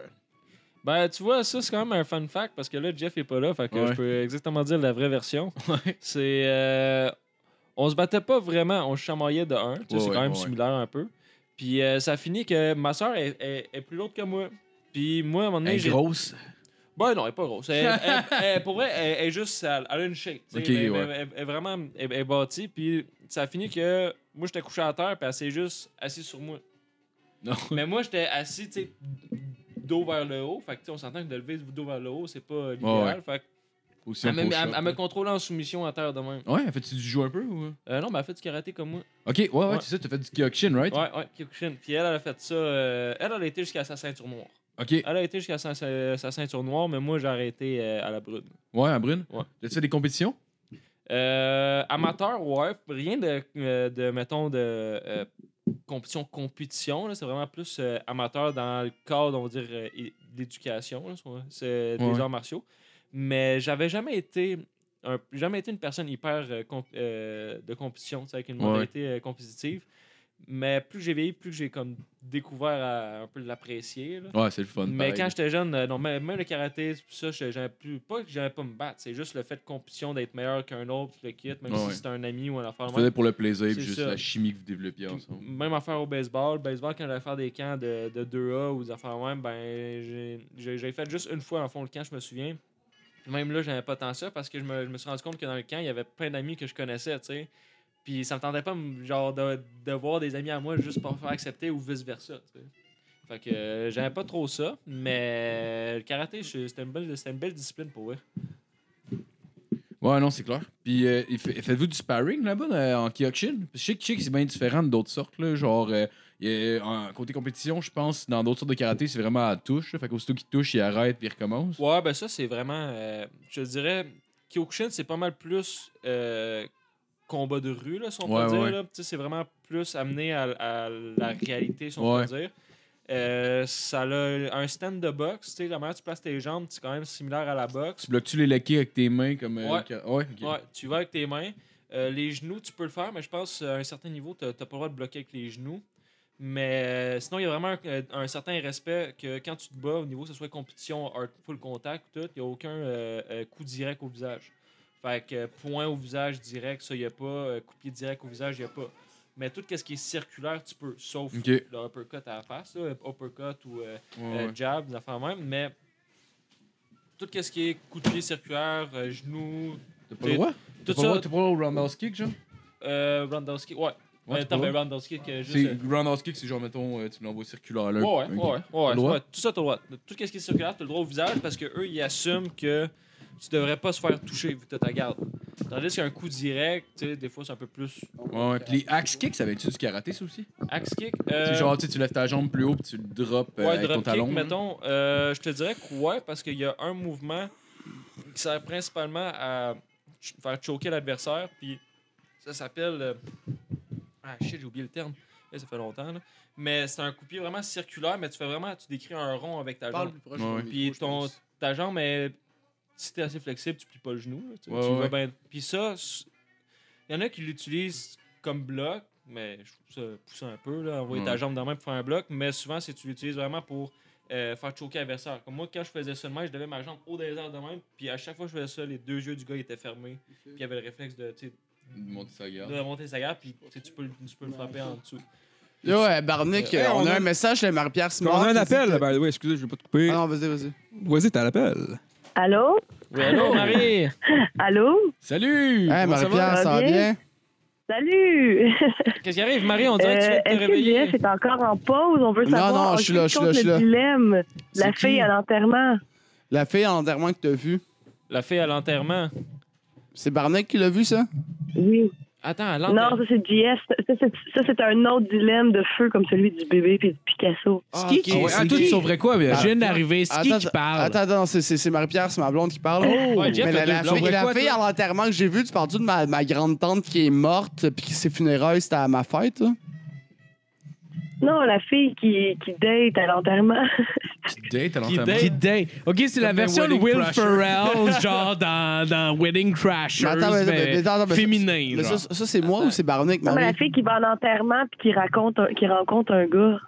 Speaker 7: Ben, tu vois, ça, c'est quand même un fun fact parce que là, Jeff est pas là. Fait que
Speaker 3: Ouais.
Speaker 7: je peux exactement dire la vraie version. C'est. euh, on se battait pas vraiment, on se chamaillait de un. Tu sais,
Speaker 3: Ouais,
Speaker 7: c'est
Speaker 3: ouais,
Speaker 7: quand même
Speaker 3: ouais.
Speaker 7: similaire un peu. Puis euh, ça finit que ma soeur est, est- est plus lourde que moi. Puis moi, à un moment donné,
Speaker 3: Elle est
Speaker 7: j'ai.
Speaker 3: grosse.
Speaker 7: Ben non, elle est pas grosse. Elle- elle- elle- pour vrai, elle, elle est juste sale. Elle a une shape. tu sais,
Speaker 3: Ok,
Speaker 7: mais- mais
Speaker 3: ouais.
Speaker 7: Elle, elle est vraiment elle, elle est bâtie. Puis ça a fini que moi, j'étais couché à terre, puis elle s'est juste assise sur moi.
Speaker 3: Non.
Speaker 7: Mais moi, j'étais assis, tu sais, dos vers le haut. Fait que, tu sais, on s'entend que de lever le dos vers le haut, c'est pas l'idéal. Fait que,
Speaker 3: Aussi
Speaker 7: elle, me,
Speaker 3: un
Speaker 7: elle,
Speaker 3: gros
Speaker 7: elle
Speaker 3: shot,
Speaker 7: me contrôle en soumission à terre de même.
Speaker 3: là. Ouais, elle fait-tu du jeu un peu ou.
Speaker 7: Euh, non, mais elle fait du karaté comme moi.
Speaker 3: Ok, ouais, ouais,
Speaker 7: Ouais.
Speaker 3: tu sais, t'as fait du Kyokushin, right?
Speaker 7: Ouais, ouais, Kyokushin. Puis elle, elle a fait ça. euh, elle, elle a été jusqu'à sa ceinture noire.
Speaker 3: Ok,
Speaker 7: Elle a été jusqu'à sa, sa- sa ceinture noire, mais moi, j'ai arrêté euh, à la brune.
Speaker 3: ouais, à Brune.
Speaker 7: Ouais.
Speaker 3: T'as-tu fait des compétitions?
Speaker 7: Euh, amateur, ouais. Rien de, euh, de mettons, de euh, compétition, compétition. là. C'est vraiment plus euh, amateur dans le cadre, on va dire, euh, é- d'éducation. là. C'est- C'est des
Speaker 3: Ouais.
Speaker 7: arts martiaux. Mais j'avais jamais été... un- jamais été une personne hyper euh, comp- euh, de compétition, tu sais, avec une
Speaker 3: Ouais.
Speaker 7: mentalité euh, compétitive. Mais plus j'ai vieilli, plus j'ai comme découvert à un peu l'apprécier. là.
Speaker 3: Ouais, c'est le fun.
Speaker 7: Mais
Speaker 3: pareil.
Speaker 7: quand j'étais jeune, euh, non, même, même le karaté, tout ça, je- j'aimais plus. Pas que j'aimais pas me battre, c'est juste le fait de compétition, d'être meilleur qu'un autre, le kit, même
Speaker 3: Ouais, ouais.
Speaker 7: si c'était un ami ou un affaire.
Speaker 3: Tu
Speaker 7: de
Speaker 3: faisais
Speaker 7: Même,
Speaker 3: pour le plaisir,
Speaker 7: C'est
Speaker 3: puis juste
Speaker 7: ça.
Speaker 3: la chimie que vous développiez
Speaker 7: Puis,
Speaker 3: ensemble.
Speaker 7: même affaire au baseball. Baseball, quand j'allais faire des camps de, de 2A ou des affaires de même, ben, j'ai- j'ai j'ai fait juste une fois en fond le camp, je me souviens. Même là, j'aimais pas tant ça parce que je me, je me suis rendu compte que dans le camp, il y avait plein d'amis que je connaissais, tu sais. Puis ça me tentait pas m- genre de, de voir des amis à moi juste pour faire accepter ou vice-versa. tu sais. Fait que euh, j'aimais pas trop ça, mais le karaté, je- c'était une, belle- c'était une belle discipline pour eux.
Speaker 3: Ouais, non, c'est clair. Puis, euh, il fait- faites-vous du sparring là-bas euh, en Kyokushin? Parce que Je sais que je sais que c'est bien différent d'autres sortes. Là, genre, euh, il y a- en côté compétition, je pense, dans d'autres sortes de karaté, c'est vraiment à la touche. Là, fait qu'aussitôt qu'il touche, il arrête puis il recommence.
Speaker 7: Ouais, ben ça, c'est vraiment. euh, je te dirais, Kyokushin, c'est pas mal plus euh, combat de rue, là, si on
Speaker 3: Ouais,
Speaker 7: peut dire.
Speaker 3: ouais.
Speaker 7: là. Tu sais, C'est vraiment plus amené à, à la réalité, si on
Speaker 3: Ouais.
Speaker 7: peut dire. Euh, ça a un stand de boxe, tu sais, la manière dont tu places tes jambes, c'est quand même similaire à la boxe.
Speaker 3: Tu bloques-tu les laquais avec tes mains comme. euh,
Speaker 7: Ouais.
Speaker 3: le ka- ouais, ok.
Speaker 7: Ouais, tu vas avec tes mains. Euh, les genoux, tu peux le faire, mais je pense euh, à un certain niveau, tu n'as pas le droit de bloquer avec les genoux. Mais euh, sinon, il y a vraiment un, un certain respect que quand tu te bats, au niveau que ce soit compétition, hard- full contact ou tout, il n'y a aucun euh, euh, coup direct au visage. Fait que euh, point au visage direct, ça, il n'y a pas. euh, coup de pied direct au visage, il n'y a pas. Mais tout ce qui est circulaire, tu peux, sauf
Speaker 3: Ok.
Speaker 7: le uppercut à la face, là, uppercut ou euh,
Speaker 3: Ouais,
Speaker 7: euh,
Speaker 3: ouais.
Speaker 7: jab, des affaires de même, mais tout ce qui est coup de pied circulaire, euh, genou,
Speaker 3: T'as pas le droit? T'as
Speaker 7: Tout
Speaker 3: pas le droit
Speaker 7: ça,
Speaker 3: t'as pas le droit au roundhouse kick, genre?
Speaker 7: euh, Randowski, ouais.
Speaker 3: Ouais,
Speaker 7: Euh,
Speaker 3: c'est
Speaker 7: T'as
Speaker 3: pas
Speaker 7: ben
Speaker 3: vrai.
Speaker 7: Randowski que juste.
Speaker 3: C'est
Speaker 7: euh,
Speaker 3: roundhouse kick, c'est genre, mettons, euh, tu me l'envoies circulaire à
Speaker 7: Ouais,
Speaker 3: l'heure.
Speaker 7: ouais, ouais, ouais,
Speaker 3: le
Speaker 7: ouais,
Speaker 3: droit?
Speaker 7: ouais, Tout ça, t'as le droit. Tout ce qui est circulaire, t'as le droit au visage parce que eux, ils assument que tu devrais pas se faire toucher vu que t'as ta garde. Tandis qu'un coup direct, tu sais, des fois, c'est un peu plus
Speaker 3: Ouais, ouais. Puis les axe kicks, ça va être du karaté, ça aussi?
Speaker 7: axe kick. euh,
Speaker 3: C'est genre, tu sais, tu lèves ta jambe plus haut, puis tu le drops euh,
Speaker 7: ouais,
Speaker 3: avec ton
Speaker 7: dropkick,
Speaker 3: talon. là.
Speaker 7: mettons. Euh, je te dirais que ouais, parce qu'il y a un mouvement qui sert principalement à ch- faire choquer l'adversaire, puis ça s'appelle... euh, Ah, shit, j'ai oublié le terme. Là, ça fait longtemps, là. Mais c'est un coupier vraiment circulaire, mais tu fais vraiment... Tu décris un rond avec ta jambe.
Speaker 5: plus proche.
Speaker 3: Ouais, ouais.
Speaker 7: Puis ton, ta jambe, est, si t'es assez flexible, tu plies pas le genou. là, tu sais,
Speaker 3: Ouais,
Speaker 7: tu
Speaker 3: ouais.
Speaker 7: vas bien- Puis ça, il y en a qui l'utilisent comme bloc, mais je trouve ça poussant un peu, là, envoyer ta
Speaker 3: Ouais.
Speaker 7: jambe dans la main pour faire un bloc. Mais souvent, c'est tu l'utilises vraiment pour euh, faire choquer l'adversaire. Comme moi, quand je faisais ça de même, je devais ma jambe au désert de même. Puis à chaque fois que je faisais ça, les deux yeux du gars étaient fermés. Puis il y avait le réflexe de, tu sais,
Speaker 3: Monter sa garde.
Speaker 7: de monter sa garde, puis tu sais, tu peux, le- tu peux le frapper en dessous.
Speaker 5: Yo, euh, Barnick,
Speaker 6: Hey,
Speaker 5: euh, on,
Speaker 6: on
Speaker 5: a
Speaker 6: a-
Speaker 5: un message de Marie-Pierre
Speaker 6: On
Speaker 5: Simard.
Speaker 6: a un
Speaker 5: qui
Speaker 6: appel,
Speaker 5: dit que-
Speaker 6: by the way, excusez, je vais pas te
Speaker 5: Ah
Speaker 6: couper.
Speaker 5: non, vas-y, vas-y.
Speaker 6: Vas-y, t'as l'appel.
Speaker 2: Allô?
Speaker 7: Oui, allô, Marie!
Speaker 2: Allô?
Speaker 3: Salut!
Speaker 5: Hey,
Speaker 3: Comment ça va?
Speaker 5: Marie-Pierre,
Speaker 2: va?
Speaker 5: ça va bien?
Speaker 2: Salut!
Speaker 7: Qu'est-ce qui arrive, Marie? On
Speaker 2: Euh,
Speaker 7: dirait que tu viens de
Speaker 2: Est-ce
Speaker 7: te
Speaker 2: que le
Speaker 7: réveiller.
Speaker 2: GF est encore en pause? On veut
Speaker 5: Non,
Speaker 2: savoir.
Speaker 5: non,
Speaker 2: on
Speaker 5: je suis là,
Speaker 2: lutte
Speaker 5: je suis là,
Speaker 2: contre
Speaker 5: je suis là.
Speaker 2: Le dilemme de
Speaker 5: C'est
Speaker 2: la
Speaker 5: qui?
Speaker 2: fille à l'enterrement.
Speaker 5: La fille en enterrement que t'as vue,
Speaker 7: La fille à l'enterrement.
Speaker 5: c'est Barnick qui l'a vue, ça?
Speaker 2: Oui.
Speaker 7: Attends, à
Speaker 2: Non,
Speaker 7: l'enterrement.
Speaker 2: ça, c'est GF. Ça, c'est-
Speaker 9: é-
Speaker 2: ça, c'est un autre dilemme de feu comme celui du bébé et du Picasso.
Speaker 4: Ski qui.
Speaker 5: Ah ouais,
Speaker 4: Ah, toi, tu sauverais quoi? mais Je viens d'arriver. Ski qui
Speaker 5: Attends,
Speaker 4: parle.
Speaker 5: Attends, attends, c'est- c'est c'est Marie-Pierre, c'est ma blonde qui parle.
Speaker 7: Ouais, Jeff,
Speaker 5: Mais la,
Speaker 7: t'as
Speaker 5: la
Speaker 7: deux blondes.
Speaker 5: fille, la
Speaker 4: Quoi,
Speaker 5: fille à
Speaker 4: toi?
Speaker 5: l'enterrement que j'ai vue, tu parles-tu de ma, ma grande-tante qui est morte puis qui ses funérailles, c'était à ma fête? hein?
Speaker 2: Non, la fille qui, qui date à l'enterrement.
Speaker 3: Qui date à
Speaker 4: Qui
Speaker 3: l'enterrement?
Speaker 4: date. Ok, c'est la
Speaker 3: Comme
Speaker 4: version de
Speaker 3: Wedding
Speaker 4: Will
Speaker 3: Crashers.
Speaker 4: Ferrell, genre dans, dans Wedding
Speaker 5: Mais
Speaker 4: Crashers,
Speaker 5: attends, mais- mais-
Speaker 4: mais
Speaker 5: mais attends, mais-
Speaker 4: féminin.
Speaker 5: Mais ça,
Speaker 4: genre.
Speaker 5: ça, ça, c'est moi ou c'est Barnick,
Speaker 2: Non, mais la
Speaker 5: Marie?
Speaker 2: fille qui va à l'enterrement puis qui, raconte un- qui rencontre un gars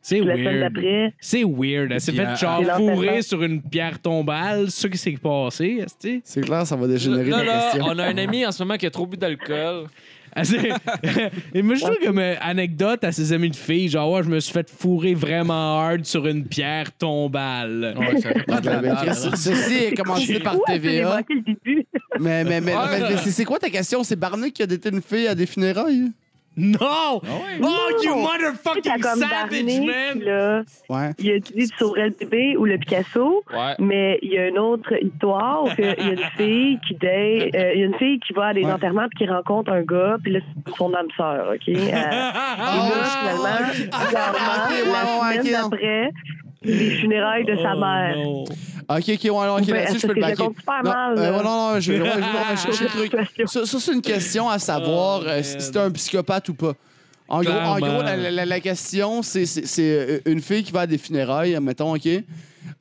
Speaker 4: C'est
Speaker 2: la semaine
Speaker 4: weird.
Speaker 2: d'après.
Speaker 4: C'est weird. Elle s'est
Speaker 3: Puis elle-
Speaker 4: fait genre
Speaker 2: elle l'enterre.
Speaker 4: fourrer sur une pierre tombale. C'est ça qui s'est passé, esti.
Speaker 5: C'est clair, ça va dégénérer
Speaker 7: Là,
Speaker 5: la
Speaker 7: là,
Speaker 5: question.
Speaker 7: on a un ami en ce moment qui a trop bu d'alcool.
Speaker 4: Elle s'est- Et moi, je trouve comme euh, anecdote à ses amis de filles, genre, ouais, je me suis fait fourrer vraiment hard sur une pierre tombale.
Speaker 3: Ah Ouais, ça prend de la
Speaker 5: Ben,
Speaker 3: barbe.
Speaker 5: Chris, Ceci est
Speaker 2: C'est
Speaker 5: commandité par
Speaker 2: quoi, ça,
Speaker 5: TVA.
Speaker 2: j'ai manqué le début.
Speaker 5: Mais, mais, mais,
Speaker 3: Ouais.
Speaker 5: mais- mais c'est- c'est quoi ta question? C'est Barnick qui a daté une fille à des funérailles?
Speaker 3: Ah
Speaker 4: Non! Oh, you
Speaker 2: Non! T'as
Speaker 4: motherfucking
Speaker 2: comme
Speaker 4: savage,
Speaker 2: Barney,
Speaker 4: man!
Speaker 2: là,
Speaker 5: Ouais.
Speaker 2: il a dit tu sauverais le bébé ou le Picasso,
Speaker 7: Ouais.
Speaker 2: mais il y a une autre histoire que il y a une fille qui date, euh, il y a une fille qui va à des
Speaker 5: Ouais.
Speaker 2: enterrements puis qui rencontre un gars puis là c'est son âme sœur, ok. Euh, et là, finalement,
Speaker 5: Ah,
Speaker 2: clairement,
Speaker 5: ok,
Speaker 2: la
Speaker 5: ouais, ouais,
Speaker 2: semaine
Speaker 5: ok, non.
Speaker 2: d'après, les funérailles de
Speaker 4: Oh,
Speaker 2: sa mère.
Speaker 5: Ah! Ok, ok, ouais, non, Oh, ok,
Speaker 2: Ben,
Speaker 5: là-dessus, je
Speaker 2: parce que
Speaker 5: peux le
Speaker 2: je
Speaker 5: baquer.
Speaker 2: compte super
Speaker 5: non,
Speaker 2: mal,
Speaker 5: euh,
Speaker 2: là.
Speaker 5: ouais, non, non, je ouais, je- non, mais je- je- le truc.
Speaker 2: Question.
Speaker 5: Ça, ça, c'est une question à savoir
Speaker 7: Oh,
Speaker 5: euh, si
Speaker 7: man.
Speaker 5: si t'es un psychopathe ou pas. En gros, en
Speaker 4: Clairement.
Speaker 5: gros, la, la- la- la question, c'est- c'est c'est, euh, une fille qui va à des funérailles, mettons, OK? Euh,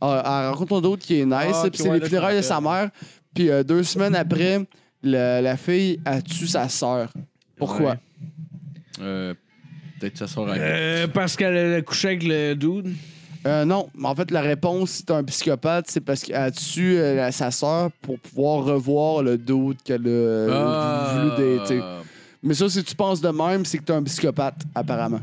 Speaker 5: elle rencontre un d'autre qui est nice,
Speaker 7: Ah, ok,
Speaker 5: puis c'est
Speaker 7: ouais,
Speaker 5: les
Speaker 7: là, je
Speaker 5: funérailles de
Speaker 7: me
Speaker 5: sa mère. Puis euh, deux semaines après, le- la fille a tué sa sœur. Pourquoi?
Speaker 4: Ouais.
Speaker 3: Euh, Peut-être ça sort à
Speaker 4: Euh, parce qu'elle a couché avec le dude.
Speaker 5: Euh, non, mais en fait, la réponse, si t'es un psychopathe, c'est parce qu'elle a tué euh, la- sa sœur pour pouvoir revoir le doute qu'elle a
Speaker 3: Ah!
Speaker 7: Ah.
Speaker 5: euh, voulu dater. Mais ça, si tu penses de même, c'est que t'es un psychopathe, apparemment.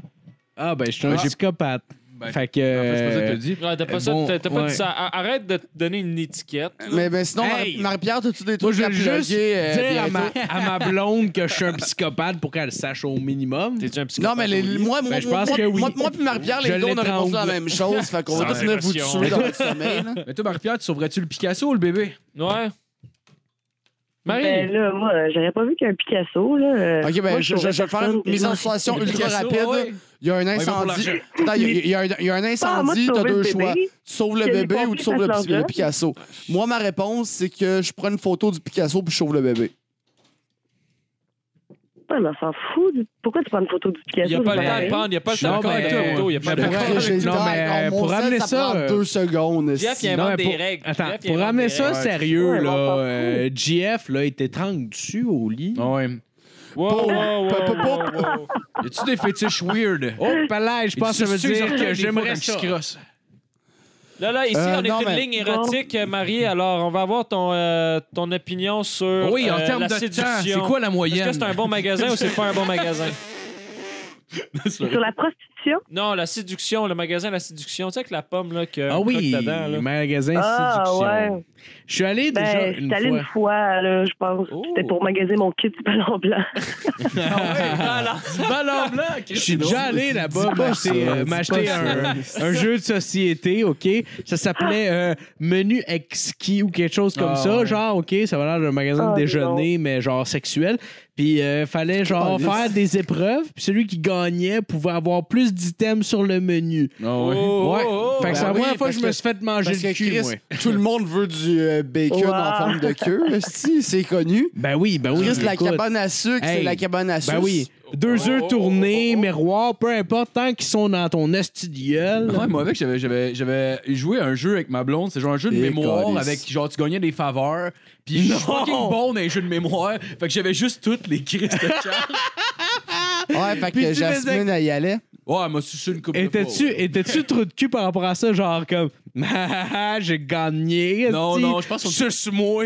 Speaker 4: Ah, ben, je suis un
Speaker 3: Ah.
Speaker 4: psychopathe.
Speaker 3: Ben,
Speaker 4: fait que.
Speaker 3: En fait, c'est pas ça que t'as
Speaker 4: euh,
Speaker 3: dit.
Speaker 7: Ouais, t'as pas,
Speaker 4: Euh,
Speaker 7: ça,
Speaker 4: bon,
Speaker 7: t'as- t'as pas
Speaker 4: ouais.
Speaker 7: dit ça. Ar- Arrête de te donner une étiquette.
Speaker 5: Mais, mais sinon,
Speaker 4: Hey!
Speaker 5: Mar- Marie-Pierre, t'as-tu des
Speaker 4: Moi,
Speaker 5: trucs
Speaker 4: je
Speaker 5: à
Speaker 4: veux juste
Speaker 5: plugger, euh,
Speaker 4: dire à
Speaker 5: bientôt?
Speaker 4: ma, à ma blonde que je suis un psychopathe pour qu'elle sache au minimum.
Speaker 7: T'es-tu un psychopathe?
Speaker 5: Non, mais les-
Speaker 7: Olivier?
Speaker 5: moi, moi,
Speaker 4: Ben, je
Speaker 5: moi,
Speaker 4: pense
Speaker 5: moi,
Speaker 4: que oui.
Speaker 5: moi, moi puis Marie-Pierre,
Speaker 4: Je
Speaker 5: les deux, on a répondu
Speaker 4: l'étrangle.
Speaker 5: la même chose. Fait qu'on va
Speaker 4: Sans
Speaker 5: tous venir vous
Speaker 4: émotion.
Speaker 5: tuer dans le sommeil. là.
Speaker 3: Mais toi, Marie-Pierre, tu sauverais-tu le Picasso ou le bébé?
Speaker 7: Ouais. Marie!
Speaker 2: Ben là, moi, j'aurais pas vu qu'un Picasso là. euh,
Speaker 5: Ok, ben,
Speaker 2: moi,
Speaker 5: je, je- je vais faire une mise en
Speaker 2: saurais
Speaker 5: situation ultra
Speaker 3: Picasso,
Speaker 5: rapide.
Speaker 3: ouais.
Speaker 5: Il y a un
Speaker 3: va pour
Speaker 5: incendie. Attends, il y a- il y, a un- il y a un
Speaker 2: pas à moi de
Speaker 5: incendie, t'as
Speaker 2: sauver le
Speaker 5: deux
Speaker 2: bébé.
Speaker 5: choix. Tu sauves le
Speaker 2: Que les
Speaker 5: bébé ou tu
Speaker 2: pompiers
Speaker 5: sauves le,
Speaker 2: fassent
Speaker 5: petit-
Speaker 2: leur
Speaker 5: le
Speaker 2: job.
Speaker 5: Picasso. Moi, ma réponse, c'est que je prends une photo du Picasso puis je sauve le bébé.
Speaker 2: Ouais, mais on s'en fout. du- Pourquoi tu prends une photo du Picasso?
Speaker 7: Il a pas
Speaker 2: c'est
Speaker 7: le temps de
Speaker 2: pareil?
Speaker 7: prendre, il a pas le
Speaker 4: Non,
Speaker 7: temps de prendre
Speaker 4: mais-
Speaker 7: avec toi, Odo, il a pas
Speaker 4: Je
Speaker 7: le temps.
Speaker 4: pourrais-
Speaker 5: Pourquoi j'ai le
Speaker 4: non,
Speaker 5: temps?
Speaker 4: mais,
Speaker 5: Quand
Speaker 4: euh,
Speaker 5: mon
Speaker 4: pour
Speaker 5: sel,
Speaker 4: ramener ça,
Speaker 5: prend
Speaker 4: euh,
Speaker 5: deux secondes.
Speaker 7: Jeff, il
Speaker 5: esti.
Speaker 7: y a-
Speaker 4: Non, mais
Speaker 7: invente des
Speaker 4: pour-
Speaker 7: règles.
Speaker 4: Attends,
Speaker 7: Jeff, il
Speaker 4: pour
Speaker 7: invente
Speaker 4: ramener
Speaker 7: des
Speaker 4: ça
Speaker 7: règles.
Speaker 4: sérieux,
Speaker 2: Ouais,
Speaker 4: là,
Speaker 2: on s'en
Speaker 4: euh, GF, là, il t'étrangle dessus au lit.
Speaker 3: Ah Ouais.
Speaker 7: Wow, wow, wow, wow, wow.
Speaker 3: Y a-tu des fétiches weird?
Speaker 4: Oh, palais, je pense que ça veut dire que j'aimerais ça.
Speaker 7: Là, là, ici,
Speaker 5: Euh,
Speaker 7: on est
Speaker 5: non,
Speaker 7: une
Speaker 5: mais-
Speaker 7: ligne érotique, euh, Marie. Alors, on va avoir ton, euh, ton opinion sur
Speaker 3: Oui, en
Speaker 7: euh,
Speaker 3: termes
Speaker 7: la
Speaker 3: de
Speaker 7: séduction.
Speaker 3: temps, c'est quoi la
Speaker 7: Est-ce
Speaker 3: moyenne?
Speaker 7: que c'est un bon magasin ou c'est pas un bon magasin?
Speaker 2: Sur la prostitution, séduction?
Speaker 7: Non, la séduction, le magasin La Séduction. Tu sais, avec la pomme, là, que.
Speaker 4: Ah oui,
Speaker 7: dedans, là.
Speaker 4: magasin
Speaker 2: Ah,
Speaker 4: séduction.
Speaker 2: ouais.
Speaker 4: Je suis allé déjà
Speaker 2: Ben,
Speaker 4: une
Speaker 2: j'étais allée
Speaker 4: fois.
Speaker 2: une fois, là, je pense.
Speaker 7: Oh.
Speaker 2: C'était pour magasiner mon kit du ballon blanc.
Speaker 3: Du ballon blanc,
Speaker 4: Je suis déjà allé là-bas m'acheter, euh, m'acheter un, un jeu de société, OK? Ça s'appelait euh, Menu Exquis ou quelque chose comme
Speaker 3: Ah,
Speaker 4: ça.
Speaker 3: ouais.
Speaker 4: Genre, OK, ça va l'air d'un magasin
Speaker 2: Ah,
Speaker 4: de déjeuner, mais genre sexuel. Puis, euh, fallait genre
Speaker 5: Oh, yes.
Speaker 4: faire des épreuves. Puis, celui qui gagnait pouvait avoir plus d'items sur le menu.
Speaker 3: Non, Ah
Speaker 5: Oh,
Speaker 3: ouais.
Speaker 4: ouais. fait que c'est
Speaker 5: Ben
Speaker 4: la
Speaker 5: oui,
Speaker 4: première fois que
Speaker 5: parce
Speaker 4: je me
Speaker 5: que-
Speaker 4: suis fait manger
Speaker 5: Parce que
Speaker 4: le cul,
Speaker 5: Chris,
Speaker 4: moi.
Speaker 5: tout le monde veut du euh, bacon
Speaker 2: Wow.
Speaker 5: en forme de queue, esti, c'est connu.
Speaker 4: Ben oui, ben oui.
Speaker 5: Chris, la
Speaker 4: écoute.
Speaker 5: cabane à sucre, c'est Oh,
Speaker 4: Hey.
Speaker 5: la cabane à sucre.
Speaker 4: Ben oui. Deux œufs tournés, miroir, peu importe, tant qu'ils sont dans ton esti de gueule.
Speaker 3: Ouais, moi, avec, j'avais, j'avais, j'avais joué à un jeu avec ma blonde. C'est genre un jeu de
Speaker 5: Et
Speaker 3: mémoire
Speaker 5: calice.
Speaker 3: avec, genre, tu gagnais des faveurs. Puis je suis fucking bon dans les jeux de mémoire. Fait que j'avais juste toutes les crises de charge.
Speaker 5: Ouais, fait
Speaker 4: Puis
Speaker 5: que
Speaker 4: tu
Speaker 5: Jasmine, elle y allait.
Speaker 3: Ouais, elle m'a sucé une coupe
Speaker 4: Étais-tu
Speaker 3: de fois, ouais.
Speaker 4: étais-tu trop de cul par rapport à ça, genre comme Ah, ah, j'ai gagné.
Speaker 3: Non,
Speaker 4: esti.
Speaker 3: non, je pense qu'on-
Speaker 4: Suce-moi.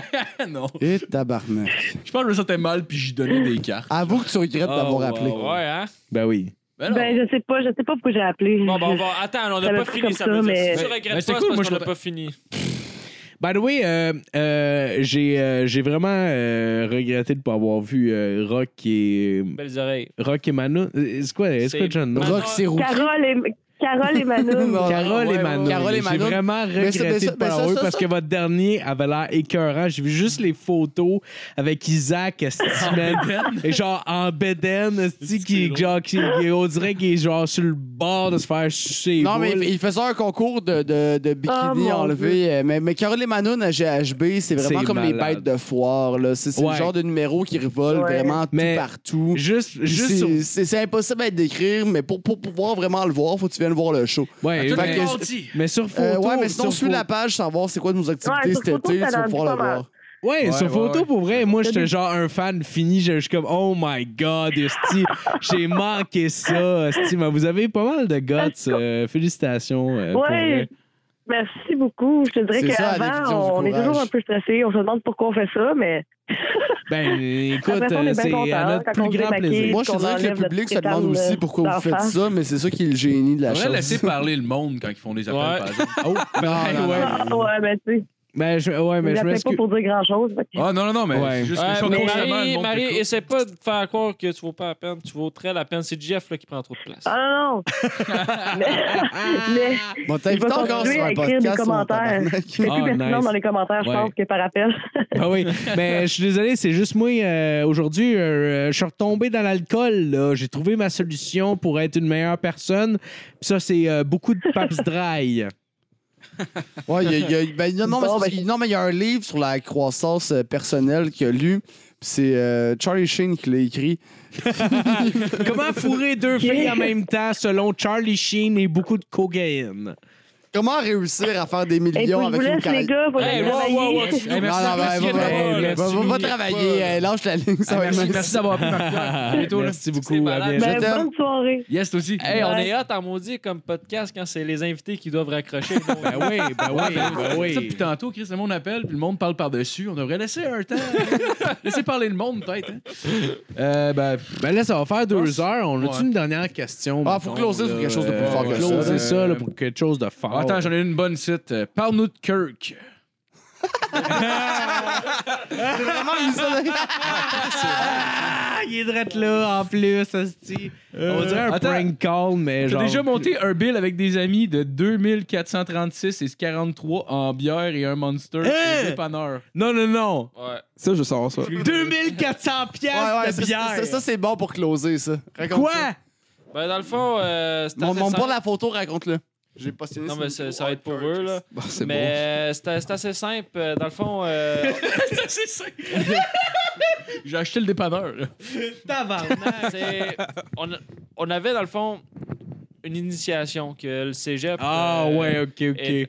Speaker 3: non.
Speaker 5: Et tabarnak.
Speaker 3: Je pense que je me sentais mal, puis j'ai donné des cartes.
Speaker 5: Avoue que tu regrettes
Speaker 7: Oh,
Speaker 5: d'avoir appelé.
Speaker 7: wow, Ouais, hein?
Speaker 4: Ben oui.
Speaker 3: Ah, Ben non.
Speaker 2: Ben, je sais pas, je sais pas pourquoi j'ai appelé.
Speaker 7: Bon, ben, on va. Attends, on n'a
Speaker 2: Ça
Speaker 7: pas
Speaker 2: m'a pris
Speaker 7: fini,
Speaker 2: comme
Speaker 7: ça
Speaker 2: ça,
Speaker 7: veut dire.
Speaker 2: mais-
Speaker 7: Si tu
Speaker 3: Ben,
Speaker 7: regrettes
Speaker 3: c'est
Speaker 7: pas,
Speaker 3: cool,
Speaker 7: c'est
Speaker 3: moi,
Speaker 7: parce
Speaker 3: je
Speaker 7: qu'on n'a
Speaker 3: l'aurais-
Speaker 7: pas fini.
Speaker 4: By the way, euh, euh, j'ai euh, j'ai vraiment euh, regretté de ne pas avoir vu euh, Rock et
Speaker 7: Belles oreilles.
Speaker 4: Rock et Manon. Euh, C'est quoi, c'est quoi
Speaker 7: C'est-
Speaker 4: John?
Speaker 7: Manon-
Speaker 5: Rock, c'est roux.
Speaker 2: Carole et, Carole et Manon.
Speaker 5: Non.
Speaker 4: Carole
Speaker 5: Ouais,
Speaker 4: et
Speaker 5: ouais,
Speaker 4: Manon.
Speaker 5: Carole et
Speaker 4: J'ai
Speaker 5: Manon.
Speaker 4: vraiment
Speaker 5: Mais ça, mais
Speaker 4: regretté
Speaker 5: ça,
Speaker 4: de pas
Speaker 5: mais ça,
Speaker 4: avoir eu
Speaker 5: ça,
Speaker 4: parce
Speaker 5: ça.
Speaker 4: que votre dernier avait l'air écœurant. J'ai vu juste les photos avec Isaac esti, man. et genre en bedaine, esti, qui, genre, qui, qui- on dirait qu'il est genre sur le bord de se faire sucer.
Speaker 5: Non, mais il, il faisait un concours de, de, de
Speaker 2: Ah,
Speaker 5: bikini
Speaker 2: mon
Speaker 5: enlevé. euh, Mais, mais Carole Manon à GHB, c'est vraiment
Speaker 4: C'est
Speaker 5: comme les
Speaker 4: malade.
Speaker 5: bêtes de foire. là. C'est c'est
Speaker 4: Ouais.
Speaker 5: le genre de numéro qui revole
Speaker 2: Ouais.
Speaker 5: vraiment
Speaker 4: Mais-
Speaker 5: tout partout.
Speaker 4: Juste,
Speaker 5: Puis
Speaker 4: juste
Speaker 5: c'est-
Speaker 4: sur-
Speaker 5: C'est c'est impossible à décrire, mais pour, pour pouvoir vraiment le voir, faut que tu viennes voir le show.
Speaker 4: Ouais,
Speaker 5: Fait
Speaker 4: mais,
Speaker 5: que-
Speaker 4: mais sur photo.
Speaker 5: Euh, ouais, mais sinon,
Speaker 4: sur
Speaker 5: suis
Speaker 4: pho-
Speaker 5: la page, savoir c'est quoi nos activités
Speaker 2: Ouais, sur
Speaker 5: cet
Speaker 2: photo,
Speaker 5: été,
Speaker 2: ça
Speaker 5: tu vas
Speaker 2: donne
Speaker 5: pouvoir le
Speaker 2: pas mal.
Speaker 5: voir.
Speaker 4: Ouais,
Speaker 3: Ouais,
Speaker 4: sur
Speaker 3: ouais,
Speaker 4: photo,
Speaker 3: ouais.
Speaker 4: pour vrai, moi, j'étais genre un fan fini. Je je suis comme, oh my god, esti, j'ai manqué ça, esti. Mais vous avez pas mal de guts. euh, félicitations. euh, pour vrai.
Speaker 2: Ouais. Merci beaucoup. Je te dirais
Speaker 5: C'est ça, la
Speaker 2: qu'avant,
Speaker 5: définition
Speaker 2: on
Speaker 5: du
Speaker 2: est
Speaker 5: courage.
Speaker 2: toujours un peu stressé. On se demande pourquoi on fait ça, mais
Speaker 4: Ben, écoute,
Speaker 2: Après ça, on est
Speaker 4: euh,
Speaker 2: bien
Speaker 4: c'est
Speaker 2: content
Speaker 4: à notre
Speaker 2: quand on
Speaker 4: plus
Speaker 2: se
Speaker 4: grand
Speaker 2: démaquille.
Speaker 4: plaisir.
Speaker 5: Moi, je te
Speaker 2: qu'on
Speaker 5: dirais que le
Speaker 2: enlève notre
Speaker 5: public se demande
Speaker 2: tétane,
Speaker 5: aussi
Speaker 2: euh,
Speaker 5: pourquoi vous faites
Speaker 2: d'enfant.
Speaker 5: ça, mais c'est ça qui est le génie de la
Speaker 3: On
Speaker 5: chose.
Speaker 3: a laissé parler le monde quand ils font des appels,
Speaker 7: Ouais.
Speaker 3: par exemple.
Speaker 4: Oh, ben,
Speaker 5: non,
Speaker 4: ouais.
Speaker 2: Ah, ouais, mais tu sais,
Speaker 4: Ben, je, ouais, mais
Speaker 2: je
Speaker 4: je
Speaker 2: l'appelle pas
Speaker 4: m'excuse.
Speaker 2: pour dire grand-chose. fait que-
Speaker 3: Ah non, non, non, mais
Speaker 4: Ouais.
Speaker 3: c'est juste que
Speaker 7: Ouais,
Speaker 3: je suis
Speaker 7: mais
Speaker 3: constamment, le
Speaker 7: Marie,
Speaker 3: monde
Speaker 7: Marie,
Speaker 3: t'écoute.
Speaker 7: essaie pas de faire croire que tu vaux pas la peine, tu vaux très la peine. C'est Jeff là, qui prend trop de place.
Speaker 2: Ah non, non.
Speaker 4: Ah,
Speaker 2: mais, mais
Speaker 5: Bon,
Speaker 2: je vais
Speaker 5: t'invites encore
Speaker 2: continuer
Speaker 5: sur
Speaker 2: à
Speaker 5: un
Speaker 2: écrire des
Speaker 5: podcast. mon
Speaker 2: commentaires.
Speaker 5: tabarnak.
Speaker 2: C'est plus
Speaker 4: Ah,
Speaker 2: pertinent
Speaker 4: nice.
Speaker 2: dans les commentaires, je
Speaker 4: Ouais.
Speaker 2: pense, que par appel.
Speaker 4: Ah oui, mais je suis désolé, c'est juste moi. euh, Aujourd'hui, euh, je suis retombé dans l'alcool. là. J'ai trouvé ma solution pour être une meilleure personne. Puis ça, c'est euh, beaucoup de paps dry.
Speaker 5: Ouais, il y a- il y a- ben, il y a- non, mais
Speaker 2: Bon,
Speaker 5: c'est-
Speaker 2: ben-
Speaker 5: non, mais il y a un livre sur la croissance euh, personnelle qu'il a lu. puis C'est euh, Charlie Sheen qui l'a écrit.
Speaker 4: Comment fourrer deux filles en même temps selon Charlie Sheen et beaucoup de cocaïne?
Speaker 5: Comment réussir à faire des
Speaker 2: Et puis,
Speaker 5: millions
Speaker 2: je vous
Speaker 5: avec une
Speaker 2: laisse, les
Speaker 5: carrière?
Speaker 2: gars, pour
Speaker 7: Hey, wow,
Speaker 2: travailler.
Speaker 7: wow, wow.
Speaker 5: Non, non,
Speaker 3: merci,
Speaker 5: ben,
Speaker 3: merci,
Speaker 5: va-
Speaker 3: merci,
Speaker 5: va-
Speaker 3: merci.
Speaker 5: va- va- va travailler. euh, Lâche la ligne, ça
Speaker 3: Ah,
Speaker 5: va être
Speaker 3: merci,
Speaker 5: nice.
Speaker 3: merci d'avoir appelé Marc-Claude. À bientôt, là.
Speaker 4: Merci
Speaker 7: C'est
Speaker 4: beaucoup. à
Speaker 7: malade.
Speaker 4: bientôt.
Speaker 2: Ben,
Speaker 5: t'aime.
Speaker 2: bonne soirée.
Speaker 3: Yes, toi aussi.
Speaker 7: Hey, on
Speaker 2: Ouais.
Speaker 7: est hot en maudit comme podcast quand c'est les invités qui doivent raccrocher.
Speaker 4: Ben oui, ben oui, ben
Speaker 3: Ça,
Speaker 4: oui.
Speaker 3: puis tantôt, Chris, le monde appelle, puis le monde parle par-dessus. On devrait laisser un temps. laisser parler le monde, peut-être. hein. Euh, ben,
Speaker 4: Ben là, ça va faire deux heures. On a-tu
Speaker 3: Ouais.
Speaker 4: une dernière question?
Speaker 5: Ah, faut
Speaker 4: mettons,
Speaker 5: closer sur
Speaker 4: là,
Speaker 5: quelque chose de plus
Speaker 4: euh,
Speaker 5: fort que ça,
Speaker 4: closer
Speaker 5: là.
Speaker 4: ça là, pour quelque chose de fort.
Speaker 3: attends, j'en ai une bonne site. Euh, Parle-nous de Kirk.
Speaker 5: C'est vraiment isolé.
Speaker 4: Ah, il est drette là, en plus, hostie.
Speaker 5: Euh,
Speaker 4: On dirait un
Speaker 3: attends.
Speaker 4: prank call, mais
Speaker 3: J'ai
Speaker 4: genre...
Speaker 3: déjà monté un bill avec des amis de 2436 et 43 en bière et un monster
Speaker 4: Hein?
Speaker 3: au dépanneur.
Speaker 4: Non, non, non.
Speaker 7: Ouais.
Speaker 6: Ça, je sors ça.
Speaker 4: 2400 pièces
Speaker 5: Ouais, ouais,
Speaker 4: de
Speaker 5: ça,
Speaker 4: bière.
Speaker 5: ça, ça, c'est bon pour closer, ça. Raconte ça.
Speaker 4: Quoi?
Speaker 7: Ben, dans le fond, euh, c'était
Speaker 5: Mon,
Speaker 7: assez
Speaker 5: mon
Speaker 7: simple.
Speaker 5: pas la photo, raconte-le. J'ai postionné
Speaker 7: Non,
Speaker 5: sur
Speaker 7: mais
Speaker 5: le
Speaker 7: ça,
Speaker 5: photo.
Speaker 7: ça va être pour eux, là.
Speaker 6: Bon, c'est
Speaker 7: mais euh, c'était c'était assez simple. Euh, Dans le fond, euh,
Speaker 3: C'est ça. J'ai acheté le dépanneur. là.
Speaker 4: Tabarnak.
Speaker 7: c'est- on, a- on avait, dans le fond, une initiation que le cégep
Speaker 4: Ah,
Speaker 7: euh,
Speaker 4: ouais, OK,
Speaker 7: et-
Speaker 4: OK.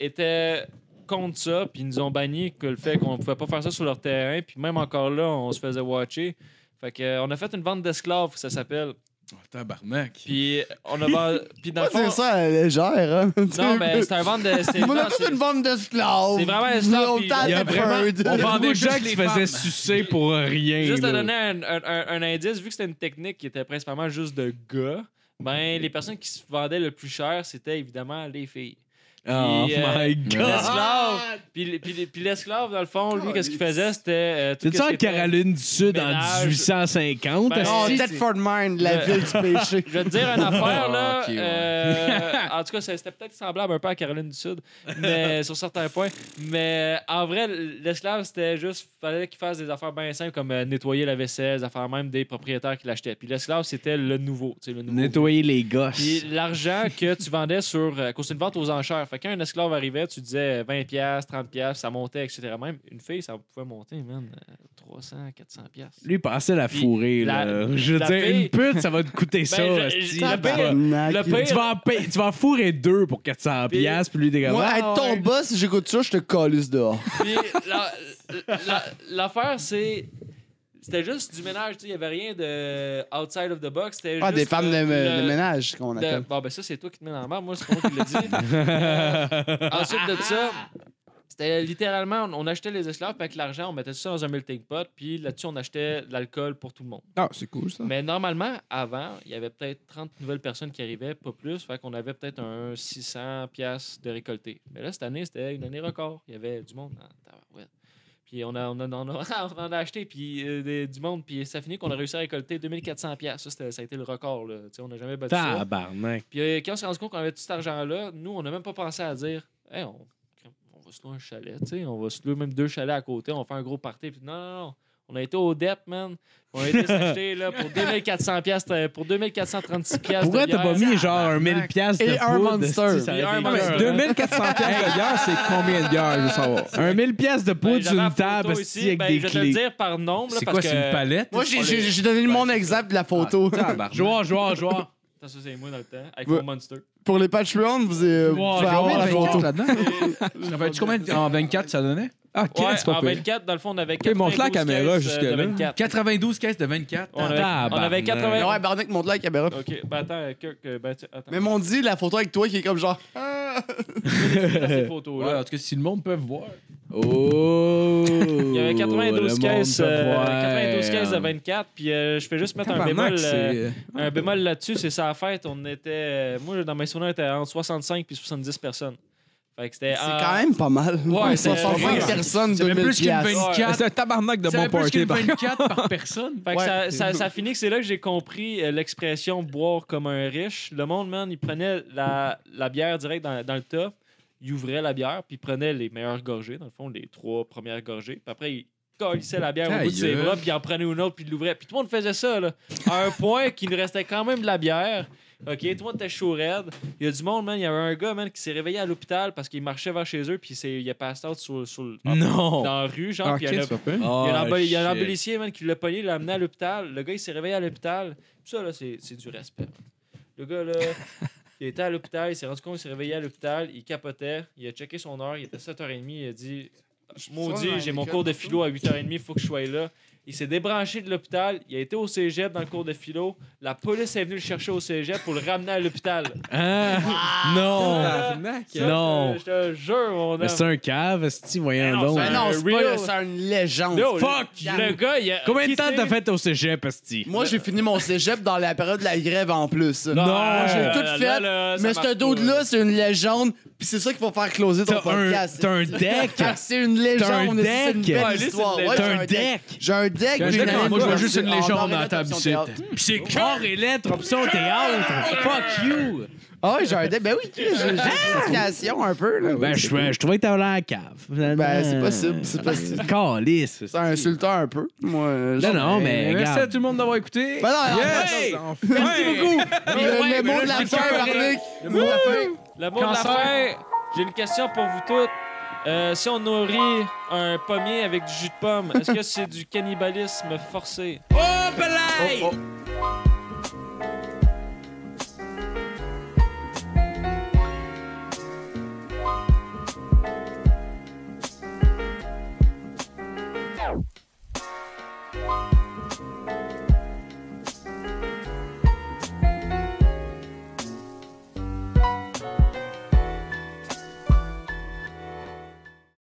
Speaker 7: était contre ça, puis ils nous ont banni que le fait qu'on pouvait pas faire ça sur leur terrain, puis même encore là, on se faisait watcher. Fait que, euh, on a fait une vente d'esclaves, ça s'appelle.
Speaker 3: Oh, tabarnak.
Speaker 7: Puis on a vendu. Puis dans
Speaker 5: Moi,
Speaker 7: le
Speaker 5: c'est
Speaker 7: fond.
Speaker 5: ça à la légère, hein.
Speaker 7: Non, mais c'est un vente de. c'est-
Speaker 5: On a
Speaker 7: non,
Speaker 5: toute
Speaker 7: c'est-
Speaker 5: une bande d'esclaves.
Speaker 7: c'est vraiment un esclave,
Speaker 5: On
Speaker 7: puis-
Speaker 5: tente
Speaker 7: Il y a
Speaker 5: de
Speaker 4: vraiment-
Speaker 5: Freud.
Speaker 4: On vendait
Speaker 3: juste
Speaker 4: gens qui
Speaker 3: les
Speaker 4: se faisaient
Speaker 3: femmes.
Speaker 4: sucer pour rien.
Speaker 7: Juste à
Speaker 4: là.
Speaker 7: donner un, un- un- un indice, vu que c'était une technique qui était principalement juste de gars, Ben, les personnes qui se vendaient le plus cher, c'était évidemment les filles.
Speaker 3: Ah,
Speaker 4: Oh
Speaker 7: Puis, euh,
Speaker 4: my god!
Speaker 5: Ah,
Speaker 7: L'esclave! Puis, le- puis le- puis l'esclave, dans le fond, lui, qu'est-ce qu'il faisait, c'était. euh, tout
Speaker 4: C'est
Speaker 7: qu'est-ce
Speaker 4: ça en
Speaker 7: qu'il était-
Speaker 4: Caroline du Sud en
Speaker 7: Ménage.
Speaker 4: 1850?
Speaker 7: Ben,
Speaker 5: Oh,
Speaker 7: Si,
Speaker 5: Tedford Mine, la
Speaker 7: Le-
Speaker 5: ville du péché.
Speaker 7: Je vais te dire une affaire, là.
Speaker 3: Ok, ouais.
Speaker 7: euh, en tout cas, ça- c'était peut-être semblable un peu à Caroline du Sud, mais sur certains points. Mais euh, en vrai, l'esclave, c'était juste. fallait qu'il fasse des affaires bien simples comme euh, nettoyer la vaisselle, des affaires même des propriétaires qui l'achetaient. Puis l'esclave, c'était le nouveau. tu sais, Le nouveau
Speaker 4: Nettoyer les gosses.
Speaker 7: Puis l'argent que tu vendais sur. Euh, c'est une vente aux enchères. Fait que quand un esclave arrivait, tu disais euh, 20$, 30$, ça montait, etc. Même une fille, ça pouvait monter, man, euh, 300, 400$. piastres.
Speaker 4: Lui, passait la
Speaker 7: Puis
Speaker 4: fourrée,
Speaker 7: la-
Speaker 4: là. Je veux
Speaker 7: la
Speaker 4: dire,
Speaker 7: fille-
Speaker 4: une pute, ça va te coûter ça.
Speaker 7: Ben, je-
Speaker 4: hostie.
Speaker 7: je-
Speaker 4: Tu
Speaker 7: le
Speaker 4: vas-
Speaker 5: Tabarnak.
Speaker 7: le pire-
Speaker 4: tu, vas en payer- tu vas en fourrer deux pour 400$,
Speaker 7: Puis-
Speaker 4: piastres, puis lui, des gars.
Speaker 5: Moi,
Speaker 4: ah,
Speaker 5: être ton
Speaker 4: ouais.
Speaker 5: boss, si j'écoute ça, je te calisse dehors.
Speaker 7: Puis la- la- l'affaire, c'est. C'était juste du ménage, tu sais. Il n'y avait rien de outside of the box. C'était
Speaker 5: Ah,
Speaker 7: juste
Speaker 5: des femmes de,
Speaker 7: le-
Speaker 5: de
Speaker 7: le-
Speaker 5: ménage, qu'on
Speaker 7: de-
Speaker 5: appelle.
Speaker 7: Bon, ben ça, c'est toi qui te mets dans la merde. Moi, c'est pas moi qui l'ai dit. Euh, ensuite de ça, c'était littéralement, on, on achetait les esclaves, puis avec l'argent, on mettait tout ça dans un melting pot, puis là-dessus, on achetait de l'alcool pour tout le monde.
Speaker 6: Ah, c'est cool, ça.
Speaker 7: Mais normalement, avant, il y avait peut-être 30 nouvelles personnes qui arrivaient, pas plus. Fait qu'on avait peut-être un 600 piastres de récolté. Mais là, cette année, c'était une année record. Il y avait du monde. en tabarouette. Puis on, a, on, a- on a- on en a acheté puis, euh, des- du monde. Puis ça finit qu'on a réussi à récolter 2400 piastres. Ça, c'était- ça a été le record. Là. Tu sais, On n'a jamais battu ça.
Speaker 4: Tabarnak.
Speaker 7: Puis euh, quand on s'est rendu compte qu'on avait tout cet argent-là, nous, on n'a même pas pensé à dire Hey, on, on va se louer un chalet, tu sais, on va se louer même deux chalets à côté, on va faire un gros party. Puis non, non, non. On a été au DEP, man. On a été s'acheter là, pour 2400 piastres, euh, pour 2436 piastres.
Speaker 4: Pourquoi
Speaker 7: de
Speaker 4: t'as pas
Speaker 7: bière.
Speaker 4: mis genre un 1000$ piastres de
Speaker 5: Et un
Speaker 4: poudre,
Speaker 5: Monster.
Speaker 4: hostie, ça
Speaker 7: Puis
Speaker 4: aurait
Speaker 7: un
Speaker 4: été
Speaker 7: Monster.
Speaker 4: cœur, hein?
Speaker 6: 2400 pièces de bière, c'est combien de bières, je veux savoir?
Speaker 4: Un 1000$ piastres de
Speaker 7: Ben,
Speaker 4: poudre
Speaker 7: j'avais
Speaker 4: sur
Speaker 7: la
Speaker 4: une
Speaker 7: photo
Speaker 4: table,
Speaker 7: ici.
Speaker 4: hostie, avec
Speaker 7: Ben,
Speaker 4: des
Speaker 7: je vais te
Speaker 4: clés.
Speaker 7: le dire par nombre. là,
Speaker 3: C'est
Speaker 7: parce
Speaker 3: quoi, c'est
Speaker 7: que-
Speaker 3: une palette?
Speaker 5: Moi, j'ai- j'ai j'ai donné mon exemple de la photo.
Speaker 4: Joueur, joueur, joueur.
Speaker 7: Attends, ça, c'est moi dans le temps, avec
Speaker 5: Ouais.
Speaker 7: mon monster.
Speaker 5: Pour les Patreons, vous euh, vous
Speaker 4: Wow,
Speaker 5: pouvez
Speaker 4: genre,
Speaker 5: avoir la photo.
Speaker 3: Ça rappelle-tu combien de- en 24 ça donnait?
Speaker 6: Ah, qu'est-ce
Speaker 7: Ouais,
Speaker 6: c'est pas
Speaker 7: en
Speaker 6: pire.
Speaker 7: 24, dans le fond, on avait
Speaker 6: Ok,
Speaker 7: 92
Speaker 6: montre-la à la caméra
Speaker 7: caisses, euh, de
Speaker 6: jusque-là.
Speaker 7: 24.
Speaker 3: 92 caisses de 24.
Speaker 7: On avait, on avait
Speaker 4: Tabarnak.
Speaker 7: 80.
Speaker 5: Ouais, Barnick monte là la caméra.
Speaker 7: Ok, ben attends, euh, Kirk, euh, ben, tu- attends.
Speaker 5: Mais mon dit la photo avec toi qui est comme genre. Ah.
Speaker 7: ces
Speaker 3: Ouais,
Speaker 7: photos-là.
Speaker 3: en tout cas, si le monde peut voir.
Speaker 4: Oh!
Speaker 7: Il y avait 92 caisses, euh, 92 caisses de 24, puis euh, je fais juste mettre un bémol,
Speaker 6: Tabarnak,
Speaker 7: euh,
Speaker 6: c'est.
Speaker 7: un bémol là-dessus, c'est sa fête. On était, euh, moi dans mes souvenirs, on était entre 65 puis 70 personnes. Fait que c'était
Speaker 5: C'est
Speaker 7: en-
Speaker 5: quand même pas mal.
Speaker 7: Euh, Ouais, c'est-
Speaker 5: 65
Speaker 7: ouais.
Speaker 5: personnes,
Speaker 3: C'est
Speaker 5: 2000
Speaker 3: même plus qu'une
Speaker 5: piastres.
Speaker 6: C'est
Speaker 3: 24.
Speaker 6: un tabarnak de
Speaker 3: C'est
Speaker 6: bon
Speaker 3: même plus
Speaker 6: party, bah.
Speaker 3: qu'une
Speaker 6: par
Speaker 3: 24 par personne.
Speaker 7: Fait que ça, ça- ça finit que c'est là que j'ai compris euh, l'expression boire comme un riche. Le monde, man, il prenait la, la bière direct dans, dans le tas, il ouvrait la bière, puis il prenait les meilleures gorgées, dans le fond, les trois premières gorgées. Puis après, il collissait la bière au bout de ses
Speaker 3: Aïe.
Speaker 7: bras, puis il en prenait une autre, puis il l'ouvrait. Puis tout le monde faisait ça, là. À un point qu'il nous restait quand même de la bière. OK, tout le monde était chaud raide. Il y a du monde, man. Il y avait un gars, man, qui s'est réveillé à l'hôpital parce qu'il marchait vers chez eux, puis il s'est- il a passé out sur, sur le-
Speaker 4: Non!
Speaker 7: dans la rue, genre,
Speaker 6: Ah,
Speaker 7: puis il y en a
Speaker 6: qu'est-ce que c'est pas pire.
Speaker 4: Oh,
Speaker 7: il y a un ambul- il y a un
Speaker 4: shit.
Speaker 7: ambulancier man, qui l'a pogné, il l'a amené à l'hôpital. Le gars, il s'est réveillé à l'hôpital. Ça, là, c'est c'est du respect. man. Le gars, là, il était à l'hôpital, il s'est rendu compte qu'il s'est réveillé à l'hôpital, il capotait, il a checké son heure, il était 7h30, il a dit Maudit, j'ai mon cours de philo à 8h30, il faut que je sois là. Il s'est débranché de l'hôpital, il a été au cégep dans le cours de philo. La police est venue le chercher au cégep pour le ramener à l'hôpital.
Speaker 4: Ah! Non!
Speaker 6: Tabarnak.
Speaker 7: Ça,
Speaker 4: Non.
Speaker 7: euh, Je te jure, mon
Speaker 4: Mais
Speaker 7: homme.
Speaker 4: c'est un cave, si voyons
Speaker 7: non,
Speaker 4: donc.
Speaker 5: Mais Ben non,
Speaker 7: Euh,
Speaker 5: c'est pas
Speaker 7: real.
Speaker 5: le- c'est une légende.
Speaker 7: Yo, le-
Speaker 4: Fuck!
Speaker 7: Le gars, il a.
Speaker 4: Combien de
Speaker 7: qui
Speaker 4: temps
Speaker 7: sait-
Speaker 4: t'as fait au cégep, Asti?
Speaker 5: Moi, j'ai fini mon cégep dans la période de la grève en plus.
Speaker 7: Non,
Speaker 5: Moi, j'ai
Speaker 7: euh,
Speaker 5: tout
Speaker 7: là,
Speaker 5: fait.
Speaker 7: là, ça
Speaker 5: mais
Speaker 7: marche
Speaker 5: ce dude-là, c'est une légende. Puis c'est ça qu'il faut faire closer ton
Speaker 4: T'as un,
Speaker 5: podcast.
Speaker 4: t'as un deck!
Speaker 5: Car c'est une légende.
Speaker 4: T'as un
Speaker 5: mais C'est une
Speaker 4: deck.
Speaker 5: belle
Speaker 7: Ouais, lui, c'est
Speaker 5: histoire.
Speaker 7: une
Speaker 5: Ouais,
Speaker 7: légende.
Speaker 5: j'ai
Speaker 4: T'as un deck!
Speaker 5: J'ai un deck.
Speaker 3: Moi,
Speaker 5: j'ai une
Speaker 3: je vois
Speaker 5: anecdote.
Speaker 3: juste une
Speaker 5: Ah,
Speaker 3: légende
Speaker 5: barré
Speaker 3: dans la
Speaker 5: la
Speaker 3: table
Speaker 5: option
Speaker 3: ici.
Speaker 5: théâtre.
Speaker 3: Pis c'est
Speaker 4: Corps et lettres, option théâtre! Fuck you!
Speaker 5: Ah ouais, j'ai un deck. Ben oui, Chris, j'ai j'ai une explication un peu. Là.
Speaker 4: Ben, je, je trouvais que t'avais l'air cave.
Speaker 5: Ben, c'est possible, c'est possible.
Speaker 4: Calice.
Speaker 5: C'est insultant un peu. Moi, euh,
Speaker 4: Non,
Speaker 5: genre-
Speaker 4: non, mais
Speaker 3: Merci à
Speaker 4: regarde.
Speaker 3: tout le monde d'avoir écouté.
Speaker 5: Ben non, non,
Speaker 6: Hey!
Speaker 4: Merci beaucoup!
Speaker 5: Le, le mot
Speaker 3: là,
Speaker 5: de la
Speaker 3: j'ai
Speaker 5: fin,
Speaker 3: carré.
Speaker 5: Barnick.
Speaker 3: Le mot de la fin.
Speaker 7: Le mot de la
Speaker 3: Cancer.
Speaker 7: fin, j'ai une question pour vous toutes. Euh, si on nourrit un pommier avec du jus de pomme, est-ce que c'est du cannibalisme forcé?